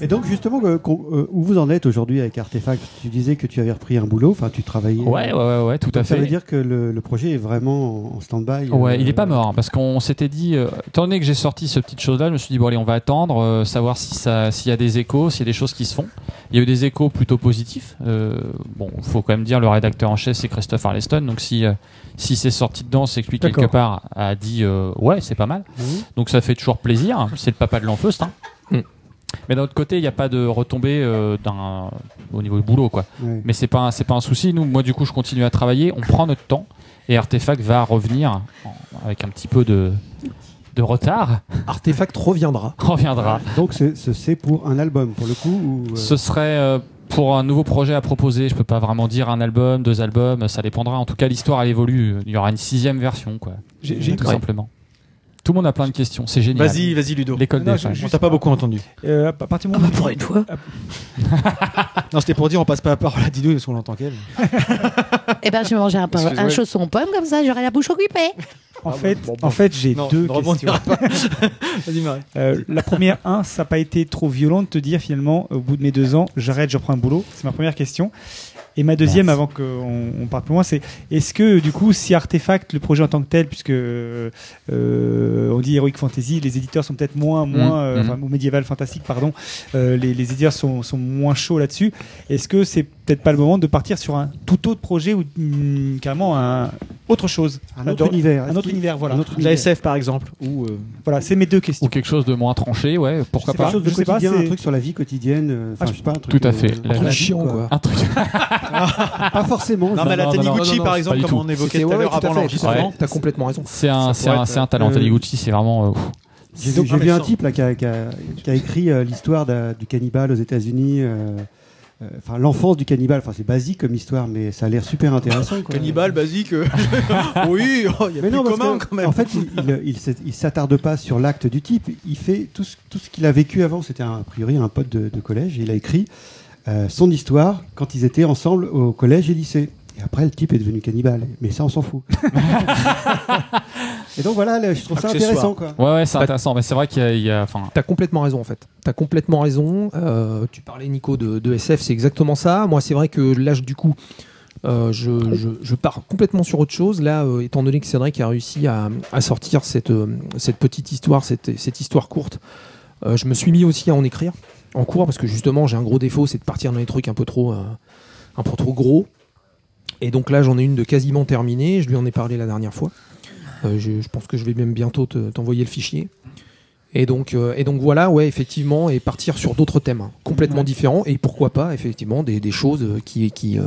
Et donc justement, euh, qu'on- euh, où vous en êtes aujourd'hui avec Artefact Tu disais que tu avais repris un boulot, enfin tu travaillais.
Ouais, ouais, ouais, ouais, tout à
Ça
fait.
veut dire que le, le projet est vraiment en- en stand-by.
Ouais,
euh,
il est pas mort hein, parce qu'on s'était dit, euh, étant donné que j'ai sorti ce petite chose là, je me suis dit bon allez on va attendre, euh, savoir si ça, s'il y a des échos, s'il y a des choses qui se font. Il y a eu des échos plutôt positifs. Euh, bon, faut quand même dire le rédacteur en chef c'est Christophe Arleston, donc si euh, si c'est sorti dedans, c'est que lui quelque
D'accord.
part a dit euh, ouais c'est pas mal. Donc ça fait toujours plaisir. C'est le papa de l'enfeust. Hein. Mais d'un autre côté, il n'y a pas de retombée euh, d'un- au niveau du boulot, quoi.
Ouais.
Mais c'est pas, un- c'est pas un souci. Nous, moi, du coup, je continue à travailler. On prend notre temps et Artefact va revenir en- avec un petit peu de, de retard.
Artefact reviendra.
Reviendra.
Donc c'est ce- c'est pour un album pour le coup. ou, euh,
Ce serait euh, pour un nouveau projet à proposer. Je peux pas vraiment dire un album, deux albums. Ça dépendra. En tout cas, l'histoire elle évolue. Il y aura une sixième version, quoi.
J'ai- j'ai une
tout
question.
simplement. Tout le monde a plein de questions. C'est génial.
Vas-y, vas-y Ludo.
L'école
Non,
des
je-
fans.
On t'a pas beaucoup entendu.
euh, à partir du moment où-
Non, c'était pour dire on passe pas la parole à Didou parce qu'on l'entend qu'elle.
Eh ben, j'ai mangé un, pain- un
Excuse-moi.
chausson pomme, comme ça, j'aurai la bouche occupée.
En fait, en fait, j'ai
Non,
deux
ne rebondira
questions.
Vas-y Marie.
Euh, la première, un, ça n'a pas été trop violent de te dire finalement, au bout de mes deux ans, j'arrête, je reprends un boulot. C'est ma première question. Et ma deuxième, avant qu'on on parte plus loin, c'est est-ce que du coup, si Artefact, le projet en tant que tel, puisque euh, on dit Heroic Fantasy, les éditeurs sont peut-être moins, moins, euh,
mhm.
enfin, ou médiéval fantastique, pardon, euh, les, les éditeurs sont, sont moins chauds là-dessus. Est-ce que c'est peut-être pas le moment de partir sur un tout autre projet ou mm, carrément un autre chose,
Un autre univers.
un autre univers, voilà.
Un autre
De la
univers.
SF par exemple. Ou euh,
Voilà, c'est mes deux questions.
Ou quelque chose de moins tranché, ouais. Pourquoi
Je sais
pas
quelque chose de
je sais pas,
quotidien, un
c'est-
truc sur la vie quotidienne. euh, Enfin,
Ah,
Ah, je sais pas, un truc,
tout à
euh,
fait.
un
La-
truc
la-
chiant,
quoi.
Un truc.
Pas forcément.
Non, mais la
non, non,
Taniguchi
non,
par
non,
pas
exemple,
du
comme
tout.
on évoquait
C'était-
tout à
ouais,
l'heure
tout à
avant
fait,
l'enregistrement.
T'as complètement raison.
C'est un,
Ça
c'est
pourrait
un,
être,
c'est un talent.
euh,
Taniguchi, c'est vraiment. euh, ouf.
J'ai
Donc,
j'ai vu
méchant.
un type là, qui, a, qui a- qui a écrit euh, l'histoire d'un- du cannibale aux États-Unis. euh, euh, Enfin, l'enfance du cannibale. Enfin, c'est basique comme histoire, mais ça a l'air super intéressant. quoi.
Cannibale basique. euh, oui, oh, il y a
Mais
plus
non, parce
commun
que,
quand même.
en fait, il, il, il s'est- il s'attarde pas sur l'acte du type. Il fait tout ce, tout ce qu'il a vécu avant. C'était un- a priori un pote de, de collège. Il a écrit euh, son histoire quand ils étaient ensemble au collège et lycée. Et après, le type est devenu cannibale. Mais ça, on s'en fout. et donc voilà, là, je trouve ça
Accessoire.
intéressant. Quoi.
Ouais, ouais, c'est
Bah-
intéressant. Mais c'est vrai qu'il y a- il y a. Enfin,
T'as complètement raison en fait. T'as complètement raison. Euh, tu parlais Nico de, de SF, c'est exactement ça. Moi, c'est vrai que l'âge du coup, euh, je, je- je pars complètement sur autre chose. Là, euh, étant donné que Cédric a réussi à, à sortir cette, euh, cette petite histoire, cette, cette histoire courte, euh, je me suis mis aussi à en écrire en cours parce que justement, j'ai un gros défaut, c'est de partir dans les trucs un peu trop, euh, un peu trop gros. Et donc là, j'en ai une de quasiment terminée. Je lui en ai parlé la dernière fois. Euh, je, je pense que je vais même bientôt te- t'envoyer le fichier. Et donc, euh, et donc voilà, ouais, effectivement, et partir sur d'autres thèmes hein, complètement différents, et pourquoi pas, effectivement, des, des choses euh, qui, qui, euh,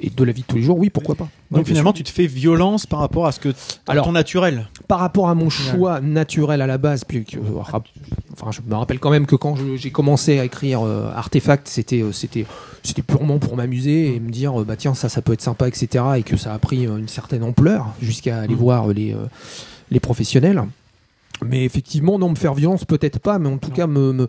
Et de la vie de tous les jours, oui, pourquoi pas.
Donc finalement, tu te fais violence par rapport à ce que alors ton naturel.
Par rapport à mon choix naturel à la base, puis que- euh, rap- enfin, je me rappelle quand même que quand je- j'ai commencé à écrire euh, Artefact, c'était euh, c'était c'était purement pour m'amuser et me dire euh, bah tiens ça ça peut être sympa etc et que ça a pris euh, une certaine ampleur jusqu'à aller voir euh, les euh, les professionnels. Mais effectivement, non, me faire violence, peut-être pas, mais en tout cas, me, me- euh,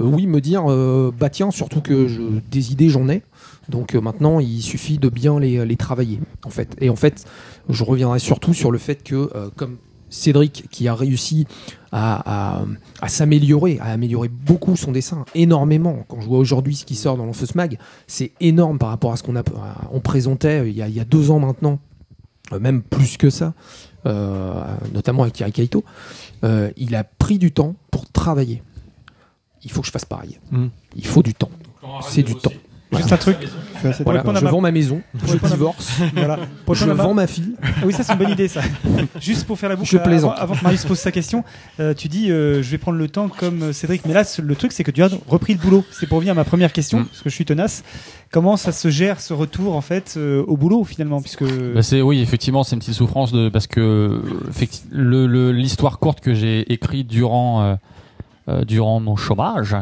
oui, me dire, euh, bah tiens, surtout que je, des idées, j'en ai. Donc euh, maintenant, il suffit de bien les, les travailler, en fait. Et en fait, je reviendrai surtout sur le fait que, euh, comme Cédric, qui a réussi à, à- à s'améliorer, à améliorer beaucoup son dessin, énormément. Quand je vois aujourd'hui ce qui sort dans l'Enfeu Mag, c'est énorme par rapport à ce qu'on a- à- on présentait euh, il y a- il y a deux ans maintenant euh, même plus que ça, euh, notamment avec Thierry Kaito, euh, il a pris du temps pour travailler. Il faut que je fasse pareil.
Hmm.
Mm.
Il faut du temps. C'est du temps.
Juste un truc. Pour
Voilà,
répondre à
je
ma-
vends ma maison,
Pour
je
répondre à ma-
divorce,
Voilà. Pour
je
répondre à ma-
vends ma fille.
Ah oui, ça c'est une bonne idée ça. Juste pour faire la boucle.
Je
avant-
plaisante.
Avant, que Marius pose sa question, euh, tu dis euh, je vais prendre le temps comme euh, Cédric. Mais là, ce- le truc c'est que tu as repris le boulot. C'est pour revenir à ma première question, parce que je suis tenace. Comment ça se gère ce retour en fait euh, au boulot finalement, puisque
Bah, c'est oui, effectivement, c'est une petite souffrance de parce que euh, effecti- le- le- l'histoire courte que j'ai écrite durant euh, euh, durant mon chômage,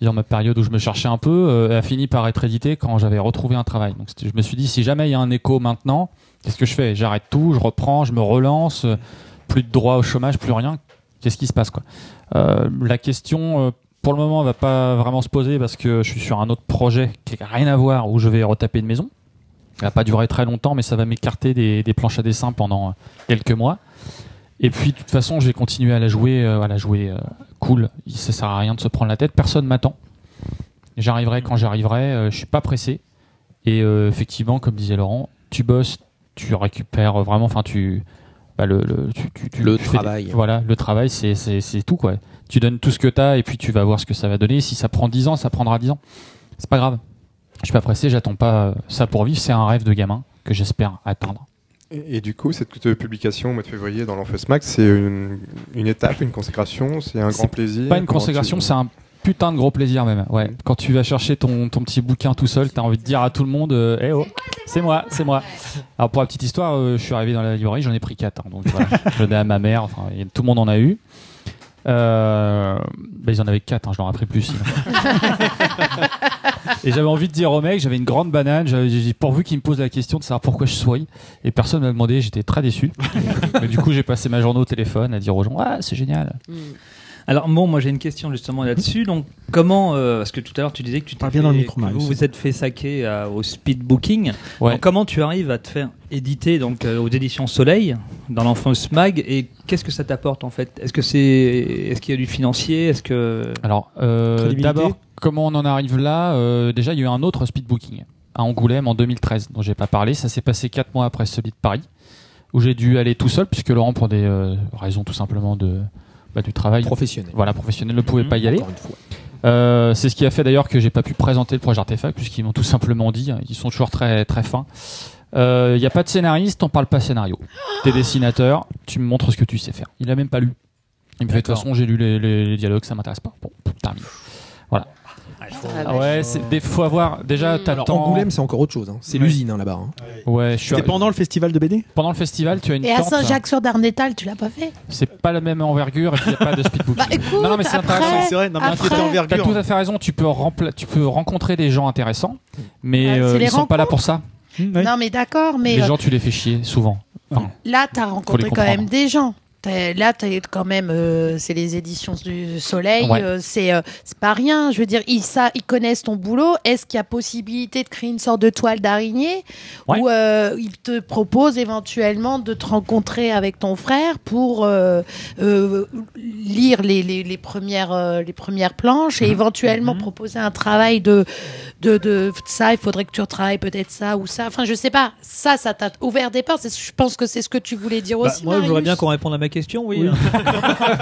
durant ma période où je me cherchais un peu, euh, a fini par être éditée quand j'avais retrouvé un travail. Donc c'était- je me suis dit si jamais il y a un écho maintenant, qu'est-ce que je fais J'arrête tout, je reprends, je me relance, euh, plus de droit au chômage, plus rien. Qu'est-ce qui se passe quoi Euh, La question. euh, pour le moment, elle va pas vraiment se poser parce que je suis sur un autre projet qui n'a rien à voir où je vais retaper une maison. Elle va pas durer très longtemps, mais ça va m'écarter des, des planches à dessin pendant euh, quelques mois. Et puis, de toute façon, je vais continuer à la jouer, euh, à la jouer euh, cool. Il- Ça sert à rien de se prendre la tête. Personne m'attend. J'arriverai quand j'arriverai. euh, je suis pas pressé. Et euh, effectivement, comme disait Laurent, tu bosses, tu récupères euh, vraiment. Enfin, tu bah, le, le- tu- tu- tu-
Le
tu fais des-
travail.
voilà, le travail, c'est- c'est c'est tout quoi. Tu donnes tout ce que tu as et puis tu vas voir ce que ça va donner. Si ça prend 10 ans, ça prendra 10 ans. C'est pas grave. Je suis pas pressé, j'attends pas euh, ça pour vivre. C'est un rêve de gamin que j'espère atteindre.
Et, et du coup, cette euh, publication au mois de février dans l'Enfeu Max, c'est une, une étape, une consécration, c'est un grand plaisir.
Pas une
Comment tu- Mm.
consécration, c'est un putain de gros plaisir même. Ouais. Quand tu vas chercher ton, ton petit bouquin tout seul, t'as envie de dire à tout le monde, euh, eh oh, c'est moi, c'est moi. Alors pour la petite histoire, euh, je suis arrivé dans la librairie, j'en ai pris quatre. hein, donc voilà, je le donnais à ma mère. Enfin, et tout le monde en a eu. Euh, bah, ils en avaient quatre, hein, je leur ai pris plus. sinon. Et j'avais envie de dire au mec, j'avais une grande banane, j'avais- j'ai pourvu qu'il me pose la question de savoir pourquoi je souris. Et personne m'a demandé, j'étais très déçu. Mais du coup, j'ai passé ma journée au téléphone à dire aux gens, ah, c'est génial.
Mm. Alors bon, moi j'ai une question justement là-dessus. Donc comment, euh, parce que tout à l'heure tu disais que tu t'es
bien
fait-
Ah, dans le micro,
que
Marius.
vous vous êtes fait saquer euh, au speed booking.
Ouais.
Donc, comment tu arrives à te faire éditer donc euh, aux éditions Soleil dans l'enfance mag et qu'est-ce que ça t'apporte en fait Est-ce que c'est, est-ce qu'il y a du financier Est-ce que
alors Euh,
Crédibilité
D'abord, comment on en arrive là Euh, Déjà, il y a eu un autre speed booking à Angoulême en 2013 dont j'ai pas parlé. Ça s'est passé quatre mois après celui de Paris où j'ai dû aller tout seul puisque Laurent, pour des euh, raisons tout simplement de bah, du travail
Professionnel.
voilà professionnel, ne pouvait
Mhm.
pas y aller.
Encore une fois.
Euh, c'est ce qui a fait d'ailleurs que j'ai pas pu présenter le projet Artefact puisqu'ils m'ont tout simplement dit, hein, ils sont toujours très très fins. Il n'y a pas de scénariste, on parle pas scénario. T'es dessinateur, tu me montres ce que tu sais faire. Il a même pas lu. Il me fait de toute
D'accord.
façon j'ai lu les, les- les dialogues, ça m'intéresse pas. Bon, terminé. Voilà. Ah ouais, c'est des faut avoir déjà
Hmm.
t'as le
Alors,
temps.
Angoulême, c'est encore autre chose. hein. C'est
Ouais.
l'usine hein, là-bas. hein.
Ouais, je suis.
C'était
pendant le festival de BD. Pendant le festival, tu as une
Et à
tente.
Saint-Jacques-sur-Darnétal, tu l'as pas fait
C'est pas la même envergure et puis il n'y a pas de speedbook. non, non, mais c'est
Bah, après,
intéressant.
C'est vrai, non, mais après.
T'as-
c'est envergure.
T'as tout à fait raison. Tu peux, rempla- tu peux rencontrer des gens intéressants, mais
Ah, c'est
euh,
les
ils sont pas là
rencontres.
pour ça.
Non, mais d'accord, mais
Mm, les
euh,
gens, tu les fais chier souvent. Enfin,
là, tu as rencontré quand
comprendre.
même des gens. T'es- Là, t'es quand même, euh, c'est les éditions du Soleil,
Ouais.
euh, c'est euh, c'est pas rien. Je veux dire, ils, ça, ils connaissent ton boulot. Est-ce qu'il y a possibilité de créer une sorte de toile d'araignée
Ouais.
où euh, ils te proposent éventuellement de te rencontrer avec ton frère pour euh, euh, lire les, les- les premières, euh, les premières planches et éventuellement proposer un travail de, de, de ça, il faudrait que tu retravailles peut-être ça ou ça. Enfin, je sais pas. Ça, ça t'a ouvert des portes. C'est- Je pense que c'est ce que tu voulais dire
Bah,
aussi.
moi, j'aurais
Marius.
bien qu'on réponde à ma question, oui.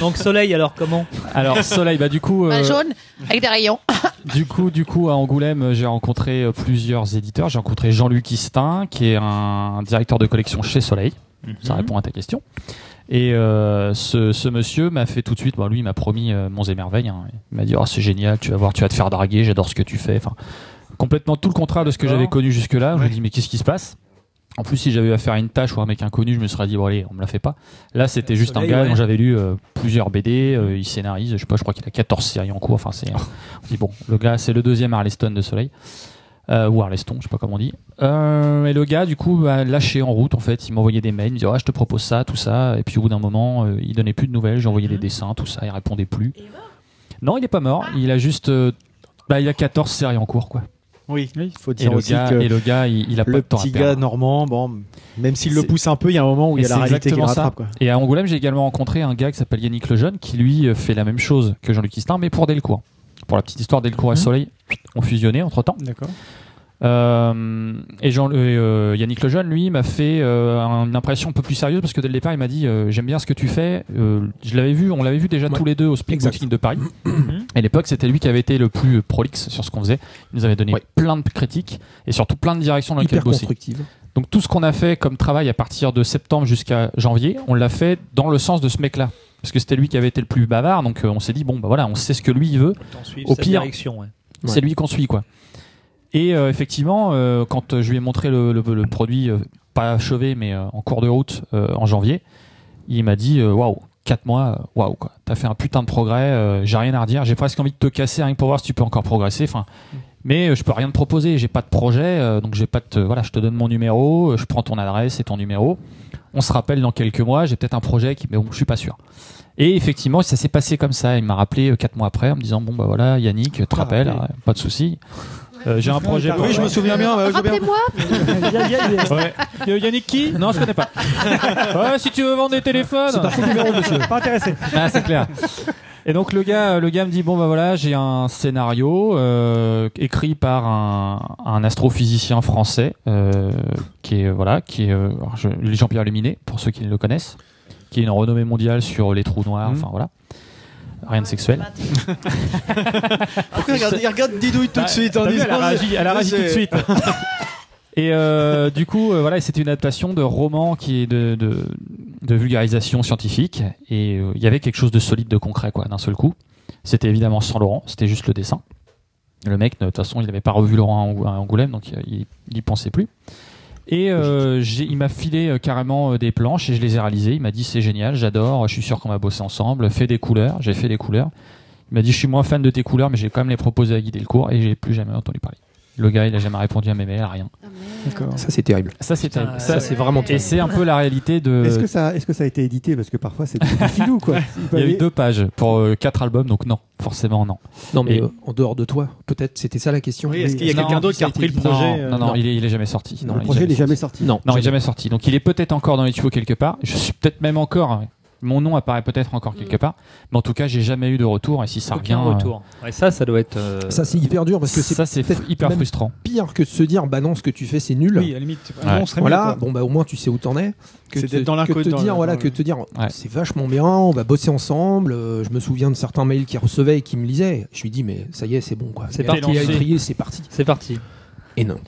Donc Soleil, alors comment
Alors Soleil, bah du coup,
Un
euh,
jaune avec des rayons.
du coup, du coup, à Angoulême, j'ai rencontré euh, plusieurs éditeurs. J'ai rencontré Jean-Luc Istin, qui est un directeur de collection chez Soleil. Ça répond à ta question. Et euh, ce, ce monsieur m'a fait tout de suite. Bon, lui, il m'a promis euh, Monts et Merveilles. hein. Il m'a dit, oh, c'est génial, tu vas voir, tu vas te faire draguer. J'adore ce que tu fais. Enfin, complètement tout le contraire de ce que j'avais connu jusque-là. Je me dis, mais qu'est-ce qui se passe En plus, si j'avais eu à faire une tâche ou un mec inconnu, je me serais dit, bon, allez, on me la fait pas. Là, c'était juste un
soleil,
gars
ouais.
dont j'avais lu euh, plusieurs BD, euh, il scénarise, je sais pas, je crois qu'il a 14 séries en cours. Enfin, c'est. on dit, bon, le gars, c'est le deuxième Arleston de Soleil. Euh, ou Arleston, je sais pas comment on dit. Euh, et le gars, du coup, m'a lâché en route, en fait. Il m'envoyait des mails, il me disait, ah, je te propose ça, tout ça. Et puis, au bout d'un moment, euh, il donnait plus de nouvelles, j'envoyais des dessins, tout ça, il répondait plus. Non, il est pas mort. Il a juste. euh, bah, il a 14 séries en cours, quoi.
Oui, il faut
Et
dire
le
aussi
gars-
que
et le gars, il- il a pas
euh, le
de temps à
petit
perdre.
gars normand, bon, même s'il le
C'est-
pousse un peu, il y a un moment où il y
Et
a la
c'est
réalité qui le
exactement ça.
rattrape. quoi.
Et à Angoulême, j'ai également rencontré un gars qui s'appelle Yannick Lejeune, qui lui euh, fait la même chose que Jean-Luc Istin, mais pour Delcourt. Pour la petite histoire, Delcourt et
Mhm.
Soleil ont fusionné entre temps.
D'accord.
et Jean, euh, euh, Yannick Lejeune, lui, m'a fait euh, une impression un peu plus sérieuse parce que dès le départ, il m'a dit euh, J'aime bien ce que tu fais. Euh, je l'avais vu, on l'avait vu déjà tous les deux au Speak Booking de Paris.
Mhm.
Et à l'époque, c'était lui qui avait été le plus prolixe sur ce qu'on faisait. Il nous avait donné plein de critiques et surtout plein de directions dans lesquelles
Hyper
bosser.
constructive.
Donc tout ce qu'on a fait comme travail à partir de septembre jusqu'à janvier, on l'a fait dans le sens de ce mec-là. Parce que c'était lui qui avait été le plus bavard, donc euh, on s'est dit, bon, bah voilà, on sait ce que lui il veut.
Autant suivre
Au
sa
pire,
direction, ouais.
c'est
Ouais.
lui qu'on suit, quoi. Et euh, effectivement, euh, quand euh, je lui ai montré le, le- le produit, euh, pas achevé, mais euh, en cours de route euh, en janvier, il m'a dit, euh, waouh, 4 mois, euh, waouh, quoi. T'as fait un putain de progrès, euh, j'ai rien à redire, j'ai presque envie de te casser rien que pour voir si tu peux encore progresser. Enfin,
Mm.
mais euh, je peux rien te proposer, j'ai pas de projet, euh, donc j'ai pas de, te- voilà, je te donne mon numéro, euh, je prends ton adresse et ton numéro. On se rappelle dans quelques mois, j'ai peut-être un projet, qui, mais bon, je suis pas sûr. Et effectivement, ça s'est passé comme ça. Il m'a rappelé euh, quatre mois après en me disant bon bah voilà, Yannick,
Ah,
tu te rappelles, ouais, pas de souci. Euh, j'ai un projet. pour
Oui, je
toi.
me souviens bien.
Euh,
ouais, je veux bien.
Ouais. Euh, Yannick qui Non, je connais pas. Ouais, si tu veux vendre des téléphones. C'est
faux numéro, monsieur. Oh Pas intéressé.
Ah, c'est clair. Et donc le gars, le gars me dit bon bah voilà, j'ai un scénario euh, écrit par un, un astrophysicien français euh, qui est voilà, qui est euh, alors, je- Jean-Pierre Luminet pour ceux qui ne le connaissent, qui est une renommée mondiale sur les trous noirs,
Mmh.
Mhm.
enfin voilà. Rien de sexuel.
Pourquoi il regarde, il regarde Didouille tout de
Bah,
suite
t'as
hein, en
vu,
disant
elle a réagi, elle a réagi tout de suite. Et euh, du coup, euh, voilà, c'était une adaptation de roman qui est de, de, de vulgarisation scientifique. Et euh, il y avait quelque chose de solide, de concret, quoi, d'un seul coup. C'était évidemment sans Laurent, c'était juste le dessin. Le mec, de toute façon, il n'avait pas revu Laurent à Angou- à Angoulême, donc euh, il il y pensait plus. Et euh, j'ai- il m'a filé euh, carrément euh, des planches et je les ai réalisées. Il m'a dit c'est génial, j'adore, je suis sûr qu'on va bosser ensemble. Fais des couleurs, j'ai fait des couleurs. Il m'a dit je suis moins fan de tes couleurs, mais j'ai quand même les proposé à guider le cours et j'ai plus jamais entendu parler. Le gars, il a jamais répondu à mes mails, à rien.
Ah,
Ça, c'est terrible.
Ça, c'est terrible.
Ça, c'est vraiment
Et
terrible.
c'est un peu la réalité de.
Est-ce que, ça, est-ce que ça a été édité Parce que parfois c'est du filou quoi.
Il y a eu deux pages pour euh, quatre albums, donc non, forcément non.
Non, mais
Et-
euh, en dehors de toi, peut-être, c'était ça la question.
Oui, est-ce qu'il y a
Non,
quelqu'un d'autre qui a
ça été
repris le
dit.
projet, euh,
Non, non, non, il, est, il est jamais sorti. Non, il est
projet n'est jamais sorti.
Non, il est jamais sorti. Donc il est peut-être encore dans les tuyaux quelque part. Je suis peut-être même encore. Mon nom apparaît peut-être encore quelque part. Mais en tout cas, j'ai jamais eu de retour. Et si ça
Mm. Aucun
revient. euh,
retour. Ouais, ça, ça doit être. euh,
Ça, c'est hyper dur parce que c'est
ça, c'est
peut-être
hyper
même
frustrant.
Pire que de se dire, bah non, ce que tu fais, c'est nul.
Oui, à la limite.
Ouais.
On serait mieux,
Voilà,
quoi.
bon bah au moins tu sais où t'en es. Que
C'est
te,
d'être dans
que
l'inconnu,
te
dans le-
dire, voilà,
dans
que
le-
te dire, Oh, c'est vachement bien, on va bosser ensemble. euh, je me souviens de certains mails qu'il recevait et qu'il me lisait. Je lui dis, mais ça y est, c'est bon quoi.
C'est
Il a-
parti.
Il a étrié, c'est parti.
C'est parti.
Et non.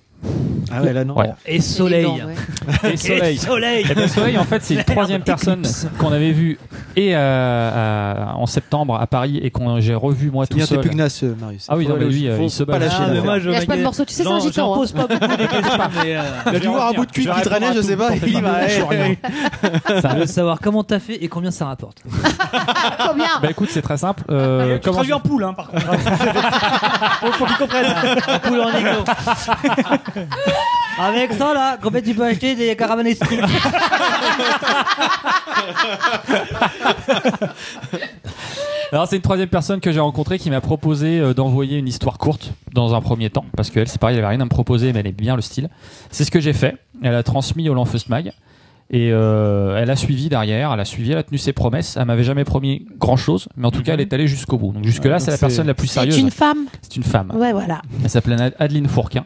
Ah ouais, là non.
Ouais.
Et soleil.
Élégant,
Et Soleil.
Et soleil.
Eh ben, Soleil, en fait, c'est une troisième personne qu'on avait vue et euh, à- en septembre à Paris et qu'on j'ai revu moi
C'est
tout
bien, t'es
seul.
pugnace, euh, Marius.
Ah oui,
Faut
non, mais
aller-
lui, euh,
faut
il se bat.
pas lâcher,
Ah,
là.
mais moi,
je
Lâche pas de morceau, tu sais, c'est un
J'en-
gitan.
J'en
hein.
pose pas beaucoup des questions, mais. euh,
Il a dû voir un bout de cul
Je vais
qui traînait,
répondre
je
à
sais
tout,
pas.
t'en fais
Il
pas.
va.
Je suis rien.
Ça veut savoir comment t'as fait et combien ça rapporte.
Combien
Bah écoute, c'est très simple. Euh,
Tu
comment
traduis en poule, hein, par contre. Faut qu'ils comprennent.
Un poule en égo. Avec ça là, combien tu peux acheter des caravanes estriques
Alors c'est une troisième personne que j'ai rencontrée qui m'a proposé euh, d'envoyer une histoire courte dans un premier temps parce qu'elle c'est pareil elle avait rien à me proposer mais elle est bien le style. C'est ce que j'ai fait. Elle a transmis au Lanfeust Mag et euh, elle a suivi derrière, elle a suivi, elle a tenu ses promesses. Elle m'avait jamais promis grand chose mais en tout cas elle est allée jusqu'au bout. Donc jusque là
Ouais,
c'est la
donc
personne
c'est-
la plus
Mhm. C'est
sérieuse.
une femme.
C'est une femme.
Ouais, voilà.
Elle s'appelle Ad- Adeline Fourquin.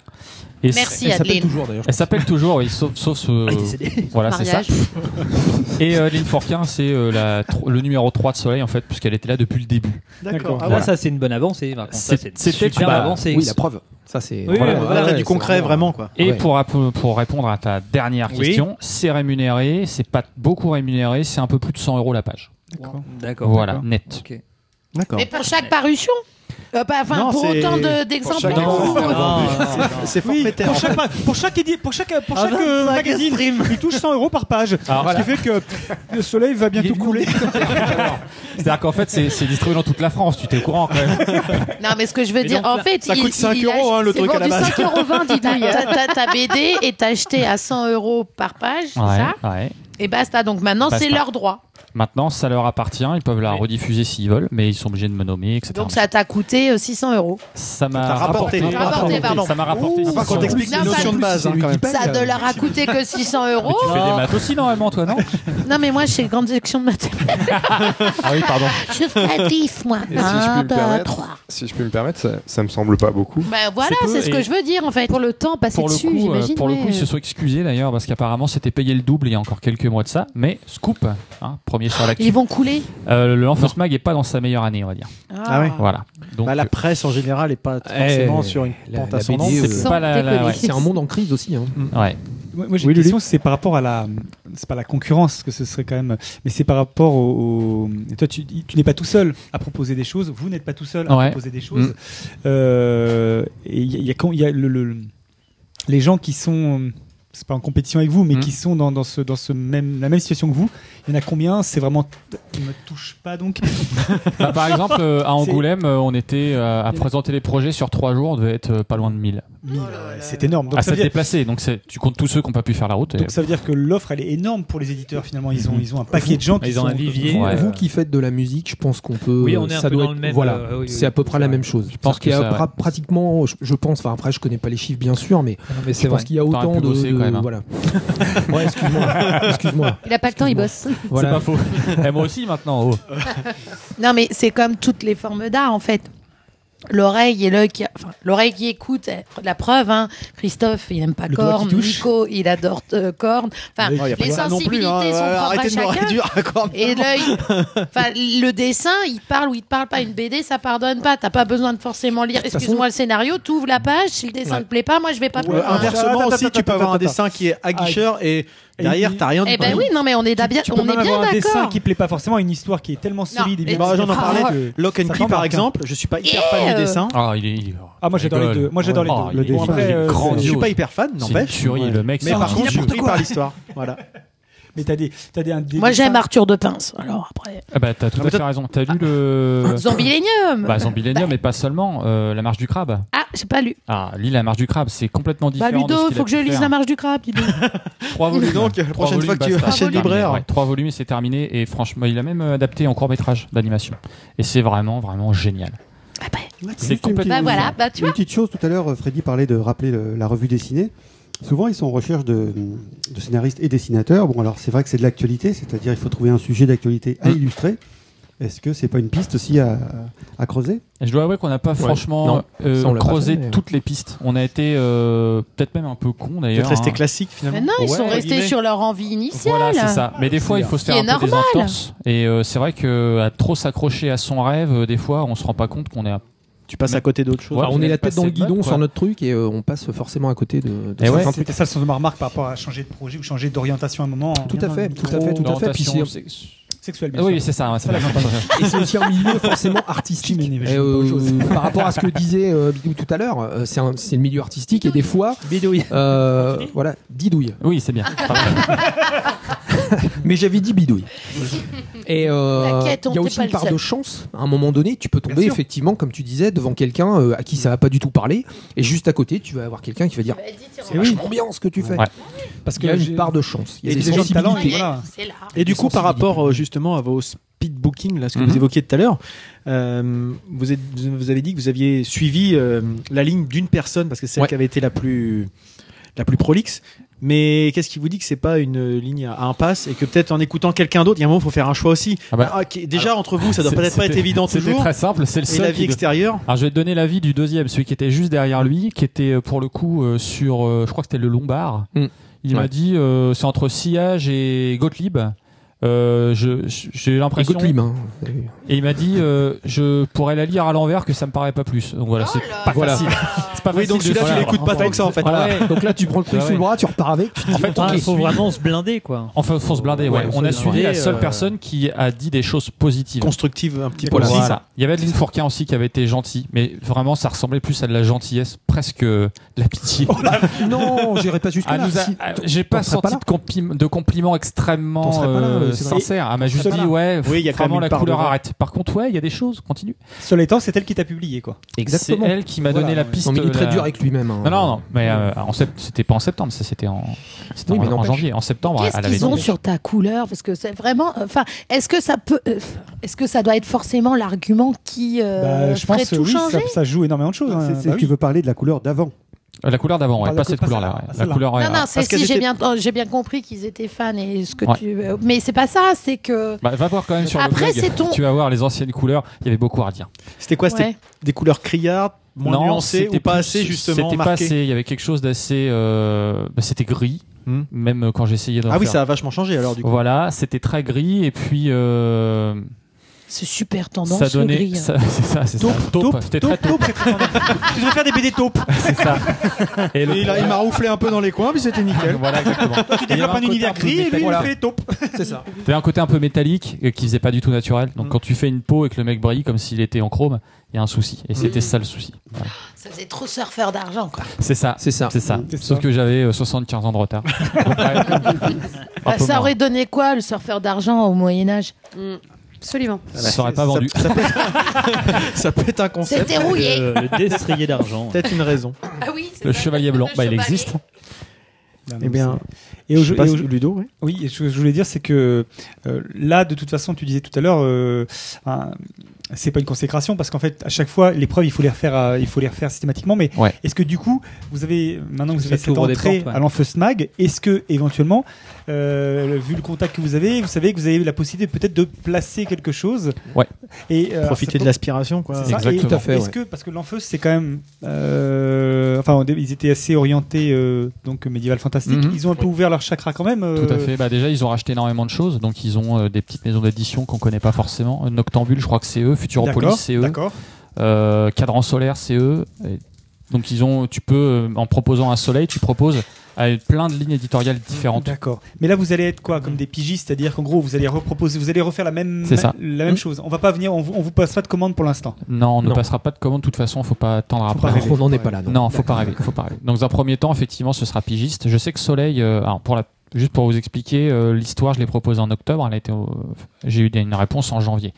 Et c-
Merci
Elle s'appelle
Adeline.
toujours d'ailleurs.
Elle s'appelle toujours, oui, sauf, sauf ce-
Ah, il est décédé.
Euh, voilà, c'est ça.
Mariage.
Et euh, Adeline Fourquin, c'est euh, la tro- le numéro 3 de Soleil, en fait, puisqu'elle était là depuis le début.
D'accord.
Ah ouais, ça c'est une bonne avancée. par contre. Ça,
C'est-
C'est
c'était-
super
bah,
avancé.
Oui, la preuve. Ça c'est.
Oui,
voilà,
oui,
ouais,
voilà,
ouais,
du
c'est
concret, vraiment quoi.
Et
Ouais.
pour, app- pour répondre à ta dernière
Oui.
question, c'est rémunéré, c'est pas beaucoup rémunéré, c'est un peu plus de 100 euros la page.
D'accord.
Voilà, net.
Ok.
D'accord.
Mais pour chaque parution Euh, bah, enfin,
Non,
pour
c'est-
autant de-
Pour
d'exemples.
chaque exemple. Non, c'est- c'est Oui, forfaitaire.
pour chaque
pa- pour chaque édi- pour chaque pour
Ah,
chaque euh,
25
magazine, il touche 100 euros par page.
Alors,
ce
voilà.
qui fait que le soleil va bientôt couler.
C'est-à-dire qu'en fait, c'est c'est distribué dans toute la France, tu t'es au courant quand même.
Non, mais ce que je veux
Mais
dire,
donc,
en fait,
ça
il-
coûte 5
il a-
euros, hein, le
c'est
truc à la
vendu
base.
5 euros 20, dis donc. T'as- t'as ta BD et t'as acheté à 100 euros par page, c'est ça
ouais.
Et basta. Donc maintenant,
Basta.
c'est leur droit.
Maintenant, ça leur appartient, ils peuvent la rediffuser s'ils veulent, mais ils sont obligés de me nommer, etc.
Donc ça t'a coûté euh, 600 euros.
Ça m'a
t'a
rapporté.
rapporté. Rapporté, pardon.
Ça m'a rapporté.
Ouh. Par contre,
t'expliques les notions de base, hein, quand même.
Ça ne leur a coûté que 600 euros.
Tu
Oh
fais des maths aussi normalement, toi, non
Non, mais moi, je suis grande section de mathématiques.
Ah oui, pardon.
Je fais la diff, moi.
Et si, je
Un,
puis me
deux,
permettre,
trois.
si je puis me permettre, ça, ça me semble pas beaucoup.
Bah voilà,
C'est peu,
c'est ce que
et-
je veux dire en fait. Pour le temps passé
Pour le, coup, euh, pour le coup, ils se sont excusés d'ailleurs parce qu'apparemment c'était payé le double il y a encore quelques mois de ça. Mais scoop, hein, premier sur l'actu.
Ils vont couler.
Euh, le Lanfos Mag est pas dans sa meilleure année, on va dire.
Ah ouais.
Voilà. Donc euh,
Bah, la presse en général n'est pas forcément
eh,
sur une
la-
pente
la
ascendante.
BD, C'est euh, pas la- la- déconner. ouais.
E, C'est un monde en crise aussi. hein.
Ouais.
Mm. Moi, moi, j'ai
Oui,
une
Lulu.
question, c'est par rapport à la. C'est pas la concurrence, que ce serait quand même. Mais c'est par rapport au. au- Toi, tu, tu n'es pas tout seul à proposer des choses, vous n'êtes pas tout seul à
Ouais.
proposer des choses.
Mm.
Euh, et il y a, il y a quand- il y a le, le- le- les gens qui sont. euh, C'est pas en compétition avec vous,
Mm.
mais qui sont dans, dans, ce, dans ce même, la même situation que vous. Il y en a combien C'est vraiment. On me touche pas donc.
Bah, par exemple, euh, à
C'est-
Angoulême, euh, on était euh, à présenter les projets sur trois jours, on devait être euh, pas loin de Ah, 1000.
C'est énorme. Donc,
à
ça veut
s'être
dire-
déplacé, donc c'est- tu comptes tous ceux qui n'ont pas pu faire la route. et-
Donc ça veut dire que l'offre elle est énorme pour les éditeurs finalement. Ils ont ils ont un paquet de gens qui
Vous,
sont
euh,
Ouais.
vous qui faites de la musique, je pense qu'on peut.
Oui, on est un
ça
peu
doit
dans
être-
le même,
Voilà,
euh, oui, oui,
c'est à peu près la même chose. Je
pense
qu'il y a
que ça,
pra-
ouais.
pratiquement, je, je pense. Enfin après, je connais pas les chiffres bien sûr, mais,
Non, mais c'est
je pense
vrai.
qu'il y a
T'aurais
autant
pu
de.
bosser,
de-
quand même, hein.
Voilà. ouais, excuse-moi. Excuse-moi.
euh, Il a pas le temps, il bosse.
Voilà.
C'est pas faux. Eh, moi aussi maintenant. oh.
Non, mais c'est comme toutes les formes d'art, en fait. L'oreille et l'œil qui, enfin, l'oreille qui écoute, eh, la preuve, hein, Christophe, il aime pas
Le doigt
Korn,
qui touche.
Nico, il adore euh, Korn. Enfin,
Oui, il y a pas
les
de ça non
sensibilités
plus, hein.
sont
Euh,
propres à
arrêtez de me
chacun.
réduire à Korn.
et l'œil, enfin, le dessin, il parle ou il te parle pas. Une BD, ça pardonne pas. T'as pas besoin de forcément lire.
toute façon-
Excuse-moi le scénario, t'ouvres la page. Si le dessin
Ouais.
te plaît pas, moi je vais pas.
Ou,
plus
euh,
loin.
inversement aussi, tu peux avoir un dessin qui est aguicheur Ah, et derrière, t'as rien de
Eh ben oui, non mais on est da- bien,
Tu peux
on est
même
bien
avoir un dessin
d'accord.
qui plaît pas forcément, une histoire qui est tellement solide. et
mais-
bien
Bah,
j'en en
Ah,
parlais
ouais.
de Lock and
Ça
Key par
t'embarque,
exemple.
hein.
Je suis pas
Et
hyper fan
euh,
du dessin.
Ah, il est. il-
Ah, moi, j'adore
rigole.
les deux. Moi, j'adore les
Ah,
deux.
il est-
Bon, après,
il est
euh,
grandiose.
je suis pas hyper
fan,
C'est une
n'empêche.
tuerie, le mec.
Mais
c'est
par
un
contre, je suis
n'importe
pris
quoi.
par l'histoire. Voilà.
Mais t'as des, t'as des, un- des
Moi
dessins-
j'aime Arthur de Pince. Alors après,
Ah bah t'as tout à fait raison. T'as
Ah.
lu le.
Zombielenium.
Bah Zombielenium, mais pas seulement. euh, la marche du crabe.
Ah, j'ai pas lu.
Ah, lis la marche du crabe, c'est complètement
Bah
différent. de ce
Ludo,
qu'il
faut
a
que je
pu
lise
faire.
La Marche du Crabe, dis donc.
Trois volumes.
donc,
Trois
prochaine fois que tu
volumes,
vas
basta.
chez le
C'est terminé,
libraire.
ouais. Trois volumes et c'est terminé. Et franchement, il a même euh, adapté en court métrage d'animation. Et c'est vraiment, vraiment génial. C'est
Juste une
complètement.
petite-
Bah voilà, bah tu
Une petite chose, tout à l'heure, Freddy parlait de rappeler le- la revue dessinée. Souvent, ils sont en recherche de, de scénaristes et dessinateurs. Bon, alors c'est vrai que c'est de l'actualité, c'est-à-dire il faut trouver un sujet d'actualité à illustrer. Est-ce que c'est pas une piste aussi à, à creuser
Et je dois avouer qu'on n'a pas franchement
Non.
euh,
Ça, on l'a pas
creusé
fait, mais-
toutes les pistes. On a été euh, peut-être même un peu con d'ailleurs.
Peut-être resté
hein.
classique, finalement.
Mais non, ils
Ouais,
sont
entre
restés
guillemets.
sur leur envie initiale.
Voilà, c'est ça. Mais des fois, il faut se
Ce qui
faire un
est
peu des
normal.
entorses. Et euh, c'est vrai que à trop s'accrocher à son rêve, euh, des fois, on se rend pas compte qu'on est. à-
Tu passes à côté d'autres
Ouais,
Enfin, on
tu
est
laisses
la tête dans le
passer le
guidon
bob,
sur
quoi.
notre truc et euh, on passe forcément à côté de.
Eh
de
C'était
ça.
ça, C'était ça le sens de ma remarque par rapport à changer de projet ou changer d'orientation à un moment.
Tout à fait, tout à fait, tout à fait. Puis c'est-
Sexuel, bien
Ah oui,
sûr.
c'est ça. ouais, c'est pas-
Et c'est aussi un milieu forcément artistique. Et, euh, par rapport à ce que disait euh, Bidou tout à l'heure, euh, c'est un- c'est le milieu artistique et des fois. euh,
Bidouille.
voilà, didouille.
Oui, c'est bien.
Mais j'avais dit bidouille. Et euh,
T'inquiète, on
il y a
t'est
aussi
pas
une
le
part
seul.
de chance. À un moment donné, tu peux tomber
sûr.
effectivement, comme tu disais, devant quelqu'un euh, à qui ça va pas du tout parler. Et juste à côté, tu vas avoir quelqu'un qui va dire
Bah,
C'est
oui.
vachement bien ce que tu fais.
Ouais.
Parce qu'il y a
que j'ai-
une part de chance. Il y a
Et
des,
des gens de talent,
sensibilités.
voilà. Et du
Des
coup, par rapport euh, justement à vos speed booking, là, ce que vous évoquiez tout à l'heure, euh, vous, êtes- vous avez dit que vous aviez suivi euh, la ligne d'une personne parce que c'est celle
Ouais.
qui avait été la plus, la plus prolixe. Mais qu'est-ce qui vous dit que c'est pas une ligne à impasse et que peut-être en écoutant quelqu'un d'autre, il y a un moment, il faut faire un choix aussi. Ah, ok, déjà entre vous, ça doit
C'est-
peut-être pas être
c'était-
évident
C'était
toujours.
très simple, c'est le
Et
seul.
la vie
qui de-
extérieure.
Alors je vais te donner l'avis du deuxième, celui qui était juste derrière lui, qui était euh, pour le coup euh, sur, euh, je crois que c'était le Lombard.
Mm.
Il
Ouais.
m'a dit, euh, c'est entre Sillage et Gottlieb. Euh, je- je- j'ai eu l'impression.
Écoute Lim, hein.
Et il m'a dit, euh, je pourrais la lire à l'envers que ça me paraît pas plus. Donc voilà, c'est pas
Voilà.
facile. C'est pas
Oui,
facile
donc
de
celui-là,
se
tu
faire.
l'écoutes pas tant que ça, en fait.
Voilà.
Voilà. Donc là, tu prends le truc
Ah
sous le
ouais.
bras, tu repars avec, tu te dis,
En fait,
ok.
il Ah, faut
suivi.
vraiment se blinder,
Oh,
quoi.
Enfin, faut se blinder, ouais.
Ouais,
on
faut
a
se
suivi
blinder,
la seule
euh,
personne qui a dit des choses positives.
Constructives, un petit peu.
Voilà,
Voilà.
c'est ça. Il y avait Adeline Fourquin aussi qui avait été gentille, mais vraiment, ça ressemblait plus à de la gentillesse, presque euh, de la pitié.
Non, j'irai pas jusque-là.
Elle
Ah,
nous a-
Si-
euh, J'ai pas
t'en serais
senti
là.
de, compli- de compliments
T'en
extrêmement
serais pas là,
euh,
euh, c'est vrai.
sincères.
Ah,
Elle m'a
T'en
juste
serais
dit,
pas là.
ouais,
Oui, il y a quand
vraiment
même une
la
part de
couleur
vrai.
arrête. Par contre, ouais, il y a des choses, continue.
Seul étant, c'est elle qui t'a publié, quoi.
C'est elle qui m'a donné la piste.
Non, mais il est très
euh,
la-
dur avec lui-même, hein.
Non, non, non. Mais euh, en sept- c'était pas en septembre, ça c'était en, c'était
Oui,
en-
mais
en
n'empêche.
janvier. En septembre,
Qu'est-ce
elle avait
qu'ils ont
dit-
sur ta couleur Parce que c'est vraiment. euh, Enfin, est-ce que ça peut. euh, Est-ce que ça doit être forcément l'argument qui euh,
Bah, je pense
ferait
que
tout
oui, ça,
changer
ça joue énormément de choses. hein.
Ah, C'est- c'est-
Bah oui.
Tu veux parler de la couleur d'avant
Euh, La couleur d'avant, ouais,
Ah,
pas
la
cette
cou- pas
couleur-là.
celle-là,
ouais. La
celle-là.
couleur. ouais,
Non, non,
ouais.
c'est- si, j'ai bien, oh, j'ai bien compris qu'ils étaient fans et ce que
Ouais.
tu. euh, Mais c'est pas ça, c'est que.
Bah, va voir quand même sur
Après,
le blog.
c'est ton-
Tu vas voir les anciennes couleurs. Il y avait beaucoup à dire.
C'était quoi C'était
Ouais.
des couleurs criardes, moins
non,
nuancées
c'était
ou pas
plus-
assez justement
C'était pas
marquées
assez. Il y avait quelque chose d'assez. euh, bah, c'était gris.
Hmm.
Même quand j'essayais d'en
Ah oui,
faire.
ça a vachement changé alors du coup.
Voilà, c'était très gris et puis euh,
C'est super tendance.
ça donnait.
le gris, hein.
ça- C'est ça, c'est ça. Taupe, c'était très taupe.
Je vais faire des BD taupes.
C'est ça. Et le-
Et il a- il m'a rouflé un peu dans les coins, puis c'était nickel.
Voilà, exactement. Il
Tu
y avait
développes un
côté
univers
peu
gris et lui, il
métallique.
fait taupe.
C'est ça.
T'avais un côté un peu métallique euh, qui faisait pas du tout naturel.
Hmm.
Donc quand tu fais une peau et que le mec brille comme s'il était en chrome, il y a un souci.
Hmm.
Et c'était ça le souci. Voilà.
Ça faisait trop surfeur d'argent, quoi.
C'est ça.
C'est ça.
C'est ça.
C'est ça.
Sauf que j'avais euh, 75 ans de retard. Donc, ouais. Un
Bah,
peu
ça
marrant.
aurait donné quoi, le surfeur d'argent au Moyen-Âge
Absolument.
Ça aurait pas vendu.
Ça, ça peut être un concept. Euh,
C'était rouillé.
Le, le destrier d'argent.
Peut-être une raison.
Ah oui,
Le chevalier blanc, bah, il existe.
Non,
Eh
mais
bien,
c'est- et au-
je passe
et au-
Ludo, oui.
Oui, et ce que je voulais dire, c'est que euh, là, de toute façon, tu disais tout à l'heure, euh, un- c'est pas une consécration parce qu'en fait, à chaque fois, les preuves, il faut les refaire, à- il faut les refaire systématiquement. Mais
Ouais.
est-ce que du coup, vous avez maintenant que vous
Ça
avez cette
t'ouvre des
entrée
portes, ouais.
à l'Enfeusmag, est-ce que éventuellement, euh, vu le contact que vous avez, vous savez que vous avez la possibilité peut-être de placer quelque chose.
Ouais.
Et euh,
Profiter
ça-
de l'aspiration, quoi.
c'est ça.
Exactement.
Et
Tout à
fait,
Est-ce
ouais.
que parce que l'enfeu c'est quand même, euh, enfin, au début, ils étaient assez orientés euh, donc médiéval fantastique.
Mhm.
Ils ont un peu ouvert leur chakra quand même.
Tout à
euh,
fait. Bah, déjà, ils ont racheté énormément de choses. Donc, ils ont euh, des petites maisons d'édition qu'on connaît pas forcément. Euh, Noctambule, je crois que c'est eux. Futuropolis,
D'accord,
c'est eux.
D'accord.
Euh, cadran solaire, c'est eux. Et donc, ils ont, tu peux, euh, en proposant un soleil, tu proposes euh, plein de lignes éditoriales différentes.
D'accord. Mais là, vous allez être quoi Comme des pigistes, c'est-à-dire qu'en gros, vous allez reproposer, vous allez refaire la même,
C'est ça.
La même
Mhm.
chose. On va pas venir, on vous, on vous passe pas de commande pour l'instant.
Non, on ne
Non.
passera pas de commande. De toute façon, faut pas attendre
Faut
après.
pas rêver.
On n'en est pas là. non.
Non, faut pas rêver, faut pas rêver. Donc dans un premier temps, effectivement, ce sera pigiste. Je sais que Soleil, euh, alors pour la, juste pour vous expliquer euh, l'histoire, je l'ai proposée en octobre. Elle a été, au- j'ai eu des- une réponse en janvier.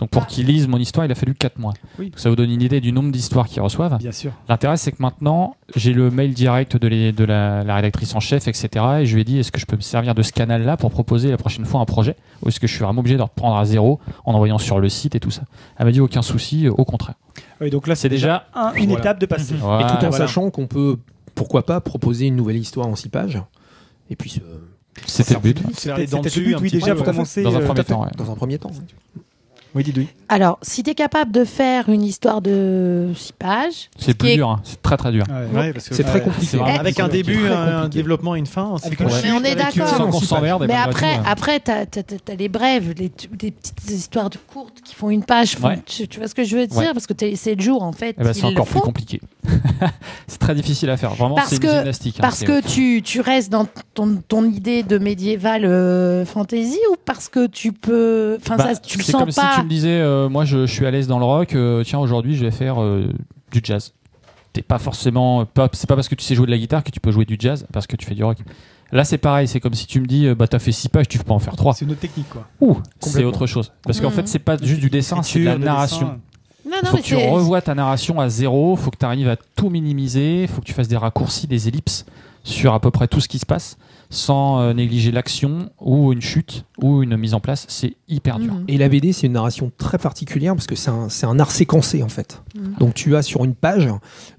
Donc pour qu'ils lisent mon histoire, il a fallu 4 mois.
Ah. Oui.
Ça vous donne une idée du nombre d'histoires qu'ils reçoivent.
Bien sûr.
L'intérêt, c'est que maintenant, j'ai le mail direct de, les- de la, la rédactrice en chef, etc. Et je lui ai dit, est-ce que je peux me servir de ce canal-là pour proposer la prochaine fois un projet Ou est-ce que je suis vraiment obligé de reprendre à zéro en envoyant sur le site et tout ça Elle m'a dit, aucun souci, euh, au contraire.
Oui, donc là,
C'est déjà...
un- une
Voilà.
étape de passer.
Et
Voilà. Mhm.
tout en
voilà.
sachant qu'on peut, pourquoi pas, proposer une nouvelle histoire en six pages. Et puis, euh,
C'était le but.
Faire
C'était
les dents
c'était le
dessus,
but,
un
oui,
petit
déjà
peu,
pour
ouais.
commencer.
Dans un
euh,
premier
tout à
temps, ouais.
dans un premier temps.
Oui, dis oui.
Alors, si t'es capable de faire une histoire de 6 pages,
C'est
qui est-
plus dur, hein. c'est très très dur.
fait. Ouais.
Ouais, parce que-
C'est très
Ouais.
compliqué.
C'est vraiment-
Avec un début,
Très
un
compliqué.
développement et une fin. c'est
Avec
con-
un
mais on est
avec, euh,
d'accord.
Sans qu'on s'emmerde. et
Mais
malgré
après,
tout, euh,
après, t'as t'as- t'as- t'as les brèves, les, tu- des petites histoires de courtes qui font une page. font-
Ouais.
tu, tu vois ce que je veux dire
Ouais.
Parce que t'es- c'est le jour en fait.
eh ben, c'est
ils le
encore plus
font.
compliqué. c'est très difficile à faire. Vraiment,
Parce
c'est une
que-
gymnastique. hein,
Parce
c'est-
que tu, tu restes dans ton, ton idée de médiéval euh, fantasy ou parce que tu peux. Enfin,
Bah,
ça, tu le
c'est
sens
comme
pas.
si tu me disais, euh, moi je, je suis à l'aise dans le rock, euh, tiens, aujourd'hui je vais faire euh, du jazz. T'es pas forcément pop, c'est pas parce que tu sais jouer de la guitare que tu peux jouer du jazz parce que tu fais du rock. Là, c'est pareil, c'est comme si tu me dis, euh, bah t'as fait 6 pages, tu peux pas en faire 3.
C'est une autre technique, quoi.
Ouh, c'est autre chose. Parce qu'en
Mhm.
fait, c'est pas juste du dessin, c'est de la
Écriture, de
narration.
dessin.
Non, non,
faut
mais
que tu
c'est-
revoies ta narration à zéro, faut que tu arrives à tout minimiser, faut que tu fasses des raccourcis, des ellipses sur à peu près tout ce qui se passe, sans euh, négliger l'action ou une chute ou une mise en place. C'est hyper dur.
Mhm.
Et la BD, c'est une narration très particulière parce que c'est un, c'est un art séquencé en fait. Donc tu as sur une page,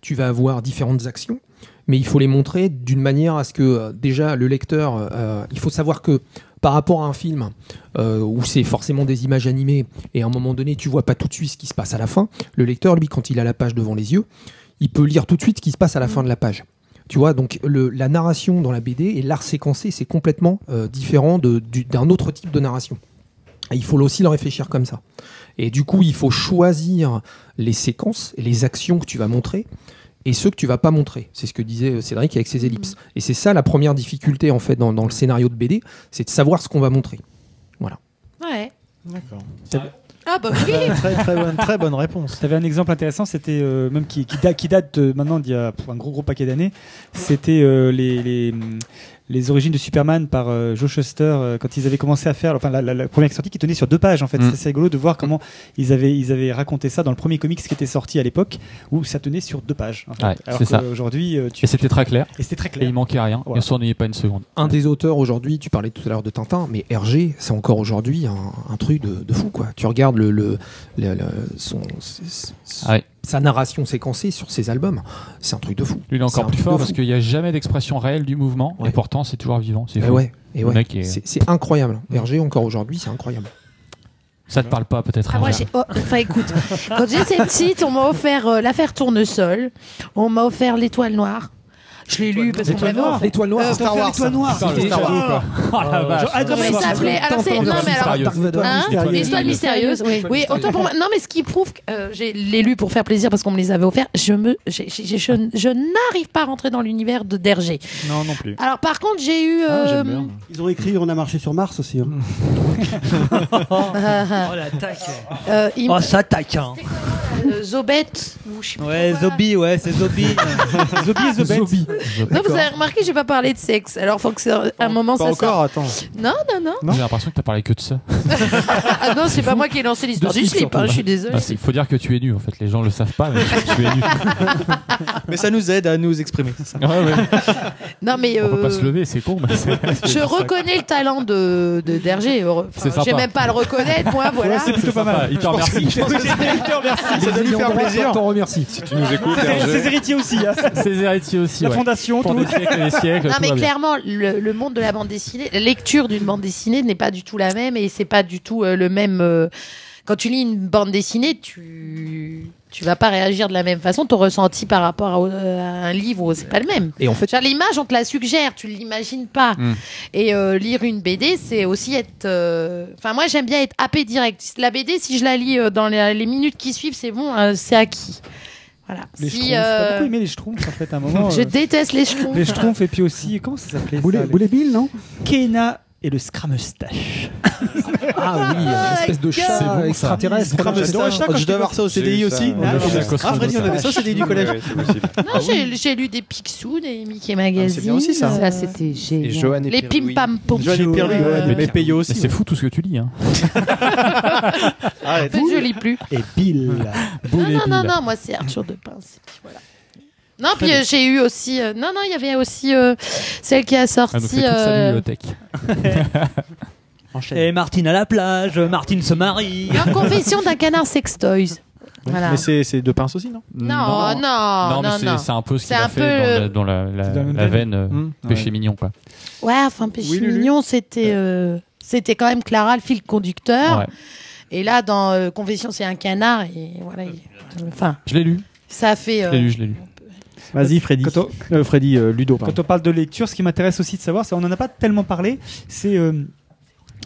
tu vas avoir différentes actions, mais il faut les montrer d'une manière à ce que euh, déjà le lecteur, euh, il faut savoir que par rapport à un film euh, où c'est forcément des images animées et à un moment donné tu vois pas tout de suite ce qui se passe à la fin, le lecteur lui quand il a la page devant les yeux, il peut lire tout de suite ce qui se passe à la fin de la page. Tu vois, donc le- la narration dans la BD et l'art séquencé, c'est complètement euh, différent de- du- d'un autre type de narration. Et il faut aussi le réfléchir comme ça. Et du coup, il faut choisir les séquences et les actions que tu vas montrer et ceux que tu vas pas montrer. C'est ce que disait euh, Cédric avec ses ellipses.
Mm-hmm.
Et c'est ça la première difficulté en fait dans, dans le scénario de BD, c'est de savoir ce qu'on va montrer. Voilà.
Ouais.
D'accord.
Ah bah oui
très, très, bonne, très bonne réponse. Tu avais un exemple intéressant, c'était euh, même qui, qui, da- qui date euh, maintenant d'il y a pff, un gros gros paquet d'années. C'était euh, les, les, hum, les origines de Superman par euh, Joe Shuster euh, quand ils avaient commencé à faire, enfin la, la- la première sortie qui tenait sur deux pages en fait.
Mm.
C'est assez rigolo de voir comment ils avaient, ils avaient raconté ça dans le premier comics qui était sorti à l'époque où ça tenait sur deux pages. en fait.
Ouais,
Alors
c'est ça.
qu'aujourd'hui, euh, tu-
Et c'était très clair.
Et c'était très clair.
Et il manquait rien. Et on s'ennuyait pas une seconde.
Un des auteurs aujourd'hui, tu parlais tout à l'heure de Tintin, mais Hergé, c'est encore aujourd'hui un, un truc de, de fou quoi. Tu regardes le, le- le- le- son, s- s-
Ouais.
sa narration séquencée sur ses albums, c'est un truc de fou.
Lui, il est
C'est un
encore plus
truc
fort
de
parce
fou.
qu'il n'y a jamais d'expression réelle du mouvement. Et pourtant, c'est toujours vivant. C'est
Eh
fou.
ouais, eh
Le
ouais.
mec est-
C'est c'est incroyable. Hergé encore aujourd'hui, c'est incroyable.
Ça te parle pas peut-être.
Ah, moi,
Angèle.
j'ai. oh, enfin, écoute, quand j'étais petite, on m'a offert euh, l'affaire Tournesol, on m'a offert l'étoile noire. Je l'ai lu parce qu'on
L'étoile
m'avait
noire.
offert.
L'étoile noire,
Euh,
Star Wars,
L'étoile
ça.
noire.
Putain,
c'était
l'étoile
Star
noire,
Wars.
quoi. Oh la
Ah,
vache.
j'aurais Comment il
Tintin,
s'appelait
Tintin,
Alors, c'est. Non,
Tintin,
mais alors.
Dark Vador,
Hein
L'étoile
L'étoile mystérieuse.
mystérieuse.
Oui, Oui, autant pour moi. Non, mais ce qui prouve que euh, j'ai les lu pour faire plaisir parce qu'on me les avait offerts, je me. j'ai- j'ai- j'ai- Je je n'arrive pas à rentrer dans l'univers de Dergé.
Non, non plus.
Alors, par contre, j'ai eu.
Ah,
euh,
j'aime bien. Ils ont écrit On a marché sur Mars aussi. hein.
Oh la taque.
euh, il-
Oh ça taque. Hein.
euh, Zobette. ou je sais plus
Ouais,
quoi.
Zobi, ouais, c'est Zobi.
Zobi et Zobette.
Non,
Ah,
vous avez remarqué, j'ai pas parlé de sexe. Alors, faut que c'est un moment ça sorte.
attends.
Non, non, non.
J'ai l'impression que t'as parlé que de ça.
Ah non, c'est pas moi qui ai lancé l'histoire du slip. hein, je suis désolée.
Bah, c'est- faut dire que tu es nu en fait. Les gens le savent pas, mais tu, tu es nu.
Mais ça nous aide à nous exprimer. c'est ça.
Non, mais
On peut pas
euh,
se lever, c'est con. mais c'est-
je reconnais le talent de, de Dergé. Heureux-
C'est
Enfin,
sympa.
J'ai même pas à le reconnaître, moi,
Ah,
voilà.
c'est plutôt pas mal. Il te remercie.
Je pense que c'est- il te remercie. Ça doit lui faire plaisir.
T'en remercie.
tu nous écoutes,
Ses
Hergé.
ses héritiers aussi. hein.
Ses héritiers aussi.
La
ouais.
fondation,
Pour
tout.
des siècles et des siècles.
Non
tout
mais
va bien.
clairement le, le monde de la bande dessinée, la lecture d'une bande dessinée n'est pas du tout la même et c'est pas du tout euh, le même. euh, quand tu lis une bande dessinée, tu tu vas pas réagir de la même façon. Ton ressenti par rapport à, euh, à un livre, c'est pas le même.
Et en fait,
Genre, l'image on te la suggère, tu l'imagines pas.
Mm.
Et euh, lire une BD, c'est aussi être. euh, Enfin moi j'aime bien être happé direct. La BD, si je la lis euh, dans les, les minutes qui suivent, c'est bon, euh, c'est acquis. Voilà.
Les
Si,
Schtroumpfs. T'as
euh,
beaucoup aimé les Schtroumpfs en fait à un moment.
je
euh,
déteste les schtroumpfs.
Les Schtroumpfs et puis aussi comment ça s'appelait
Boulet-
ça, les-
Boulet Bill, non
Kena et le Scramustache.
Ah
Oh
oui, une espèce de chat
C'est bon, ça.
extraterrestre.
Scramustache.
J'adorais ça
Oh,
quand
je
j'étais
dois avoir ça au
gosse.
CDI
J'ai eu
aussi.
ça, ouais.
Ah, Freddy, on avait ça au CDI du collège.
Non, j'ai- j'ai lu des Picsou, des Mickey Magazine.
bien aussi, ça.
Euh,
c'était génial.
Johan et
les
Pierre-Louis.
Pim Pam Pom.
Johan et Pierre-Louis, ouais,
Euh,
mais Peyo aussi,
Mais
ouais.
C'est fou tout ce que tu lis. Hein.
En fait, je lis plus.
Et Bill.
Non, non, non, non, moi c'est Arthur de Pince. et puis voilà. Non, puis euh, j'ai eu aussi. euh, non, non, il y avait aussi euh, celle qui a
Ah, donc c'est
sorti.
toute sa
euh,
bibliothèque.
Et Martine à la plage, Martine se marie.
Non, Confession d'un canard sextoys. Voilà.
Mais c'est c'est de pince aussi, non
Non, non, non,
mais c'est-
non.
c'est un peu ce
C'est
qu'il a
un
fait
peu euh,
dans,
le-
la, dans la, la-
dans la même
la
veine.
veine euh,
Mmh,
péché
ouais.
mignon. Quoi.
Ouais, enfin, Péché
Oui, Lulu.
Mignon, c'était. euh, C'était quand même Clara, le fil conducteur.
Ouais.
Et là, dans euh, Confession, c'est un canard. Et voilà, il- enfin,
Je l'ai lu.
ça a fait.
Je
euh,
l'ai lu, je l'ai lu.
Vas-y, Freddy. Euh, Freddy, euh, Ludo, pardon.
Quand on parle de lecture, ce qui m'intéresse aussi de savoir, c'est on n'en a pas tellement parlé, c'est euh,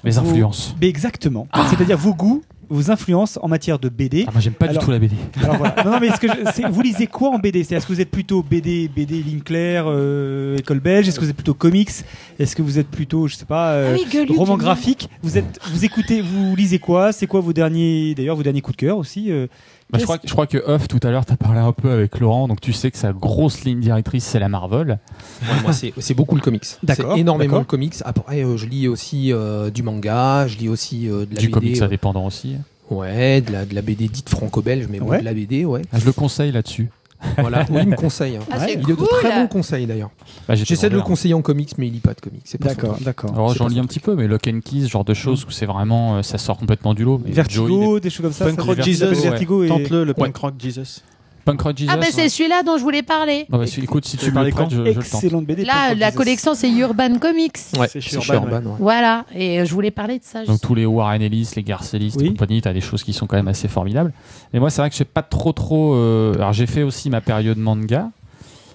Les
vos-
influences.
Mais exactement. C'est-à-dire vos goûts, vos influences en matière de BD.
Ah, moi, j'aime pas
Alors-
du tout la BD.
Alors voilà. Non, non, mais ce que je- c'est- vous lisez quoi en BD C'est est-ce que vous êtes plutôt BD, BD ligne claire, euh, école belge Est-ce que vous êtes plutôt comics Est-ce que vous êtes plutôt, je sais pas, euh,
Ah oui, Gueuluc,
roman
j'aime bien.
graphique Vous êtes, vous écoutez, vous lisez quoi C'est quoi vos derniers, d'ailleurs, vos derniers coups de cœur aussi euh,
Bah, je, crois que, je crois que Huff, tout à l'heure, t'as parlé un peu avec Laurent, donc tu sais que sa grosse ligne directrice, c'est la Marvel.
Ouais, moi, c'est c'est beaucoup le comics. C'est
D'accord,
énormément
d'accord.
le comics. Après, euh, je lis aussi euh, du manga, je lis aussi euh, de la
Du
BD.
comics
euh,
indépendant aussi.
ouais, de la, de la BD dite franco-belge, mais bon,
Ouais.
de la BD, ouais.
Ah, je le conseille là-dessus.
Voilà, oui, il me conseille. hein.
Ah, c'est
il a de
cool.
très bons conseils d'ailleurs.
Bah, j'étais
J'essaie de le
Robert.
conseiller en comics, mais il lit pas de comics. C'est pas son truc.
d'accord. Mm.
Alors
C'est
j'en
pas
lis
son
un petit peu, mais Lock and Key, ce genre de choses où c'est vraiment, euh, ça sort complètement du lot. Mais Joey,
Vertigo,
mais-
des choses comme ça.
Punk
ça,
Rock
les
Jesus,
Vertigo, Vertigo et-
tente-le, le
Ouais.
Punk Rock Jesus.
Punk Rock Jesus.
Ah, ben
ouais.
c'est celui-là dont je voulais parler.
Ah, bah, si- écoute, si
Tu
tu me
parlais
le prêtes,
quand
je, je le tente.
Excellente BD.
Là, la collection, c'est Urban Comics.
Ouais, c'est
C'est chez
chez
Urban,
Urban, ouais.
Voilà, et euh, je voulais parler de ça.
Donc
justement.
tous les Warren Ellis, les Garcelis,
Oui.
et compagnie, t'as des choses qui sont quand même assez formidables. Mais moi, c'est vrai que j'ai pas trop trop. euh, Alors j'ai fait aussi ma période manga.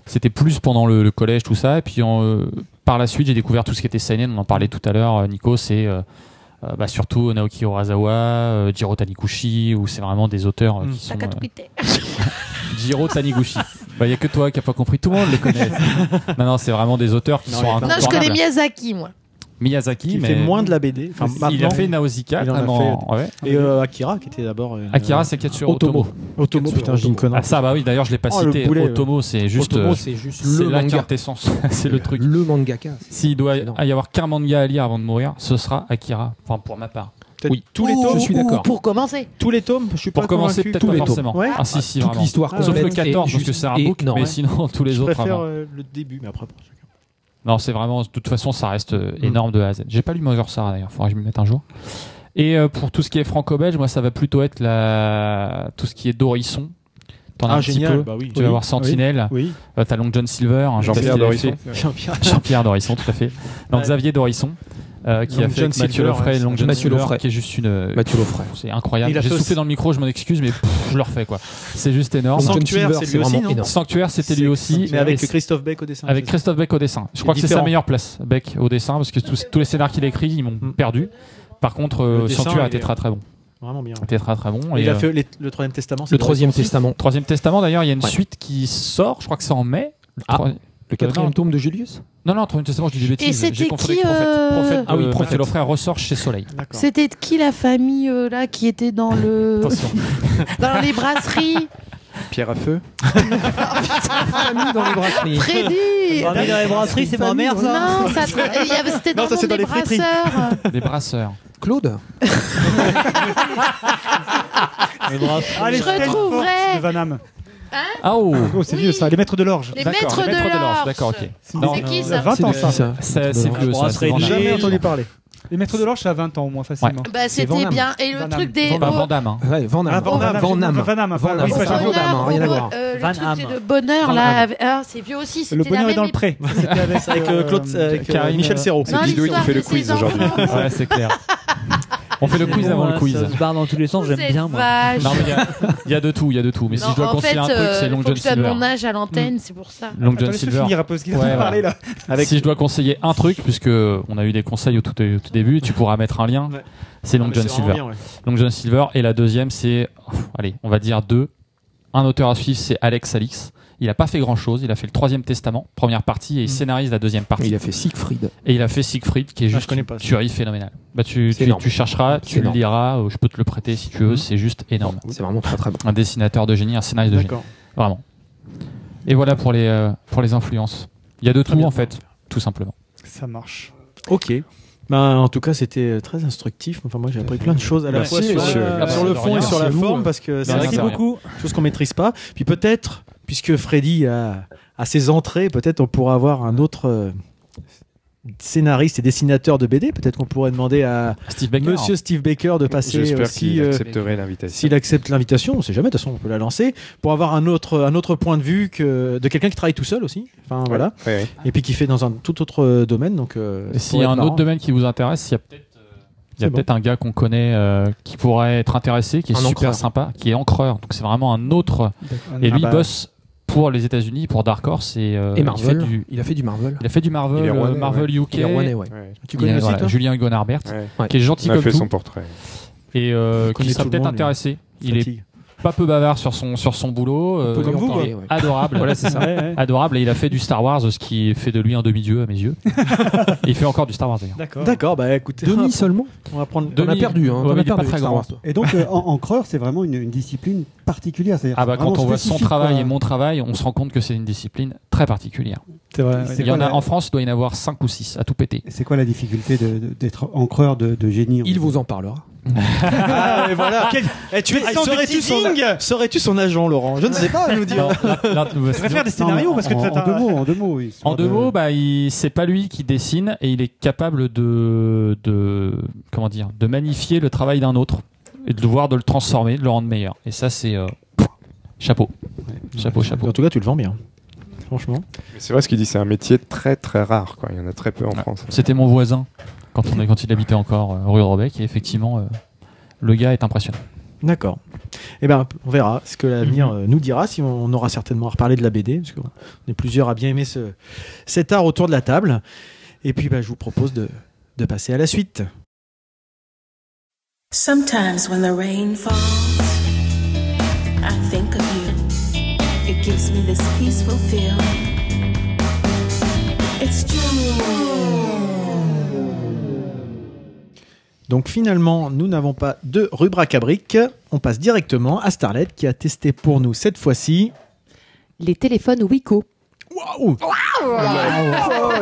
C'était plus pendant le, le collège, tout ça. Et puis en, euh, par la suite, j'ai découvert tout ce qui était seinen. On en parlait tout à l'heure, euh, Nico. C'est euh, euh, bah, surtout Naoki Urasawa, euh, Jiro Taniguchi, où c'est vraiment des auteurs
Mm.
euh, qui sont. euh, Jiro Taniguchi. Bah, Il n'y a que toi qui n'as pas compris. Tout le monde le connaît. non, non, c'est vraiment des auteurs qui sont
Non, je connais
incontournables.
Miyazaki, moi.
Miyazaki,
Qui
mais
fait moins de la BD. Enfin,
il a
maintenant,
fait Nausicaa,
il en a
vraiment,
fait-
ouais.
Et euh, Akira, qui était d'abord. euh, une-
Akira, c'est Katsuro Otomo.
Otomo, putain, j'ai une connerie.
Ah ça bah oui d'ailleurs je l'ai pas
Oh, le
cité.
boulet,
Otomo
ouais.
c'est juste
Otomo,
euh,
c'est juste
c'est
le
la
manga.
quintessence c'est le truc.
Le mangaka.
S'il doit y avoir qu'un manga à lire avant de mourir, ce sera Akira. Enfin pour ma part. Oui
tous les tomes, Oh, je suis d'accord.
Pour commencer.
Tous les tomes, je suis
Pour
pas
commencer
convaincu.
peut-être pas forcément.
Ouais.
Ah si si
toute
vraiment.
l'histoire
Sauf
complète
le 14
et
parce que
juste
c'est un
et
book
énorme.
mais sinon tous les
je
autres
préfère
avant.
euh, le début, mais après.
Non, c'est vraiment, de toute façon, ça reste euh,
Mm.
énorme de A à Z. J'ai pas lu Mother Sarah d'ailleurs, faudra que je m'y mette un jour. Et euh, pour tout ce qui est franco-belge, moi, ça va plutôt être la... tout ce qui est Dorisson. T'en as
Ah,
un petit
génial,
peu.
bah oui.
Tu
Oui,
vas voir Sentinelle.
oui, oui.
Euh, T'as Long John Silver. hein,
Jean-Pierre
je sais pas ce qu'il a
Dorisson.
fait.
Jean-Pierre.
Jean-Pierre Dorisson, tout à fait. Non,
Ouais.
Xavier Dorisson. euh, qui
Long
a fait
John
avec Mathieu
Silver,
Lofray,
ouais,
Long John
Mathieu
Silver,
Lofray.
qui est juste une. euh,
Mathieu Lofray.
C'est
Il
incroyable.
a
J'ai
fait
soufflé
aussi-
dans le micro, je m'en excuse, mais pff, je le refais quoi. C'est juste énorme.
Long John Sanctuaire, Silver, c'est lui c'est aussi, vraiment non énorme.
Sanctuaire, c'était lui
C'est-
aussi.
mais avec
Et c'est-
Christophe Beck au dessin,
Avec
c'est ça
Christophe Beck au dessin. Je
C'est
crois que c'est sa
différent.
meilleure place, Beck au dessin, parce que tous, tous les scénars qu'il a écrits, ils m'ont perdu. Par contre, euh,
Mm. Le dessin,
Sanctuaire
il
était
est-
très très bon.
Vraiment bien.
Était très très bon.
Il
et,
a
euh,
fait les- le troisième testament. c'est
le
dans
troisième
les-
testament. Troisième testament, d'ailleurs, il y a une suite qui sort, je crois que c'est en mai. Le, troi-
Ah, Le quatrième
Non,
tome de Julius
Non, non, le troisième testament, je dis des bêtises.
c'était
J'ai confondu
qui,
avec Prophète.
euh,
Prophète
Ah oui,
de
Prophète.
Mathieu Lofray ressort chez Soleil.
C'était de qui la famille euh, là qui était dans le
Attention.
dans les brasseries
Pierre à feu.
dans les brasseries.
Freddy
Dans les brasseries, c'est ma mère, ça.
Non, ça tra- il y avait- c'était dans,
Non,
le
ça,
monde
c'est dans
des
les friteries.
brasseurs.
Des brasseurs.
Claude
Allez,
Je retrouverai
de Van Damme.
Ah oh
Oh, c'est vieux ça, les maîtres de l'orge.
les
D'accord,
maîtres
les maîtres de l'orge, d'accord, ok.
C'est
Non,
qui,
euh,
ça
20 ans ça.
C'est c'est vieux ça. c'est Van Damme.
Jamais
Gilles.
entendu parler. Les maîtres de l'orge, ça a 20 ans au moins facilement.
Bah,
Van
c'était
Damme.
bien. Et le
Van Damme.
truc des.
Bah,
oh,
Van Damme. hein.
Ouais, Van Damme.
Van Damme.
Van Damme.
Van Damme,
Van
oui,
Damme.
ça,
Van
Damme,
j'avoue.
Damme,
rien à
oh,
voir.
euh, le
Van
truc, c'est
Damme.
le bonheur
Van
là.
Damme.
avec- ah, c'est vieux aussi.
Le
C'était la
bonheur est
même
dans le
époque.
pré. C'était avec,
Avec euh, Claude, euh, avec, euh,
Karine,
Michel Serrault.
C'est Didoué qui
l'histoire
fait le
de ses
quiz aujourd'hui.
enfants.
Ouais, c'est clair. On fait le quiz avant le quiz.
Ça se barre dans tous les sens, j'aime
Cette
bien moi.
vache.
Non, mais il y a- il y, a de tout, il y a de tout. Mais si
Non,
je dois
en
conseiller
fait,
un truc, c'est
euh,
Long
faut
John
que je donne
Silver.
mon âge à l'antenne, c'est pour ça.
Long
Attends,
John
laisse-le
Silver.
finir un peu, parce qu'il a
Ouais,
pas
voilà.
parlé là.
Avec-
Si je dois conseiller un truc, puisque on a eu des conseils au tout, au tout début, tu pourras mettre un lien.
Ouais.
C'est Long
Ah, mais
John
c'est vraiment
Silver.
bien, ouais.
Long John Silver. Et la deuxième, c'est, pff, allez, on va dire deux. Un auteur à suivre, c'est Alex Alix. Il a pas fait grand chose. Il a fait le troisième testament, première partie, et
Mm.
il scénarise la deuxième partie.
Il a fait Siegfried.
Et il a fait Siegfried, qui est
Ah, je
juste
connais
une
pas ça.
tuerie phénoménale. Bah, tu,
C'est
tu,
énorme.
tu chercheras,
C'est
tu le
énorme.
liras, euh, je peux te le prêter si tu veux, c'est juste énorme.
C'est vraiment très très Mhm. bon.
Un dessinateur de génie, un scénariste de génie.
D'accord.
Vraiment. Et voilà pour les, euh, pour les influences. Il y a de tout
bien.
en fait, tout simplement.
Ça marche.
Ok. Ben, en tout cas, c'était très instructif. Enfin, moi, j'ai appris plein de choses à la
Merci,
fois sur,
messieurs.
euh,
Merci
sur le
de
fond
rien.
et sur la
Merci à vous.
forme, parce que
Merci
c'est vrai qu'il y a
de rien.
beaucoup de choses qu'on maîtrise pas. Puis peut-être, puisque Freddy a, a ses entrées, peut-être on pourra avoir un autre euh, scénariste et dessinateur de BD. Peut-être qu'on pourrait demander à
Steve Baker.
Monsieur Steve Baker de passer
J'espère
aussi.
qu'il
euh,
accepterait l'invitation.
S'il accepte l'invitation, on sait jamais, de toute façon on peut la lancer, pour avoir un autre, un autre point de vue que de quelqu'un qui travaille tout seul aussi, enfin voilà,
Ouais, ouais.
et puis qui fait dans un tout autre euh, domaine. Donc, euh,
Et
ça
S'il y
pourrait
a un
être marrant.
autre domaine qui vous intéresse, il y a peut-être euh, il y a
C'est
peut-être un gars qu'on connaît euh, qui pourrait être intéressé, qui est
Un
super
encreur.
sympa, qui est encreur. Donc c'est vraiment un autre. Et
Et
lui, il
bah.
bosse pour les États-Unis, pour Dark Horse. Et, euh,
Et
Il, fait
Marvel.
du,
Il a fait du Marvel.
il a fait du Marvel,
Il est
euh,
Rouennais,
Marvel UK.
Il est Rouennais, ouais.
Ouais.
Tu
Il
connais
est-
aussi,
voilà,
toi
Julien Gonarbert,
Ouais.
hein Ouais.
qui est gentil
On a
comme
fait
tout
son portrait.
et euh,
connaît
qui sera
tout le
peut-être
monde, lui.
intéressé. Il est
Fatigue.
pas peu bavard sur son sur son boulot, euh,
comme vous,
et
quoi.
adorable.
Voilà, c'est ça.
Ouais, ouais.
adorable et il a fait du Star Wars ce qui fait de lui un demi-dieu à mes yeux Et il fait encore du Star Wars d'ailleurs
D'accord.
D'accord, bah écoutez,
hein,
Demi seulement
on va prendre.
On a
Demi-
perdu. Hein.
Ouais,
On
mais
a
il est pas
perdu
très
Star
grand.
Wars, toi.
Et donc, euh, en, en creur, c'est vraiment une, une discipline particulière. c'est-à-dire
ah bah
vraiment
quand on voit son
spécifique,
travail
quoi.
et mon travail on se rend compte que c'est une discipline très particulière
C'est vrai.
il
C'est
y
quoi
en a
la-
en France il doit y en avoir 5 ou 6 à tout péter
Et C'est quoi la difficulté de- de- d'être encreur de, de génie en
Il
fait
vous en parlera.
Ah, mais voilà. Eh, tu
Mais sans
serais-tu
du
son,
teasing
serais-tu son agent, Laurent Je ne sais pas, à nous dire.
Tu préfères des scénarios parce que
en,
t'as-
en deux mots, en deux mots. oui,
en
histoire
deux
de-
mots bah il- c'est pas lui qui dessine et il est capable de de comment dire de magnifier le travail d'un autre et de le voir de le transformer de le rendre meilleur et ça c'est euh, chapeau chapeau chapeau
En tout cas, tu le vends bien. Franchement.
Mais C'est vrai ce qu'il dit, c'est un métier très très rare. Quoi. Il y en a très peu en
Ouais.
France.
Ah, C'était mon voisin quand, on est, quand il habitait encore euh, rue Robec et effectivement euh, le gars est impressionnant.
D'accord. Eh ben, on verra ce que l'avenir euh, nous dira, si on, on aura certainement à reparler de la BD, parce qu'on est plusieurs à bien aimer ce, cet art autour de la table. Et puis, bah, je vous propose de, de passer à la suite.
Sometimes when the rain falls, I think of you. It gives me this peaceful feel. It's true.
Donc finalement, nous n'avons pas de rubrique à briques. On passe directement à Starlet qui a testé pour nous cette fois-ci.
Les téléphones Wiko.
Waouh
Ah,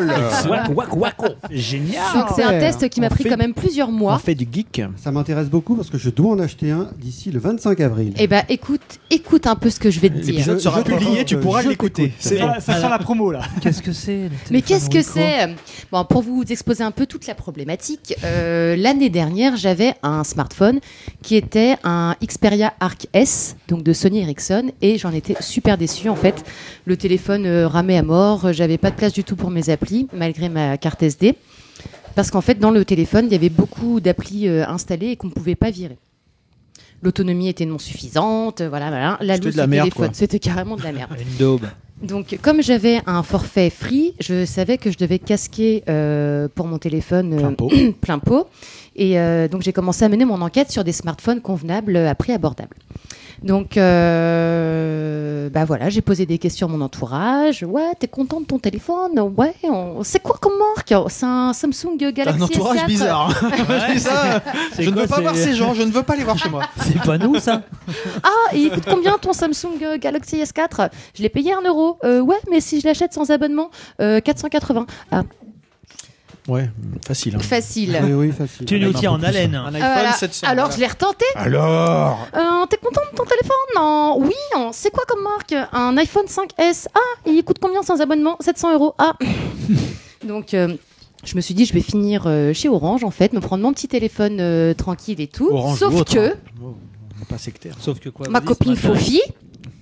Waco, waco, waco.
Ah,
Génial.
Donc, C'est un test qui m'a pris quand même plusieurs mois.
fait du geek.
Ça m'intéresse beaucoup parce que je dois en acheter un d'ici le 25 avril.
Eh ben écoute, écoute un peu ce que je vais te dire.
L'épisode sera Je- publié, tu pourras je l'écouter. t'écoute.
C'est- Ça, ça sent la promo là.
Qu'est-ce que c'est
Mais qu'est-ce que c'est Bon, pour vous exposer un peu toute la problématique, euh, l'année dernière, j'avais un smartphone qui était un Xperia Arc S, donc de Sony Ericsson, et j'en étais super déçue en fait. Le téléphone euh, ramait à mort, euh, j'avais pas de place du tout pour mes applis, malgré ma carte SD, parce qu'en fait, dans le téléphone, il y avait beaucoup d'applis euh, installées et qu'on ne pouvait pas virer. L'autonomie était non suffisante, euh, voilà, voilà. La
C'était de
loose
la
du
merde,
téléphone,
quoi.
c'était carrément de la merde.
Une daube.
Donc, comme j'avais un forfait free, je savais que je devais casquer euh, pour mon téléphone euh,
Plein pot.
plein pot. Et euh, donc, j'ai commencé à mener mon enquête sur des smartphones convenables euh, à prix abordable. Donc, euh, bah voilà, j'ai posé des questions à mon entourage. Ouais, t'es content de ton téléphone Ouais, on... c'est quoi comme marque C'est un Samsung Galaxy
un entourage
S4.
bizarre. je dis ça. Ah, Je
C'est
ne
quoi,
veux pas
c'est-
voir ces gens. Je ne veux pas les voir chez moi.
C'est pas nous ça
Ah, et il coûte combien ton Samsung euh, Galaxy S4 Je l'ai payé 1 euro. Euh, ouais, mais si je l'achète sans abonnement, euh, 480. Ah,
Ouais, facile. hein.
facile.
Oui, oui, facile.
Tu nous
Même un
tiens
peu
en
plus.
haleine.
Un
Ah,
iPhone
voilà.
700.
Alors je l'ai retenté.
Alors
Euh, T'es content de ton téléphone Non. Oui. hein. C'est quoi comme marque Un iPhone 5S. Ah, il coûte combien sans abonnement 700 euros. Ah. Donc. euh, je me suis dit, je vais finir euh, chez Orange, en fait, me prendre mon petit téléphone euh, tranquille et tout.
Orange
Sauf
ou autre,
que
hein. Oh, pas sectaire.
Sauf que quoi
ma
vas-y,
copine
ça m'intéresse.
Fofi,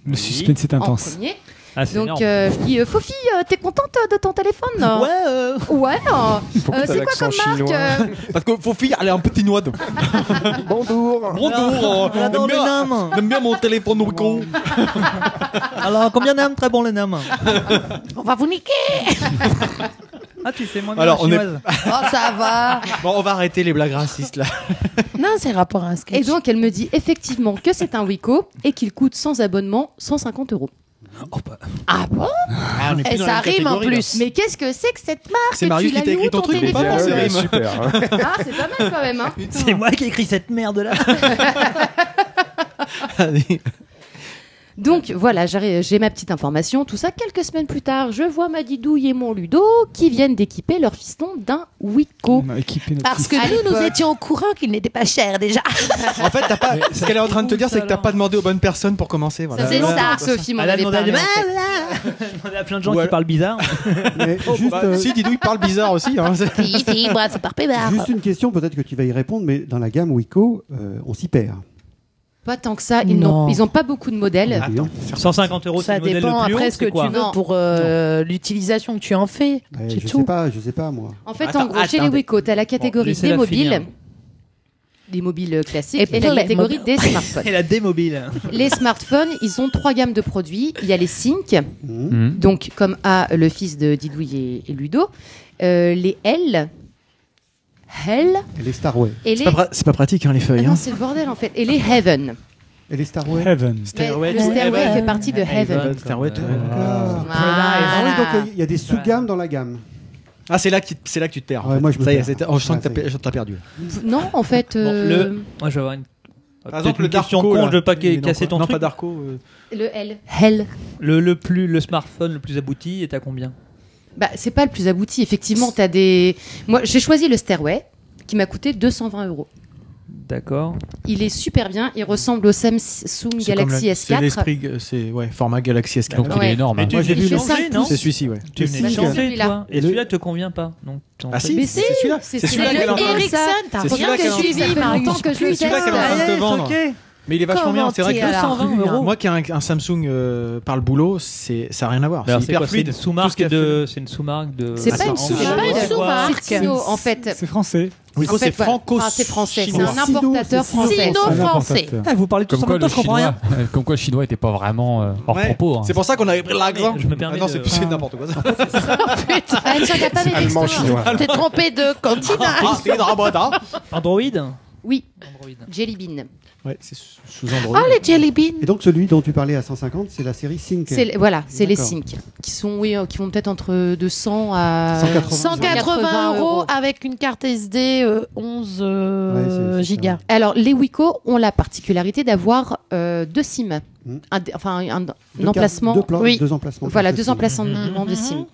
Le suspense est
en
intense.
premier,
Ah, c'est
donc
énorme.
euh, je dis, euh, Fofi, euh, t'es contente euh, de ton téléphone euh
Ouais, euh,
Ouais. hein. Euh,
t'as
c'est quoi
l'accent
comme marque
chinois
euh,
Parce que faut fille, elle est un petit noix. donc.
Bonjour
Alors, alors, le NAM.
hein. J'aime bien mon téléphone Wiko.
Alors, combien d'âmes Très bon, le NAM.
On va vous niquer.
Ah, tu fais moins bien
Alors,
la
on est-
chinoise.
Oh, ça va.
Bon, on va arrêter les blagues racistes là.
Non, c'est rapport à un sketch.
Et donc, elle me dit effectivement que c'est un Wiko et qu'il coûte sans abonnement 150 euros. Ah bon
Ah, on est plus
Et
dans la
ça
même
rime en
catégorie, là.
plus.
Mais qu'est-ce que c'est que cette marque
C'est Marius
Tu
qui
l'as
t'a
mis
écrit
où,
ton truc, mais pas
Les
pour
téléphone
ses
dialogues,
rimes.
super hein.
Ah, c'est pas mal quand même. Hein.
C'est moi qui ai écrit cette merde là.
Donc voilà, j'arri- j'ai ma petite information, tout ça. Quelques semaines plus tard, je vois ma Didouille et mon Ludo qui viennent d'équiper leur fiston d'un Wiko.
Parce que nous, nous étions au courant qu'il n'était pas cher déjà.
En fait, t'as pas. Ce qu'elle est en train de te dire, c'est que t'as pas demandé aux bonnes personnes pour commencer. Voilà.
C'est
Voilà.
ça, Sophie m'en
Elle a
avait
demandé à
parlé.
des
en fait.
On a plein de gens
Ouais.
qui parlent bizarre.
Mais juste,
Bah,
euh,
Si Didou il parle bizarre aussi. hein.
si, si, moi, c'est par pébard.
juste une question, peut-être que tu vas y répondre, mais dans la gamme Wiko, euh, on s'y perd.
Pas tant que ça, ils n'ont
Non.
ils ont pas beaucoup de
Ah,
modèles.
Dis donc.
150 euros, c'est
Ça
le modèle
dépend
le plus haut,
après ce que
c'est quoi
tu veux pour euh, l'utilisation que tu en fais.
Ouais,
C'est
je
tout.
sais pas, je sais pas moi.
En fait,
Attends,
en gros, chez les
attendez.
Wiko, t'as la catégorie
laissez-la
des mobiles,
finir.
des mobiles classiques,
Et
et, la
puis les
catégorie
mobiles.
des smartphones.
Et la démobile.
les smartphones, ils ont trois gammes de produits. Il y a les Sync,
Mhm.
Mhm.
donc comme A, le fils de Didouille et, et Ludo, euh, les L, Hell,
Et les Starway.
et les...
C'est pas pra- C'est pas pratique hein, les
Ah
feuilles.
non,
hein.
c'est le bordel en fait. Et les Heaven.
Et les Starway.
Heaven.
Mais
Stairway
le
to
Stairway
Heaven.
fait partie de Heaven.
Stairway to Heaven.
Ah. Ah oui,
Voilà.
donc il y a des sous-gammes dans la gamme.
Ah, c'est là que tu- c'est là que tu te perds. en
Ouais,
fait.
moi, je me
Ça y est,
perds.
c'était- oh, je sens
Ouais,
que t'as
ça y est.
pe- je- t'as perdu.
Non, en fait, euh,
le- Moi, je vais avoir une. Par
exemple, le
Ah, question
Darko,
con,
là.
je veux pas
Mais
ca-
non,
casser
quoi.
ton
Non,
truc.
pas Darko. euh,
le L. Hell.
Le, le plus, le smartphone le plus abouti est à combien
Bah, c'est pas le plus abouti. Effectivement, t'as des. Moi, j'ai choisi le Stairway qui m'a coûté 220 euros.
D'accord.
Il est super bien. Il ressemble au Samsung
c'est comme
Galaxy
la- C'est
S4.
l'esprit, euh, c'est ouais, format Galaxy S4.
Donc il
Ouais.
est énorme.
Mais tu
Moi,
venais
j'ai
de
vu
le
changer,
cinq
non
C'est celui-ci, ouais.
Tu venais de
Bah,
changer,
celui-là.
toi. Et
Le-
celui-là te convient pas. Donc, tu en
Ah
fais-
si,
Mais
c'est
si,
celui-là.
c'est
C'est celui-là
celui-là
qu'elle est en train de-
Ericsson,
C'est celui-là
rien
qu'elle est en
que
train de-
suivi, Marius. que je
C'est
le
celui-là qu'elle est en train
teste.
de te vendre.
ok.
Mais il est vachement bien, c'est vrai que
Commenté à la
220
rue, hein.
moi qui ai un, un Samsung euh, par le boulot, c'est ça n'a rien à voir.
Alors,
C'est
c'est
hyper
quoi, c'est
fluide.
une
Tout ce
sous-marque
qu'il y a
de-
fait-
c'est une sous-marque de-
C'est pas une
Attends,
sous-marque.
en-
C'est pas une sous-marque. C'est Sino, en fait.
C'est français. Oui,
En fait,
c'est
voilà.
franco-
Enfin, c'est français. C'est un
chinois. Sino,
importateur
c'est français.
français.
Sino, français.
Ah, vous parlez tous
Comme
en
quoi,
même temps,
le
je comprends
chinois,
rien.
comme quoi le chinois était pas vraiment euh, hors
Ouais.
propos. hein.
C'est pour ça qu'on avait pris l'accent.
Je me permets.
Ah non,
de-
c'est c'est n'importe quoi.
euh,
ça.
Ah, tiens, t'as pas les
Allemand,
textos, hein.
chinois.
T'es trompé de cantine.
Ah, c'est dans la boîte, hein.
Android
Oui. Jelly Bean.
Ouais, c'est sous Android.
Ah, les jelly beans.
Et donc celui dont tu parlais à 150, c'est la série Sync.
C'est le- voilà, c'est les
D'accord.
Sync qui sont oui, euh, qui vont peut-être entre 200 à
180.
180 euros avec une carte SD euh, 11 euh, gigas.
Alors les Wiko ont la particularité d'avoir euh, deux SIM, Un dé- enfin un, un
cartes,
emplacement,
deux plans-
oui.
deux emplacements de
Voilà,
carte
deux
SIM.
emplacements de SIM.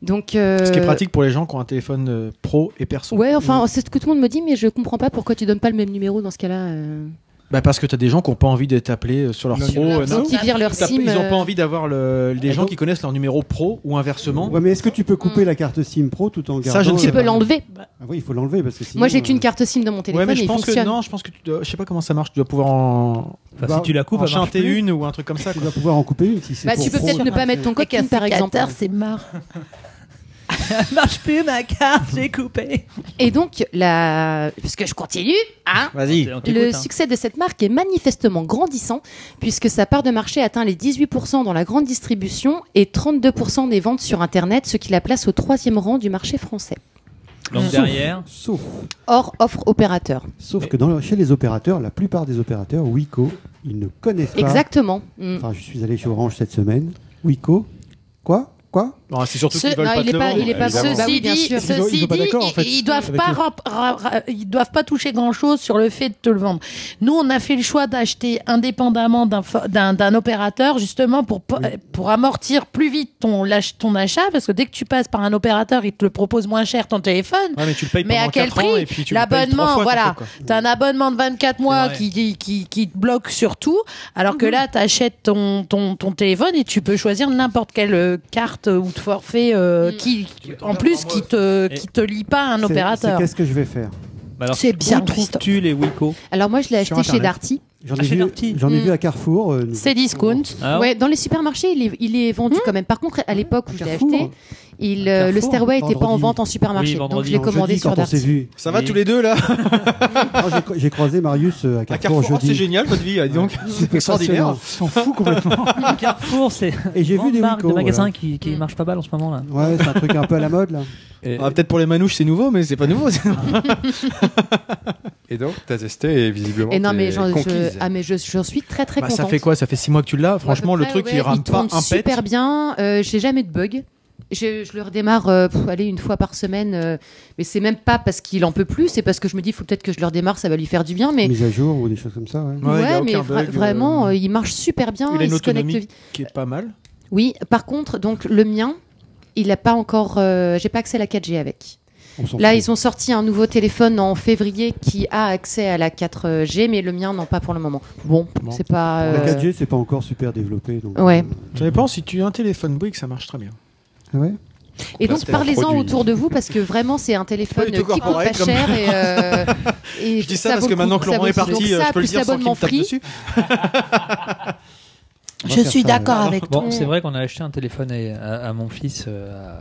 Donc euh,
Ce qui est pratique pour les gens qui ont un téléphone euh, pro et perso.
Ouais, enfin c'est ce que tout le monde me dit, mais je comprends pas pourquoi tu donnes pas le même numéro dans ce cas-là. euh.
Bah parce que t'as des gens qui n'ont pas envie d'être appelés euh, sur leur
Non,
pro.
il y en a
euh, non.
qui Qui virent leur
T'as-
SIM,
Ils n'ont pas
euh,
envie d'avoir le- des gens qui connaissent leur numéro pro ou inversement.
Ouais, mais est-ce que tu peux couper la carte SIM Pro tout en gardant
je ne
euh,
sais
Tu peux
pas.
l'enlever.
Ah oui, il faut l'enlever parce que sinon,
Moi j'ai
euh,
qu'une carte SIM dans mon téléphone
Ouais, mais
et
je
il
pense que
fonctionne.
non, je pense que tu dois- je sais pas comment ça marche. Tu dois pouvoir en.
Enfin, si tu la coupes,
en
elle marche
chanter
plus.
une ou un truc comme ça.
Tu dois pouvoir en couper une si c'est
Bah,
pour
tu peux
pro.
peut-être ne pas mettre ton code PIN, par exemple.
c'est marre. marche plus ma carte, j'ai coupé.
Et donc, la... puisque je continue, hein,
Vas-y.
le succès de cette marque est manifestement grandissant, puisque sa part de marché atteint les 18% dans la grande distribution et 32% des ventes sur Internet, ce qui la place au troisième rang du marché français,
Donc
Sauf-
derrière.
Sauf,
hors offre opérateur.
sauf que dans, chez les opérateurs, la plupart des opérateurs, Wico, ils ne connaissent pas.
Exactement. Mm.
Enfin, je suis allé chez Orange cette semaine. Wico, quoi Quoi
Non, Ah, c'est surtout
Ce-
qu'ils veulent
non,
pas
il
te
est
le
pas-
vendre.
il est pas-
évidemment.
ceci
Bah bien
dit,
sûr.
Ils sont- ils
ceci
sont pas
dit,
d'accord, en fait,
ils, ils doivent
avec
pas
eux.
rap- ra- ra- ils doivent pas toucher grand chose sur le fait de te le vendre. Nous, on a fait le choix d'acheter indépendamment d'un fo- d'un d'un opérateur justement pour po- pour amortir plus vite ton lâche- ton achat parce que dès que tu passes par un opérateur, il te le propose moins cher ton téléphone.
Ouais, mais tu le payes
Mais à
pendant
quel
quatre ans
prix
et puis tu le payes trois
L'abonnement,
fois,
voilà.
quoi.
T'as un abonnement de 24 mois
vrai.
qui, qui, qui, qui te bloque sur tout, alors que là, t'achètes ton, ton, ton téléphone et tu peux choisir n'importe quelle euh, carte ou de forfait euh, qui, en plus, qui te, qui te lie pas à un
C'est- c'est
opérateur.
Qu'est-ce que je vais faire
Bah alors,
C'est bien,
Où trouves-tu les Wiko
Alors moi, je l'ai
Sur
acheté chez
Internet.
Darty.
J'en ai,
Ah, chez
vu,
Darty.
j'en ai
Mm.
vu à Carrefour. euh, nous-
C'est discount.
Ah
Ouais, dans les supermarchés, il est, il est vendu quand même. Par contre, à l'époque où je l'ai
Carrefour.
acheté, il, euh, le
Carrefour,
Stairway n'était pas en
vendredi.
vente en supermarché.
Oui,
donc
vendredi,
je l'ai
non,
commandé
jeudi,
sur
quand on s'est
Darty.
vu.
Ça va
Oui.
tous les deux là
Non, j'ai- J'ai croisé Marius euh, à
À
Carrefour,
Carrefour, Oh, c'est
jeudi.
génial votre vie, dis donc c'est extraordinaire.
S'en fout complètement.
Carrefour, c'est
Et j'ai vu
une
des
marque
Wiko,
de magasin
voilà.
qui,
Mm.
qui marche pas mal en ce moment là.
Ouais, c'est un truc un peu à la mode là.
Et,
Ah, Peut-être pour les manouches c'est nouveau, mais c'est pas nouveau.
et donc, t'as testé et visiblement.
Et Eh non, mais,
t'es
j'en- je,
conquise.
ah, mais je, je suis très très
Bah,
contente.
ça fait quoi Ça fait 6 mois que tu l'as Franchement,
À peu
le
près,
truc
ouais,
Ah il rame pas
tourne
un pet.
super bien. Euh, j'ai jamais de bug. Je, je le redémarre, euh, pff, allez, une fois par semaine. euh, mais c'est même pas parce qu'il en peut plus, c'est parce que je me dis, faut peut-être que je le redémarre, ça va lui faire du bien. Mais
Mise à jour ou des choses comme ça. Ouais.
Ouais, il y a
mais
aucun
vra-
bug, euh,
vraiment, euh, il marche super bien.
Il a une
se connecte
autonomie
vite.
qui est pas mal.
Oui, par contre, donc le mien, il a pas encore, euh, j'ai pas accès à la 4G avec.
On s'en
Là,
fout.
ils ont sorti un nouveau téléphone en février qui a accès à la 4G, mais le mien, non, pas pour le moment. Bon,
Bon.
c'est pas.
La
euh,
4G, c'est pas encore super développé. Donc... euh,
Ouais.
Ça dépend si tu as un téléphone Bouygues, ça marche très bien.
Ah ouais
Et donc
Parce qu'elle
parlez-en
produit.
autour de vous parce que vraiment c'est un téléphone
Pas du
qui
tout
coûte pas
corporate comme-
cher et, euh, et
Je dis ça, parce
vaut
que
le coup,
maintenant que
ça
Laurent
vaut
est
le coup.
parti,
Donc
euh,
ça,
je peux le
plus
dire sans qu'il
l'abonnement
me tape
free.
dessus.
On va
Je
faire
suis
ça,
d'accord
ouais.
avec
Bon,
toi.
c'est vrai qu'on a acheté un téléphone à, à mon fils. euh,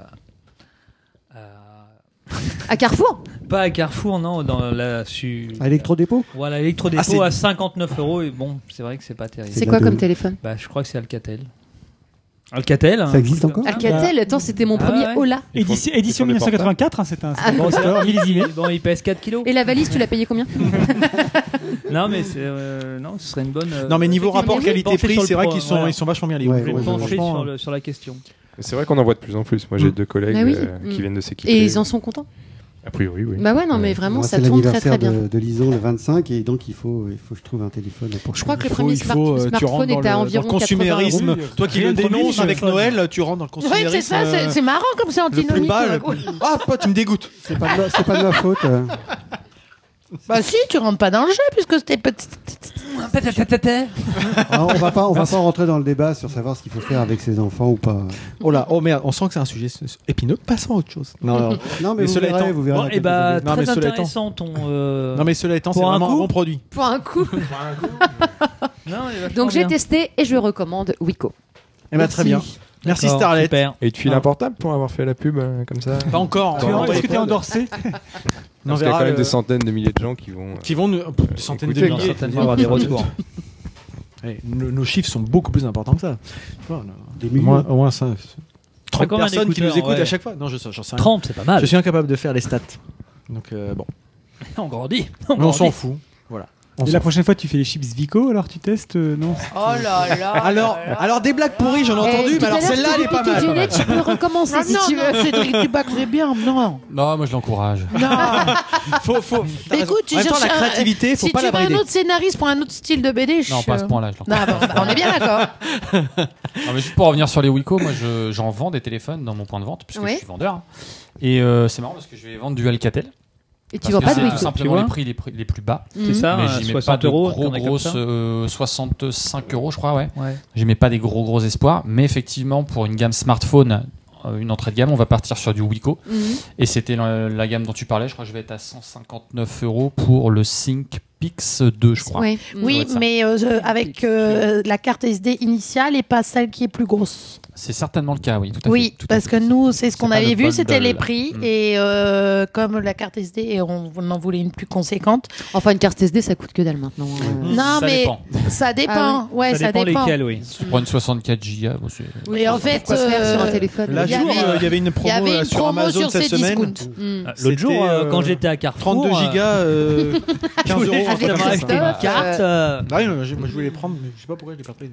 à- à-
À Carrefour
Pas à Carrefour, non, dans la su.
À Electrodépôt
Voilà, électrodépôt
Ah,
à 59 euros et bon, c'est vrai que c'est pas terrible.
C'est
de
quoi
la
comme
deux.
téléphone
Bah, je crois que c'est Alcatel. Alcatel. hein. un
existe
truc comme
encore
Bah.
Alcatel, attends, c'était mon
Ah
premier Oh
ouais.
Ola.
Ils font-
Édition,
ils
édition
font des
1984, hein, c'est un.
Ah.
c'est
Bon,
un-
c'est
Alors, millésimé.
Il- Bon, il pèse 4 kilos.
Et la valise, tu l'as payée combien
Bah
Non, mais c'est euh, non, ce serait une bonne. euh,
Non mais niveau
effectivement,
rapport
je vais me pencher
qualité-prix,
sur le
c'est vrai
pro,
qu'ils sont
voilà.
ils sont vachement bien les
Ouais,
Je vais
Bouygues.
me
ouais,
pencher
Franchement,
sur, le- sur la question.
C'est vrai qu'on en voit de plus en plus. Moi, j'ai deux collègues
Bah oui,
euh,
mm.
qui viennent de s'équiper.
Et ils en sont contents
A priori, oui.
Bah ouais, non, mais vraiment,
Moi,
ça
c'est
tourne très très
l'anniversaire
bien.
de, de l'ISO le 25 et donc il faut, il faut que je trouve un téléphone pour
Je crois que le
il faut-
premier
il faut,
smart-
euh, tu
smartphone
rentres dans
était à
le, dans
environ 80
le
euros.
consumérisme. Toi qui le
Rien de
dénonces
premier
avec
téléphone.
Noël, tu rentres dans le
Oui,
consumérisme.
c'est ça, c'est-
euh,
c'est marrant comme c'est
le plus
antinomique.
bas, le- Ah, pote, tu me dégoûtes.
c'est pas, de ma- c'est pas de ma faute. euh.
Bah si, tu rentres pas dans le jeu puisque c'était petit.
Ah,
Alors, on va pas, on va pas rentrer dans le débat sur savoir ce qu'il faut faire avec ses enfants ou pas.
Oh là, oh merde, on sent que c'est un sujet épineux. Passons à autre chose. Non, non.
Non, mais vous
cela
verrez,
étant-
vous verrez
Bon,
à
et bah,
Non, mais
très
cela étant-
intéressant ton. euh,
Non, mais cela étant, c'est
pour un
vraiment un
coup.
bon produit.
Pour un coup. Donc j'ai
bien.
testé et je recommande Wiko.
Eh ben, très bien. Merci Starlet.
Et tu files un portable pour avoir fait la pub euh, comme ça
Pas encore.
Dans
Est-ce
l'entrepôt
que t'es endorsé
Parce qu'il y a quand même des centaines de milliers de gens qui vont. euh,
Qui vont nous. pff, des centaines
écoutez,
de
on va
milliers.
certainement avoir des retours.
Eh, nos, nos chiffres sont beaucoup plus importants que ça. Tu vois, on a-
Des
au
millions.
moins, au moins ça. 30
combien
personnes qui nous
d'écouteurs,
écoutent
ouais.
à chaque fois. Non, je sais, j'en sais rien.
30, c'est pas mal.
Je suis incapable de faire les stats. Donc euh, bon.
On grandit.
Mais on
grandit.
s'en fout. Voilà. On
Et
s'en
la prochaine fois, tu fais les chips Vico, alors tu testes euh, Non
Oh là là.
Alors, alors des blagues pourries, j'en ai
Eh,
entendu, mais alors celle-là, elle est pas mal. Ah
Tu peux recommencer
si tu veux.
Cédric, tu bâcles bien. Non.
Non, moi je l'encourage.
faut,
Oh
faut.
t'as raison.
Écoute, tu
Bah, En même temps,
cherches
la
un-
créativité, faut
si
pas
tu
la
veux un
brider.
autre scénariste pour un autre style de BD, je...
Non, pas à ce point-là, je l'en-
Non, bon, bah, on est bien d'accord.
Non, mais juste pour revenir sur les Wiko, moi je- j'en vends des téléphones dans mon point de vente puisque
Oui.
je suis vendeur. Et euh, c'est marrant parce que je vais vendre du Alcatel.
Et
tu
Parce
vends
que
pas de
c'est
Wiko.
tout
Tu
simplement
vois
les prix les, prix les plus bas.
C'est Mhm. ça,
mais
euh,
j'y mets
60
pas de
euros,
gros
t'en as comme
gros
ça
euh, 65 euros, je crois, ouais.
Ouais.
J'y mets pas des gros gros espoirs, mais effectivement pour une gamme smartphone, euh, une entrée de gamme, on va partir sur du Wiko.
Mhm.
Et c'était la, la gamme dont tu parlais, je crois que je vais être à 159 euros pour le ThinkPix 2, je crois.
Oui,
Ça doit être ça.
mais euh, euh, avec euh, la carte SD initiale et pas celle qui est plus grosse.
C'est certainement le cas, oui. Tout à
Oui, parce que nous, c'est ce qu'on
pas
avait
le
vu,
bundle. Mm.
c'était les prix. Et euh, comme la carte SD, et on, on en voulait une plus conséquente.
Enfin, une carte SD, ça coûte que dalle maintenant. hein.
Non, mais ça dépend.
Ah oui.
ouais, ça, dépend.
fait. Pour une 64 Go, bon, c'est-
Et en fait,
pourquoi
euh,
se faire sur un téléphone
La
Il y
jour,
avait-
euh, il y avait une promo,
il y avait une
euh, sur
promo
Amazon
sur
cette
ces
semaine.
discounts. Mm.
Ah, L'autre jour,
C'était,
euh,
euh,
quand j'étais à Carrefour,
32 gigas, euh, 15 euros.
Avec Christophe,
une
Ah,
euh,
Ah
moi je voulais les prendre, mais je sais pas pourquoi je les ai pas prises.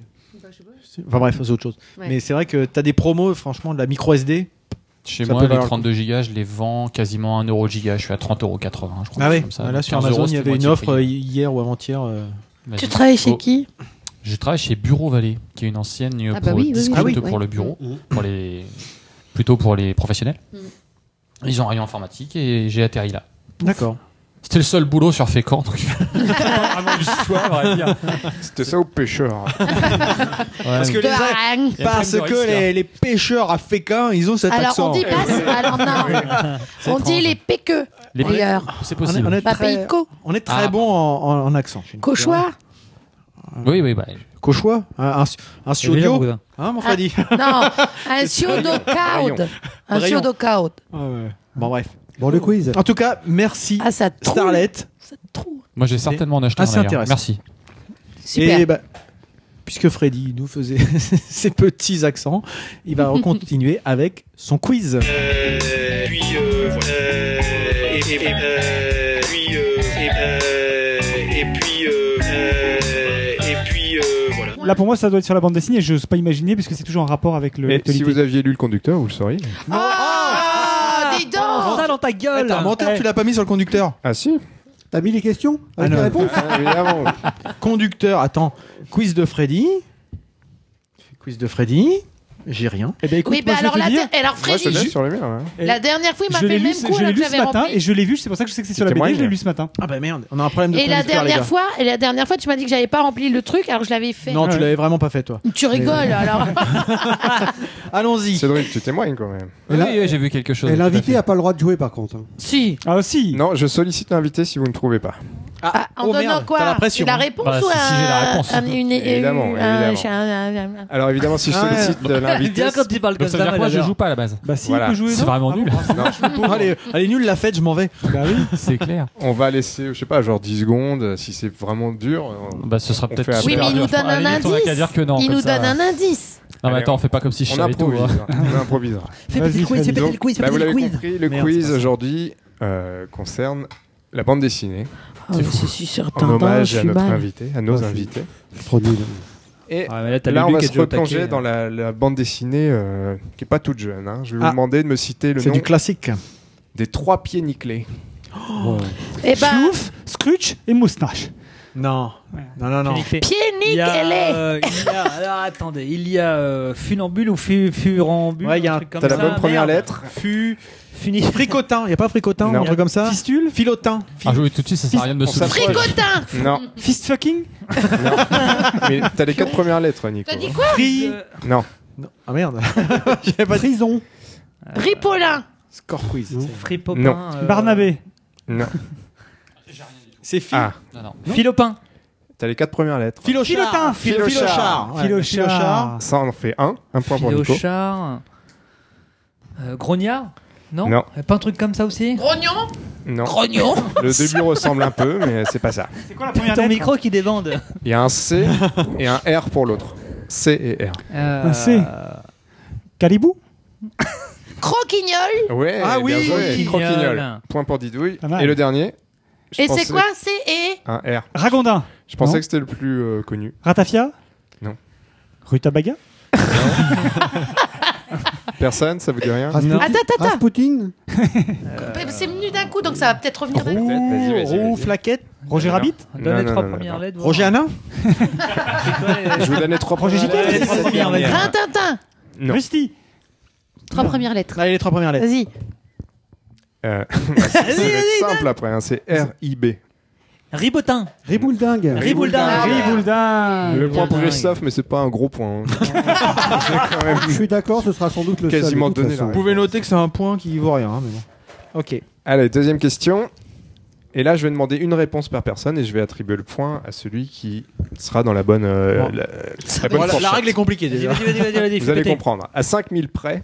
C'est- Enfin bref, c'est autre chose.
Ouais.
Mais c'est vrai que t'as des promos, franchement, de la micro SD.
Chez
ça
moi,
peut
les
valoir le
32 gigas, je les vends quasiment à 1 euro giga. Je suis à 30,80 euros, je crois.
Ah oui,
comme ça.
là sur
15
Amazon,
euros,
il y
c'était
avait une
moitié
offre
prix. hein.
euh, hier ou avant-hier. euh,
Vas-y.
travailles chez
Oh.
qui
Je travaille chez Bureau Vallée, qui est une ancienne euh,
Ah bah oui,
pro-
oui, oui.
discount
Ah oui,
pour
oui.
le bureau,
Mm.
pour les... plutôt pour les professionnels.
Mm.
Ils ont un rayon informatique et j'ai atterri là.
D'accord.
C'était le seul boulot sur Fécamp. donc- Avant que je sois, à vrai dire.
C'était ça aux pêcheurs.
Ah,
Parce
que les- Parce
hein.
que les, les pêcheurs à Fécun, ils ont cet
Alors,
accent. Euh,
on dit pas- alors, non.
C'est
On dit
étrange.
les PQ.
Les P-
D'ailleurs.
C'est
On est,
possible. Ah,
on est très,
Papayco.
on est très bon en, en- en accent.
Cauchois
Oui, oui, bah.
Cochois Un, un, un
déjà
studio
beaucoup, hein.
Hein, mon Freddy
Ah.
Non, un pseudo-caud. Un
Rayon.
pseudo-caud.
Ah
Ah
Bon, bref.
Bon, le quiz.
En tout cas, merci Starlet.
Moi, j'ai certainement en acheté
Ah,
un.
c'est
d'ailleurs.
intéressant.
Merci.
Et bah, puisque Freddy nous faisait ses petits accents, il va continuer avec son quiz.
Puis, euh, euh, et, et- euh, puis, euh, et, euh, et puis, euh, euh, et puis, euh, voilà.
Là, pour moi, ça doit être sur la bande dessinée. Je n'ose pas imaginer, puisque c'est toujours en rapport avec le.
Et si vous aviez lu le conducteur, vous le sauriez.
Ah, dis donc
Ça dans ta gueule
T'es un menteur, tu l'as pas mis sur le conducteur.
Ah si
T'as mis les questions avec
Ah,
les
non.
réponses
Évidemment.
Conducteur, attends. Quiz de Freddy. Quiz de Freddy. J'ai rien. Eh ben écoute,
Oui, bah, alors, la ter- alors
Moi,
Freddy,
je laisse sur le mien. hein.
la dernière fois, il m'a
Je
fait
l'ai
le
lu,
même
ce-
coup
je l'ai
alors que
lu ce
j'avais
matin
rempli.
et je l'ai vu, c'est pour ça que je sais que c'est sur la
C'était
BD,
moyen.
je l'ai lu ce matin.
Ah bah merde, on a un problème de
Et la
conducteur, les
dernière
gars.
fois, et la dernière fois, tu m'as dit que j'avais pas rempli le truc, alors je l'avais fait.
Non, tu l'avais vraiment pas fait, toi. euh,
Tu rigoles, alors.
Allons-y.
Cédric, tu témoignes quand
Ah
même.
Et là-
Oui, oui, j'ai vu quelque chose.
Et
tout à
l'invité
fait.
a pas le droit de jouer par contre. hein.
Si.
Ah aussi.
Non, je sollicite l'invité si vous ne trouvez pas.
Ah,
En
oh
donnant
merde,
quoi
t'as la pression.
La
hein.
réponse
Bah,
ou
si, si, j'ai la
un-
réponse.
un- une-
Évidemment,
un-
évidemment.
un- un- un-
Alors évidemment, si je
Ah ouais.
sollicite euh, l'invité.
Bien quand tu parles comme
Donc, ça veut
ça,
dire quoi Je
Malheur.
joue pas à la base.
Bah si,
Voilà.
il peut jouer.
C'est
non
vraiment
Ah
nul.
bon
Bon, allez, allez, nul la fête, je m'en vais.
Bah oui.
C'est clair.
On va laisser, je sais pas, genre 10 secondes. Si c'est vraiment dur, on,
Bah, ce sera
On
peut-être.
fait
Oui, mais
appel.
il
super
nous
dur.
donne
Ah,
un
Allez, on a qu'à dire
indice.
que non,
Il
comme
nous
ça.
donne un indice.
Non, mais
Allez,
attends, on fait pas comme si je
on
savais tout.
improvise.
hein.
on improvisera.
Fais péter
Vas-y,
le quiz, fais
Freddy.
péter le quiz, fais
Bah, vous
péter le
l'avez
quiz.
compris, le
Merde, c'est
quiz
pas ça.
aujourd'hui euh, concerne la bande dessinée,
Oh,
Ah, mais C'est si certain.
en hommage
je
à
suis
notre
mal.
invité, à nos invités.
Je suis trop nul.
Et
Ouais, mais là, t'as
là,
le
on
Luc
va
qui est
se
déjà au taquet,
replonger
hein.
là.
dans la, la bande dessinée euh, qui est pas toute jeune. hein. Je vais
Ah.
vous demander de me citer le
C'est
nom
du classique.
des trois pieds nickelés.
Ouais.
Eh ben,
Schnouf, Scrooge Oh et Moustache.
Non, non, non, non.
Il y a, euh, il y a- alors, attendez, il y a euh, funambule ou fu- furambule
Ouais, il y a un-
truc comme
t'as la
ça,
bonne première
merde.
lettre.
Fu, funi.
Fricotin, il y a pas fricotin, ou
Non.
un truc comme ça Fistule Filotin.
Ah, je vous dis tout de suite, ça sert à rien de me
On
souvenir.
s'approche.
Fricotin
Non.
Fist fucking
Mais t'as les quatre premières lettres, Nico. hein.
T'as dit quoi
Fri.
Non.
Ah merde. J'avais pas Prison.
Ripolin.
Score quiz.
Fripopin.
Non.
euh,
Barnabé.
Non.
C'est
fil. Ah.
Non, non.
Philopin.
T'as les quatre premières lettres.
Philochard. Philotin. Philochard.
Ouais.
Philochard. Philochard.
Ça, on en fait un. Un point pour Nico.
Philochard. Euh, grognard Non
Non.
Pas un truc comme ça aussi
Grognon
Non.
Grognon.
Le début ressemble un peu, mais c'est pas ça.
C'est quoi la première Ton micro qui débande.
Il y a un C et un R pour l'autre. C et R.
Euh,
Un C. Calibou
Croquignol.
Ouais,
Ah
bien
oui,
joué.
croquignole.
Croquignole. Point pour Didouille.
mal.
Et le dernier je
Et c'est
pensais-
quoi C'est E. et
Un R.
Ragondin.
Je pensais
Non.
que c'était le plus euh, connu.
Ratafia
Non.
Rutabaga
Personne, ça vous dit rien
Rasputin.
Attends, attends, attends.
Rasputin
C'est venu d'un coup, donc ça va peut-être revenir d'un coup.
Euh, Vas-y, vas-y, vas-y.
Roux, Flaquette Roger
Non.
Rabbit
Non,
Donne les
non,
trois
non, non,
premières
non.
lettres.
Roger Hanin
Je vous donne les trois
Roger
premières
Giquel
lettres.
Trois premières lettres.
Rintintin.
Non.
Rusty
Trois premières lettres.
Allez, les trois premières lettres.
Vas-y.
Euh, bah, ça va être simple après, hein, c'est R-I-B.
Ribotin.
Ribouldingue.
Ribouldin.
Ribouldin
Le point pour
dingue.
Christophe, mais c'est pas un gros point. hein. J'ai quand même
Ah, Je suis d'accord, ce sera sans doute le seul, de
Ah, Quasiment
toute
donné,
façon.
là.
Vous pouvez noter que c'est un point qui vaut rien, hein, mais bon. Ok.
Allez, deuxième question. Et là, je vais demander une réponse par personne et je vais attribuer le point à celui qui sera dans la bonne. euh,
Bon.
la, la bonne
Voilà, la
fourchette.
règle est compliquée
Vas-y,
déjà.
vas-y, vas-y, vas-y, vas-y,
Vous
fais
allez
péter.
comprendre. À 5000 près,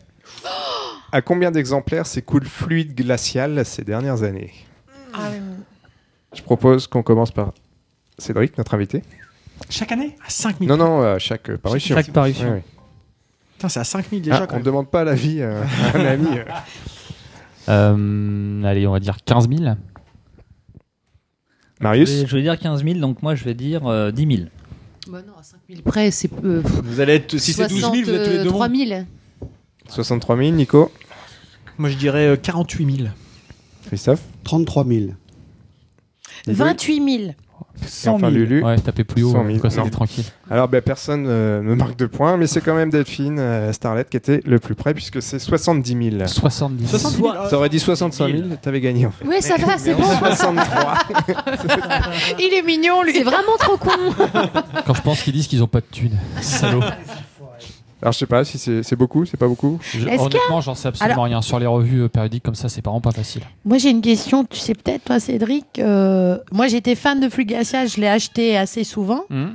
à combien d'exemplaires s'écoule fluide glacial ces dernières années Je propose qu'on commence par Cédric, notre invité.
Chaque année
À 5000.
Non, non, à chaque euh, parution.
Chaque parution.
Ouais, ouais.
Putain, c'est à 5000
Ah,
déjà
on ne
quand même.
demande pas l'avis euh, à un ami. euh.
Euh, allez, on va dire 15 000.
Je
Marius
vais- Je vais dire 15 000, donc moi je vais dire euh, 10 000.
Bah non, à 5000 près, c'est peu.
Vous allez être, si c'est 12 000, vous êtes tous les deux bons.
3000.
63 000, Nico
Moi, je dirais euh, 48 000.
Christophe
33 000.
28 000.
100
enfin,
000.
Lulu.
Ouais, tapez plus haut,
100 000,
comme ça,
non.
t'es tranquille.
Alors, ben, personne euh, ne marque de points, mais c'est quand même Delphine euh, Starlet qui était le plus près, puisque c'est 70 000.
70 000.
60 000.
Soit-
T'aurais dit 65 000, t'avais gagné en fait.
Ouais, ça va, c'est bon.
63.
Il est mignon, lui.
C'est vraiment trop con.
Quand je pense qu'ils disent qu'ils ont pas de thunes. Salaud.
Alors, je sais pas si c'est c'est beaucoup, c'est pas beaucoup.
Je-
Est-ce
honnêtement, j'en sais absolument rien. Sur les revues euh, périodiques comme ça, c'est vraiment pas facile.
Moi, j'ai une question. Tu sais peut-être, toi, Cédric. euh, moi, j'étais fan de Flugacia. Je l'ai acheté assez souvent.
Hmm.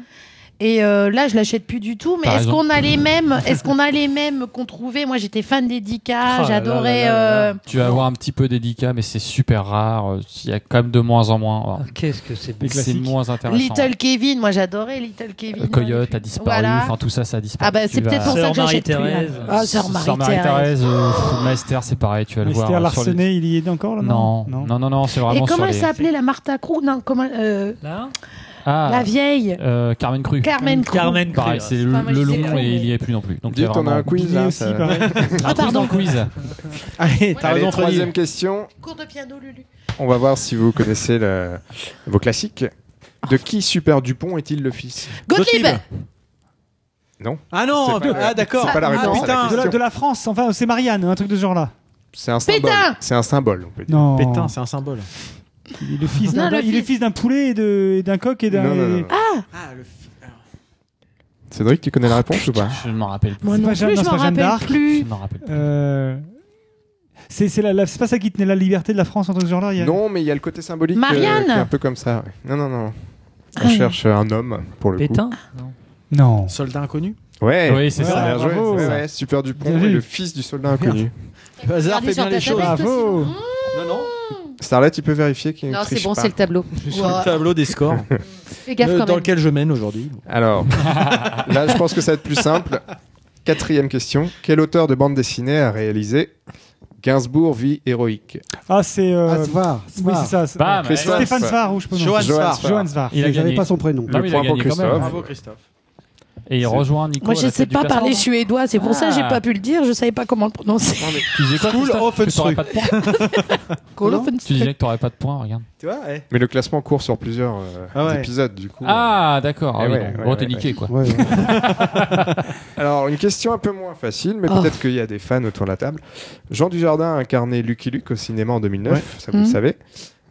Et euh, là, je l'achète plus du tout. Mais
T'as
est-ce
raison.
qu'on a les mêmes Est-ce qu'on a les mêmes qu'on trouvait Moi, j'étais fan des
Oh là
Dika.
là
Ah, J'adorais.
là là là.
euh,
Tu vas avoir un petit peu d'édicat, mais c'est super rare. euh, Il y a quand même de moins en moins. Alors,
Qu'est-ce que c'est beau.
Les
C'est
classiques.
moins intéressant.
Little Kevin, moi j'adorais Little
Euh,
Kevin.
Coyote a disparu.
Voilà.
Enfin, tout ça, ça a disparu.
Ah bah
Tu
c'est peut-être
vas-
pour ça
Sœur
que j'achète plus.
Marie-Thérèse.
là. Ah, Sœur
Sœur
Marie-Thérèse.
Marie-Thérèse, euh, Maester, c'est pareil, tu vas le voir.
Esther
euh, sur les-
Larsenet, il y est encore là
Non, non, non, non, c'est vraiment
Oh Et comment
sur
elle
les...
s'appelait la Martha Crew Non, comment euh,
Là
Ah,
la vieille
euh, Carmen Cru.
Carmen Crew.
Carmen
Pareil,
Cruz.
c'est le,
Enfin, moi, je
le
sais
long
pas,
et
mais-
il y est plus non plus. Donc
Dites,
c'est
on a un
vraiment-
quiz
Il est
là.
aussi
ça-
pareil.
Ah pardon.
quiz.
Allez, t'as
Allez,
raison,
troisième
Freddy.
question.
Cours de piano Lulu.
On va voir si vous connaissez le- vos classiques. De qui Super Dupont est-il le fils
Gottlieb.
Non,
Ah non,
C'est pas-
ah d'accord.
c'est pas la
Ah,
réponse à la
putain,
De la,
question.
de la France, enfin, c'est Marianne, un truc de ce genre-là.
c'est un symbole.
Pétain
C'est un symbole, on peut dire.
Non.
Pétain, c'est un symbole.
Il est le fils
Non,
d'un
le
il est
fils.
fils d'un poulet et de- et d'un coq et d'un.
Non, non, non, non.
Ah, le f...
Cédric, tu connais la réponse ou pas
Je ne m'en rappelle plus.
Moi
C'est
non
pas
plus,
Jeanne,
je
non, c'est
m'en
pas Jeanne
rappelle
d'Arc.
Je
plus.
ne m'en rappelle plus.
Euh, C'est c'est la, la- c'est pas ça qui tenait la liberté de la France, un truc de ce genre-là il y a-
Non, mais il y a le côté symbolique euh,
Marianne
qui est un peu comme ça. ouais. Non, non, non. On
Ah.
cherche euh, un homme pour le
Pétain
Non.
Soldat inconnu
coup. Ouais.
Oui, c'est
Ouais,
ça.
bien joué.
bravo.
Ouais, ouais, Super Dupont
Bien
est
vu.
le fils du soldat inconnu.
Le hasard
Regardez
fait
sur
bien
ta
les choses.
tablette.
Bravo
Non, non.
Starlet, il peut vérifier qu'il ne
Non, c'est
triche
bon,
pas.
c'est le tableau.
Je suis sur le tableau des scores
Fais gaffe
euh,
quand
dans
même.
lequel je mène aujourd'hui.
Alors, là, je pense que ça va être plus simple. Quatrième question. Quel auteur de bande dessinée a réalisé Gainsbourg, vie héroïque
Ah, c'est. euh,
Ah, Svar,
oui,
Svar.
c'est ça. c'est-
Bam
Christophe.
Stéphane Svar, ou je peux
Johan Svar.
Johan Svar.
Il a
J'avais
gagné.
pas son prénom.
Non, mais Ah il a
Point pour
gagné quand même.
Christophe.
Christophe.
Et il rejoint Nico.
Moi,
à
je
la
sais
tête du
pas
classement.
parler suédois, c'est pour ça que j'ai
Ah.
pas pu le dire, je savais pas comment le prononcer.
Tu disais quoi Christophe
of
Que t'aurais pas de points
Cool of
Tu disais que t'aurais pas de points, regarde.
Tu vois, ouais.
Mais le classement court sur plusieurs euh,
Ah ouais.
épisodes, du coup.
Ah,
euh,
d'accord.
eh
Ah oui, donc, gros, t'es niqué, quoi. Ouais, ouais.
Alors, une question un peu moins facile, mais
Oh.
peut-être qu'il y a des fans autour de la table. Jean Dujardin a incarné Lucky Luke au cinéma en 2009,
Ouais.
ça vous le
Mhm.
savez.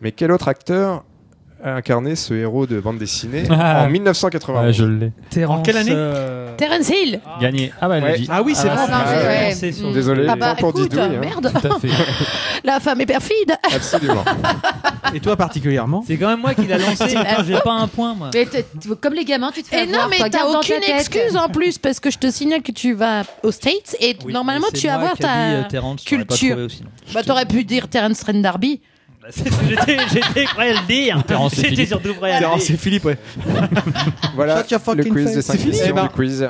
Mais quel autre acteur a incarné ce héros de bande dessinée
Ah.
en 1980
Ouais, je l'ai.
En quelle année
euh,
Terence Hill
Gagné. Ah bah, elle
Ouais.
l'a dit.
Ah oui, c'est vrai. Ah, ouais.
Ouais.
C'est sûr.
Mm.
Désolé,
Ah bah,
pas pour
écoute,
Didouille, hein.
Merde.
Tout à fait.
La femme est perfide.
Absolument.
Et toi particulièrement
C'est quand même moi qui l'a lancé. Putain, J'ai pas un point, moi.
Mais t'es- t'es- comme les gamins, tu te fais
Et non,
avoir, toi,
mais
garde
t'as
dans ta
aucune
tête.
excuse en plus parce que je te signale que tu vas aux States et
Oui,
normalement
mais c'est
tu vas
moi
voir
qui a dit,
ta
euh, Terrence, j'aurais pas
culture.
trouvé aussi, non.
bah t'aurais pu dire Terence Trent D'Arby.
J'étais j'étais prêt à le dire.
Terrence et
J'étais
Philippe.
surtout prêt à le
Terrence
dire.
et Philippe, ouais.
voilà
Shut your
le
fucking
quiz
face.
des 5
C'est fini,
questions
eh ben.
du quiz.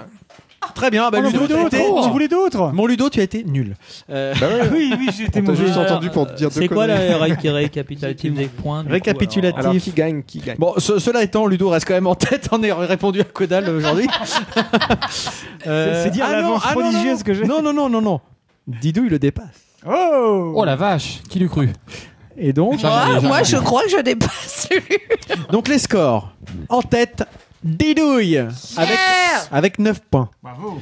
Très bien, bah,
Oh, j'en
Ludo, tu
voulais
as été-
d'autres.
tu voulais d'autres Mon Ludo, tu as été nul. Euh,
Bah ouais.
oui, oui, j'étais
On t'a
mauvais.
juste entendu pour te dire deux
C'est quoi
conneries.
la ré- récapitulative des points du coup,
Récapitulatif.
alors
qui gagne, qui gagne
Bon, ce- cela étant, Ludo reste quand même en tête en ayant répondu à Codal aujourd'hui. Euh,
C'est- c'est dire l'avance prodigieuse
que j'ai. ah Non, non, non, non, non. Didou, il le dépasse.
Oh
Oh la vache, qui l'eût cru
Et donc,
Moi, Ah, moi, je crois que je dépasse.
Donc les scores. En tête, Didouille avec, avec 9 points.
Bravo.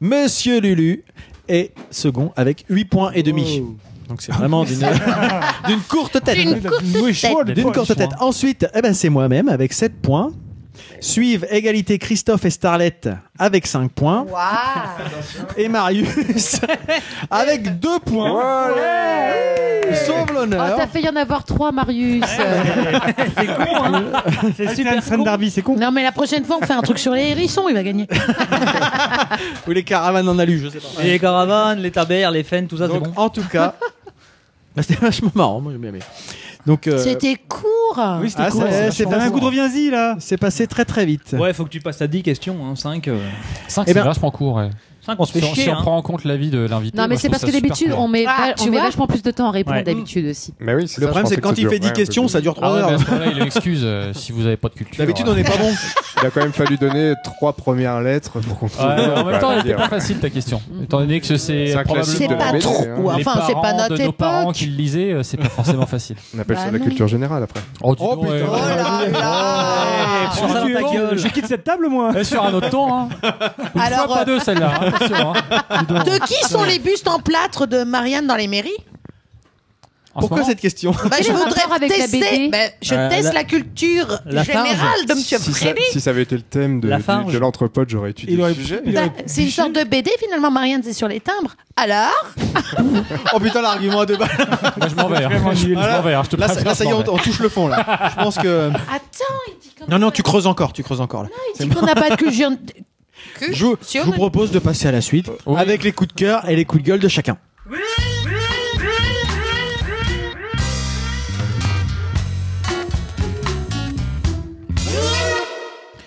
Monsieur Lulu est second avec 8 points et demi. Donc c'est vraiment d'une d'une courte tête.
D'une courte tête.
D'une courte tête. Ensuite, eh ben, c'est moi-même avec 7 points. Suivent égalité Christophe et Starlette avec 5 points. Et Marius Ah. avec 2 points. Sauve
Oh,
l'honneur.
t'as fait y en avoir trois, Marius.
hein.
C'est Sudan Strand Ah, Darby, c'est con.
Non, mais la prochaine fois, on fait un truc sur les hérissons, il va gagner.
Ou les caravanes en alu, je sais pas.
Les caravanes, les tabères, les fennes, tout ça, c'est bon.
En tout cas, bah, c'était vachement marrant. Moi, j'ai bien aimé. Donc, euh,
C'était court.
Oui,
ah,
court,
c'est-
c'est
c'est
vachement
passé-
court. Un coup de
reviens-y là. C'est passé très très vite.
Ouais, faut que tu passes à 10 questions, 5.
5,
Eh
c'est
ben-
vachement court. ouais.
Cinq, on se fait
si,
chier,
Si
hein.
on prend en compte l'avis de l'invité.
Non, mais
moi, je
c'est
trouve
parce
ça
que
super
d'habitude,
court.
on met,
Ah,
on
tu
met
vois
vachement plus de temps à répondre
Ouais.
d'habitude aussi.
Mais oui, c'est
Le
ça,
problème,
je
c'est
pensais
quand
que
il
ça
fait
durait
10
un peu
questions,
plus.
ça dure 3
Ah ouais, mais à
heures.
ce moment-là, il a une excuse euh, si vous avez pas de culture. hein.
D'habitude, on
est
n'est pas bon.
Il a quand même fallu donner trois premières lettres pour qu'on trouve.
en même temps,
Voilà,
elle était
dire.
pas facile ta question. Étant donné que c'est
C'est un
probablement
classique de la C'est pas BD, trop- hein.
les
ou enfin, c'est pas
parents
notre
de nos
époque.
parents qui le lisaient, euh, c'est pas forcément facile.
On appelle
Bah
ça la
non.
culture générale après.
Oh, dis donc, ouais. Eh,
Prends ça dans ta gueule. Je quitte cette table, moi.
Et sur un autre ton, hein.
Ah,
Une
Alors,
fois, pas
euh,
deux, celle-là. hein, attention, hein.
De qui sont les bustes en plâtre de Marianne dans les mairies
En ce moment,
question
Bah, je voudrais
avec la
tester.
BD.
Bah, je
Euh,
teste
la-
la, culture
La Farge.
générale de Monsieur
Si ça,
Freddy.
si ça avait été le thème de,
La
du-
Farge.
de l'entrepôt, j'aurais étudié le sujet.
Bah, C'est une sorte de BD finalement. Marianne, c'est sur les timbres. Alors
Oh putain, l'argument à deux balles.
Moi, je m'en vais. hein. Je je m'en vais. hein, Je te
Là,
préviens,
ça- là, ça y est,
je m'en
on,
vais.
on touche le fond là. Je pense que.
Attends, il dit
Non, non, tu creuses encore, tu creuses encore là. C'est
qu'on n'a pas de culture.
bon. Je, je vous propose de passer à la suite avec les coups de cœur et les coups de gueule de chacun.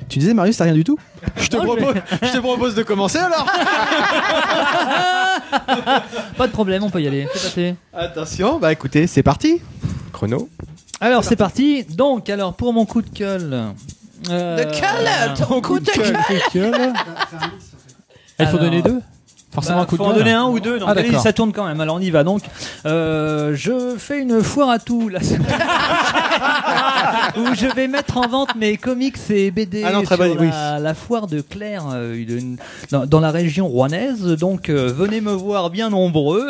Tu disais Marius, t'as rien du tout je te, propose, je te propose de commencer alors
Pas de problème, on peut y aller. C'est passé.
Attention, bah écoutez, c'est parti
Chrono.
Alors, c'est parti. Donc, alors, pour mon coup de gueule. euh,
De gueule, ton coup de
gueule.
Il faut
Alors,
donner deux Forcément
Bah,
un coup de
faut en
gueule.
donner un ou deux. Donc
Ah,
allez,
d'accord.
ça tourne quand même. Alors on y va donc. Euh, je fais une foire à tout là. où je vais mettre en vente mes comics et BD
Ah non, très
sur
bonne,
la, la foire de Claire euh, il y a une- dans, dans la région rouennaise. Donc euh, venez me voir bien nombreux.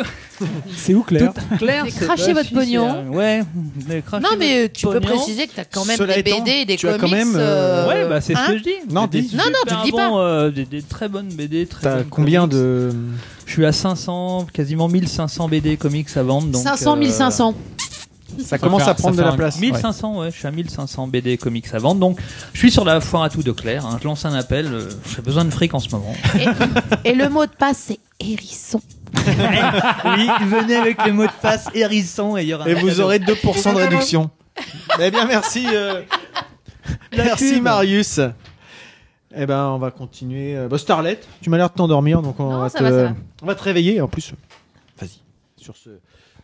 C'est où Claire
Toute Claire,
Mais
c'est
crachez
pas
votre
si c'est
pognon.
un- Ouais. mais crachez
Non, mais,
votre
euh, tu peux
pognon.
préciser que t'as quand même Cela des étant, BD et des tu as quand comics, même, euh,
Ouais, bah c'est
hein
ce que je dis.
Non,
Des
dis.
Non, non,
super
tu le dis pas.
bons, euh, des, des très bonnes BD. très
T'as
bonnes
combien de.
je suis à 500, quasiment 1500 BD comics à vendre. Donc,
500,
euh,
1500.
Ça commence à prendre de la place.
1500, ouais. je suis à 1500 BD comics à vendre. Donc, je suis sur la foire à tout de Claire. hein. Je lance un appel. euh, J'ai besoin de fric en ce moment.
Et le mot de passe, c'est hérisson.
oui, venez avec le mot de passe hérisson et il y aura.
Et vous aurez 2% de réduction. Eh bien, merci. euh, Merci, Marius. Eh ben, on va continuer. euh, bah, Starlet, tu m'as l'air de t'endormir, donc on,
Non,
va
ça
te...
va, ça va.
on va te réveiller. En plus, vas-y, sur ce,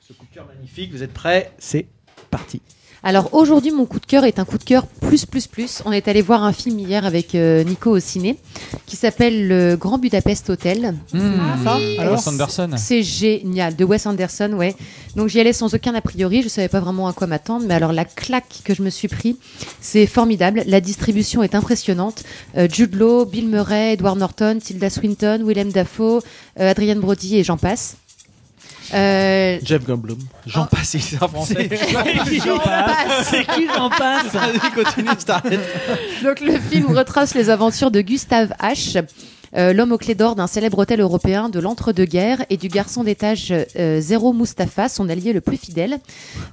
ce coup de cœur magnifique, vous êtes prêts C'est parti.
Alors aujourd'hui, mon coup de cœur est un coup de cœur plus plus plus. On est allé voir un film hier avec euh, Nico au ciné qui s'appelle Le Grand Budapest Hotel.
Ah, oui. De Wes Anderson.
C'est génial, de Wes Anderson, ouais. Donc j'y allais sans aucun a priori, je savais pas vraiment à quoi m'attendre, mais alors la claque que je me suis pris, c'est formidable. La distribution est impressionnante. Euh, Jude Law, Bill Murray, Edward Norton, Tilda Swinton, Willem Dafoe, euh, Adrien Brody et j'en passe. Euh,
Jeff Goldblum. J'en passe, il est en français.
qui Oh. j'en passe
C'est qui j'en passe
Vas-y, continue, je t'arrête.
Donc le film retrace les aventures de Gustave H. euh, L'homme au clé d'or d'un célèbre hôtel européen de l'entre-deux-guerres et du garçon d'étage euh, Zéro Mustapha, son allié le plus fidèle.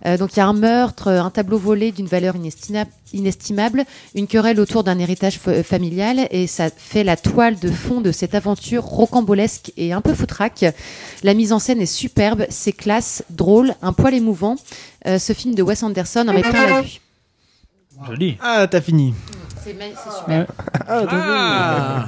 Euh, donc il y a un meurtre, un tableau volé d'une valeur inestina- inestimable, une querelle autour d'un héritage fa- euh, familial et ça fait la toile de fond de cette aventure rocambolesque et un peu foutraque. La mise en scène est superbe, c'est classe, drôle, un poil émouvant. Euh, ce film de Wes Anderson, en même temps, on l'a vu.
Joli. Ah, t'as fini.
C'est
super. Ah,
Ah.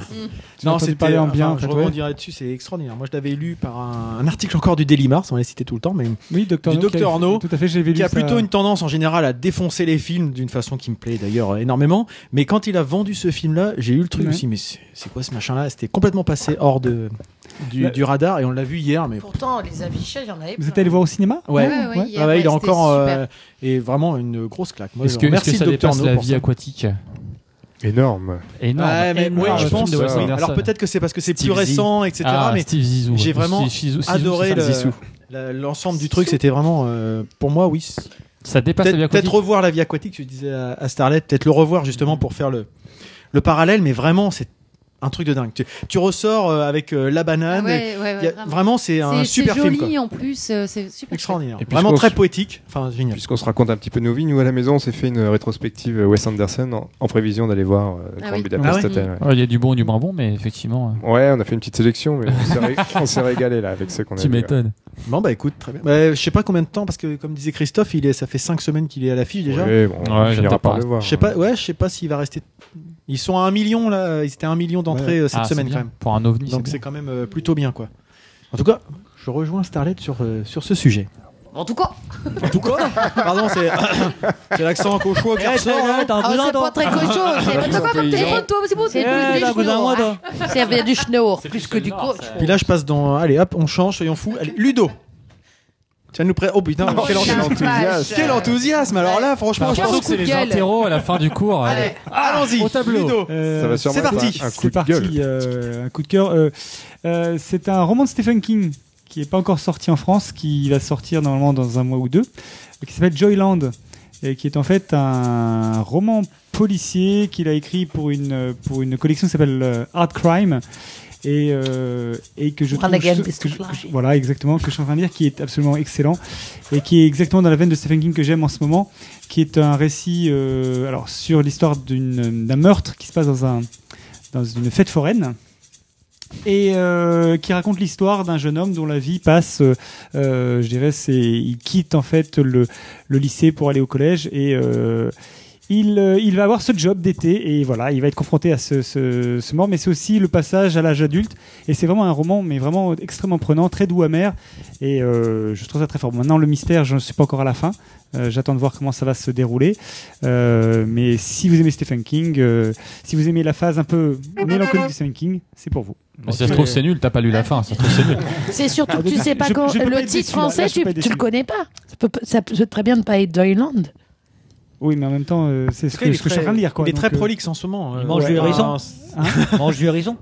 Tu
Non,
m'entends
c'est
parler en bien, en
je
fait, ouais.
rebondirai dessus, c'est extraordinaire. Moi, je l'avais lu par un, un article encore du Daily Mars, on l'a cité tout le temps, mais
oui,
du
Arnaud qui
Dr
a-
Arnaud,
tout à fait, j'avais lu
qui a
ça.
plutôt
euh,
une tendance en général à défoncer les films d'une façon qui me plaît d'ailleurs euh, énormément. Mais quand il a vendu ce film-là, j'ai eu le truc
Ouais.
aussi. Mais c'est c'est quoi ce machin-là C'était complètement passé hors de du,
Là-
du radar et on l'a vu hier, mais
Pourtant, les affichages, il y en avait
Bah, Vous êtes allé voir au cinéma
Ouais,
ouais, hier,
Ah ouais,
ouais,
il est
c'était
encore
super.
euh, et vraiment une grosse claque. Moi,
Est-ce
je
que,
remercie
est-ce que ça
le Dr
dépasse
Arnaud
la
pour
vie
ça.
aquatique
Énorme.
Énorme.
Ouais, mais-
Énorme.
ouais, je
bah, Le film
pense.
de Wes
ouais.
Anderson.
Alors peut-être que c'est parce que c'est plus
Steve Zissou.
récent, etc.
Ah,
mais
Steve Zissou, ouais.
j'ai vraiment
Steve Zissou, Zissou,
adoré
c'est ça,
le-
Zissou.
la- l'ensemble du truc. C'était vraiment, euh, pour moi, oui. c-
Ça dépasse la vie
Peut-être
aquatique.
peut-être revoir la vie aquatique, je disais à, à Starlet, peut-être le revoir justement pour faire le, le parallèle, mais vraiment, c'est un truc de dingue. Tu, tu ressors euh, avec euh, la banane.
Ah ouais,
et
ouais, ouais,
il y a-
vraiment.
vraiment, c'est un super
joli,
film. quoi.
en plus, euh, c'est super
Extraordinaire.
chouette.
Vraiment très
poétique,
enfin génial.
Puisqu'on se raconte un petit peu nos vies, nous à la maison, on s'est fait une rétrospective euh, Wes Anderson en, en prévision d'aller voir euh,
Ah
Grand
oui.
Budapest
Ah ouais.
Hotel.
Ouais, Il y a du bon et du moins bon, mais effectivement. euh,
Ouais. Ouais, on a fait une petite sélection, mais on s'est ré- on s'est régalé là avec ce qu'on euh, a.
Tu
vu, ouais.
m'étonnes.
Bon, bah écoute, très bien. Bah, je sais pas combien de temps, parce que comme disait Christophe, il est, ça fait 5 semaines qu'il est à l'affiche déjà.
Ouais, bon, on Ouais, finira j'attends par pas. le voir.
Je sais pas, ouais, je sais pas s'il va rester. Ils sont à 1 million là, ils étaient à 1 million d'entrées
Ouais.
euh, cette
Ah, c'est
semaine
bien.
quand même.
Pour un ovni,
Donc
c'est
c'est
bien.
quand même euh, plutôt bien quoi. En tout cas, je rejoins Starlet sur, euh, sur ce sujet.
En tout cas.
En tout cas, pardon, c'est
Euh,
c'est l'accent cochon qui
Eh,
ressort.
t'es-
hein.
t'es un Ah, cousin, c'est toi. pas très cochon, c'est- t'as quoi comme téléphone, toi
Toi,
Eh, t'as un cousin à moi, toi.
C'est il y a du schnorr, plus que du coach.
Puis là, je passe dans. Allez, hop, on change, soyons fous. Allez, Ludo. Tiens, nous prêt. Oh putain,
Oh,
quel
la
enthousiasme!
vache.
Quel enthousiasme! Alors là, franchement,
Par
je
contre,
pense que
c'est les interros à la fin du cours.
Allez,
euh,
allons-y!
Au tableau.
Ludo.
Euh,
Ça va sûrement
c'est
être
parti.
un- un coup
C'est
de gueule.
parti, euh, un coup de cœur. Euh, euh, c'est un roman de Stephen King qui n'est pas encore sorti en France, qui va sortir normalement dans un mois ou deux, euh, qui s'appelle Joyland, et qui est en fait un roman policier qu'il a écrit pour une, euh, pour une collection qui s'appelle euh, Hard Crime. Et, euh, et que je
Run again,
ce-
best
que
of
je- que je- voilà exactement que je suis en train de lire qui est absolument excellent et qui est exactement dans la veine de Stephen King que j'aime en ce moment qui est un récit euh, alors sur l'histoire d'une- d'un meurtre qui se passe dans un dans une fête foraine et euh, qui raconte l'histoire d'un jeune homme dont la vie passe, euh, euh, je dirais, c'est il quitte en fait le, le lycée pour aller au collège et euh, il, euh, il va avoir ce job d'été et voilà, il va être confronté à ce, ce, ce mort, mais c'est aussi le passage à l'âge adulte et c'est vraiment un roman, mais vraiment extrêmement prenant, très doux, amer et euh, je trouve ça très fort. Maintenant, le mystère, je ne suis pas encore à la fin. Euh, J'attends de voir comment ça va se dérouler. Euh, mais si vous aimez Stephen King, euh, si vous aimez la phase un peu mélancolique de Stephen King, c'est pour vous.
Mais si ça se trouve, c'est nul, t'as pas lu la fin. Ça se trouve, c'est nul.
C'est surtout que
Ah,
tu
donc,
sais pas
je-
quand
je peux pas
le
être
titre
déçu, là. Là,
français,
je peux
tu,
pas être
tu le
déçu.
connais pas. Ça peut, ça peut très bien ne pas être Joyland.
Oui, mais en même temps, euh, c'est ce que,
il est
ce que je
très-
suis en train de lire. Quoi.
il est
Donc,
très
euh,
prolixe en ce moment. Ah,
Il mange du
horizon
hérisson. Hein
Mange du horizon.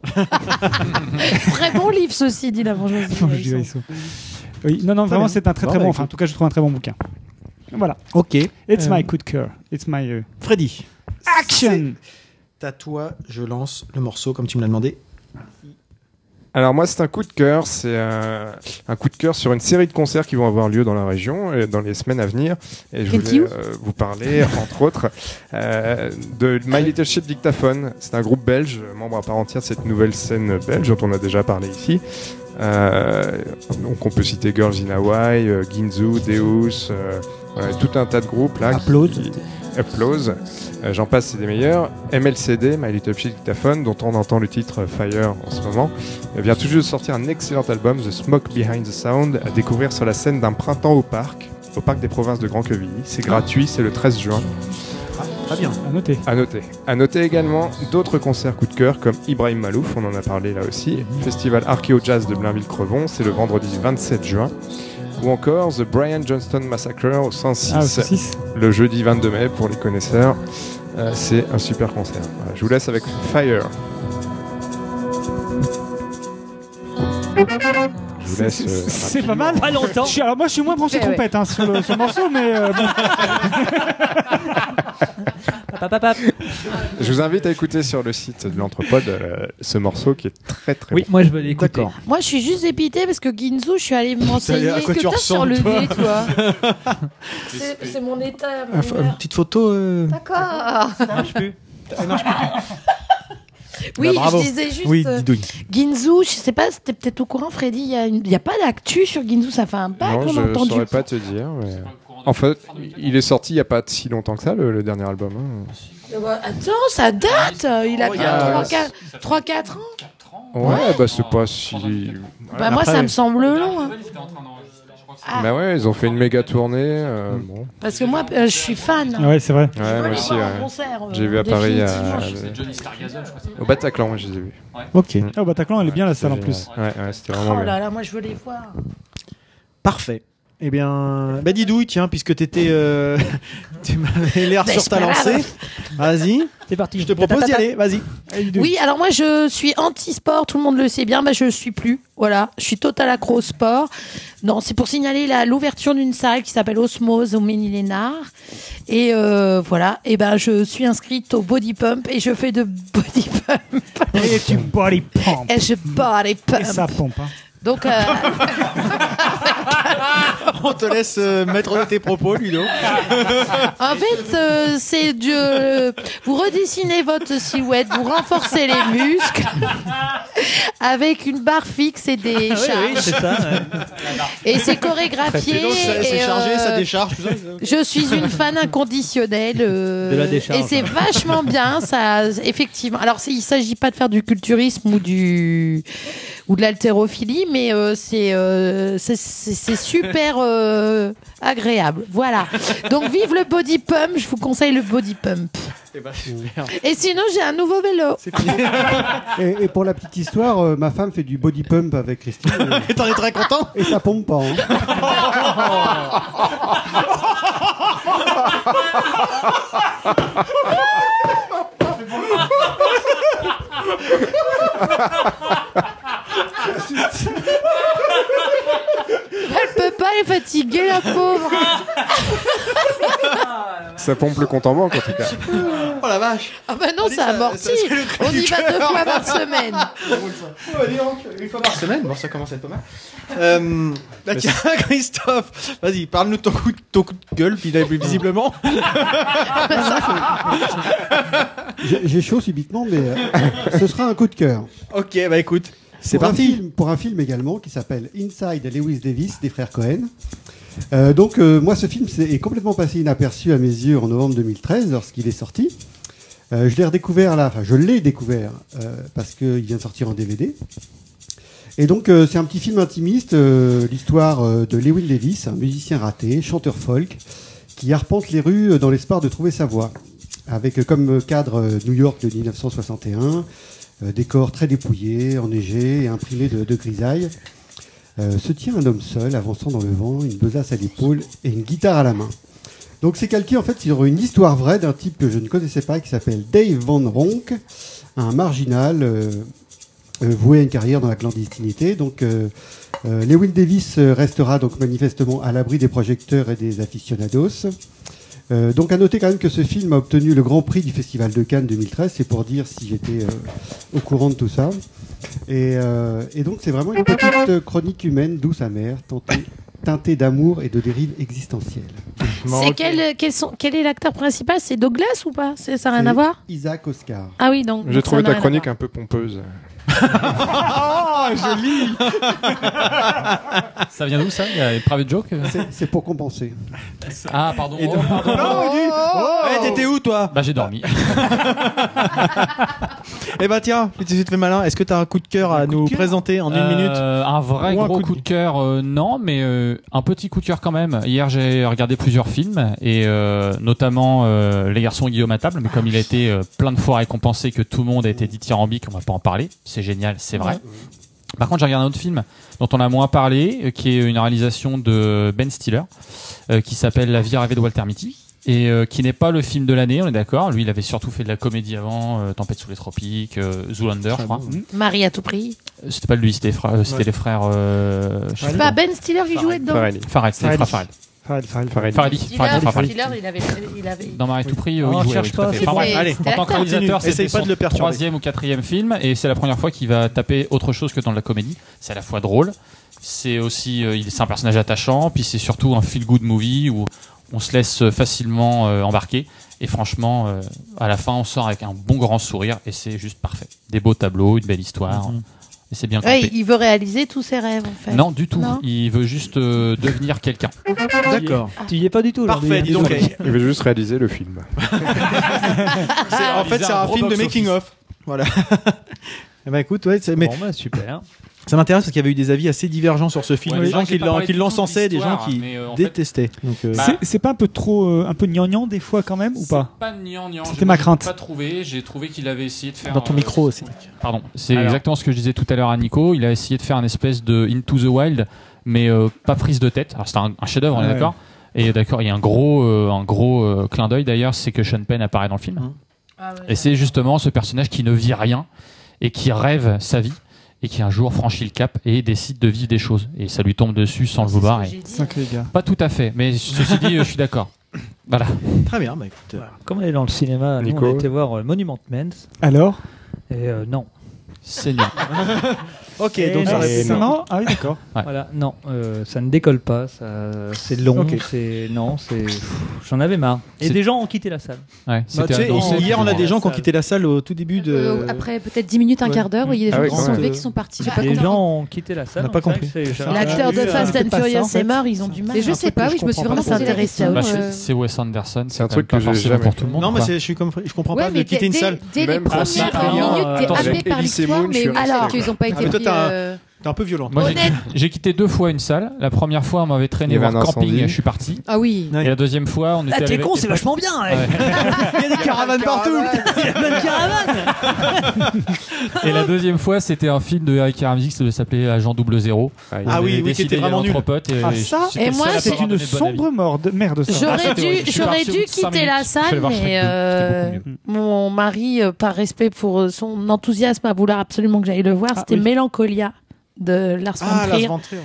Très bon livre, ceci dit, la vengeance.
Mange du hérisson. Oui, non, non,
Très
vraiment,
bien.
c'est un très
Bon,
très
bah,
bon. Enfin, en
écoute.
tout cas, je trouve un très bon bouquin. Voilà.
Ok.
It's
Euh,
my coup de cœur. It's my. euh,
Freddy.
Action!
À toi, je lance le morceau comme tu me l'as demandé.
Alors moi, c'est un coup de cœur. C'est un, un coup de cœur sur une série de concerts qui vont avoir lieu dans la région et dans les semaines à venir. Et je
Thank
voulais
you.
euh, vous parler, entre autres, euh, de My Little Ship Dictaphone. C'est un groupe belge, membre à part entière de cette nouvelle scène belge dont on a déjà parlé ici. Euh, donc on peut citer Girls in Hawaii, euh, Ginzu, Deus, euh, voilà, tout un tas de groupes là. qui- qui- Applause. Euh, J'en passe, c'est des meilleurs. MLCD, My Little Ship Dictaphone, dont on entend le titre euh, Fire en ce moment, euh, vient tout juste de sortir un excellent album, The Smoke Behind the Sound, à découvrir sur la scène d'un printemps au parc au Parc des Provinces de Grand-Quevilly. C'est gratuit, c'est le 13 juin.
Très bien. À noter.
À noter. À noter également d'autres concerts coup de cœur comme Ibrahim Malouf, on en a parlé là aussi. Festival Archéo Jazz de Blainville-Crevon, c'est le vendredi 27 juin. Ou encore The Brian Johnston Massacre au 106,
Ah, au 106.
le jeudi 22 mai pour les connaisseurs. Euh, c'est un super concert. Voilà, je vous laisse avec Fire. Je vous laisse. euh,
C'est pas mal. Pas longtemps. alors moi, je suis moins branché
Ouais, ouais.
trompette hein, sur, le, sur le morceau, mais euh, bon.
Je vous invite à écouter sur le site de l'Entrepode euh, ce morceau qui est très très Oui,
moi je veux l'écouter.
Moi, je suis juste dépitée parce que Ginzo, je suis allée me renseigner.
à quoi
que
tu
t'as sur
ressembles,
le
toi
nez, toi C'est c'est mon état.
Ah,
mon humeur.
petite photo. euh,
D'accord. Oui,
Ah,
Bah, bravo.
je disais juste.
Oui,
euh,
Didouille.
Ginzou, je sais pas, c'était peut-être au courant, Freddy. Il y a, une- il y a pas d'actu sur Ginzou, ça fait un bail
Non,
qu'on
je
a entendu.
saurais pas te dire. mais- En fait, il est sorti il n'y a pas si longtemps que ça, le, le dernier album. hein.
Attends, ça date. euh, Il a
Ah, il y a-
bien 3-4 ans.
Ouais, bah c'est pas si.
Bah, moi, ça me semble long. hein.
Bah ouais, ils ont fait une méga tournée. euh, bon.
Parce que moi, euh, je suis fan.
Ah Ouais, c'est vrai.
Ouais, moi
les
aussi.
voir en
ouais.
concert, euh,
J'ai vu à Paris. à-
définitivement.
C'est Johnny Stargazer, je crois.
Au Bataclan, je les ai vus.
Ok. Ah, au Bataclan, elle est bien la salle en
C'était
plus.
génial. Ouais, ouais, c'était vraiment
Oh
bien.
là là, moi, je veux les voir.
Parfait. Eh bien, bah Didouille, tiens, puisque t'étais, euh, tu m'avais l'air sur ta
Desperado.
lancée. Vas-y.
C'est parti.
Je te propose d'y aller. Vas-y.
Ah,
Oui, alors moi je suis anti-sport, tout le monde le sait bien, bah je le suis plus. Voilà, je suis total accro au sport. Non, c'est pour signaler la- l'ouverture d'une salle qui s'appelle Osmose au Ménilénard. Et euh, voilà, et ben je suis inscrite au body pump et je fais de body pump.
Et tu body pump.
Et je body pump.
Et ça pompe. hein.
Donc euh,
On te laisse euh, mettre tes propos, Ludo.
en fait, euh, c'est du euh, vous redessinez votre silhouette, vous renforcez les muscles avec une barre fixe et des charges. Et c'est chorégraphié.
Sinon, c'est c'est
et,
chargé, ça
euh,
décharge. tout ça.
Je suis une fan inconditionnelle. euh,
De la décharge.
Et c'est vachement bien, ça, effectivement. Alors, c'est- il s'agit pas de faire du culturisme ou du ou de l'haltérophilie, mais euh, c'est euh, c'est- c'est c'est super euh, agréable. Voilà. Donc, vive le body pump. Je vous conseille le body pump.
Eh ben, super.
Et sinon, j'ai un nouveau vélo.
Et, et pour la petite histoire, euh, ma femme fait du body pump avec Christine. euh,
Et t'en es très content
et ça pompe pas. hein.
Elle peut pas, elle est fatiguée, la pauvre.
Ça pompe le compte en banque en tout cas.
Oh la vache.
Ah bah non, ça amortit.
ça, c'est
On
le
y va deux
chroniqueur.
fois par semaine.
Oh, dis donc, une fois par semaine, bon, ça commence à être pas mal. Euh, bah, tiens, Christophe, vas-y, parle-nous de ton coup de, ton coup de gueule, puis là, visiblement.
J'ai j'ai chaud subitement, mais euh, ce sera un coup de cœur.
ok, bah écoute, c'est
Pour un
parti.
film- pour un film également qui s'appelle Inside Lewis Davis des frères Cohen. Euh, donc euh, moi ce film c'est- est complètement passé inaperçu à mes yeux en novembre 2013 lorsqu'il est sorti. Euh, je l'ai redécouvert là, enfin je l'ai découvert euh, parce qu'il vient de sortir en DVD. Et donc euh, c'est un petit film intimiste, euh, l'histoire euh, de Lewin Davis, un musicien raté, chanteur folk, qui arpente les rues euh, dans l'espoir de trouver sa voix. Avec euh, comme cadre euh, New York de 1961, euh, décor très dépouillé, enneigé et imprimé de, de grisaille. Euh, se tient un homme seul, avançant dans le vent, une besace à l'épaule et une guitare à la main. Donc c'est calqué en fait sur une histoire vraie d'un type que je ne connaissais pas qui s'appelle Dave Van Ronk, un marginal euh, euh, voué à une carrière dans la clandestinité. Donc euh, euh, Lewin Davis euh, restera donc manifestement à l'abri des projecteurs et des aficionados. Euh, donc à noter quand même que ce film a obtenu le Grand Prix du Festival de Cannes 2013, c'est pour dire si j'étais euh, au courant de tout ça. Et, euh, et donc c'est vraiment une petite chronique humaine douce amère, tentée- teintée d'amour et de dérive existentielle.
C'est quel, quels sont- quel est l'acteur principal C'est Douglas ou pas C'est- Ça n'a rien à voir
Isaac Oscar.
Ah oui, donc.
J'ai
donc
trouvé
ça n'a rien à
ta chronique
voir.
un peu pompeuse.
Oh, joli
Ah,
Ça vient d'où ça Il y a les private jokes euh
C'est- C'est pour compenser.
Ah, pardon. Oh, pardon.
oh,
Eh, t'étais où, toi
Bah, j'ai dormi.
Eh ben tiens, tu te fais malin. Est-ce que t'as un coup de cœur à nous présenter en une minute
Euh, Un vrai
Ou un
gros
coup
coup de, cœur, euh, non, mais euh, un petit coup de cœur quand même. Hier, j'ai regardé plusieurs films, et euh, notamment euh, Les garçons et Guillaume à table, mais comme il a été euh, plein de fois récompensé, que tout le monde a été dithyrambique, on va pas en parler. C'est génial, c'est vrai.
Ouais.
Par contre, j'ai regardé un autre film dont on a moins parlé, euh, qui est une réalisation de Ben Stiller, euh, qui s'appelle La vie rêvée de Walter Mitty. Et euh, qui n'est pas le film de l'année, on est d'accord. Lui, il avait surtout fait de la comédie avant, euh, Tempête sous les tropiques, euh, Zoolander, je crois.
Marie à tout prix.
Euh, C'était pas lui, c'était les frères. euh, C'était
Ouais.
les frères euh, je sais
C'est
pas.
pas Ben Stiller qui jouait dedans.
Farrelly. Farrelly, c'était les frères Farrelly. Farrelly. Farrelly,
Stiller,
Farrelly, Farrelly.
Stiller, il avait, il avait...
Dans Marie tout prix,
Ah,
il jouait,
cherche
oui, tout
pas,
à fait.
c'est
Enfin,
bon.
bref,
Allez,
en tant que
continue.
réalisateur,
Essaye
c'était
pas de
son
le perturber.
troisième ou quatrième film, et c'est la première fois qu'il va taper autre chose que dans de la comédie. C'est à la fois drôle, c'est aussi, euh, il- c'est un personnage attachant, puis c'est surtout un feel-good movie où on se laisse facilement euh, embarquer. Et franchement, euh, à la fin, on sort avec un bon grand sourire, et c'est juste parfait. Des beaux tableaux, une belle histoire, et c'est bien
Ouais,
campé.
il veut réaliser tous ses rêves en fait.
Non, du tout.
Non.
Il veut juste euh, devenir quelqu'un.
D'accord.
Tu y es pas du tout. hein,
Parfait, dis donc. eh,
Il veut juste réaliser le film.
C'est- en fait,
Ils
c'est
ont un
un
gros
film de
box-office.
making of. Voilà. Eh ben écoute, ouais, c'est- mais
Bon, bah, super.
ça m'intéresse parce qu'il y avait eu des avis assez divergents sur ce film.
Ouais,
des
mais
gens
j'ai
qui
pas
l'en-
parlé
qui
de toute
l'encensaient, des gens
l'histoire,
qui
mais, euh, en fait-
détestaient. Donc, euh,
C'est- C'est pas un peu trop, euh, un peu gnangnan des fois quand même ou pas
Pas gnangnan,
C'était
j'ai-
ma
j'ai
crainte.
Pas trouvé. J'ai trouvé qu'il avait essayé de faire
Dans ton
euh,
micro aussi.
Pardon. C'est
Alors.
exactement ce que je disais tout à l'heure à Nico. Il a essayé de faire un espèce de Into the Wild, mais euh, pas prise de tête. Alors c'est un, un chef-d'œuvre, on est
Ah Ouais.
d'accord. Et d'accord, il y a un gros, euh, un gros euh, clin d'œil d'ailleurs, c'est que Sean Penn apparaît dans le film.
Ah
et c'est justement ce personnage qui ne vit rien et qui rêve sa vie et qui un jour franchit le cap et décide de vivre des choses. Et ça lui tombe dessus sans le vouloir. et-
Sacré gars.
Pas tout à fait, mais ceci dit, euh, je suis d'accord. Voilà.
Très bien, bah écoute. euh,
Comme on est dans le cinéma, nous,
Nico.
on a été voir euh, Monument Men.
Alors
Et euh, non.
Seigneur.
Ok,
Et
donc ça
non.
reste-
Et
ça
non.
marche Ah oui, d'accord.
Ouais.
Voilà, non, euh, ça ne décolle pas, ça- c'est long,
Ok.
c'est non, c'est pff, j'en avais marre. Et
C'est-
des gens ont quitté la salle.
Ouais,
Bah, tu sais, hier, on a des gens qui ont quitté la salle au tout début de.
Euh, après peut-être 10 minutes, un
Ouais.
quart d'heure, il y a des
Ah
gens
oui,
qui
quand
se sont
même.
levés, qui sont partis. J'ai pas
Les
compris.
gens ont quitté la salle.
On n'a pas
donc
compris.
c'est vrai que c'est-
L'acteur de
euh,
j'ai-
Fast
j'ai-
and Furious est mort, ils ont du mal.
Mais je
un
sais
truc
pas,
que
oui, je me suis
comprends
vraiment
pas.
posé la question.
Bah,
euh,
c'est- c'est Wes Anderson. C'est
un truc
quand même
que
pas
j'ai
forcément
jamais
pour
vu.
tout le monde.
Non, mais
quoi.
c'est- je suis comme je comprends
Ouais,
pas de
mais
quitter
dès-
une
dès-
salle.
Dès les
Même
premières
Francis
minutes,
Payan,
t'es
euh,
happé
avec
par
Elie
l'histoire,
Semoun, je
mais
suis
au
resté,
final,
quoi.
ils ont pas
Ah,
été
mais toi,
pris,
t'as un-
euh,
T'es un peu violent.
Moi, j'ai-
Honnête.
j'ai quitté deux fois une salle. La première fois, on m'avait
Il y
traîné
avait
voir
un
camping.
incendie.
Je suis parti.
Ah oui.
Et la deuxième fois, on était.
Ah, t'es
avec
con,
des
c'est
potes.
vachement bien.
hein.
ouais.
Il y a des caravanes partout.
Et la deuxième fois, c'était un film de Eric Ramsey qui s'appelait Agent Double Zéro.
Ah oui, oui, qui était vraiment nul.
Et
Ah, ça
j'étais
et
le
moi,
seul à
c'est
pas avoir
Une
donné bon avis.
sombre mort de merde. ça.
J'aurais
Ah, c'était
dû,
horrible. Je suis
j'aurais
parti au bout
dû
de cinq
quitter la
minutes. Je suis allé
salle,
voir
mais
Shrek deux,
euh,
c'était beaucoup
mon mari, euh, par respect pour euh, son enthousiasme à vouloir absolument que j'aille le voir, c'était
oui.
Mélancolia de Lars von
Ah,
Trier.
la ventrée.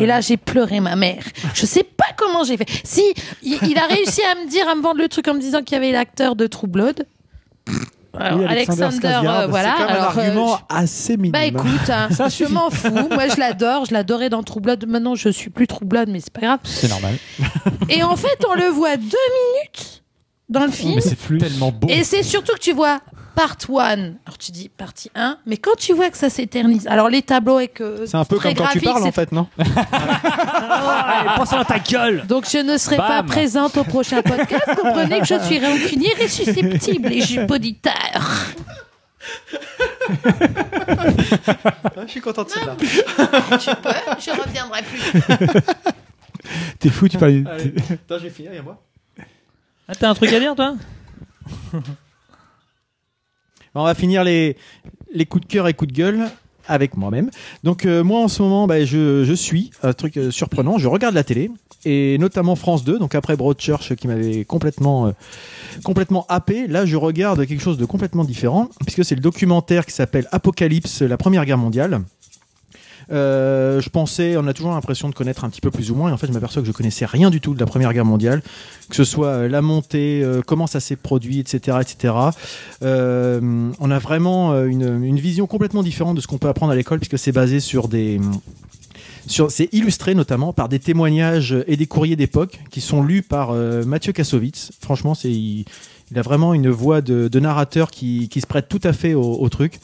Et là, j'ai pleuré ma mère. Je sais pas comment j'ai fait. Si, il, il a réussi à me dire, à me vendre le truc en me disant qu'il y avait l'acteur de True Blood. Alors,
Oui,
Alexander,
Skarsgård,
euh, voilà.
C'est quand même
Alors,
un
euh,
argument assez minime.
bah écoute, hein,
Ça
je
suffit.
m'en fous. Moi, je l'adore. Je l'adorais dans True Blood. Maintenant, je suis plus True Blood, mais c'est pas grave.
C'est normal.
Et en fait, on le voit deux minutes dans le film.
Mais c'est tellement beau.
Et c'est surtout que tu vois part 1. Alors tu dis partie 1, mais quand tu vois que ça s'éternise. Alors les tableaux et que.
C'est un peu
très
comme quand tu
graphique,
parles
c'est-
en fait, non
Allez, prends ça dans ta gueule.
Donc je ne serai pas
Bam.
présente au prochain podcast. Comprenez que je suis rancunière et susceptible et jupoditeur.
Ah, Je suis content de celle-là.
tu peux, je reviendrai plus.
T'es fou, tu parles.
Allez. Attends, je vais finir, il y a moi.
Ah, t'as un truc à dire, toi
On va finir les, les coups de cœur et coups de gueule avec moi-même. Donc euh, moi en ce moment, bah, je, je suis, un truc euh, surprenant, je regarde la télé, et notamment France 2, donc après Broadchurch qui m'avait complètement, euh, complètement happé, là je regarde quelque chose de complètement différent, puisque c'est le documentaire qui s'appelle Apocalypse, la Première Guerre mondiale. Euh, je pensais, on a toujours l'impression de connaître un petit peu plus ou moins, et en fait, je m'aperçois que je connaissais rien du tout de la Première Guerre mondiale, que ce soit euh, la montée, euh, comment ça s'est produit, etc., etc. Euh, on a vraiment euh, une, une vision complètement différente de ce qu'on peut apprendre à l'école, puisque c'est basé sur des sur- c'est illustré notamment par des témoignages et des courriers d'époque qui sont lus par euh, Mathieu Kassovitz. Franchement, c'est il, il a vraiment une voix de, de narrateur qui, qui se prête tout à fait au, au truc.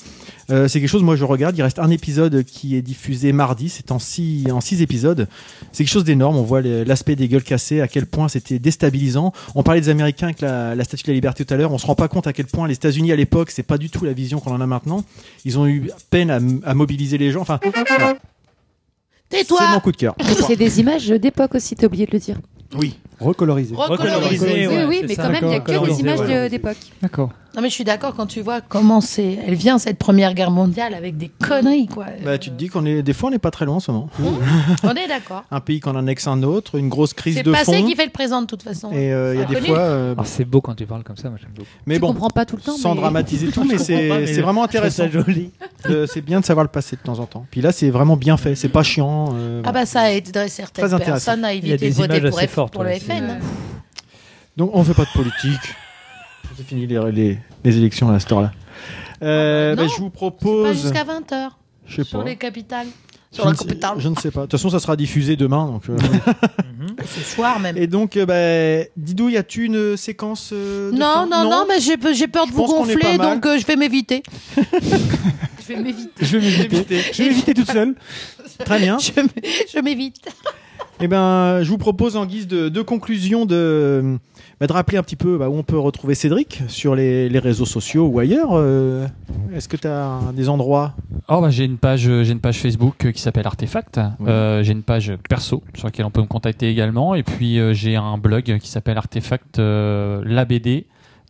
Euh, c'est quelque chose, moi je regarde, il reste un épisode qui est diffusé mardi, c'est en six, en six épisodes. C'est quelque chose d'énorme, on voit les- l'aspect des gueules cassées, à quel point c'était déstabilisant. On parlait des Américains avec la, la Statue de la Liberté tout à l'heure, on se rend pas compte à quel point les États-Unis à l'époque, c'est pas du tout la vision qu'on en a maintenant. Ils ont eu peine à, m- à mobiliser les gens, enfin, voilà.
Tais-toi
c'est mon coup de cœur.
C'est des images d'époque aussi, t'as oublié de le dire.
Oui.
Recolorisé.
Oui,
Recolorisé,
oui, mais quand même, il n'y a que des images de- d'époque.
D'accord.
Non, mais je suis d'accord quand tu vois comment c'est. Elle vient cette première guerre mondiale avec des conneries, quoi.
Bah, tu te dis qu'on est, des fois on n'est pas très loin en ce moment.
Oh. On est d'accord.
un pays qu'on annexe un autre, une grosse crise
C'est
de
le passé
fond.
qui fait le présent de toute façon.
Et euh, il y a
C'est
des
connu.
fois.
Alors, Ah, c'est beau quand tu parles comme ça, moi j'aime beaucoup.
Mais
Tu
bon,
comprends pas tout le temps,
sans
mais-
dramatiser tout,
Je
mais
comprends
c'est
pas, mais
c'est vraiment
je trouve ça
intéressant.
joli.
Euh, c'est bien de savoir le passé de temps en temps. Puis là, c'est vraiment bien fait, c'est pas chiant. euh,
Ah
voilà.
bah ça aiderait certaines
Très intéressant.
personnes à
Il y a
éviter
des
de voter
images
pour,
assez
F-
fortes,
pour
ouais,
le FN. hein.
Donc on fait pas de politique. c'est fini les, les, les élections à ce temps-là. Euh, bah, je vous
Pas
propose.
jusqu'à 20h.
Je sais
Sur
pas.
les capitales. Sur
Je
la
ne sais-
capitale.
Je ne sais pas. De toute façon, ça sera diffusé demain. Donc, euh.
Ce soir même.
Et donc, euh, bah, Didou, y a-tu une séquence euh, de
Non,
fin
non, non, mais j'ai pe- j'ai peur de
Je
vous
pense qu'on est
gonfler,
pas mal.
donc euh, je vais m'éviter. je vais m'éviter.
Je vais m'éviter. Je vais m'éviter toute seule.
Très bien.
Je m- je m'évite.
Eh ben, je vous propose en guise de, de conclusion de, bah, de rappeler un petit peu bah, où on peut retrouver Cédric sur les, les réseaux sociaux ou ailleurs. euh, Est-ce que tu as des endroits
Oh bah, j'ai une page, euh, j'ai une page Facebook euh, qui s'appelle Artefact. Euh, j'ai une page perso sur laquelle on peut me contacter également. Et puis euh, j'ai un blog qui s'appelle euh,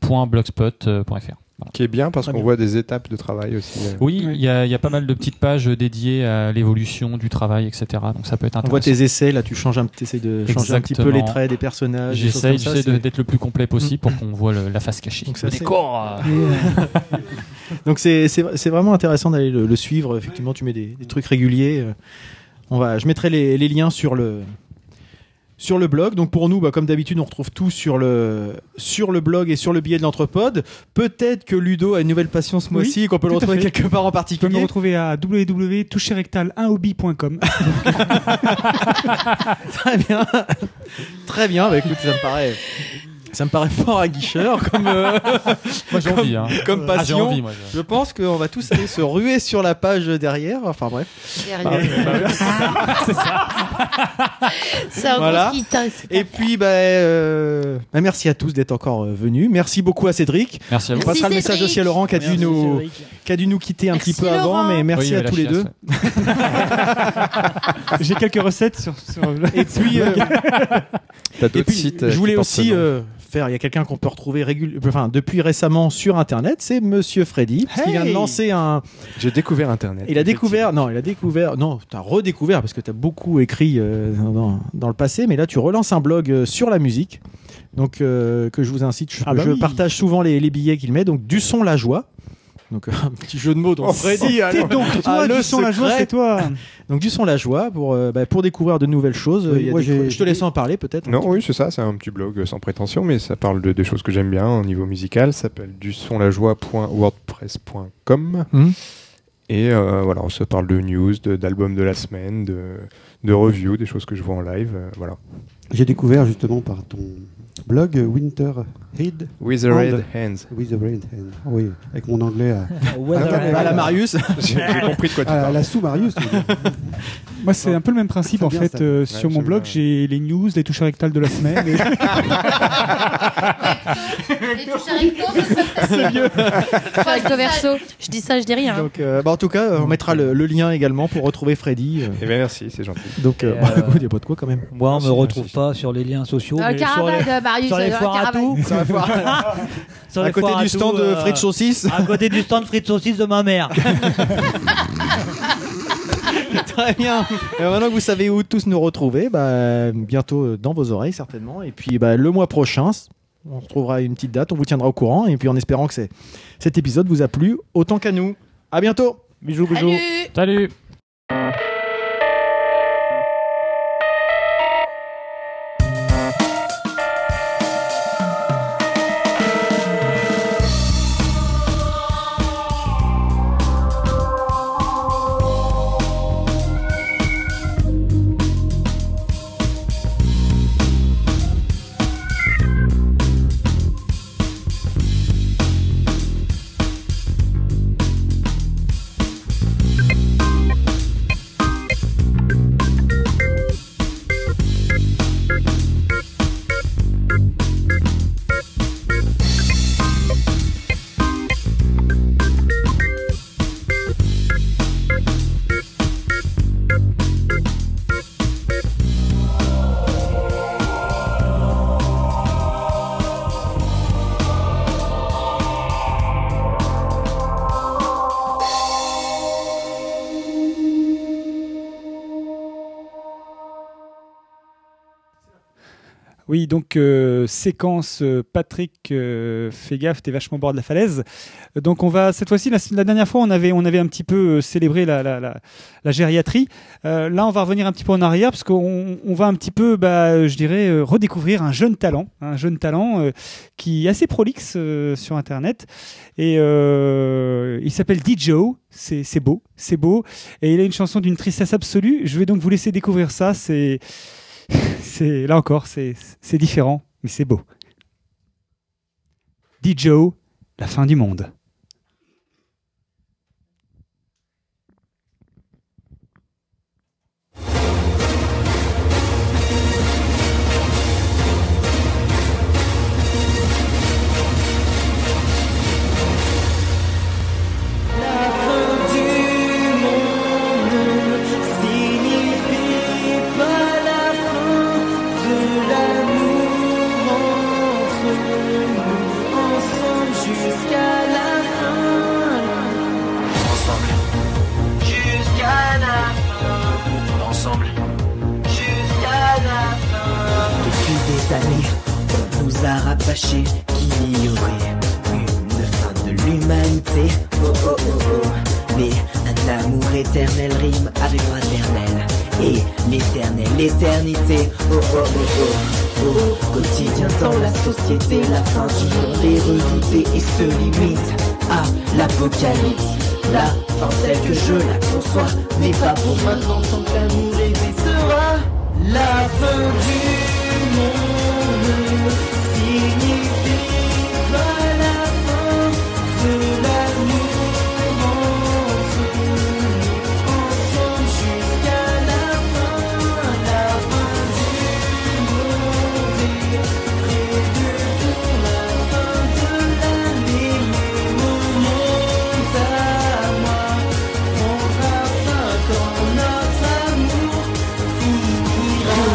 artefactlabd.blogspot.fr.
Qui est bien parce
Très
qu'on
bien.
voit des étapes de travail aussi. euh.
Oui, il y, a, il y a pas mal de petites pages dédiées à l'évolution du travail, etc. Donc ça peut être
On
intéressant.
voit tes essais, là, tu changes un, t'essayes de changer un petit peu
Exactement.
les traits des personnages. des choses
J'essaye
comme ça,
j'essaie de-
c'est- Mm.
d'être le plus complet possible pour qu'on voit le- la face cachée.
Donc ça,
le
c'est-
décor euh.
Donc c'est c'est- c'est vraiment intéressant d'aller le, le suivre. Effectivement, tu mets des, des trucs réguliers. euh. On va, je mettrai les, les liens sur le sur le blog. Donc pour nous, bah, comme d'habitude, on retrouve tout sur le sur le blog et sur le billet de l'entrepode. Peut-être que Ludo a une nouvelle passion ce mois-ci et qu'on peut le
tout à
retrouver
fait.
quelque part en
Tu peux me
particulier.
retrouver à www.toucherrectal1hobby.com.
Très bien, très bien. Bah, écoute, ça me paraît. Ça me paraît fort aguicheur comme, euh,
Moi, j'ai
comme-
envie, hein.
comme
Ah, j'ai
passion.
envie, moi,
je... pense qu'on va tous aller se ruer sur la page derrière. Enfin bref.
Derrière.
C'est un
Voilà.
gros ski, t'as- c'est
Et puis, bah, euh, bah, merci à tous d'être encore euh, venus. Merci beaucoup à Cédric.
Merci à vous.
On passera le
Merci,
message
Cédric.
aussi à Laurent qui a, dû
Merci,
nous,
Cédric.
qui a dû nous quitter un petit peu avant, mais
Oui, il
merci
y
à
avait
tous
la
les deux.
chiasse,
J'ai quelques recettes sur. sur le-
Et puis, euh,
T'as
et
d'autres
puis,
sites, euh,
je
qui
voulais
portent
aussi
ce nom.
euh, faire. Il y a quelqu'un qu'on peut retrouver régul... enfin, depuis récemment sur Internet, c'est Monsieur Freddy. qui vient de
Hey
lancer un.
J'ai découvert Internet.
Il a découvert, non, il a découvert, non, tu as redécouvert parce que tu as beaucoup écrit euh, dans, dans le passé, mais là tu relances un blog euh, sur la musique. Donc euh, que je vous incite, je,
Ah bah
je
oui.
partage souvent les, les billets qu'il met, donc du son la joie. Donc euh, un petit jeu de mots dont
Oh,
Freddy
t'es
a le-
Ah,
donc toi,
a le
du son la joie,
secret.
c'est toi.
Donc du son la joie pour euh, bah, pour découvrir de nouvelles choses.
Oui,
Il y a
moi,
des-
j'ai-
je te laisse en parler peut-être.
Non, oui, c'est ça, c'est un petit blog euh, sans prétention, mais ça parle de, des choses que j'aime bien au niveau musical. Ça s'appelle du sonlajoie.wordpress.com.
Mhm.
Et euh, voilà, on se parle de news, de- d'albums de, la semaine, de, de reviews, des choses que je vois en live. euh, voilà.
J'ai découvert justement par ton blog euh, Winter Head.
With the Red Hands.
With the Red Hand. Ah Oui, avec mon anglais euh, à,
Ouais,
Ah,
à la Marius. J'ai- j'ai compris de quoi tu
À la-
parles.
la sous-Marius. tu veux dire.
Moi, c'est un peu le même principe
Très
en
bien,
fait.
ça.
euh,
Ouais,
sur mon blog, j'ai les news, les touches rectales de la semaine. et-
C'est
vieux.
Falto verso. Je dis ça, je dis rien.
Donc euh, bah, en tout cas, euh, on mettra le, le lien également pour retrouver Freddy. euh.
Mm. Eh bien, merci, c'est gentil.
Donc euh,
Et,
bah,
euh,
écoute, il y a pas de quoi quand même. Ah,
Moi, on me retrouve pas sur les liens sociaux.
Dans le
mais sur
caravane,
les,
euh, Marius,
sur les
dans le
foires à
caravane.
tout.
Sur la foire.
Sur
À
les
côté
foires
du
tout,
stand de
euh,
frites saucisses.
À côté du stand frites saucisses de ma mère.
Très bien. Et maintenant que vous savez où tous nous retrouver, bah, bientôt euh, dans vos oreilles certainement. Et puis bah, le mois prochain, s- on retrouvera une petite date, on vous tiendra au courant. Et puis en espérant que c'est- cet épisode vous a plu autant qu'à nous. À bientôt. Bisous, bisous.
Salut.
Oui, donc euh, séquence euh, Patrick, euh, fais gaffe, t'es vachement au bord de la falaise. Euh, Donc on va cette fois-ci, la, la dernière fois, on avait on avait un petit peu euh, célébré la la, la, la gériatrie. Euh, là, on va revenir un petit peu en arrière parce qu'on on va un petit peu, bah, euh, je dirais, euh, redécouvrir un jeune talent, un jeune talent euh, qui est assez prolixe euh, sur Internet et euh, il s'appelle DJO. C'est c'est beau, c'est beau et il a une chanson d'une tristesse absolue. Je vais donc vous laisser découvrir ça. C'est c'est là encore, c'est c'est différent, mais c'est beau. DJO, la fin du monde.
La fin du monde ne signifie pas la fin de l'amour entre nous, ensemble jusqu'à la fin. Ensemble, jusqu'à la fin. Ensemble, jusqu'à la fin.
Depuis des années, on nous a rabâché qu'il y aurait une fin de l'humanité. Oh oh oh oh. Mais un amour éternel rime avec maternel. Et l'éternelle éternité. Oh oh oh oh. Au quotidien dans la société, la fin du monde est redoutée et se limite à l'apocalypse. La fin telle que je la conçois n'est pas pour maintenant tant qu'amour existera. La fin du monde signifie pas la fin de l'amour entre nous. Ensemble jusqu'à la fin, la fin du monde est prévue pour la fin de l'année. Mais mon monde à moi prendra fin quand notre amour finira.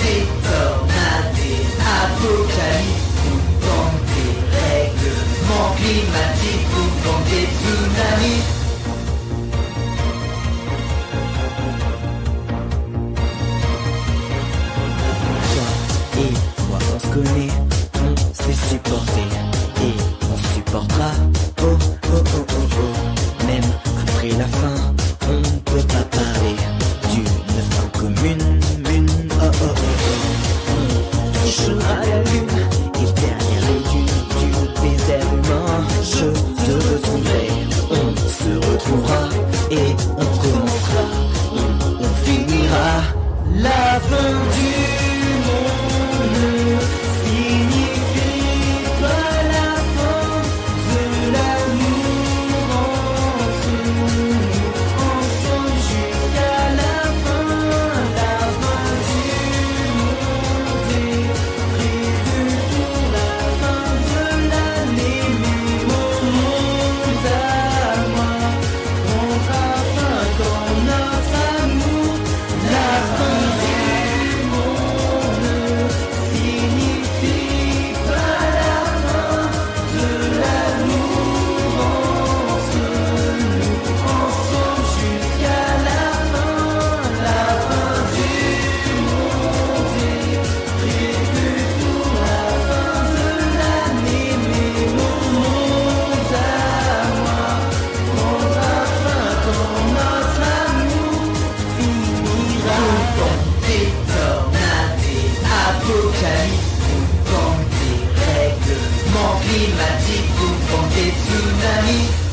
Des tornades, apocalypse, coupant des règlements climatiques, coupant des tsunamis. Toi et moi on se connaît, on s'est supporté et on se supportera. Oh oh oh oh oh. Même après la fin, on ne peut pas parler d'une fin commune. Mune. Oh oh oh oh. On touchera la lune et derrière les dunes du désert humain, je te retrouverai. On se retrouvera et on recommencera. On, on finira.
La fin du monde signifie pas la fin de l'amour entre nous. Ensemble jusqu'à la fin, la fin du monde est prévue pour la fin de l'année. Mais mon monde à moi prendra fin quand notre amour la fin du monde signifie pas la fin de l'amour entre nous. Ensemble jusqu'à la fin, la fin du monde est prévue pour la fin de l'année. Mais mon monde à moi prendra fin quand notre amour
Des tornades, apocalypse, coupant des règlements climatiques, coupant des tsunamis.